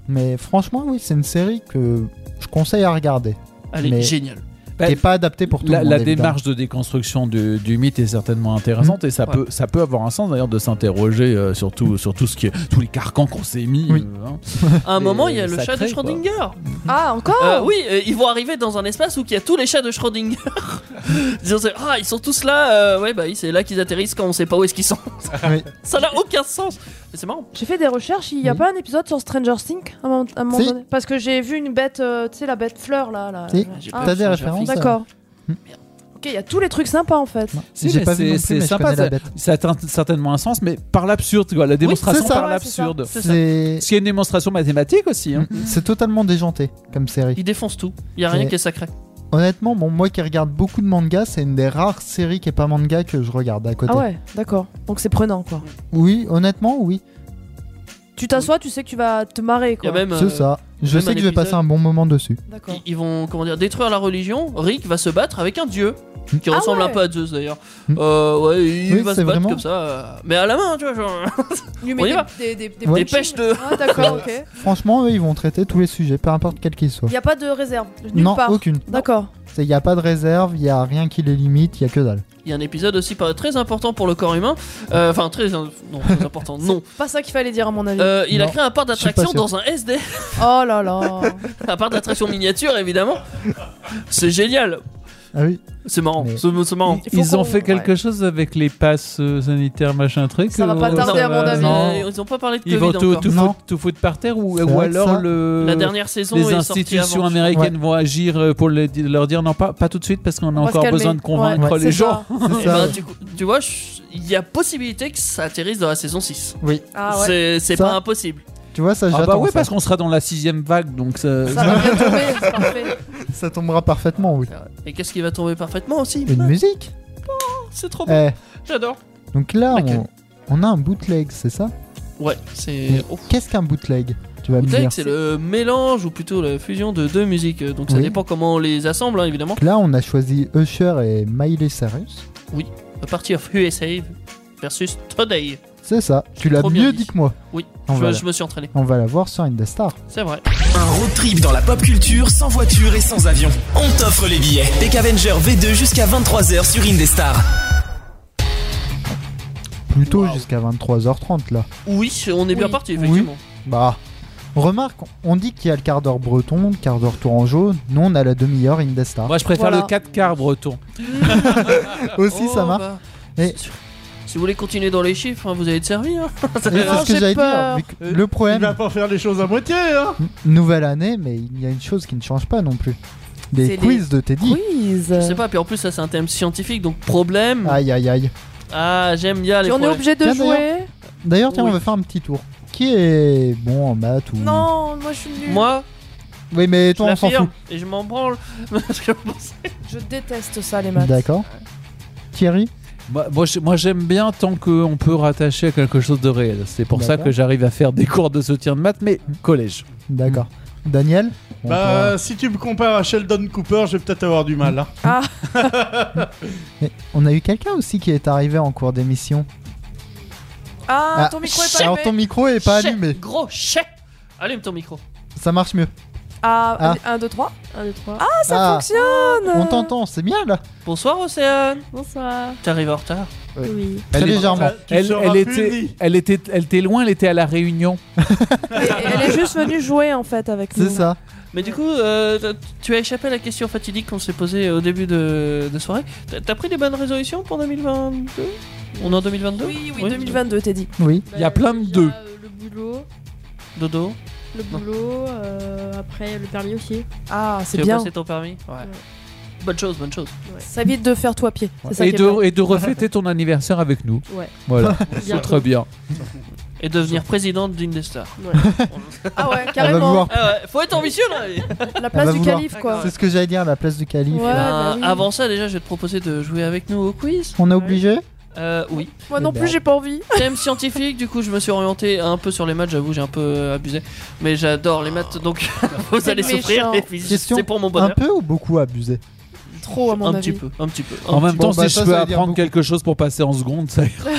Speaker 4: Mais franchement, oui, c'est une série que je conseille à regarder.
Speaker 5: Elle est
Speaker 4: Mais- [LAUGHS]
Speaker 5: géniale.
Speaker 4: qui n'est pas adapté [LAUGHS] pour tout
Speaker 8: la,
Speaker 4: le monde.
Speaker 8: la
Speaker 4: évidemment.
Speaker 8: démarche de déconstruction du, du mythe est certainement intéressante et ça,
Speaker 4: Ouais.
Speaker 8: peut, ça peut avoir un sens d'ailleurs de s'interroger euh, sur, tout, sur tout ce qui est, tous les carcans qu'on s'est mis. euh, hein.
Speaker 5: À un
Speaker 8: Et
Speaker 5: moment, il y a le
Speaker 8: ça
Speaker 5: chat de
Speaker 8: crée, quoi.
Speaker 5: Schrödinger.
Speaker 6: Ah, encore
Speaker 4: Oh
Speaker 5: Euh, Oui, euh, ils vont arriver dans un espace où il y a tous les chats de Schrödinger. [LAUGHS] Disons, c'est- ah, ils sont tous là. euh, ouais, bah oui, c'est là qu'ils atterrissent quand on sait pas où est-ce qu'ils sont. [LAUGHS] Ça n'a aucun sens. Mais c'est marrant.
Speaker 6: J'ai fait des recherches, il n'y a pas un épisode sur Stranger Things à un moment, à un moment
Speaker 5: Si.
Speaker 6: donné Parce que j'ai vu une bête, euh, tu sais, la bête fleur là. là.
Speaker 4: Si.
Speaker 6: Ah,
Speaker 4: T'as des références,
Speaker 6: D'accord.
Speaker 5: Hmm.
Speaker 6: Ok, il y a tous les trucs sympas en fait. Ah
Speaker 8: Si, mais c'est- c'est sympa, ça- ça a teint- certainement un sens, mais par l'absurde, quoi, la démonstration
Speaker 4: c'est ça.
Speaker 8: par
Speaker 4: Ouais, c'est ça.
Speaker 8: l'absurde.
Speaker 4: C'est ça. C'est-
Speaker 8: Ce qui est une démonstration mathématique aussi. hein.
Speaker 4: C'est totalement déjanté comme série.
Speaker 5: Ils défoncent tout. Il y a rien
Speaker 4: C'est-
Speaker 5: qui est sacré.
Speaker 4: Honnêtement, bon, moi qui regarde beaucoup de mangas, c'est une des rares séries qui est pas manga que je regarde à côté.
Speaker 6: Ah ouais, d'accord. Donc c'est prenant quoi.
Speaker 4: Oui, honnêtement, oui.
Speaker 6: Tu t'assois, tu sais que tu vas te marrer
Speaker 5: Il y
Speaker 6: quoi.
Speaker 5: a même,
Speaker 4: C'est
Speaker 5: euh,
Speaker 4: ça.
Speaker 5: il y a
Speaker 4: Je
Speaker 5: même
Speaker 4: sais
Speaker 5: un
Speaker 4: que je vais passer
Speaker 5: épisode-
Speaker 4: un bon moment dessus.
Speaker 5: Ils, ils vont comment dire détruire la religion. Rick va se battre avec un dieu qui
Speaker 6: Ah
Speaker 5: ressemble
Speaker 6: ouais.
Speaker 5: un peu à Zeus d'ailleurs. Euh, ouais, il
Speaker 4: Oui,
Speaker 5: va se
Speaker 4: c'est
Speaker 5: battre
Speaker 4: vraiment-
Speaker 5: comme ça, euh, mais à la main, tu vois. Genre... [LAUGHS]
Speaker 6: Lui
Speaker 5: On y va.
Speaker 6: des, des, des,
Speaker 5: Ouais. Dépêche
Speaker 6: punchings.
Speaker 5: de- [LAUGHS]
Speaker 6: Ah d'accord, ok.
Speaker 4: Franchement, eux, ils vont traiter tous les sujets, peu importe quel qu'ils soient.
Speaker 6: Il n'y a pas de réserve, nulle
Speaker 4: Non,
Speaker 6: part.
Speaker 4: aucune.
Speaker 6: D'accord.
Speaker 4: Il n'y a pas de réserve, il n'y a rien qui les limite, il n'y a que dalle.
Speaker 5: Il y a un épisode aussi par- très important pour le corps humain. Euh, Enfin, très, non, très important, non.
Speaker 6: Pas ça qu'il fallait dire à mon avis.
Speaker 5: Euh, il a créé un parc
Speaker 6: suis
Speaker 5: d'attraction
Speaker 6: pas sûr.
Speaker 5: dans un SD.
Speaker 6: Oh là là.
Speaker 5: [LAUGHS] un parc d'attraction miniature, évidemment. C'est génial.
Speaker 4: Ah oui.
Speaker 5: C'est marrant. C'est c'est marrant.
Speaker 8: Ils ont fait quelque chose avec les passes euh, sanitaires, machin truc.
Speaker 5: Ça va
Speaker 8: euh,
Speaker 5: pas tarder, à mon avis.
Speaker 8: non.
Speaker 5: Euh, ils ont pas parlé de
Speaker 8: Ils vont
Speaker 5: Covid
Speaker 8: tout,
Speaker 5: encore.
Speaker 8: tout,
Speaker 5: Non.
Speaker 8: foutre, tout foutre par terre ou,
Speaker 5: Ça
Speaker 8: ou
Speaker 5: va être
Speaker 8: alors
Speaker 5: ça.
Speaker 8: le,
Speaker 5: La dernière saison
Speaker 8: les
Speaker 5: est sortie
Speaker 8: institutions
Speaker 5: avant, je crois.
Speaker 8: américaines vont agir euh, pour les- leur dire non, pas, pas tout de suite parce qu'on a
Speaker 5: va se
Speaker 8: encore
Speaker 5: calmer.
Speaker 8: besoin de convaincre
Speaker 5: Ouais.
Speaker 8: les gens.
Speaker 5: [LAUGHS] Eh ben, du, coup- tu vois, je- il y a possibilité que ça atterrisse dans la saison 6.
Speaker 4: Oui. [LAUGHS]
Speaker 6: Ah ouais.
Speaker 5: C'est- C'est
Speaker 4: Ça-
Speaker 5: pas impossible.
Speaker 4: Tu vois, ça,
Speaker 8: Ah bah
Speaker 4: j'attends
Speaker 8: oui,
Speaker 4: ça.
Speaker 8: parce qu'on sera dans la sixième vague, donc ça.
Speaker 4: Ça tombera parfaitement, oui.
Speaker 5: Et qu'est-ce qui va tomber parfaitement aussi
Speaker 4: Une musique
Speaker 5: Oh, C'est trop
Speaker 4: Eh.
Speaker 5: bon. J'adore.
Speaker 4: Donc là, on, on a un bootleg, c'est ça
Speaker 5: Ouais, c'est.
Speaker 4: Mais Qu'est-ce qu'un bootleg Tu vas me
Speaker 5: oh. Bootleg,
Speaker 4: dire.
Speaker 5: c'est le mélange ou plutôt la fusion de deux musiques. euh, Donc ça
Speaker 4: Oui.
Speaker 5: dépend comment on les assemble, hein, évidemment.
Speaker 4: Donc Là, on a choisi Usher et Miley Cyrus.
Speaker 5: Oui, a party of USA versus Today.
Speaker 4: C'est ça. Tu l'as
Speaker 5: trop bien
Speaker 4: mieux
Speaker 5: dit.
Speaker 4: dit que moi.
Speaker 5: Oui,
Speaker 4: On
Speaker 5: je-
Speaker 4: va
Speaker 5: je
Speaker 4: la-
Speaker 5: me suis entraîné.
Speaker 4: On va la voir sur Indestar.
Speaker 5: C'est vrai.
Speaker 3: Un road trip dans la pop culture sans voiture et sans avion. On t'offre les billets. Peck Avenger V2 jusqu'à 23h sur Indestar.
Speaker 4: Plutôt jusqu'à 23h30 là.
Speaker 5: Oui, on est bien parti, effectivement.
Speaker 4: Bah. Remarque, on dit qu'il y a le quart d'heure breton, le quart d'heure tourangeau. Nous, on a la demi-heure Indestar.
Speaker 8: Moi, je préfère le 4 quarts breton.
Speaker 4: [LAUGHS] Aussi, ça marche.
Speaker 5: bah,
Speaker 4: Et-
Speaker 5: Si vous voulez continuer dans les chiffres, hein, vous allez être servi. Hein.
Speaker 4: Et c'est ce que j'allais dire. vu que
Speaker 5: Euh,
Speaker 4: le problème.
Speaker 7: Il va pas faire les choses à moitié, hein
Speaker 4: N- Nouvelle année, mais il y a une chose qui ne change pas non plus.
Speaker 5: C'est
Speaker 4: Les quiz
Speaker 5: les
Speaker 4: de Teddy. Euh.
Speaker 5: Je sais pas, puis en plus, ça c'est un thème scientifique, donc problème.
Speaker 4: Aïe aïe aïe.
Speaker 5: Ah, j'aime bien les
Speaker 6: Puis on est
Speaker 5: problèmes.
Speaker 6: obligé de
Speaker 4: Tiens,
Speaker 6: jouer.
Speaker 4: d'ailleurs- D'ailleurs, tiens,
Speaker 5: Oui.
Speaker 4: on va faire un petit tour. Qui est bon en maths ou.
Speaker 6: Non, moi je suis nulle.
Speaker 5: Moi,
Speaker 4: Oui, mais
Speaker 5: je hein.
Speaker 4: toi, on s'en
Speaker 5: l'affirme
Speaker 4: fout.
Speaker 5: et je m'en branle. [LAUGHS] Parce que vous pensez-
Speaker 6: Je déteste ça les maths.
Speaker 4: D'accord. Thierry
Speaker 8: Moi, moi, je- moi, j'aime bien tant qu'on peut rattacher à quelque chose de réel. C'est pour ça
Speaker 4: D'accord.
Speaker 8: que j'arrive à faire des cours de soutien de maths, mais collège.
Speaker 4: D'accord. Daniel Bon,
Speaker 7: Bah,
Speaker 5: euh,
Speaker 7: si tu me compares à Sheldon Cooper, je vais peut-être avoir du mal. Hein.
Speaker 6: Ah
Speaker 4: Mais on a eu quelqu'un aussi qui est arrivé en cours d'émission.
Speaker 6: Ah,
Speaker 4: Ah,
Speaker 6: ton micro est
Speaker 4: shit.
Speaker 6: pas
Speaker 4: Alors,
Speaker 6: allumé.
Speaker 4: ton micro est pas
Speaker 5: Chais,
Speaker 4: allumé.
Speaker 5: Gros chèque Allume ton micro.
Speaker 4: Ça marche mieux.
Speaker 6: Ah, 1, 2, 3. Ah, ça
Speaker 4: Ah.
Speaker 6: fonctionne
Speaker 4: On t'entend, c'est bien là.
Speaker 5: Bonsoir, Océane.
Speaker 6: Bonsoir.
Speaker 5: T'arrives en retard.
Speaker 4: Euh.
Speaker 6: Oui.
Speaker 4: Très légèrement.
Speaker 8: Elle, elle était, elle, était, elle était loin, elle était à La Réunion.
Speaker 6: Elle est juste venue jouer en fait avec nous.
Speaker 4: C'est ça.
Speaker 5: Mais du coup, euh, t- tu as échappé à la question fatidique qu'on s'est posée euh, au début de, de soirée. T'as- T'as pris des bonnes résolutions pour 2022 On est en 2022
Speaker 6: Oui, oui, 2022, t'es
Speaker 5: Bah,
Speaker 6: dit.
Speaker 4: Oui.
Speaker 8: Il y a plein de deux.
Speaker 5: euh,
Speaker 12: Le boulot,
Speaker 5: Dodo
Speaker 12: le boulot, euh, après le permis aussi.
Speaker 6: Ah,
Speaker 5: tu
Speaker 6: c'est
Speaker 5: as
Speaker 6: bien.
Speaker 5: passé ton permis ouais. Bonne chose, bonne chose.
Speaker 6: Ça évite de faire toi pied. C'est ça
Speaker 8: Et
Speaker 6: qui est
Speaker 8: de,
Speaker 6: bien.
Speaker 8: et de refêter ton anniversaire avec nous.
Speaker 12: Ouais.
Speaker 6: [LAUGHS]
Speaker 8: Voilà,
Speaker 12: Bientôt.
Speaker 8: c'est très bien.
Speaker 5: Et devenir présidente d'une des stars.
Speaker 6: Ah ouais,
Speaker 4: Elle va
Speaker 6: carrément.
Speaker 4: vouloir-
Speaker 5: Ah ouais, faut être ambitieux
Speaker 6: [LAUGHS]
Speaker 5: là Ben,
Speaker 6: La
Speaker 4: Elle va
Speaker 6: place du
Speaker 4: vouloir-
Speaker 6: calife quoi.
Speaker 4: C'est ce que j'allais dire, la place du calife.
Speaker 6: Ouais. bah
Speaker 5: Ben,
Speaker 6: oui.
Speaker 5: Avant ça, déjà, je vais te proposer de jouer avec nous au quiz.
Speaker 4: On est obligé
Speaker 5: Euh, oui.
Speaker 6: Moi non
Speaker 4: Eh ben.
Speaker 6: plus, j'ai pas envie.
Speaker 5: Thème scientifique, du coup, je me suis orienté un peu sur les maths, j'avoue, j'ai un peu euh, abusé. Mais j'adore les maths, donc [LAUGHS] vous
Speaker 6: C'est
Speaker 5: allez souffrir.
Speaker 6: méchant.
Speaker 5: les filles.
Speaker 4: Question
Speaker 5: C'est pour mon
Speaker 4: Un
Speaker 5: bonheur.
Speaker 4: peu ou beaucoup
Speaker 6: [LAUGHS]
Speaker 4: abusé
Speaker 6: Trop à mon
Speaker 5: Un petit
Speaker 6: avis.
Speaker 5: peu, un petit peu.
Speaker 8: En
Speaker 5: Un
Speaker 8: même
Speaker 5: petit
Speaker 8: temps,
Speaker 4: Bon, bah,
Speaker 8: si
Speaker 4: ça,
Speaker 8: je peux
Speaker 4: ça veut dire
Speaker 8: apprendre
Speaker 4: beaucoup.
Speaker 8: quelque chose pour passer en seconde, ça
Speaker 5: peu.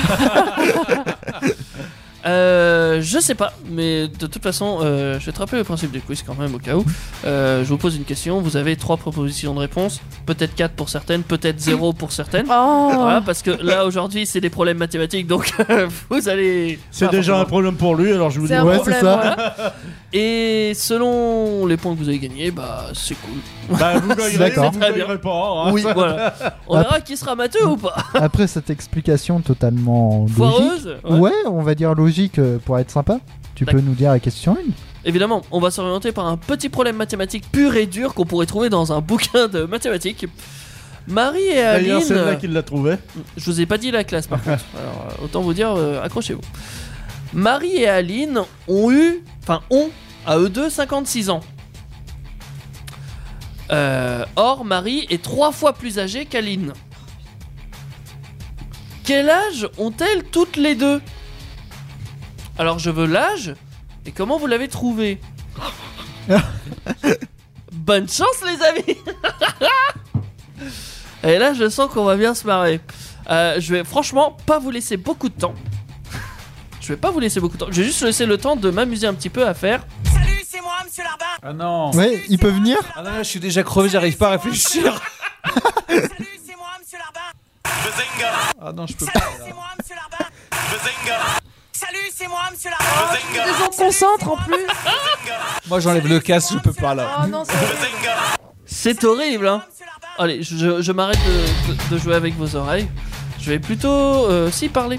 Speaker 5: Euh, je sais pas, mais de toute façon, euh, je vais te rappeler le principe du quiz quand même au cas où. Euh, je vous pose une question, vous avez trois propositions de réponse, peut-être quatre pour certaines, peut-être zéro pour certaines.
Speaker 6: Oh.
Speaker 5: Voilà, parce que là aujourd'hui, c'est des problèmes mathématiques, donc [LAUGHS] vous allez.
Speaker 7: C'est
Speaker 5: pas
Speaker 7: déjà un
Speaker 5: forcément.
Speaker 7: problème pour lui, alors je vous dis.
Speaker 5: C'est un problème, hein. voilà. Et selon les points que vous avez gagnés, bah c'est cool.
Speaker 7: Bah, vous
Speaker 5: C'est
Speaker 7: gagnerez, vous
Speaker 5: très bien.
Speaker 7: gagnerez pas, hein.
Speaker 5: Oui, [LAUGHS] voilà. On verra qui sera matheux ou pas.
Speaker 4: Après cette explication totalement
Speaker 5: Foireuse,
Speaker 4: logique,
Speaker 5: ouais.
Speaker 4: ouais. on va dire logique euh, pour être sympa. Tu peux nous dire la question 1
Speaker 5: Évidemment, on va s'orienter par un petit problème mathématique pur et dur qu'on pourrait trouver dans un bouquin de mathématiques. Marie et Aline.
Speaker 7: D'ailleurs, c'est là qu'il l'a trouvé.
Speaker 5: Je vous ai pas dit la classe par contre. Alors, euh, autant vous dire, euh, accrochez-vous. Marie et Aline ont eu, enfin ont, à eux deux, 56 ans. Euh, or, Marie est trois fois plus âgée qu'Aline. Quel âge ont-elles toutes les deux Alors, je veux l'âge et comment vous l'avez trouvé Bonne chance, les amis [LAUGHS] Et là, je sens qu'on va bien se marrer. Euh, je vais franchement pas vous laisser beaucoup de temps. Je vais pas vous laisser beaucoup de temps. Je vais juste laisser le temps de m'amuser un petit peu à faire.
Speaker 2: Salut, c'est moi, monsieur Larbin.
Speaker 8: Ah non.
Speaker 4: Ouais, il peut venir
Speaker 8: Ah non, je suis déjà crevé, j'arrive pas à réfléchir. [LAUGHS] Ah non, je peux pas.
Speaker 2: Salut, c'est moi, monsieur Larbin.
Speaker 6: Ils en concentrent en plus.
Speaker 8: Moi, j'enlève le casque, je peux pas là.
Speaker 6: Ah non, c'est.
Speaker 5: C'est horrible, hein Allez, je, je- je m'arrête de, de- de jouer avec vos oreilles. Je vais plutôt, euh, si, parler.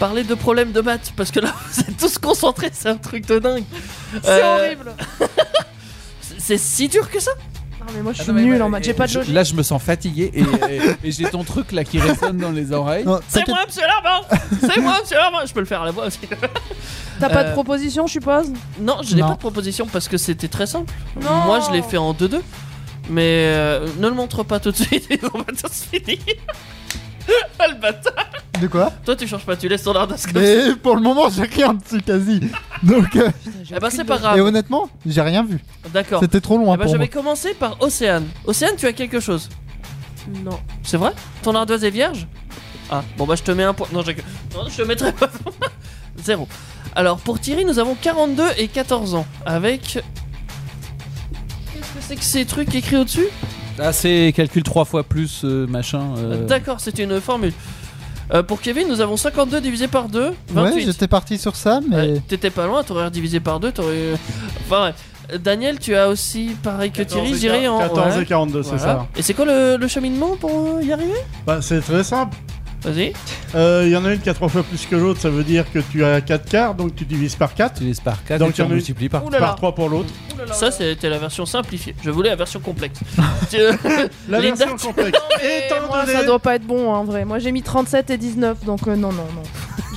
Speaker 5: Parler de problèmes de maths, parce que là, [LAUGHS] vous êtes tous concentrés, c'est un truc de dingue.
Speaker 6: C'est
Speaker 5: Euh,
Speaker 6: horrible.
Speaker 5: c'est- C'est si dur que ça
Speaker 6: Non, mais moi je suis
Speaker 5: bah,
Speaker 6: nul en maths, j'ai pas de logique.
Speaker 8: Là, je me sens fatigué et, et- et j'ai ton truc là qui résonne dans les oreilles.
Speaker 5: C'est moi, monsieur Larbin C'est moi, monsieur Larbin Je peux le faire à la voix aussi.
Speaker 6: T'as pas de
Speaker 5: Euh,
Speaker 6: proposition, je suppose
Speaker 5: Non, je n'ai
Speaker 6: Non.
Speaker 5: pas de proposition parce que c'était très simple.
Speaker 6: Non.
Speaker 5: Moi, je l'ai fait en 2-2. Mais euh, ne le montre pas tout de suite, [LAUGHS] on va tous finir. [LAUGHS] Ah, le bâtard
Speaker 4: De quoi
Speaker 5: Toi, tu changes pas, tu laisses ton ardas comme ça.
Speaker 4: Mais pour le moment, j'ai rien dessus quasi. Donc, euh,
Speaker 5: Eh ben, c'est pas grave.
Speaker 4: Et honnêtement, j'ai rien vu.
Speaker 5: D'accord.
Speaker 4: C'était trop loin
Speaker 5: Eh ben,
Speaker 4: pour
Speaker 5: je vais
Speaker 4: moi.
Speaker 5: commencer par Océane. Océane, tu as quelque chose
Speaker 6: Non.
Speaker 5: C'est vrai Ton ardoise est vierge Ah, bon bah je te mets un point. Non, je, non, je te mettrai pas. [LAUGHS] Zéro. Alors pour Thierry, nous avons 42 et 14 ans. Avec. Qu'est-ce que c'est que ces trucs écrits au-dessus
Speaker 8: Ah, c'est calcul 3 fois plus euh, machin. euh.
Speaker 5: D'accord, c'est une formule. Euh, pour Kevin, nous avons 52 divisé par 2, 28.
Speaker 4: Ouais, j'étais euh, parti sur ça, mais
Speaker 5: T'étais pas loin, t'aurais divisé par 2, t'aurais. eu- Enfin bref. Euh, Daniel, tu as aussi, pareil que
Speaker 7: 14
Speaker 5: Thierry,
Speaker 7: et
Speaker 5: j'irai en.
Speaker 7: 14 et 42, c'est ça.
Speaker 5: Et c'est quoi le, le cheminement pour euh, y arriver
Speaker 7: Bah, c'est très simple.
Speaker 5: Vas-y.
Speaker 7: Il y en a une qui a trois fois plus que l'autre, ça veut dire que tu as 4 quarts, donc tu divises par 4. Tu
Speaker 8: divises par 4,
Speaker 7: donc
Speaker 8: et tu
Speaker 7: il y en a
Speaker 8: en
Speaker 7: une
Speaker 8: multiplies par-
Speaker 5: Ouh là là.
Speaker 7: 3 pour l'autre.
Speaker 5: Ça, c'était la version simplifiée. Je voulais la version complexe.
Speaker 7: La
Speaker 5: Les
Speaker 7: version
Speaker 5: dates-
Speaker 7: complexe.
Speaker 6: Étant donné... Ça doit pas être bon hein, en vrai. Moi j'ai mis 37 et 19 donc euh, non, non, non.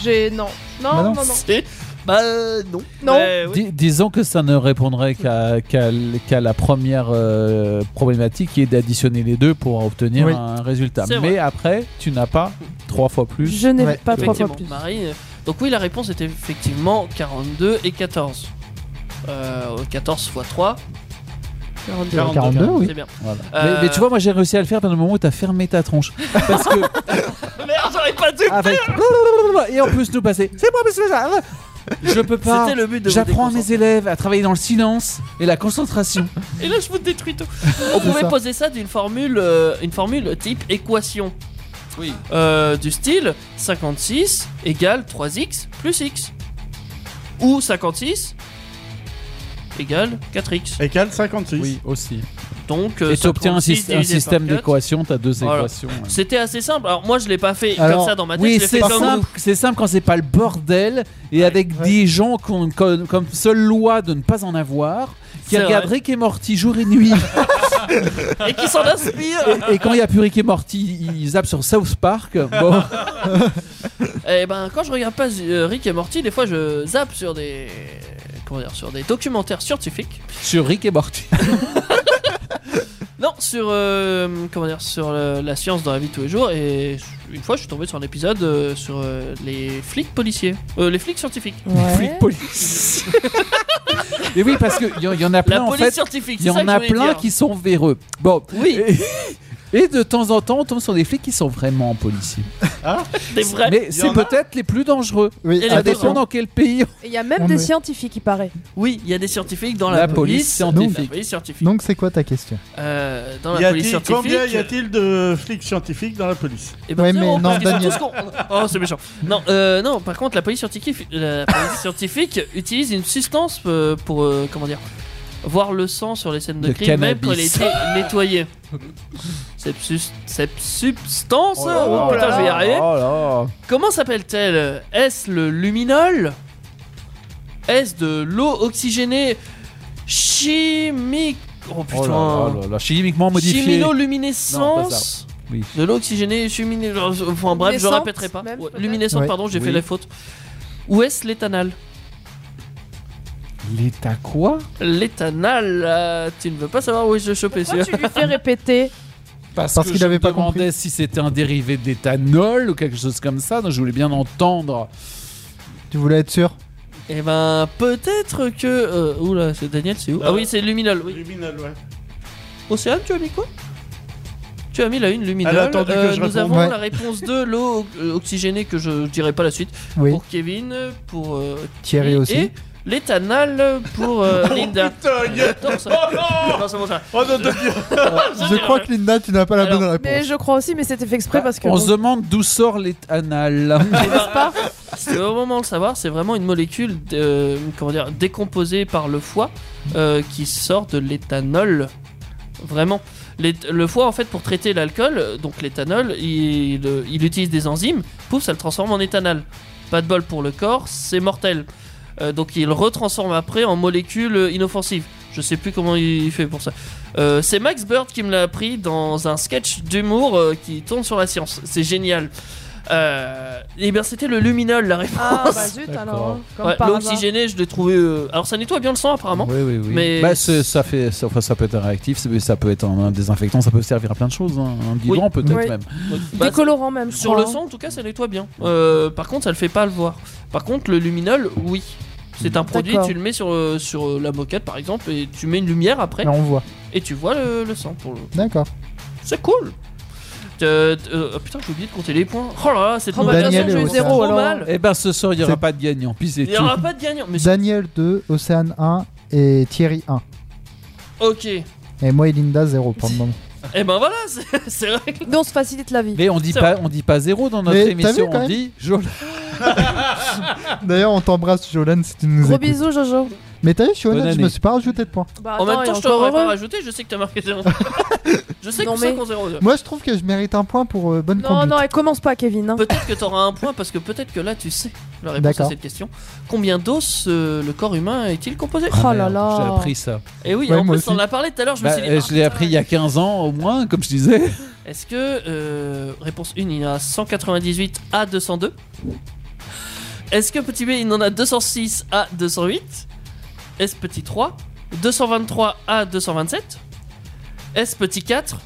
Speaker 6: J'ai. Non. Non,
Speaker 8: Bah non.
Speaker 6: non, non.
Speaker 5: C'est- Bah euh, non.
Speaker 6: Non.
Speaker 5: Mais oui.
Speaker 8: Dis- disons que ça ne répondrait qu'à qu'à l- qu'à la première euh, problématique qui est d'additionner les deux pour obtenir
Speaker 5: Oui.
Speaker 8: un résultat.
Speaker 5: C'est
Speaker 8: Mais
Speaker 5: vrai.
Speaker 8: après, tu n'as pas 3 fois plus.
Speaker 5: [LAUGHS]
Speaker 6: Je n'ai pas trois fois
Speaker 5: Effectivement, Marie, euh, Donc oui, la réponse était effectivement 42 et 14. Euh, 14 x 3. 42.
Speaker 8: 42, oui.
Speaker 5: C'est bien.
Speaker 8: Voilà.
Speaker 5: Euh,
Speaker 8: Mais, mais tu vois, moi j'ai réussi à le faire pendant le moment où t'as fermé ta tronche.
Speaker 5: [LAUGHS]
Speaker 8: Parce que.
Speaker 5: Merde, j'aurais pas dû.
Speaker 8: Avec... [LAUGHS] Et en plus, nous passer. C'est moi, mais c'est ça. Je peux pas.
Speaker 5: C'était le but de vous
Speaker 8: J'apprends à mes élèves à travailler dans le silence et la concentration.
Speaker 5: Et là, je vous détruis tout. On pouvait
Speaker 8: ça.
Speaker 5: poser ça d'une formule, euh, une formule type équation. Euh,
Speaker 8: Oui.
Speaker 5: du style 56 égale 3x plus x. Ou 56 égale 4x.
Speaker 7: Égale 56.
Speaker 8: Oui, aussi.
Speaker 5: Donc, euh,
Speaker 8: et tu obtiens un,
Speaker 5: 56
Speaker 8: syst-
Speaker 5: divisé
Speaker 8: un
Speaker 5: par
Speaker 8: système
Speaker 5: quatre.
Speaker 8: d'équation, t'as deux
Speaker 5: Voilà.
Speaker 8: équations. ouais.
Speaker 5: C'était assez simple. Alors, moi, je l'ai pas fait
Speaker 8: Alors,
Speaker 5: comme ça dans ma tête.
Speaker 8: Oui,
Speaker 5: je l'ai
Speaker 8: c'est
Speaker 5: fait comme
Speaker 8: simple, c'est simple quand c'est pas le bordel et avec des gens qu'on- qu'on- comme seule loi de ne pas en avoir, qui
Speaker 5: C'est
Speaker 8: regardent
Speaker 5: vrai.
Speaker 8: Rick et Morty jour
Speaker 5: [LAUGHS]
Speaker 8: et nuit.
Speaker 5: vous. Et qui s'en inspire.
Speaker 8: et, et quand il n'y a plus Rick et Morty, ils zappent sur South Park.
Speaker 5: [LAUGHS]
Speaker 8: Bon.
Speaker 5: Eh ben, quand je regarde pas euh, Rick et Morty, des fois, je zappe sur des. Comment dire Sur des documentaires scientifiques.
Speaker 8: Sur Rick et Morty.
Speaker 5: Non, sur euh, comment dire, sur le- la science dans la vie de tous les jours. Et une fois, je suis tombé sur un épisode euh, sur euh, les flics policiers, Euh, les flics scientifiques.
Speaker 8: Les flics
Speaker 5: [LAUGHS]
Speaker 8: police. Mais oui, parce qu'il y, en- y en a
Speaker 5: La
Speaker 8: plein en
Speaker 5: police
Speaker 8: fait.
Speaker 5: scientifique,
Speaker 8: Il
Speaker 5: c'est ça
Speaker 8: y en
Speaker 5: que je
Speaker 8: a
Speaker 5: voulais
Speaker 8: plein
Speaker 5: dire.
Speaker 8: qui sont véreux. Bon.
Speaker 5: Oui.
Speaker 8: Et de temps en temps, on tombe sur des flics qui sont vraiment policiers.
Speaker 5: Des vrais.
Speaker 8: Mais c'est peut-être les plus dangereux.
Speaker 5: Et les
Speaker 8: ça
Speaker 5: plus
Speaker 8: dépend
Speaker 5: dangereux.
Speaker 8: dans quel pays.
Speaker 6: Il y a même
Speaker 4: On
Speaker 6: des
Speaker 4: est-
Speaker 6: scientifiques, il paraît.
Speaker 5: Oui, il y a des scientifiques dans la,
Speaker 8: La police scientifique.
Speaker 5: La police scientifique.
Speaker 4: Donc c'est quoi ta question
Speaker 5: Euh, dans
Speaker 7: Y
Speaker 5: la
Speaker 7: a-t-il-
Speaker 5: police scientifique.
Speaker 7: combien y a-t-il de flics scientifiques dans la police
Speaker 5: Eh ben,
Speaker 4: Ouais,
Speaker 5: zéro,
Speaker 4: mais
Speaker 5: parce
Speaker 4: non,
Speaker 5: qu'ils sont
Speaker 4: Daniel.
Speaker 5: tous cons. Oh, c'est méchant. Non, euh, non, par contre, la police scientifique, la police scientifique utilise une substance euh, pour, euh, comment dire, voir le sang sur les scènes de
Speaker 8: Le
Speaker 5: crime, même quand elle a
Speaker 8: cannabis.
Speaker 5: été nettoyée. Cette, sus- cette substance,
Speaker 8: là
Speaker 5: oh,
Speaker 8: là
Speaker 5: putain,
Speaker 8: là
Speaker 5: je vais y
Speaker 8: là
Speaker 5: arriver.
Speaker 8: là.
Speaker 5: Comment s'appelle-t-elle Est-ce le luminol Est-ce de l'eau oxygénée chimique Oh putain.
Speaker 8: Oh là là là là, chimiquement modifié. Non, pas
Speaker 5: Chimino-luminescence
Speaker 8: ça. Oui.
Speaker 5: de l'oxygéné, chumine... Enfin bref, je
Speaker 6: Luminescente,
Speaker 5: répéterai pas.
Speaker 6: même,
Speaker 5: Ouais,
Speaker 6: peut-être.
Speaker 5: Luminescente,
Speaker 4: Ouais.
Speaker 5: pardon, j'ai
Speaker 8: Oui.
Speaker 5: fait la faute. Où est-ce l'éthanal
Speaker 8: L'état quoi
Speaker 5: L'éthanal, euh, tu ne veux pas savoir où est-ce que je chopé
Speaker 6: Pourquoi
Speaker 5: celui
Speaker 6: tu lui fais
Speaker 8: [LAUGHS]
Speaker 6: répéter
Speaker 8: Parce,
Speaker 4: Parce
Speaker 8: que
Speaker 4: qu'il
Speaker 8: je
Speaker 4: avait
Speaker 8: me
Speaker 4: pas
Speaker 8: demandais si c'était un dérivé d'éthanol ou quelque chose comme ça. Donc je voulais bien entendre.
Speaker 4: Tu voulais être sûr
Speaker 5: Eh ben, peut-être que. euh, oula, c'est Daniel, c'est où
Speaker 7: Non.
Speaker 5: Ah oui, c'est luminol. Oui.
Speaker 7: Luminol, ouais.
Speaker 5: Océane, tu as mis quoi tu as mis la une luminol. Euh,
Speaker 7: Elle a attendu que je
Speaker 5: nous
Speaker 7: réponde.
Speaker 5: avons
Speaker 4: Ouais.
Speaker 5: la réponse de l'eau euh, oxygénée que je dirai pas la suite
Speaker 4: Oui.
Speaker 5: pour Kevin, pour euh,
Speaker 4: Thierry aussi.
Speaker 5: et l'éthanal pour euh, Linda.
Speaker 7: Putain,
Speaker 5: Attends, ça- Non, c'est bon, ça.
Speaker 7: Oh non, de Dieu
Speaker 4: Je crois que Linda, tu n'as pas la
Speaker 5: Alors,
Speaker 4: bonne
Speaker 6: Mais
Speaker 4: réponse.
Speaker 6: je crois aussi, mais c'était fait
Speaker 5: Bah,
Speaker 6: exprès parce que.
Speaker 8: On
Speaker 6: bon,
Speaker 8: se demande d'où sort l'éthanol.
Speaker 6: n'est-ce pas
Speaker 5: C'est au moment de le savoir, c'est vraiment une molécule euh, comment dire, décomposée par le foie euh, qui sort de l'éthanol. Vraiment. L'ét- Le foie, en fait, pour traiter l'alcool, euh, donc l'éthanol, il, euh, il utilise des enzymes, pouf, ça le transforme en éthanol. Pas de bol pour le corps, c'est mortel. Euh, donc il retransforme après en molécule euh, inoffensive. Je sais plus comment il fait pour ça. Euh, c'est Max Bird qui me l'a appris dans un sketch d'humour euh, qui tourne sur la science. C'est génial. Euh, et bien c'était le luminol la réponse.
Speaker 6: Ah bah zut
Speaker 8: D'accord.
Speaker 6: alors. hein, Comme
Speaker 5: Ouais,
Speaker 6: par
Speaker 5: L'eau
Speaker 6: hasard.
Speaker 5: oxygénée, je l'ai trouvé. euh, Alors ça nettoie bien le sang apparemment.
Speaker 8: Oui, oui, oui.
Speaker 5: Mais-
Speaker 8: Bah, c'est- ça, fait, ça, enfin, ça peut être un réactif, c'est- ça peut être un, un désinfectant, ça peut servir à plein de choses. hein. Un guidon peut-être
Speaker 6: Oui.
Speaker 8: même.
Speaker 5: Bah,
Speaker 6: Des colorants même. je
Speaker 5: sur
Speaker 6: crois,
Speaker 5: le
Speaker 6: hein.
Speaker 5: sang en tout cas ça nettoie bien. Euh, par contre ça le fait pas le voir. Par contre le luminol oui. C'est un produit,
Speaker 6: D'accord.
Speaker 5: tu le mets sur, euh, sur euh, la moquette par exemple et tu mets une lumière après
Speaker 4: Là, on voit.
Speaker 5: et tu vois le, le sang pour le...
Speaker 4: D'accord.
Speaker 5: C'est cool. Euh, euh, oh, putain, j'ai oublié de compter les points. Oh là là, cette
Speaker 6: Oh,
Speaker 4: bah,
Speaker 5: nomination,
Speaker 4: Daniel
Speaker 5: je
Speaker 4: est
Speaker 5: me
Speaker 4: au
Speaker 5: sens
Speaker 4: zéro,
Speaker 5: trop
Speaker 6: alors.
Speaker 5: mal.
Speaker 8: Et ben ce soir, il n'y aura
Speaker 4: C'est-
Speaker 8: pas de gagnant, puis c'est
Speaker 5: Il n'y
Speaker 8: tout.
Speaker 5: aura pas de gagnant. Mais c'est-
Speaker 4: Daniel 2, Océane 1 et Thierry 1.
Speaker 5: ok. Et
Speaker 4: Et moi et Linda 0 pour le moment.
Speaker 5: ben voilà, c'est- c'est vrai.
Speaker 6: hein. Mais on se facilite la vie.
Speaker 8: Mais on dit
Speaker 5: C'est
Speaker 8: pas, on dit pas zéro dans notre
Speaker 4: Mais t'as vu,
Speaker 8: émission,
Speaker 4: quand
Speaker 8: on
Speaker 4: même
Speaker 8: dit Jolan.
Speaker 4: D'ailleurs, on t'embrasse, Jolan, si tu nous
Speaker 6: Gros
Speaker 4: écoutes.
Speaker 6: bisous Jojo.
Speaker 4: Mais t'as vu, je suis
Speaker 8: Bonne
Speaker 4: honnête, je
Speaker 8: année.
Speaker 4: me suis pas rajouté de points.
Speaker 6: Bah,
Speaker 5: en même
Speaker 6: attends,
Speaker 5: temps,
Speaker 6: et
Speaker 5: je
Speaker 6: encore
Speaker 5: t'aurais pas
Speaker 6: heureux.
Speaker 5: rajouté, je sais que t'as marqué 0. je sais
Speaker 6: Non,
Speaker 5: que
Speaker 6: mais-
Speaker 5: c'est qu'on 0.
Speaker 4: Moi, je trouve que je mérite un point pour euh, bonne
Speaker 6: Non
Speaker 4: conduite.
Speaker 6: non, elle commence pas Kevin. hein.
Speaker 5: [LAUGHS] Peut-être que t'auras un point parce que peut-être que là tu sais la réponse à
Speaker 4: D'accord.
Speaker 5: cette question. Combien d'os euh, le corps humain est-il composé
Speaker 6: Oh là là.
Speaker 8: J'ai appris ça.
Speaker 5: Et oui,
Speaker 4: Ouais,
Speaker 5: en
Speaker 4: moi
Speaker 5: plus on
Speaker 4: aussi.
Speaker 5: en a parlé tout à l'heure, je
Speaker 8: Bah,
Speaker 5: me suis dit.
Speaker 8: euh,
Speaker 5: ah,
Speaker 8: je l'ai
Speaker 5: putain,
Speaker 8: appris il y a 15 ans au moins, comme je disais.
Speaker 5: Est-ce que euh, réponse 1 il en a 198 à 202 Est-ce que petit B il en a 206 à 208 Est-ce petit 3 223 à 227 Est-ce petit 4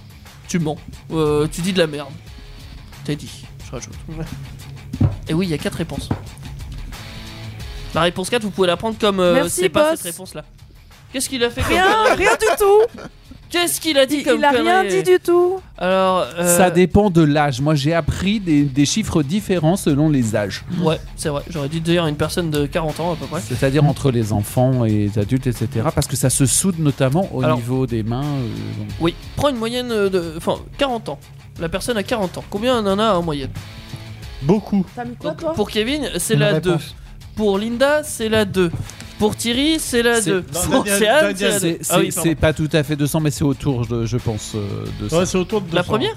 Speaker 5: Tu mens. Euh, tu dis de la merde. T'as dit, je rajoute. Et oui, il y a 4 réponses. La réponse 4, vous pouvez la prendre comme euh,
Speaker 6: Merci,
Speaker 5: c'est pas
Speaker 6: boss.
Speaker 5: cette réponse là. Qu'est-ce qu'il a fait comme
Speaker 6: Rien, rien du tout.
Speaker 5: Qu'est-ce qu'il a dit
Speaker 6: Il
Speaker 5: comme
Speaker 6: il a rien
Speaker 5: connerie
Speaker 6: dit du tout.
Speaker 5: Alors, euh,
Speaker 8: Ça dépend de l'âge. Moi, j'ai appris des, des chiffres différents selon les âges.
Speaker 5: Ouais, c'est vrai. J'aurais dû dire une personne de 40 ans à peu près.
Speaker 8: C'est-à-dire entre les enfants et les adultes, etc. Parce que ça se soude notamment au
Speaker 5: Alors-
Speaker 8: niveau des mains. euh, donc.
Speaker 5: Oui, prends une moyenne euh, de. Enfin, 40 ans. La personne a 40 ans. Combien on en a en moyenne
Speaker 7: Beaucoup.
Speaker 6: T'as mis quoi
Speaker 5: Donc,
Speaker 6: toi
Speaker 5: Pour Kevin, c'est
Speaker 4: Une
Speaker 5: la
Speaker 4: réponse.
Speaker 5: 2. Pour Linda, c'est la 2. Pour Thierry, c'est la
Speaker 8: C'est-
Speaker 5: 2.
Speaker 7: Non,
Speaker 5: Pour
Speaker 7: Daniel,
Speaker 5: Océane, c'est
Speaker 7: Daniel,
Speaker 5: la
Speaker 8: C'est
Speaker 5: 2. Ah oui,
Speaker 8: c'est-
Speaker 5: pardon.
Speaker 8: c'est pas tout à fait 200, mais c'est autour, je, je pense, euh, de ça.
Speaker 7: Ouais, c'est autour de 200.
Speaker 5: La première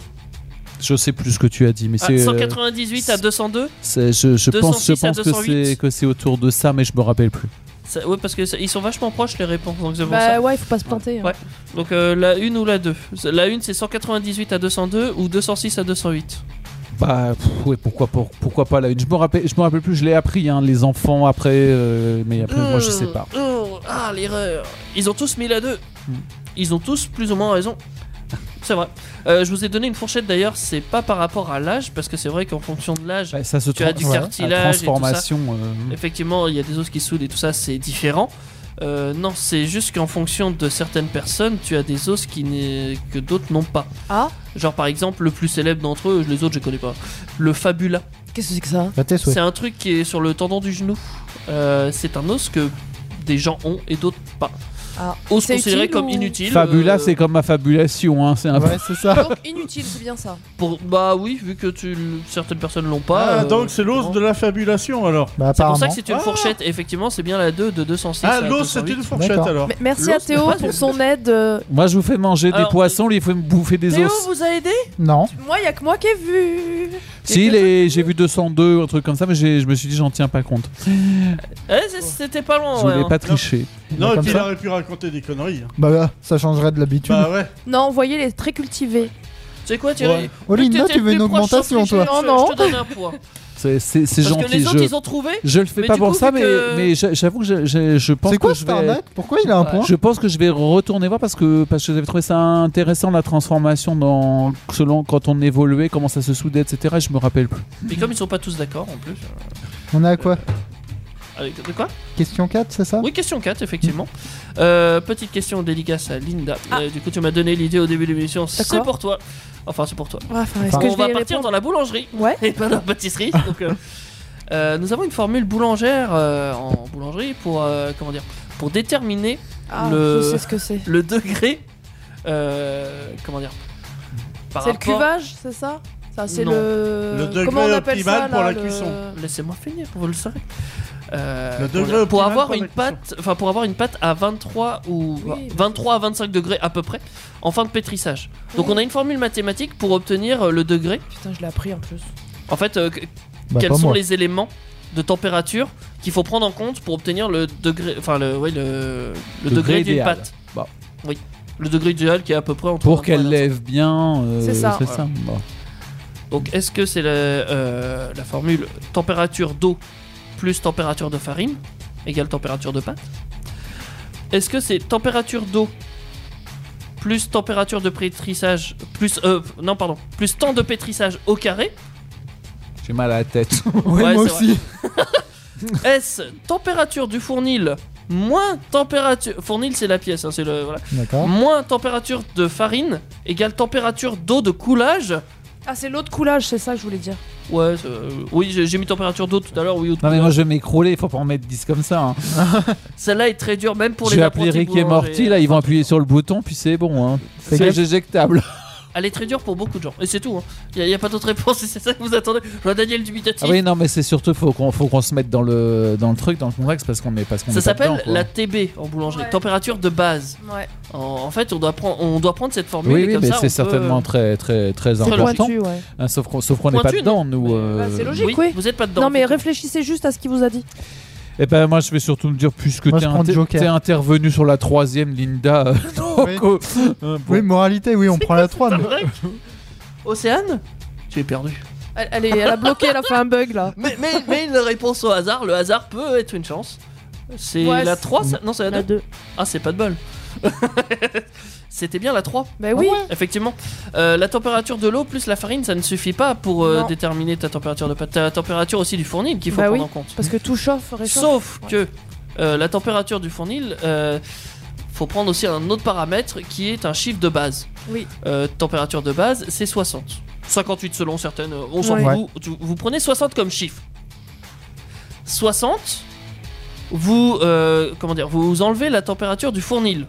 Speaker 8: Je sais plus ce que tu as dit, mais
Speaker 5: Ah,
Speaker 8: c'est. euh,
Speaker 5: 198 à 202
Speaker 8: c'est- Je, je pense, je
Speaker 5: 206 à
Speaker 8: pense que
Speaker 5: 208.
Speaker 8: c'est- que c'est autour de ça, mais je me rappelle plus.
Speaker 5: Ça- Ouais, parce qu'ils sont vachement proches les réponses. Donc, c'est pour ça.
Speaker 6: Bah ouais, il faut pas se planter. hein.
Speaker 5: Ouais. donc euh, la 1 ou la 2 La 1 c'est 198 à 202 ou 206 à 208
Speaker 8: Bah pff, ouais, pourquoi pour- pourquoi pas la une. Je me rappelle, je me rappelle plus. Je l'ai appris, hein, les enfants après, euh, mais après moi je sais pas. Hmm.
Speaker 5: Oh, ah, l'erreur. Ils ont tous mis la 2. Ils ont tous plus ou moins
Speaker 8: [LAUGHS]
Speaker 5: raison. C'est vrai. Euh, je vous ai donné une fourchette d'ailleurs, c'est pas par rapport à l'âge, parce que c'est vrai qu'en fonction de l'âge,
Speaker 8: Ouais, ça se
Speaker 5: Tu as
Speaker 8: trans-
Speaker 5: du
Speaker 8: ouais,
Speaker 5: cartilage
Speaker 8: la
Speaker 5: et tout ça.
Speaker 8: transformation. euh,
Speaker 5: effectivement, il y a des os qui soudent et tout ça, c'est différent. Euh, non, c'est juste qu'en fonction de certaines personnes, tu as des os qui n'est- que d'autres n'ont pas.
Speaker 6: Ah
Speaker 5: Genre par exemple, le plus célèbre d'entre eux, les autres je les connais pas, le fabula.
Speaker 6: Qu'est-ce que c'est que ça
Speaker 4: À Bah, tes souhaits.
Speaker 5: C'est un truc qui est sur le tendon du genou. Euh, c'est un os que des gens ont et d'autres pas.
Speaker 6: Ah.
Speaker 5: Os
Speaker 6: C'est
Speaker 5: considéré
Speaker 6: utile
Speaker 5: comme
Speaker 6: ou-
Speaker 5: inutile. euh,
Speaker 8: Fabula, c'est comme ma fabulation, hein, c'est un peu-
Speaker 6: Donc inutile, [LAUGHS] c'est bien ça.
Speaker 5: Pour... Bah oui, vu que tu... l- certaines personnes l'ont pas.
Speaker 7: Ah,
Speaker 5: euh,
Speaker 7: donc c'est l'os de la fabulation alors
Speaker 4: Bah,
Speaker 5: C'est pour ça que c'est une fourchette, effectivement, c'est bien la 2 de 206.
Speaker 7: Ah,
Speaker 5: à
Speaker 7: l'os, c'est
Speaker 5: 208.
Speaker 7: une fourchette, D'accord. alors.
Speaker 6: Mais merci à Théo pour son aide. euh.
Speaker 8: [LAUGHS] Moi, je vous fais manger
Speaker 6: Alors-
Speaker 8: des poissons, lui, il faut me bouffer des
Speaker 6: Théo
Speaker 8: os.
Speaker 6: vous a aidé
Speaker 4: Non.
Speaker 6: Moi, il y a que moi qui ai vu.
Speaker 8: Si, les- j'ai vu 202 ou un truc comme ça, mais j'ai- je me suis dit, j'en tiens pas compte.
Speaker 5: Eh, c'est- c'était pas loin.
Speaker 8: Je
Speaker 5: ouais,
Speaker 8: voulais
Speaker 5: hein.
Speaker 8: pas tricher.
Speaker 7: Non, et
Speaker 4: Bah, Comme
Speaker 7: puis il
Speaker 4: ça
Speaker 7: aurait pu raconter des conneries. hein.
Speaker 4: Bah, là, ça changerait de l'habitude.
Speaker 7: Bah ouais.
Speaker 6: Non, voyez, il est très cultivé.
Speaker 5: Tu sais quoi, Thierry
Speaker 4: Ouais. Oline,
Speaker 5: Vu que
Speaker 4: là,
Speaker 5: t'étais
Speaker 4: tu veux
Speaker 5: le
Speaker 4: une
Speaker 5: plus proche sur
Speaker 4: augmentation,
Speaker 5: Frigide,
Speaker 4: toi.
Speaker 5: je-
Speaker 4: Oh,
Speaker 5: Je te donne un poids.
Speaker 8: C'est c'est- c'est
Speaker 5: Parce
Speaker 8: gentil.
Speaker 5: que les autres,
Speaker 8: je...
Speaker 5: ils ont trouvé.
Speaker 8: Je le fais
Speaker 5: Mais
Speaker 8: pas
Speaker 5: du
Speaker 8: pour
Speaker 5: coup,
Speaker 8: ça,
Speaker 5: vu
Speaker 8: mais,
Speaker 5: que-
Speaker 8: mais j'a- j'avoue que je, je, je pense
Speaker 4: C'est quoi
Speaker 8: que je
Speaker 4: cette
Speaker 8: vais.
Speaker 4: arnaque Pourquoi il a un
Speaker 5: hein
Speaker 4: point
Speaker 8: Je pense que je vais retourner voir parce que parce que j'avais trouvé ça intéressant la transformation dans selon quand on évoluait, comment ça se soudait, etc. Je me rappelle plus.
Speaker 5: Mais comme ils sont pas tous d'accord en plus.
Speaker 4: On est à quoi
Speaker 5: euh, Avec de quoi
Speaker 4: Question 4, c'est ça
Speaker 5: Oui, question 4, effectivement. Euh, petite question dédicace à Linda. Euh, du coup, tu m'as donné l'idée au début de l'émission. C'est
Speaker 6: Ah. D'accord.
Speaker 5: pour toi. Enfin, c'est pour toi.
Speaker 6: Ouais, enfin, est-ce
Speaker 5: on
Speaker 6: que je
Speaker 5: va
Speaker 6: vais y
Speaker 5: partir
Speaker 6: répondre
Speaker 5: dans la boulangerie
Speaker 6: Ouais.
Speaker 5: et pas dans la pâtisserie. donc, euh, euh, nous avons une formule boulangère euh, en boulangerie pour euh, comment dire pour déterminer
Speaker 6: Ah,
Speaker 5: le,
Speaker 6: je sais ce que c'est.
Speaker 5: le degré. euh, comment dire par
Speaker 6: C'est le
Speaker 5: rapport-
Speaker 6: cuvage, c'est ça Ça, c'est
Speaker 5: Non.
Speaker 6: le.
Speaker 5: Le degré
Speaker 6: Comment on appelle
Speaker 5: optimal
Speaker 6: ça,
Speaker 5: pour
Speaker 6: là,
Speaker 5: la
Speaker 6: le-
Speaker 5: cuisson. Laissez-moi finir, vous le saurez. Euh,
Speaker 7: Le
Speaker 5: pour-
Speaker 7: degré
Speaker 5: pour
Speaker 7: optimal
Speaker 5: avoir
Speaker 7: pour
Speaker 5: une
Speaker 7: la
Speaker 5: pâte, enfin pour avoir une pâte à 23 ou
Speaker 6: Oui,
Speaker 5: 23 à 25 degrés à peu près en fin de pétrissage. Donc
Speaker 6: Oui.
Speaker 5: on a une formule mathématique pour obtenir euh, le degré.
Speaker 6: Putain, je l'ai appris en plus.
Speaker 5: En fait, euh, que-
Speaker 4: Bah,
Speaker 5: quels
Speaker 4: pas
Speaker 5: sont
Speaker 4: moi.
Speaker 5: les éléments de température qu'il faut prendre en compte pour obtenir le degré, enfin le, ouais, le, le
Speaker 8: Degré
Speaker 5: degré, d'une
Speaker 8: idéal.
Speaker 5: pâte.
Speaker 8: Bah.
Speaker 5: Oui, le degré idéal qui est à peu près entre.
Speaker 8: Pour
Speaker 5: 23 et
Speaker 8: qu'elle
Speaker 5: 25.
Speaker 8: lève bien, euh,
Speaker 5: C'est ça.
Speaker 8: C'est
Speaker 5: Ouais.
Speaker 8: ça. Bon.
Speaker 5: Donc est-ce que c'est la, euh, la formule température d'eau plus température de farine égale température de pâte Est-ce que c'est température d'eau plus température de pétrissage plus euh, non pardon plus temps de pétrissage au
Speaker 8: [LAUGHS]
Speaker 5: carré
Speaker 8: J'ai mal à la tête.
Speaker 5: [LAUGHS] Ouais, moi c'est aussi. Est-ce température du fournil moins température fournil c'est la pièce hein, c'est le voilà.
Speaker 4: D'accord.
Speaker 5: moins température de farine égale température d'eau de coulage
Speaker 6: Ah, c'est l'eau de coulage, c'est ça que je voulais dire.
Speaker 5: ouais c'est- euh, oui j'ai j'ai mis température d'eau tout à l'heure oui ou
Speaker 8: Non mais moi je vais m'écrouler, il faut pas en mettre 10 comme ça. hein.
Speaker 5: Celle-là est très dure, même pour
Speaker 8: je
Speaker 5: les
Speaker 8: vais appeler
Speaker 5: apprentis
Speaker 8: Rick et
Speaker 5: boulangers.
Speaker 8: Morty, là ils vont appuyer sur le bouton, puis c'est bon. Hein.
Speaker 5: Fais
Speaker 8: C'est
Speaker 4: [LAUGHS]
Speaker 5: gaffe.
Speaker 8: éjectable.
Speaker 5: Elle est très dure pour beaucoup de gens. Et c'est tout. Il n'y a, pas d'autre réponse. [LAUGHS] et C'est ça que vous attendez. Je vois Daniel Dubitatif.
Speaker 8: Ah oui non mais c'est surtout faut qu'on faut qu'on se mette dans le dans le truc dans le contexte parce qu'on est parce qu'on
Speaker 5: ça
Speaker 8: est pas
Speaker 5: s'appelle
Speaker 8: dedans, quoi.
Speaker 5: la TB en boulangerie.
Speaker 6: Ouais.
Speaker 5: Température de base.
Speaker 6: Ouais.
Speaker 5: En, en fait, on doit, prendre, on doit prendre cette formule.
Speaker 8: Oui,
Speaker 5: et
Speaker 8: oui,
Speaker 5: comme
Speaker 8: mais
Speaker 5: ça, on
Speaker 8: c'est
Speaker 5: peut- euh,
Speaker 8: certainement très, très, très
Speaker 5: Très
Speaker 8: important.
Speaker 5: logique.
Speaker 6: ouais.
Speaker 8: Hein, sauf qu'on sauf qu'on n'est pas
Speaker 5: Pointu,
Speaker 8: dedans, nous. euh.
Speaker 6: Bah, c'est logique,
Speaker 5: oui,
Speaker 6: oui.
Speaker 5: vous êtes pas dedans,
Speaker 6: Non, mais réfléchissez juste à ce qu'il vous a dit.
Speaker 8: Eh ben, moi, je vais surtout me dire, puisque
Speaker 4: Moi,
Speaker 8: t'es
Speaker 4: je prends
Speaker 8: inter-
Speaker 4: Joker.
Speaker 8: t'es intervenu sur la troisième, Linda. euh, [LAUGHS] donc, euh, euh, bon.
Speaker 4: Oui, moralité, oui, on prend la 3.
Speaker 5: C'est vrai que- Océane Tu es perdu.
Speaker 6: Elle, elle est- elle a bloqué, elle a fait un bug là.
Speaker 5: Mais, mais, mais une réponse au hasard. Le hasard peut être une chance. C'est
Speaker 6: Ouais,
Speaker 5: la
Speaker 6: c'est-
Speaker 5: 3 ça- Non, c'est [LAUGHS] la 2.
Speaker 6: La deux.
Speaker 5: Ah, c'est pas de bol. [LAUGHS] C'était bien la 3.
Speaker 6: Bah oui.
Speaker 5: Effectivement, Euh, la température de l'eau plus la farine, ça ne suffit pas pour euh,
Speaker 6: Non.
Speaker 5: déterminer ta température de pâte. T'as La température aussi du fournil qu'il faut
Speaker 6: Bah
Speaker 5: prendre
Speaker 6: oui,
Speaker 5: en compte.
Speaker 6: Parce que tout chauffe, réchauffe.
Speaker 5: Sauf que euh, la température du fournil, euh, faut prendre aussi un autre paramètre qui est un chiffre de base.
Speaker 6: Oui.
Speaker 5: Euh, température de base, c'est 60. 58 selon certaines. euh, On s'en
Speaker 6: Ouais.
Speaker 5: fout. Vous, tu- vous prenez 60 comme chiffre. 60, vous euh, comment dire, vous enlevez la température du fournil.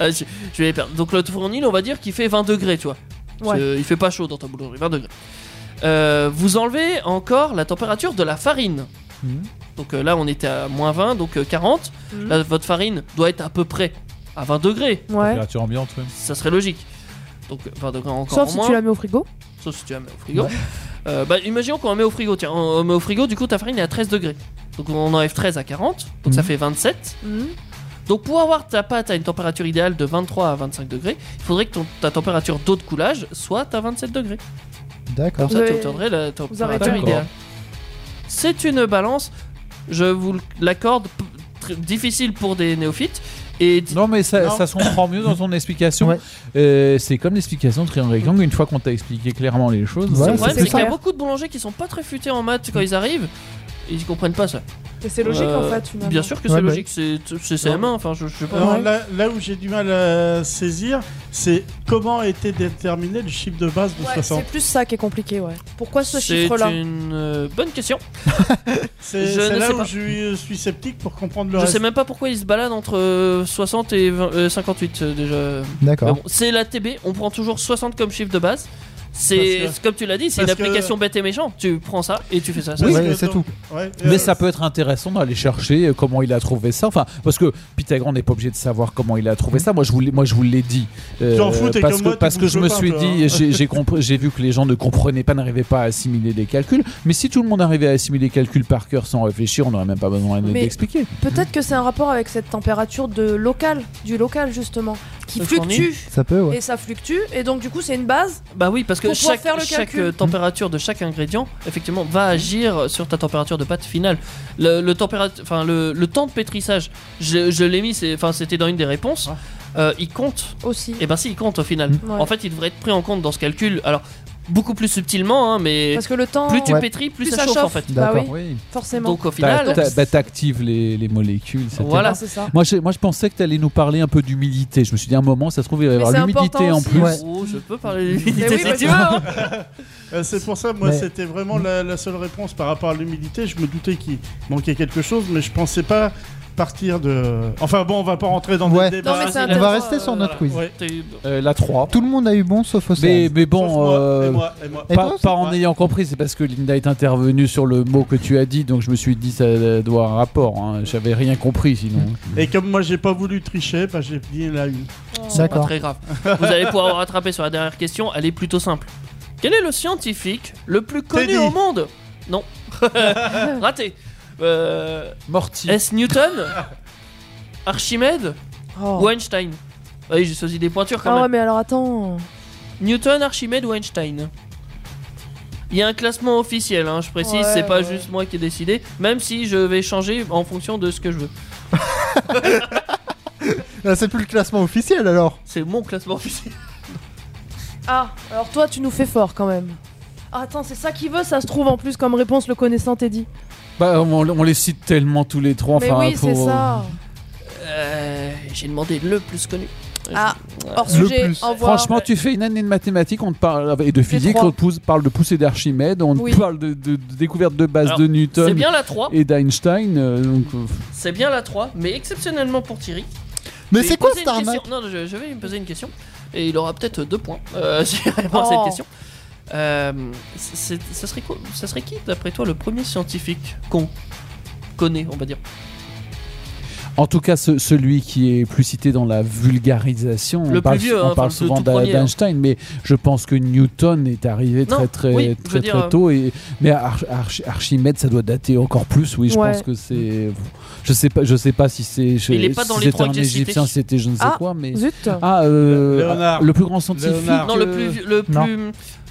Speaker 5: Euh, je, je vais les perdre. Donc le fournil, on va dire qu'il fait 20 degrés, tu vois. Parce
Speaker 6: Ouais.
Speaker 5: que Il fait pas chaud dans ta boulangerie, 20 degrés. Euh, vous enlevez encore la température de la farine.
Speaker 6: Hmm.
Speaker 5: Donc euh, là, on était à moins 20, donc euh, 40.
Speaker 6: Mhm.
Speaker 5: Là, votre farine doit être à peu près à 20 degrés.
Speaker 6: Ouais.
Speaker 8: Température ambiante, ouais.
Speaker 5: Ça serait logique. Donc 20 degrés encore
Speaker 6: Sauf
Speaker 5: en
Speaker 6: si
Speaker 5: moins.
Speaker 6: tu la mets au frigo.
Speaker 5: Sauf si tu la mets au frigo. Euh, bah, imaginons qu'on la met au frigo. Tiens, on on met au frigo, du coup, ta farine est à 13 degrés. Donc on enlève 13 à 40, donc ça fait 27.
Speaker 6: Mhm.
Speaker 5: Donc pour avoir ta pâte à une température idéale de 23 à 25 degrés, il faudrait que ton- ta température d'eau de coulage soit à 27 degrés.
Speaker 4: D'accord.
Speaker 5: Comme ça,
Speaker 6: Ouais.
Speaker 5: tu obtiendrais la
Speaker 6: Vous aurez
Speaker 5: température
Speaker 6: bien.
Speaker 5: idéale. C'est une balance, je vous l'accorde, p- très difficile pour des néophytes. Et di-
Speaker 8: Non, mais ça,
Speaker 5: Non.
Speaker 8: ça se comprend mieux dans ton explication.
Speaker 4: Ouais.
Speaker 8: Euh, c'est comme l'explication de triangle rectangle. Une fois qu'on t'a expliqué clairement les choses,
Speaker 4: Voilà,
Speaker 5: le problème,
Speaker 4: c'est
Speaker 5: c'est qu'il y a
Speaker 4: ça.
Speaker 5: beaucoup de boulangers qui sont pas très futés en maths quand ils arrivent. Ils comprennent pas ça.
Speaker 6: Et c'est logique
Speaker 5: Euh,
Speaker 6: en fait, finalement.
Speaker 5: Bien sûr que
Speaker 7: Ouais,
Speaker 5: c'est
Speaker 7: bah
Speaker 5: logique, c'est c'est CM1, enfin je, je sais pas.
Speaker 7: Alors, là, là où j'ai du mal à saisir, c'est comment a été déterminé le chiffre de base de
Speaker 6: Ouais,
Speaker 7: 60
Speaker 6: c'est plus ça qui est compliqué, ouais. Pourquoi ce
Speaker 5: C'est
Speaker 6: chiffre-là
Speaker 5: une euh, bonne question.
Speaker 7: C'est
Speaker 5: je
Speaker 7: c'est
Speaker 5: ne
Speaker 7: là
Speaker 5: sais
Speaker 7: où
Speaker 5: pas.
Speaker 7: je suis sceptique pour comprendre le
Speaker 5: Je
Speaker 7: reste.
Speaker 5: sais même pas pourquoi ils se baladent entre euh, 60 et 20, euh, 58 euh, déjà.
Speaker 4: D'accord.
Speaker 5: Mais bon, c'est la TB, on prend toujours 60 comme chiffre de base. C'est
Speaker 7: Parce que-
Speaker 5: comme tu l'as dit, c'est une
Speaker 7: parce que-
Speaker 5: application bête et méchant. Tu prends ça et tu fais ça. ça.
Speaker 8: Oui,
Speaker 5: ça.
Speaker 7: Ouais, euh,
Speaker 8: Mais ça peut être intéressant d'aller chercher euh, comment il a trouvé ça. Enfin, parce que Pythagore n'est pas obligé de savoir comment il a trouvé ça. Moi, je vous l'ai, moi, je vous l'ai dit. Euh,
Speaker 7: T'en fous, t'es
Speaker 8: parce
Speaker 7: comme
Speaker 8: que,
Speaker 7: moi, tu
Speaker 8: parce que
Speaker 7: bouges
Speaker 8: je me
Speaker 7: pas,
Speaker 8: suis
Speaker 7: toi, hein.
Speaker 8: dit, j'ai, j'ai compris- j'ai vu que les gens ne comprenaient pas, n'arrivaient pas à assimiler les calculs. Mais si tout le monde arrivait à assimiler les calculs par cœur sans réfléchir, on n'aurait même pas besoin de-
Speaker 6: Mais
Speaker 8: d'expliquer.
Speaker 6: Peut-être que c'est un rapport avec cette température de local, du local justement, qui
Speaker 5: Parce qu'on
Speaker 6: fluctue.
Speaker 5: est-
Speaker 4: Ça peut, ouais.
Speaker 6: Et ça fluctue, et donc du coup c'est une base.
Speaker 5: Bah oui, parce que
Speaker 6: Pour pouvoir
Speaker 5: chaque,
Speaker 6: faire le
Speaker 5: chaque,
Speaker 6: calcul.
Speaker 5: euh, température de chaque ingrédient, effectivement, va agir sur ta température de pâte finale. Le, le, températ- enfin, le, le temps de pétrissage, je, je l'ai mis, c'est- enfin, c'était dans une des réponses, euh, il compte.
Speaker 6: Aussi.
Speaker 5: Et ben si, il compte au final.
Speaker 6: Ouais.
Speaker 5: En fait, il devrait être pris en compte dans ce calcul. Alors, beaucoup plus subtilement, hein, mais
Speaker 6: Parce que le temps.
Speaker 5: plus tu
Speaker 6: Ouais.
Speaker 5: pétris, plus,
Speaker 6: plus
Speaker 5: ça,
Speaker 6: ça
Speaker 5: chauffe, en
Speaker 6: chauffe.
Speaker 5: fait.
Speaker 6: Bah oui,
Speaker 8: D'accord, oui.
Speaker 6: forcément.
Speaker 5: Donc, au final,
Speaker 8: T'a- t'a- bah, T'actives les, les molécules. etc.
Speaker 5: Voilà.
Speaker 6: Ah,
Speaker 5: [LAUGHS]
Speaker 6: c'est ça.
Speaker 8: Moi, je, moi, je pensais que t'allais nous parler un peu d'humidité. Je me suis dit, à un moment, ça se trouve, il va y avoir
Speaker 6: c'est
Speaker 8: l'humidité
Speaker 6: important
Speaker 8: en
Speaker 6: aussi.
Speaker 8: plus.
Speaker 6: Ouais.
Speaker 5: Oh, je peux parler d'humidité
Speaker 6: Mais oui, bah,
Speaker 5: si tu
Speaker 6: parce que-
Speaker 5: veux. [LAUGHS] hein.
Speaker 7: Euh, c'est pour ça, moi,
Speaker 8: Mais-
Speaker 7: c'était vraiment la, la seule réponse par rapport à l'humidité. Je me doutais qu'il manquait quelque chose, mais je pensais pas partir de. Enfin bon, on va pas rentrer dans
Speaker 4: Ouais.
Speaker 7: des débats.
Speaker 6: mais c'est euh,
Speaker 4: On va rester sur notre quiz.
Speaker 7: Ouais.
Speaker 5: T'as eu-
Speaker 8: Euh, la 3.
Speaker 4: Tout le monde a eu bon sauf Océane.
Speaker 8: Mais, mais bon,
Speaker 7: Sauf moi,
Speaker 8: euh,
Speaker 7: et moi, et moi.
Speaker 4: Et
Speaker 8: pas,
Speaker 4: toi,
Speaker 8: pas en ayant compris, c'est parce que Linda est intervenue sur le mot que tu as dit, donc je me suis dit ça doit un rapport. hein. J'avais rien compris sinon.
Speaker 7: Et comme moi, j'ai pas voulu tricher, bah, j'ai plié la une.
Speaker 5: Pas
Speaker 4: D'accord.
Speaker 5: très grave. Vous allez pouvoir rattraper sur la dernière question, elle est plutôt simple. Quel est le scientifique le plus connu
Speaker 7: Teddy.
Speaker 5: au monde Non. [LAUGHS] Raté. Euh,
Speaker 8: Morty.
Speaker 5: S. Newton Archimède
Speaker 6: Oh.
Speaker 5: Ou Einstein Oui, j'ai choisi des pointures quand
Speaker 6: Ah ouais,
Speaker 5: même.
Speaker 6: mais alors attends.
Speaker 5: Newton, Archimède ou Einstein il y a un classement officiel, hein, je précise,
Speaker 6: Ouais,
Speaker 5: c'est pas
Speaker 6: ouais.
Speaker 5: juste moi qui ai décidé, même si je vais changer en fonction de ce que je veux.
Speaker 4: Là, Euh, c'est plus le classement officiel alors.
Speaker 5: C'est mon classement officiel.
Speaker 6: Ah, alors toi tu nous fais fort quand même. Ah, Attends, c'est ça qu'il veut, ça se trouve en plus comme réponse le connaissant Teddy.
Speaker 8: Bah, on, on les cite tellement tous les trois.
Speaker 6: mais
Speaker 8: enfin,
Speaker 6: oui, c'est
Speaker 8: faut-
Speaker 6: ça.
Speaker 5: Euh, j'ai demandé le plus connu.
Speaker 6: Ah, hors
Speaker 4: Le
Speaker 6: sujet,
Speaker 4: plus.
Speaker 6: au revoir.
Speaker 8: Franchement, tu fais une année de mathématiques, on te parle euh, et de physique,
Speaker 6: trois.
Speaker 8: on te pousse- parle de poussée d'Archimède, on te
Speaker 6: Oui.
Speaker 8: parle de, de- de découverte de base
Speaker 5: Alors,
Speaker 8: de
Speaker 5: C'est
Speaker 8: Newton
Speaker 5: bien la 3,
Speaker 8: et d'Einstein. euh, donc, euh,
Speaker 5: c'est bien la 3, mais exceptionnellement pour Thierry,
Speaker 4: Mais
Speaker 5: Je
Speaker 4: c'est
Speaker 5: vais
Speaker 4: quoi
Speaker 5: poser
Speaker 4: cette
Speaker 5: une
Speaker 4: arnaque
Speaker 5: question. Non, je, je vais lui poser une question. Et il aura peut-être deux points euh, [LAUGHS] si il répond à
Speaker 6: Oh.
Speaker 5: cette question. Euh, c'est- ça, serait quoi, ça serait qui, d'après toi, le premier scientifique qu'on connaît, on va dire
Speaker 8: En tout cas, ce- celui qui est plus cité dans la vulgarisation,
Speaker 5: Le
Speaker 8: on parle,
Speaker 5: plus vieux, hein,
Speaker 8: on
Speaker 5: enfin,
Speaker 8: parle
Speaker 5: le
Speaker 8: souvent
Speaker 5: tout
Speaker 8: d'A-
Speaker 5: premier, hein.
Speaker 8: d'Einstein, mais je pense que Newton est arrivé
Speaker 5: Non,
Speaker 8: très très
Speaker 5: oui, je
Speaker 8: très,
Speaker 5: veux dire,
Speaker 8: très
Speaker 5: euh,
Speaker 8: tôt. Et, mais Arch- Arch- Archimède, ça doit dater encore plus. Oui, je
Speaker 6: Ouais.
Speaker 8: pense que c'est. Je sais pas, je sais pas si c'est. je-
Speaker 5: Il est pas
Speaker 8: si
Speaker 5: dans les
Speaker 8: c'était
Speaker 5: trois
Speaker 8: un
Speaker 5: que j'ai cités.
Speaker 8: Égyptien, c'était je ne sais
Speaker 6: Ah.
Speaker 8: quoi, mais.
Speaker 6: Zut.
Speaker 8: Ah, euh,
Speaker 7: Léonard.
Speaker 8: le plus grand scientifique.
Speaker 7: Léonard.
Speaker 5: Non, le plus. vieux- Le,
Speaker 4: non.
Speaker 5: plus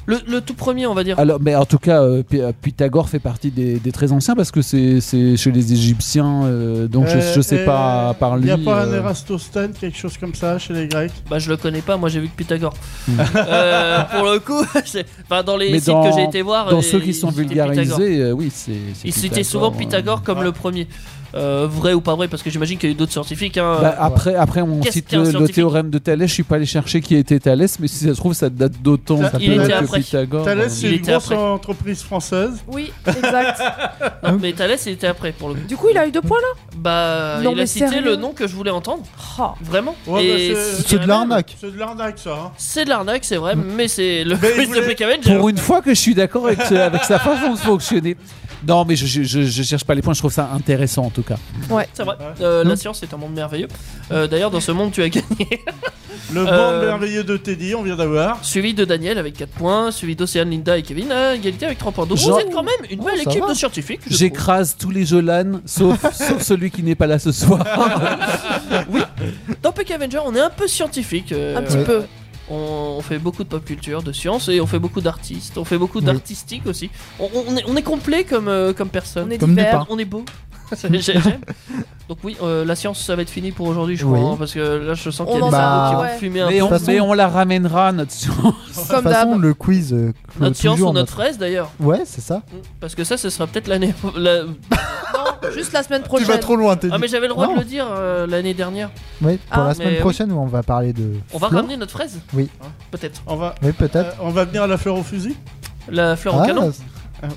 Speaker 5: le, le tout premier, on va dire.
Speaker 8: Alors, mais en tout cas, euh, Py- euh, Pythagore fait partie des, des très anciens parce que c'est c'est chez les Égyptiens, euh, donc je, je sais pas par lui.
Speaker 7: Il n'y a pas un
Speaker 8: euh,
Speaker 7: Erastostène, quelque chose comme ça, chez les Grecs
Speaker 5: Bah, je le connais pas, moi j'ai vu que Pythagore. [LAUGHS] Euh, pour le coup, [LAUGHS] c'est- enfin, dans les
Speaker 8: Hmm. Mais
Speaker 5: sites
Speaker 8: dans-
Speaker 5: que j'ai été
Speaker 4: Ah,
Speaker 5: voir.
Speaker 8: Dans
Speaker 5: et-
Speaker 8: ceux qui
Speaker 5: ils
Speaker 8: sont
Speaker 5: citaient Pythagore.
Speaker 8: vulgarisés, euh, oui, c'est. c'est
Speaker 5: Il citait
Speaker 8: Pythagore,
Speaker 5: souvent
Speaker 8: euh.
Speaker 5: Pythagore comme
Speaker 7: Ouais.
Speaker 5: le premier. Euh, vrai ou pas vrai, parce que j'imagine qu'il y a eu d'autres scientifiques. hein.
Speaker 8: Bah, après, après, on
Speaker 5: Qu'est-ce
Speaker 8: cite
Speaker 5: qu'un
Speaker 8: le, le
Speaker 5: scientifique
Speaker 8: théorème de Thalès. Je suis pas allé chercher qui était Thalès, mais si ça se trouve, ça date d'autant
Speaker 7: Ça- il
Speaker 8: que
Speaker 7: était
Speaker 5: après.
Speaker 8: Pythagore.
Speaker 7: Thalès,
Speaker 8: euh,
Speaker 5: il
Speaker 7: c'est une
Speaker 5: était
Speaker 7: grosse
Speaker 5: après.
Speaker 7: entreprise française.
Speaker 6: Oui,
Speaker 4: [LAUGHS]
Speaker 6: exact.
Speaker 5: Non, mais Thalès, il était après pour le coup.
Speaker 6: du coup, il a eu deux points là
Speaker 5: Bah,
Speaker 6: Non,
Speaker 5: il
Speaker 6: mais
Speaker 5: a cité
Speaker 6: sérieux
Speaker 5: le nom que je voulais entendre,
Speaker 6: Oh.
Speaker 5: vraiment.
Speaker 7: Ouais,
Speaker 5: Et
Speaker 7: bah, c'est-
Speaker 4: C'est de l'arnaque.
Speaker 7: C'est de l'arnaque, ça. hein.
Speaker 5: C'est de l'arnaque, c'est vrai, mais c'est le
Speaker 7: Mais il
Speaker 5: quiz de
Speaker 7: voulait-
Speaker 5: Black Avenger.
Speaker 8: Pour une fois que je suis d'accord avec, ce- avec sa façon de fonctionner. Non, mais je, je, je- je cherche pas les points. Je trouve ça intéressant en tout cas.
Speaker 5: C'est vrai, Euh, la science est un monde merveilleux. Euh, D'ailleurs, dans ce monde, tu as gagné. [LAUGHS]
Speaker 7: Le
Speaker 5: Euh,
Speaker 7: bon merveilleux de Teddy, on vient d'avoir.
Speaker 5: suivi de Daniel avec 4 points, suivi d'Océane, Linda et Kevin à égalité avec 3 points. Donc
Speaker 8: Jean-
Speaker 5: vous êtes quand même une belle
Speaker 4: ça
Speaker 5: équipe
Speaker 4: va.
Speaker 5: de scientifiques. je trouve.
Speaker 8: J'écrase tous les Jolan,
Speaker 4: [LAUGHS]
Speaker 8: sauf, sauf celui qui n'est pas là ce soir.
Speaker 4: Ah,
Speaker 5: Dans Peck Avenger, on est un peu scientifique. euh,
Speaker 6: Un petit
Speaker 5: ouais.
Speaker 6: peu.
Speaker 5: On, on fait beaucoup de pop culture, de science, et on fait beaucoup d'artistes. On fait beaucoup d'artistique aussi. On, on est, on est complet comme, euh, comme personne.
Speaker 6: On est
Speaker 4: Comme hein.
Speaker 6: divers.
Speaker 4: Dupin.
Speaker 5: On est beau. J'ai- J'aime. Donc oui, euh, la science, ça va être fini pour aujourd'hui, je crois,
Speaker 4: Oui.
Speaker 5: hein, parce que là, je sens qu'il y a
Speaker 6: On
Speaker 5: des
Speaker 6: en
Speaker 4: parle,
Speaker 5: cerveaux qui
Speaker 6: ouais.
Speaker 5: vont fumer un
Speaker 8: mais,
Speaker 5: peu.
Speaker 8: on,
Speaker 4: façon-
Speaker 8: mais on la ramènera notre science.
Speaker 6: Comme
Speaker 4: de toute façon,
Speaker 6: d'hab.
Speaker 4: le quiz. euh, clôt
Speaker 5: Notre science
Speaker 4: toujours
Speaker 5: ou notre fraise, d'ailleurs.
Speaker 4: Ouais, c'est ça.
Speaker 5: Parce que ça, ce sera peut-être l'année. [LAUGHS] la-
Speaker 6: Juste la semaine prochaine.
Speaker 4: vas trop loin, t'es
Speaker 5: Ah,
Speaker 4: dit.
Speaker 5: mais j'avais le droit
Speaker 4: Non.
Speaker 5: de le dire euh, l'année dernière.
Speaker 4: Oui, pour
Speaker 5: Ah,
Speaker 4: la semaine
Speaker 5: mais
Speaker 4: prochaine où on va parler de.
Speaker 5: On va
Speaker 4: fleurs.
Speaker 5: ramener notre fraise
Speaker 4: Oui.
Speaker 5: Hein, Peut-être.
Speaker 7: On va. euh,
Speaker 4: Oui, peut-être.
Speaker 7: on va venir à la fleur au fusil Hein,
Speaker 5: La fleur au
Speaker 4: Ah,
Speaker 5: canon
Speaker 4: ça-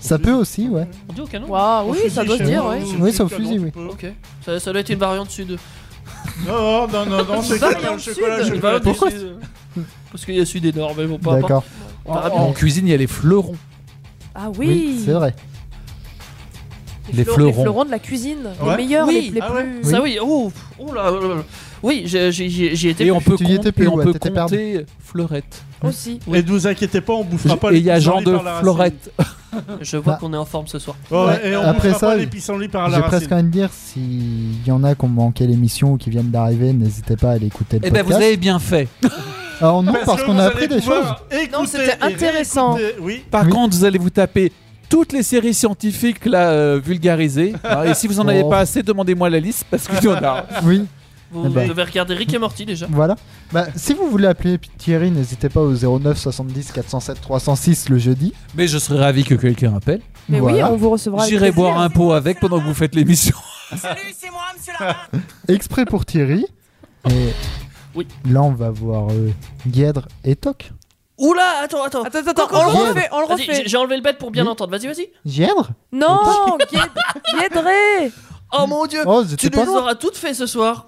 Speaker 4: Ça peut aussi, ouais.
Speaker 5: On dit au canon
Speaker 6: Waouh, oui,
Speaker 5: Au
Speaker 6: ça
Speaker 5: fusil,
Speaker 6: doit se
Speaker 5: chez
Speaker 6: dire,
Speaker 5: nous,
Speaker 6: ouais.
Speaker 4: Oh, Oui, c'est au fusil, oui.
Speaker 5: Ok. Ça, ça doit être une variante sud.
Speaker 7: Non, non,
Speaker 6: [LAUGHS]
Speaker 7: non, non, c'est
Speaker 5: Variante
Speaker 7: canon, le
Speaker 5: sud.
Speaker 7: chocolat, le
Speaker 5: Une
Speaker 7: chocolat.
Speaker 5: variante du
Speaker 7: Pourquoi
Speaker 5: sud. Parce qu'il y a sud énorme, mais bon, pas
Speaker 4: D'accord.
Speaker 8: En, en cuisine, il y a les fleurons.
Speaker 6: Ah oui,
Speaker 4: Oui, c'est vrai.
Speaker 8: Les
Speaker 6: fleurons-
Speaker 8: fleurons.
Speaker 6: Les fleurons de la cuisine,
Speaker 8: Ouais.
Speaker 6: les meilleurs,
Speaker 5: Oui.
Speaker 6: les, les
Speaker 5: Ah
Speaker 6: plus.
Speaker 5: ouais. Ça oui, oh, oh là, là, là. Oui, j'ai- j'ai- j'ai- j'y étais.
Speaker 8: Et on peut,
Speaker 4: Tu y étais
Speaker 8: compter,
Speaker 4: plus,
Speaker 8: et on
Speaker 4: ouais,
Speaker 8: peut
Speaker 4: t'étais perdu.
Speaker 8: compter fleurette.
Speaker 6: Aussi.
Speaker 7: Et ne vous inquiétez pas, on bouffera pas
Speaker 8: Et
Speaker 7: les
Speaker 8: il y a
Speaker 7: pissenlits
Speaker 8: genre de
Speaker 7: par la racine.
Speaker 8: fleurette.
Speaker 5: Je vois
Speaker 4: Bah.
Speaker 5: qu'on est en forme ce soir.
Speaker 7: Ouais, ouais, et on
Speaker 4: Après
Speaker 7: bouffera
Speaker 4: ça,
Speaker 7: pas les pissenlits par la
Speaker 4: J'ai presque
Speaker 7: racine.
Speaker 4: envie de dire, s'il y en a qui ont manqué l'émission ou qui viennent d'arriver, n'hésitez pas à aller écouter le
Speaker 8: Eh ben,
Speaker 4: podcast.
Speaker 8: vous avez bien fait.
Speaker 4: Alors non, parce,
Speaker 7: que
Speaker 4: qu'on
Speaker 7: vous
Speaker 4: a
Speaker 7: allez
Speaker 4: appris des choses.
Speaker 7: pouvoir écouter
Speaker 6: Non, c'était
Speaker 7: et
Speaker 6: intéressant.
Speaker 7: réécouter. Oui,
Speaker 8: Par
Speaker 4: Oui.
Speaker 8: contre, vous allez vous taper toutes les séries scientifiques là euh, [LAUGHS] vulgarisées. hein, et si vous en avez
Speaker 4: Oh.
Speaker 8: pas assez, demandez-moi la liste parce que j'en ai.
Speaker 4: Oui,
Speaker 5: Vous
Speaker 4: Eh ben.
Speaker 5: devez regarder Rick et Morty déjà.
Speaker 4: voilà. Bah, si vous voulez appeler Thierry, n'hésitez pas au 09 70 407 306 le jeudi.
Speaker 8: [LAUGHS] Mais je serais ravi que quelqu'un appelle.
Speaker 6: Mais
Speaker 4: Voilà.
Speaker 6: oui, on vous recevra. avec
Speaker 8: J'irai
Speaker 6: plaisir.
Speaker 8: boire
Speaker 5: hein,
Speaker 8: un pot avec pendant que vous faites l'émission.
Speaker 2: Salut, c'est moi, monsieur Larbin.
Speaker 4: Exprès pour Thierry. Et
Speaker 5: Oui.
Speaker 4: là, on va voir euh, Guèdre et Toc.
Speaker 5: Oula, attends, attends.
Speaker 6: Attends, attends, attends, on le
Speaker 4: Guèdre.
Speaker 6: refait, on le
Speaker 5: Vas-y,
Speaker 6: refait.
Speaker 5: j'ai- j'ai enlevé le bête pour bien
Speaker 4: Oui.
Speaker 5: l'entendre. Vas-y, vas-y.
Speaker 4: Guèdre
Speaker 6: Non, Guédré
Speaker 5: Oh mon dieu.
Speaker 4: Oh,
Speaker 5: Tu
Speaker 4: j'étais
Speaker 5: nous
Speaker 4: pas loin.
Speaker 5: auras toutes fait ce soir.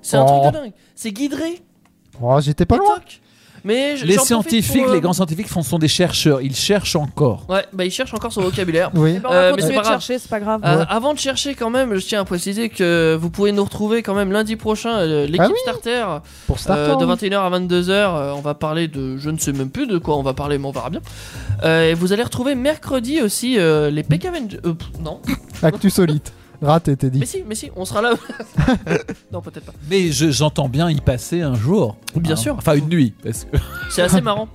Speaker 5: C'est un
Speaker 4: Oh.
Speaker 5: truc de dingue. C'est guidré.
Speaker 4: Oh, j'étais pas
Speaker 5: et
Speaker 4: loin.
Speaker 5: toc. Mais je-
Speaker 8: Les
Speaker 5: j'en profite
Speaker 8: scientifiques,
Speaker 5: pour, euh,
Speaker 8: les grands scientifiques font- sont des chercheurs. Ils cherchent encore.
Speaker 5: Ouais, bah il cherche encore son
Speaker 4: [LAUGHS]
Speaker 5: vocabulaire.
Speaker 4: Oui.
Speaker 6: Eh ben, On va
Speaker 5: Euh, mais c'est
Speaker 6: continuer
Speaker 5: pas
Speaker 6: de
Speaker 5: grave.
Speaker 6: chercher, c'est pas grave.
Speaker 5: Euh, Avant de chercher quand même, je tiens à préciser que vous pouvez nous retrouver quand même lundi prochain, euh, l'équipe
Speaker 4: Ah oui.
Speaker 5: Starter,
Speaker 4: Pour
Speaker 5: euh,
Speaker 4: Starter.
Speaker 5: de
Speaker 4: oui.
Speaker 5: 21h à 22h. euh, on va parler de, je ne sais même plus de quoi on va parler, mais on verra bien. Euh, et vous allez retrouver mercredi aussi euh, les Peck Avengers. euh, pff, non,
Speaker 4: Actu solide. Raté, t'es
Speaker 5: mais
Speaker 4: dit.
Speaker 5: si, mais si, on sera là. [LAUGHS] non, peut-être pas.
Speaker 8: Mais je- j'entends bien y passer un jour.
Speaker 5: Bien
Speaker 8: Hein.
Speaker 5: sûr.
Speaker 8: Enfin, une nuit. Parce que...
Speaker 5: C'est assez marrant.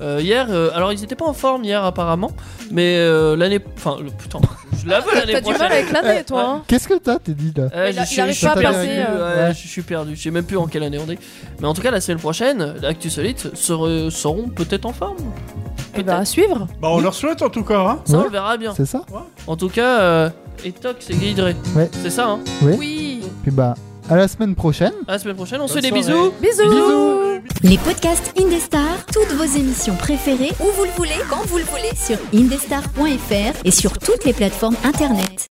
Speaker 5: Euh, hier, euh, alors ils étaient pas en forme hier apparemment, mais euh, l'année, enfin, le- putain, je la veux l'année
Speaker 6: T'as du
Speaker 5: prochaine.
Speaker 6: mal avec l'année, toi. hein.
Speaker 4: Qu'est-ce que t'as, t'es dit là
Speaker 5: Euh,
Speaker 6: Mais
Speaker 5: je
Speaker 6: là, il
Speaker 5: suis-
Speaker 6: arrive
Speaker 5: je suis
Speaker 6: pas à
Speaker 5: perdu,
Speaker 6: passer, euh,
Speaker 5: ouais,
Speaker 4: ouais.
Speaker 5: Je suis perdu. Je sais même plus en quelle année on est. Mais en tout cas, la semaine prochaine, Actu Solite sera- seront peut-être en forme.
Speaker 6: Eh ben, à suivre.
Speaker 7: Bah, on leur souhaite en tout cas. hein.
Speaker 5: Ça, on
Speaker 4: Ouais.
Speaker 5: le verra bien.
Speaker 4: C'est ça
Speaker 5: En tout cas, euh, et toc, c'est guidré.
Speaker 4: Ouais.
Speaker 5: C'est ça, hein.
Speaker 6: Oui.
Speaker 4: Puis bah, à la semaine prochaine.
Speaker 5: À la semaine prochaine, on se fait
Speaker 7: Bonne
Speaker 5: des
Speaker 7: soirée.
Speaker 5: bisous.
Speaker 6: Bisous.
Speaker 10: Les podcasts Indestar, toutes vos émissions préférées, où vous le voulez, quand vous le voulez, sur indestar.fr et sur toutes les plateformes internet.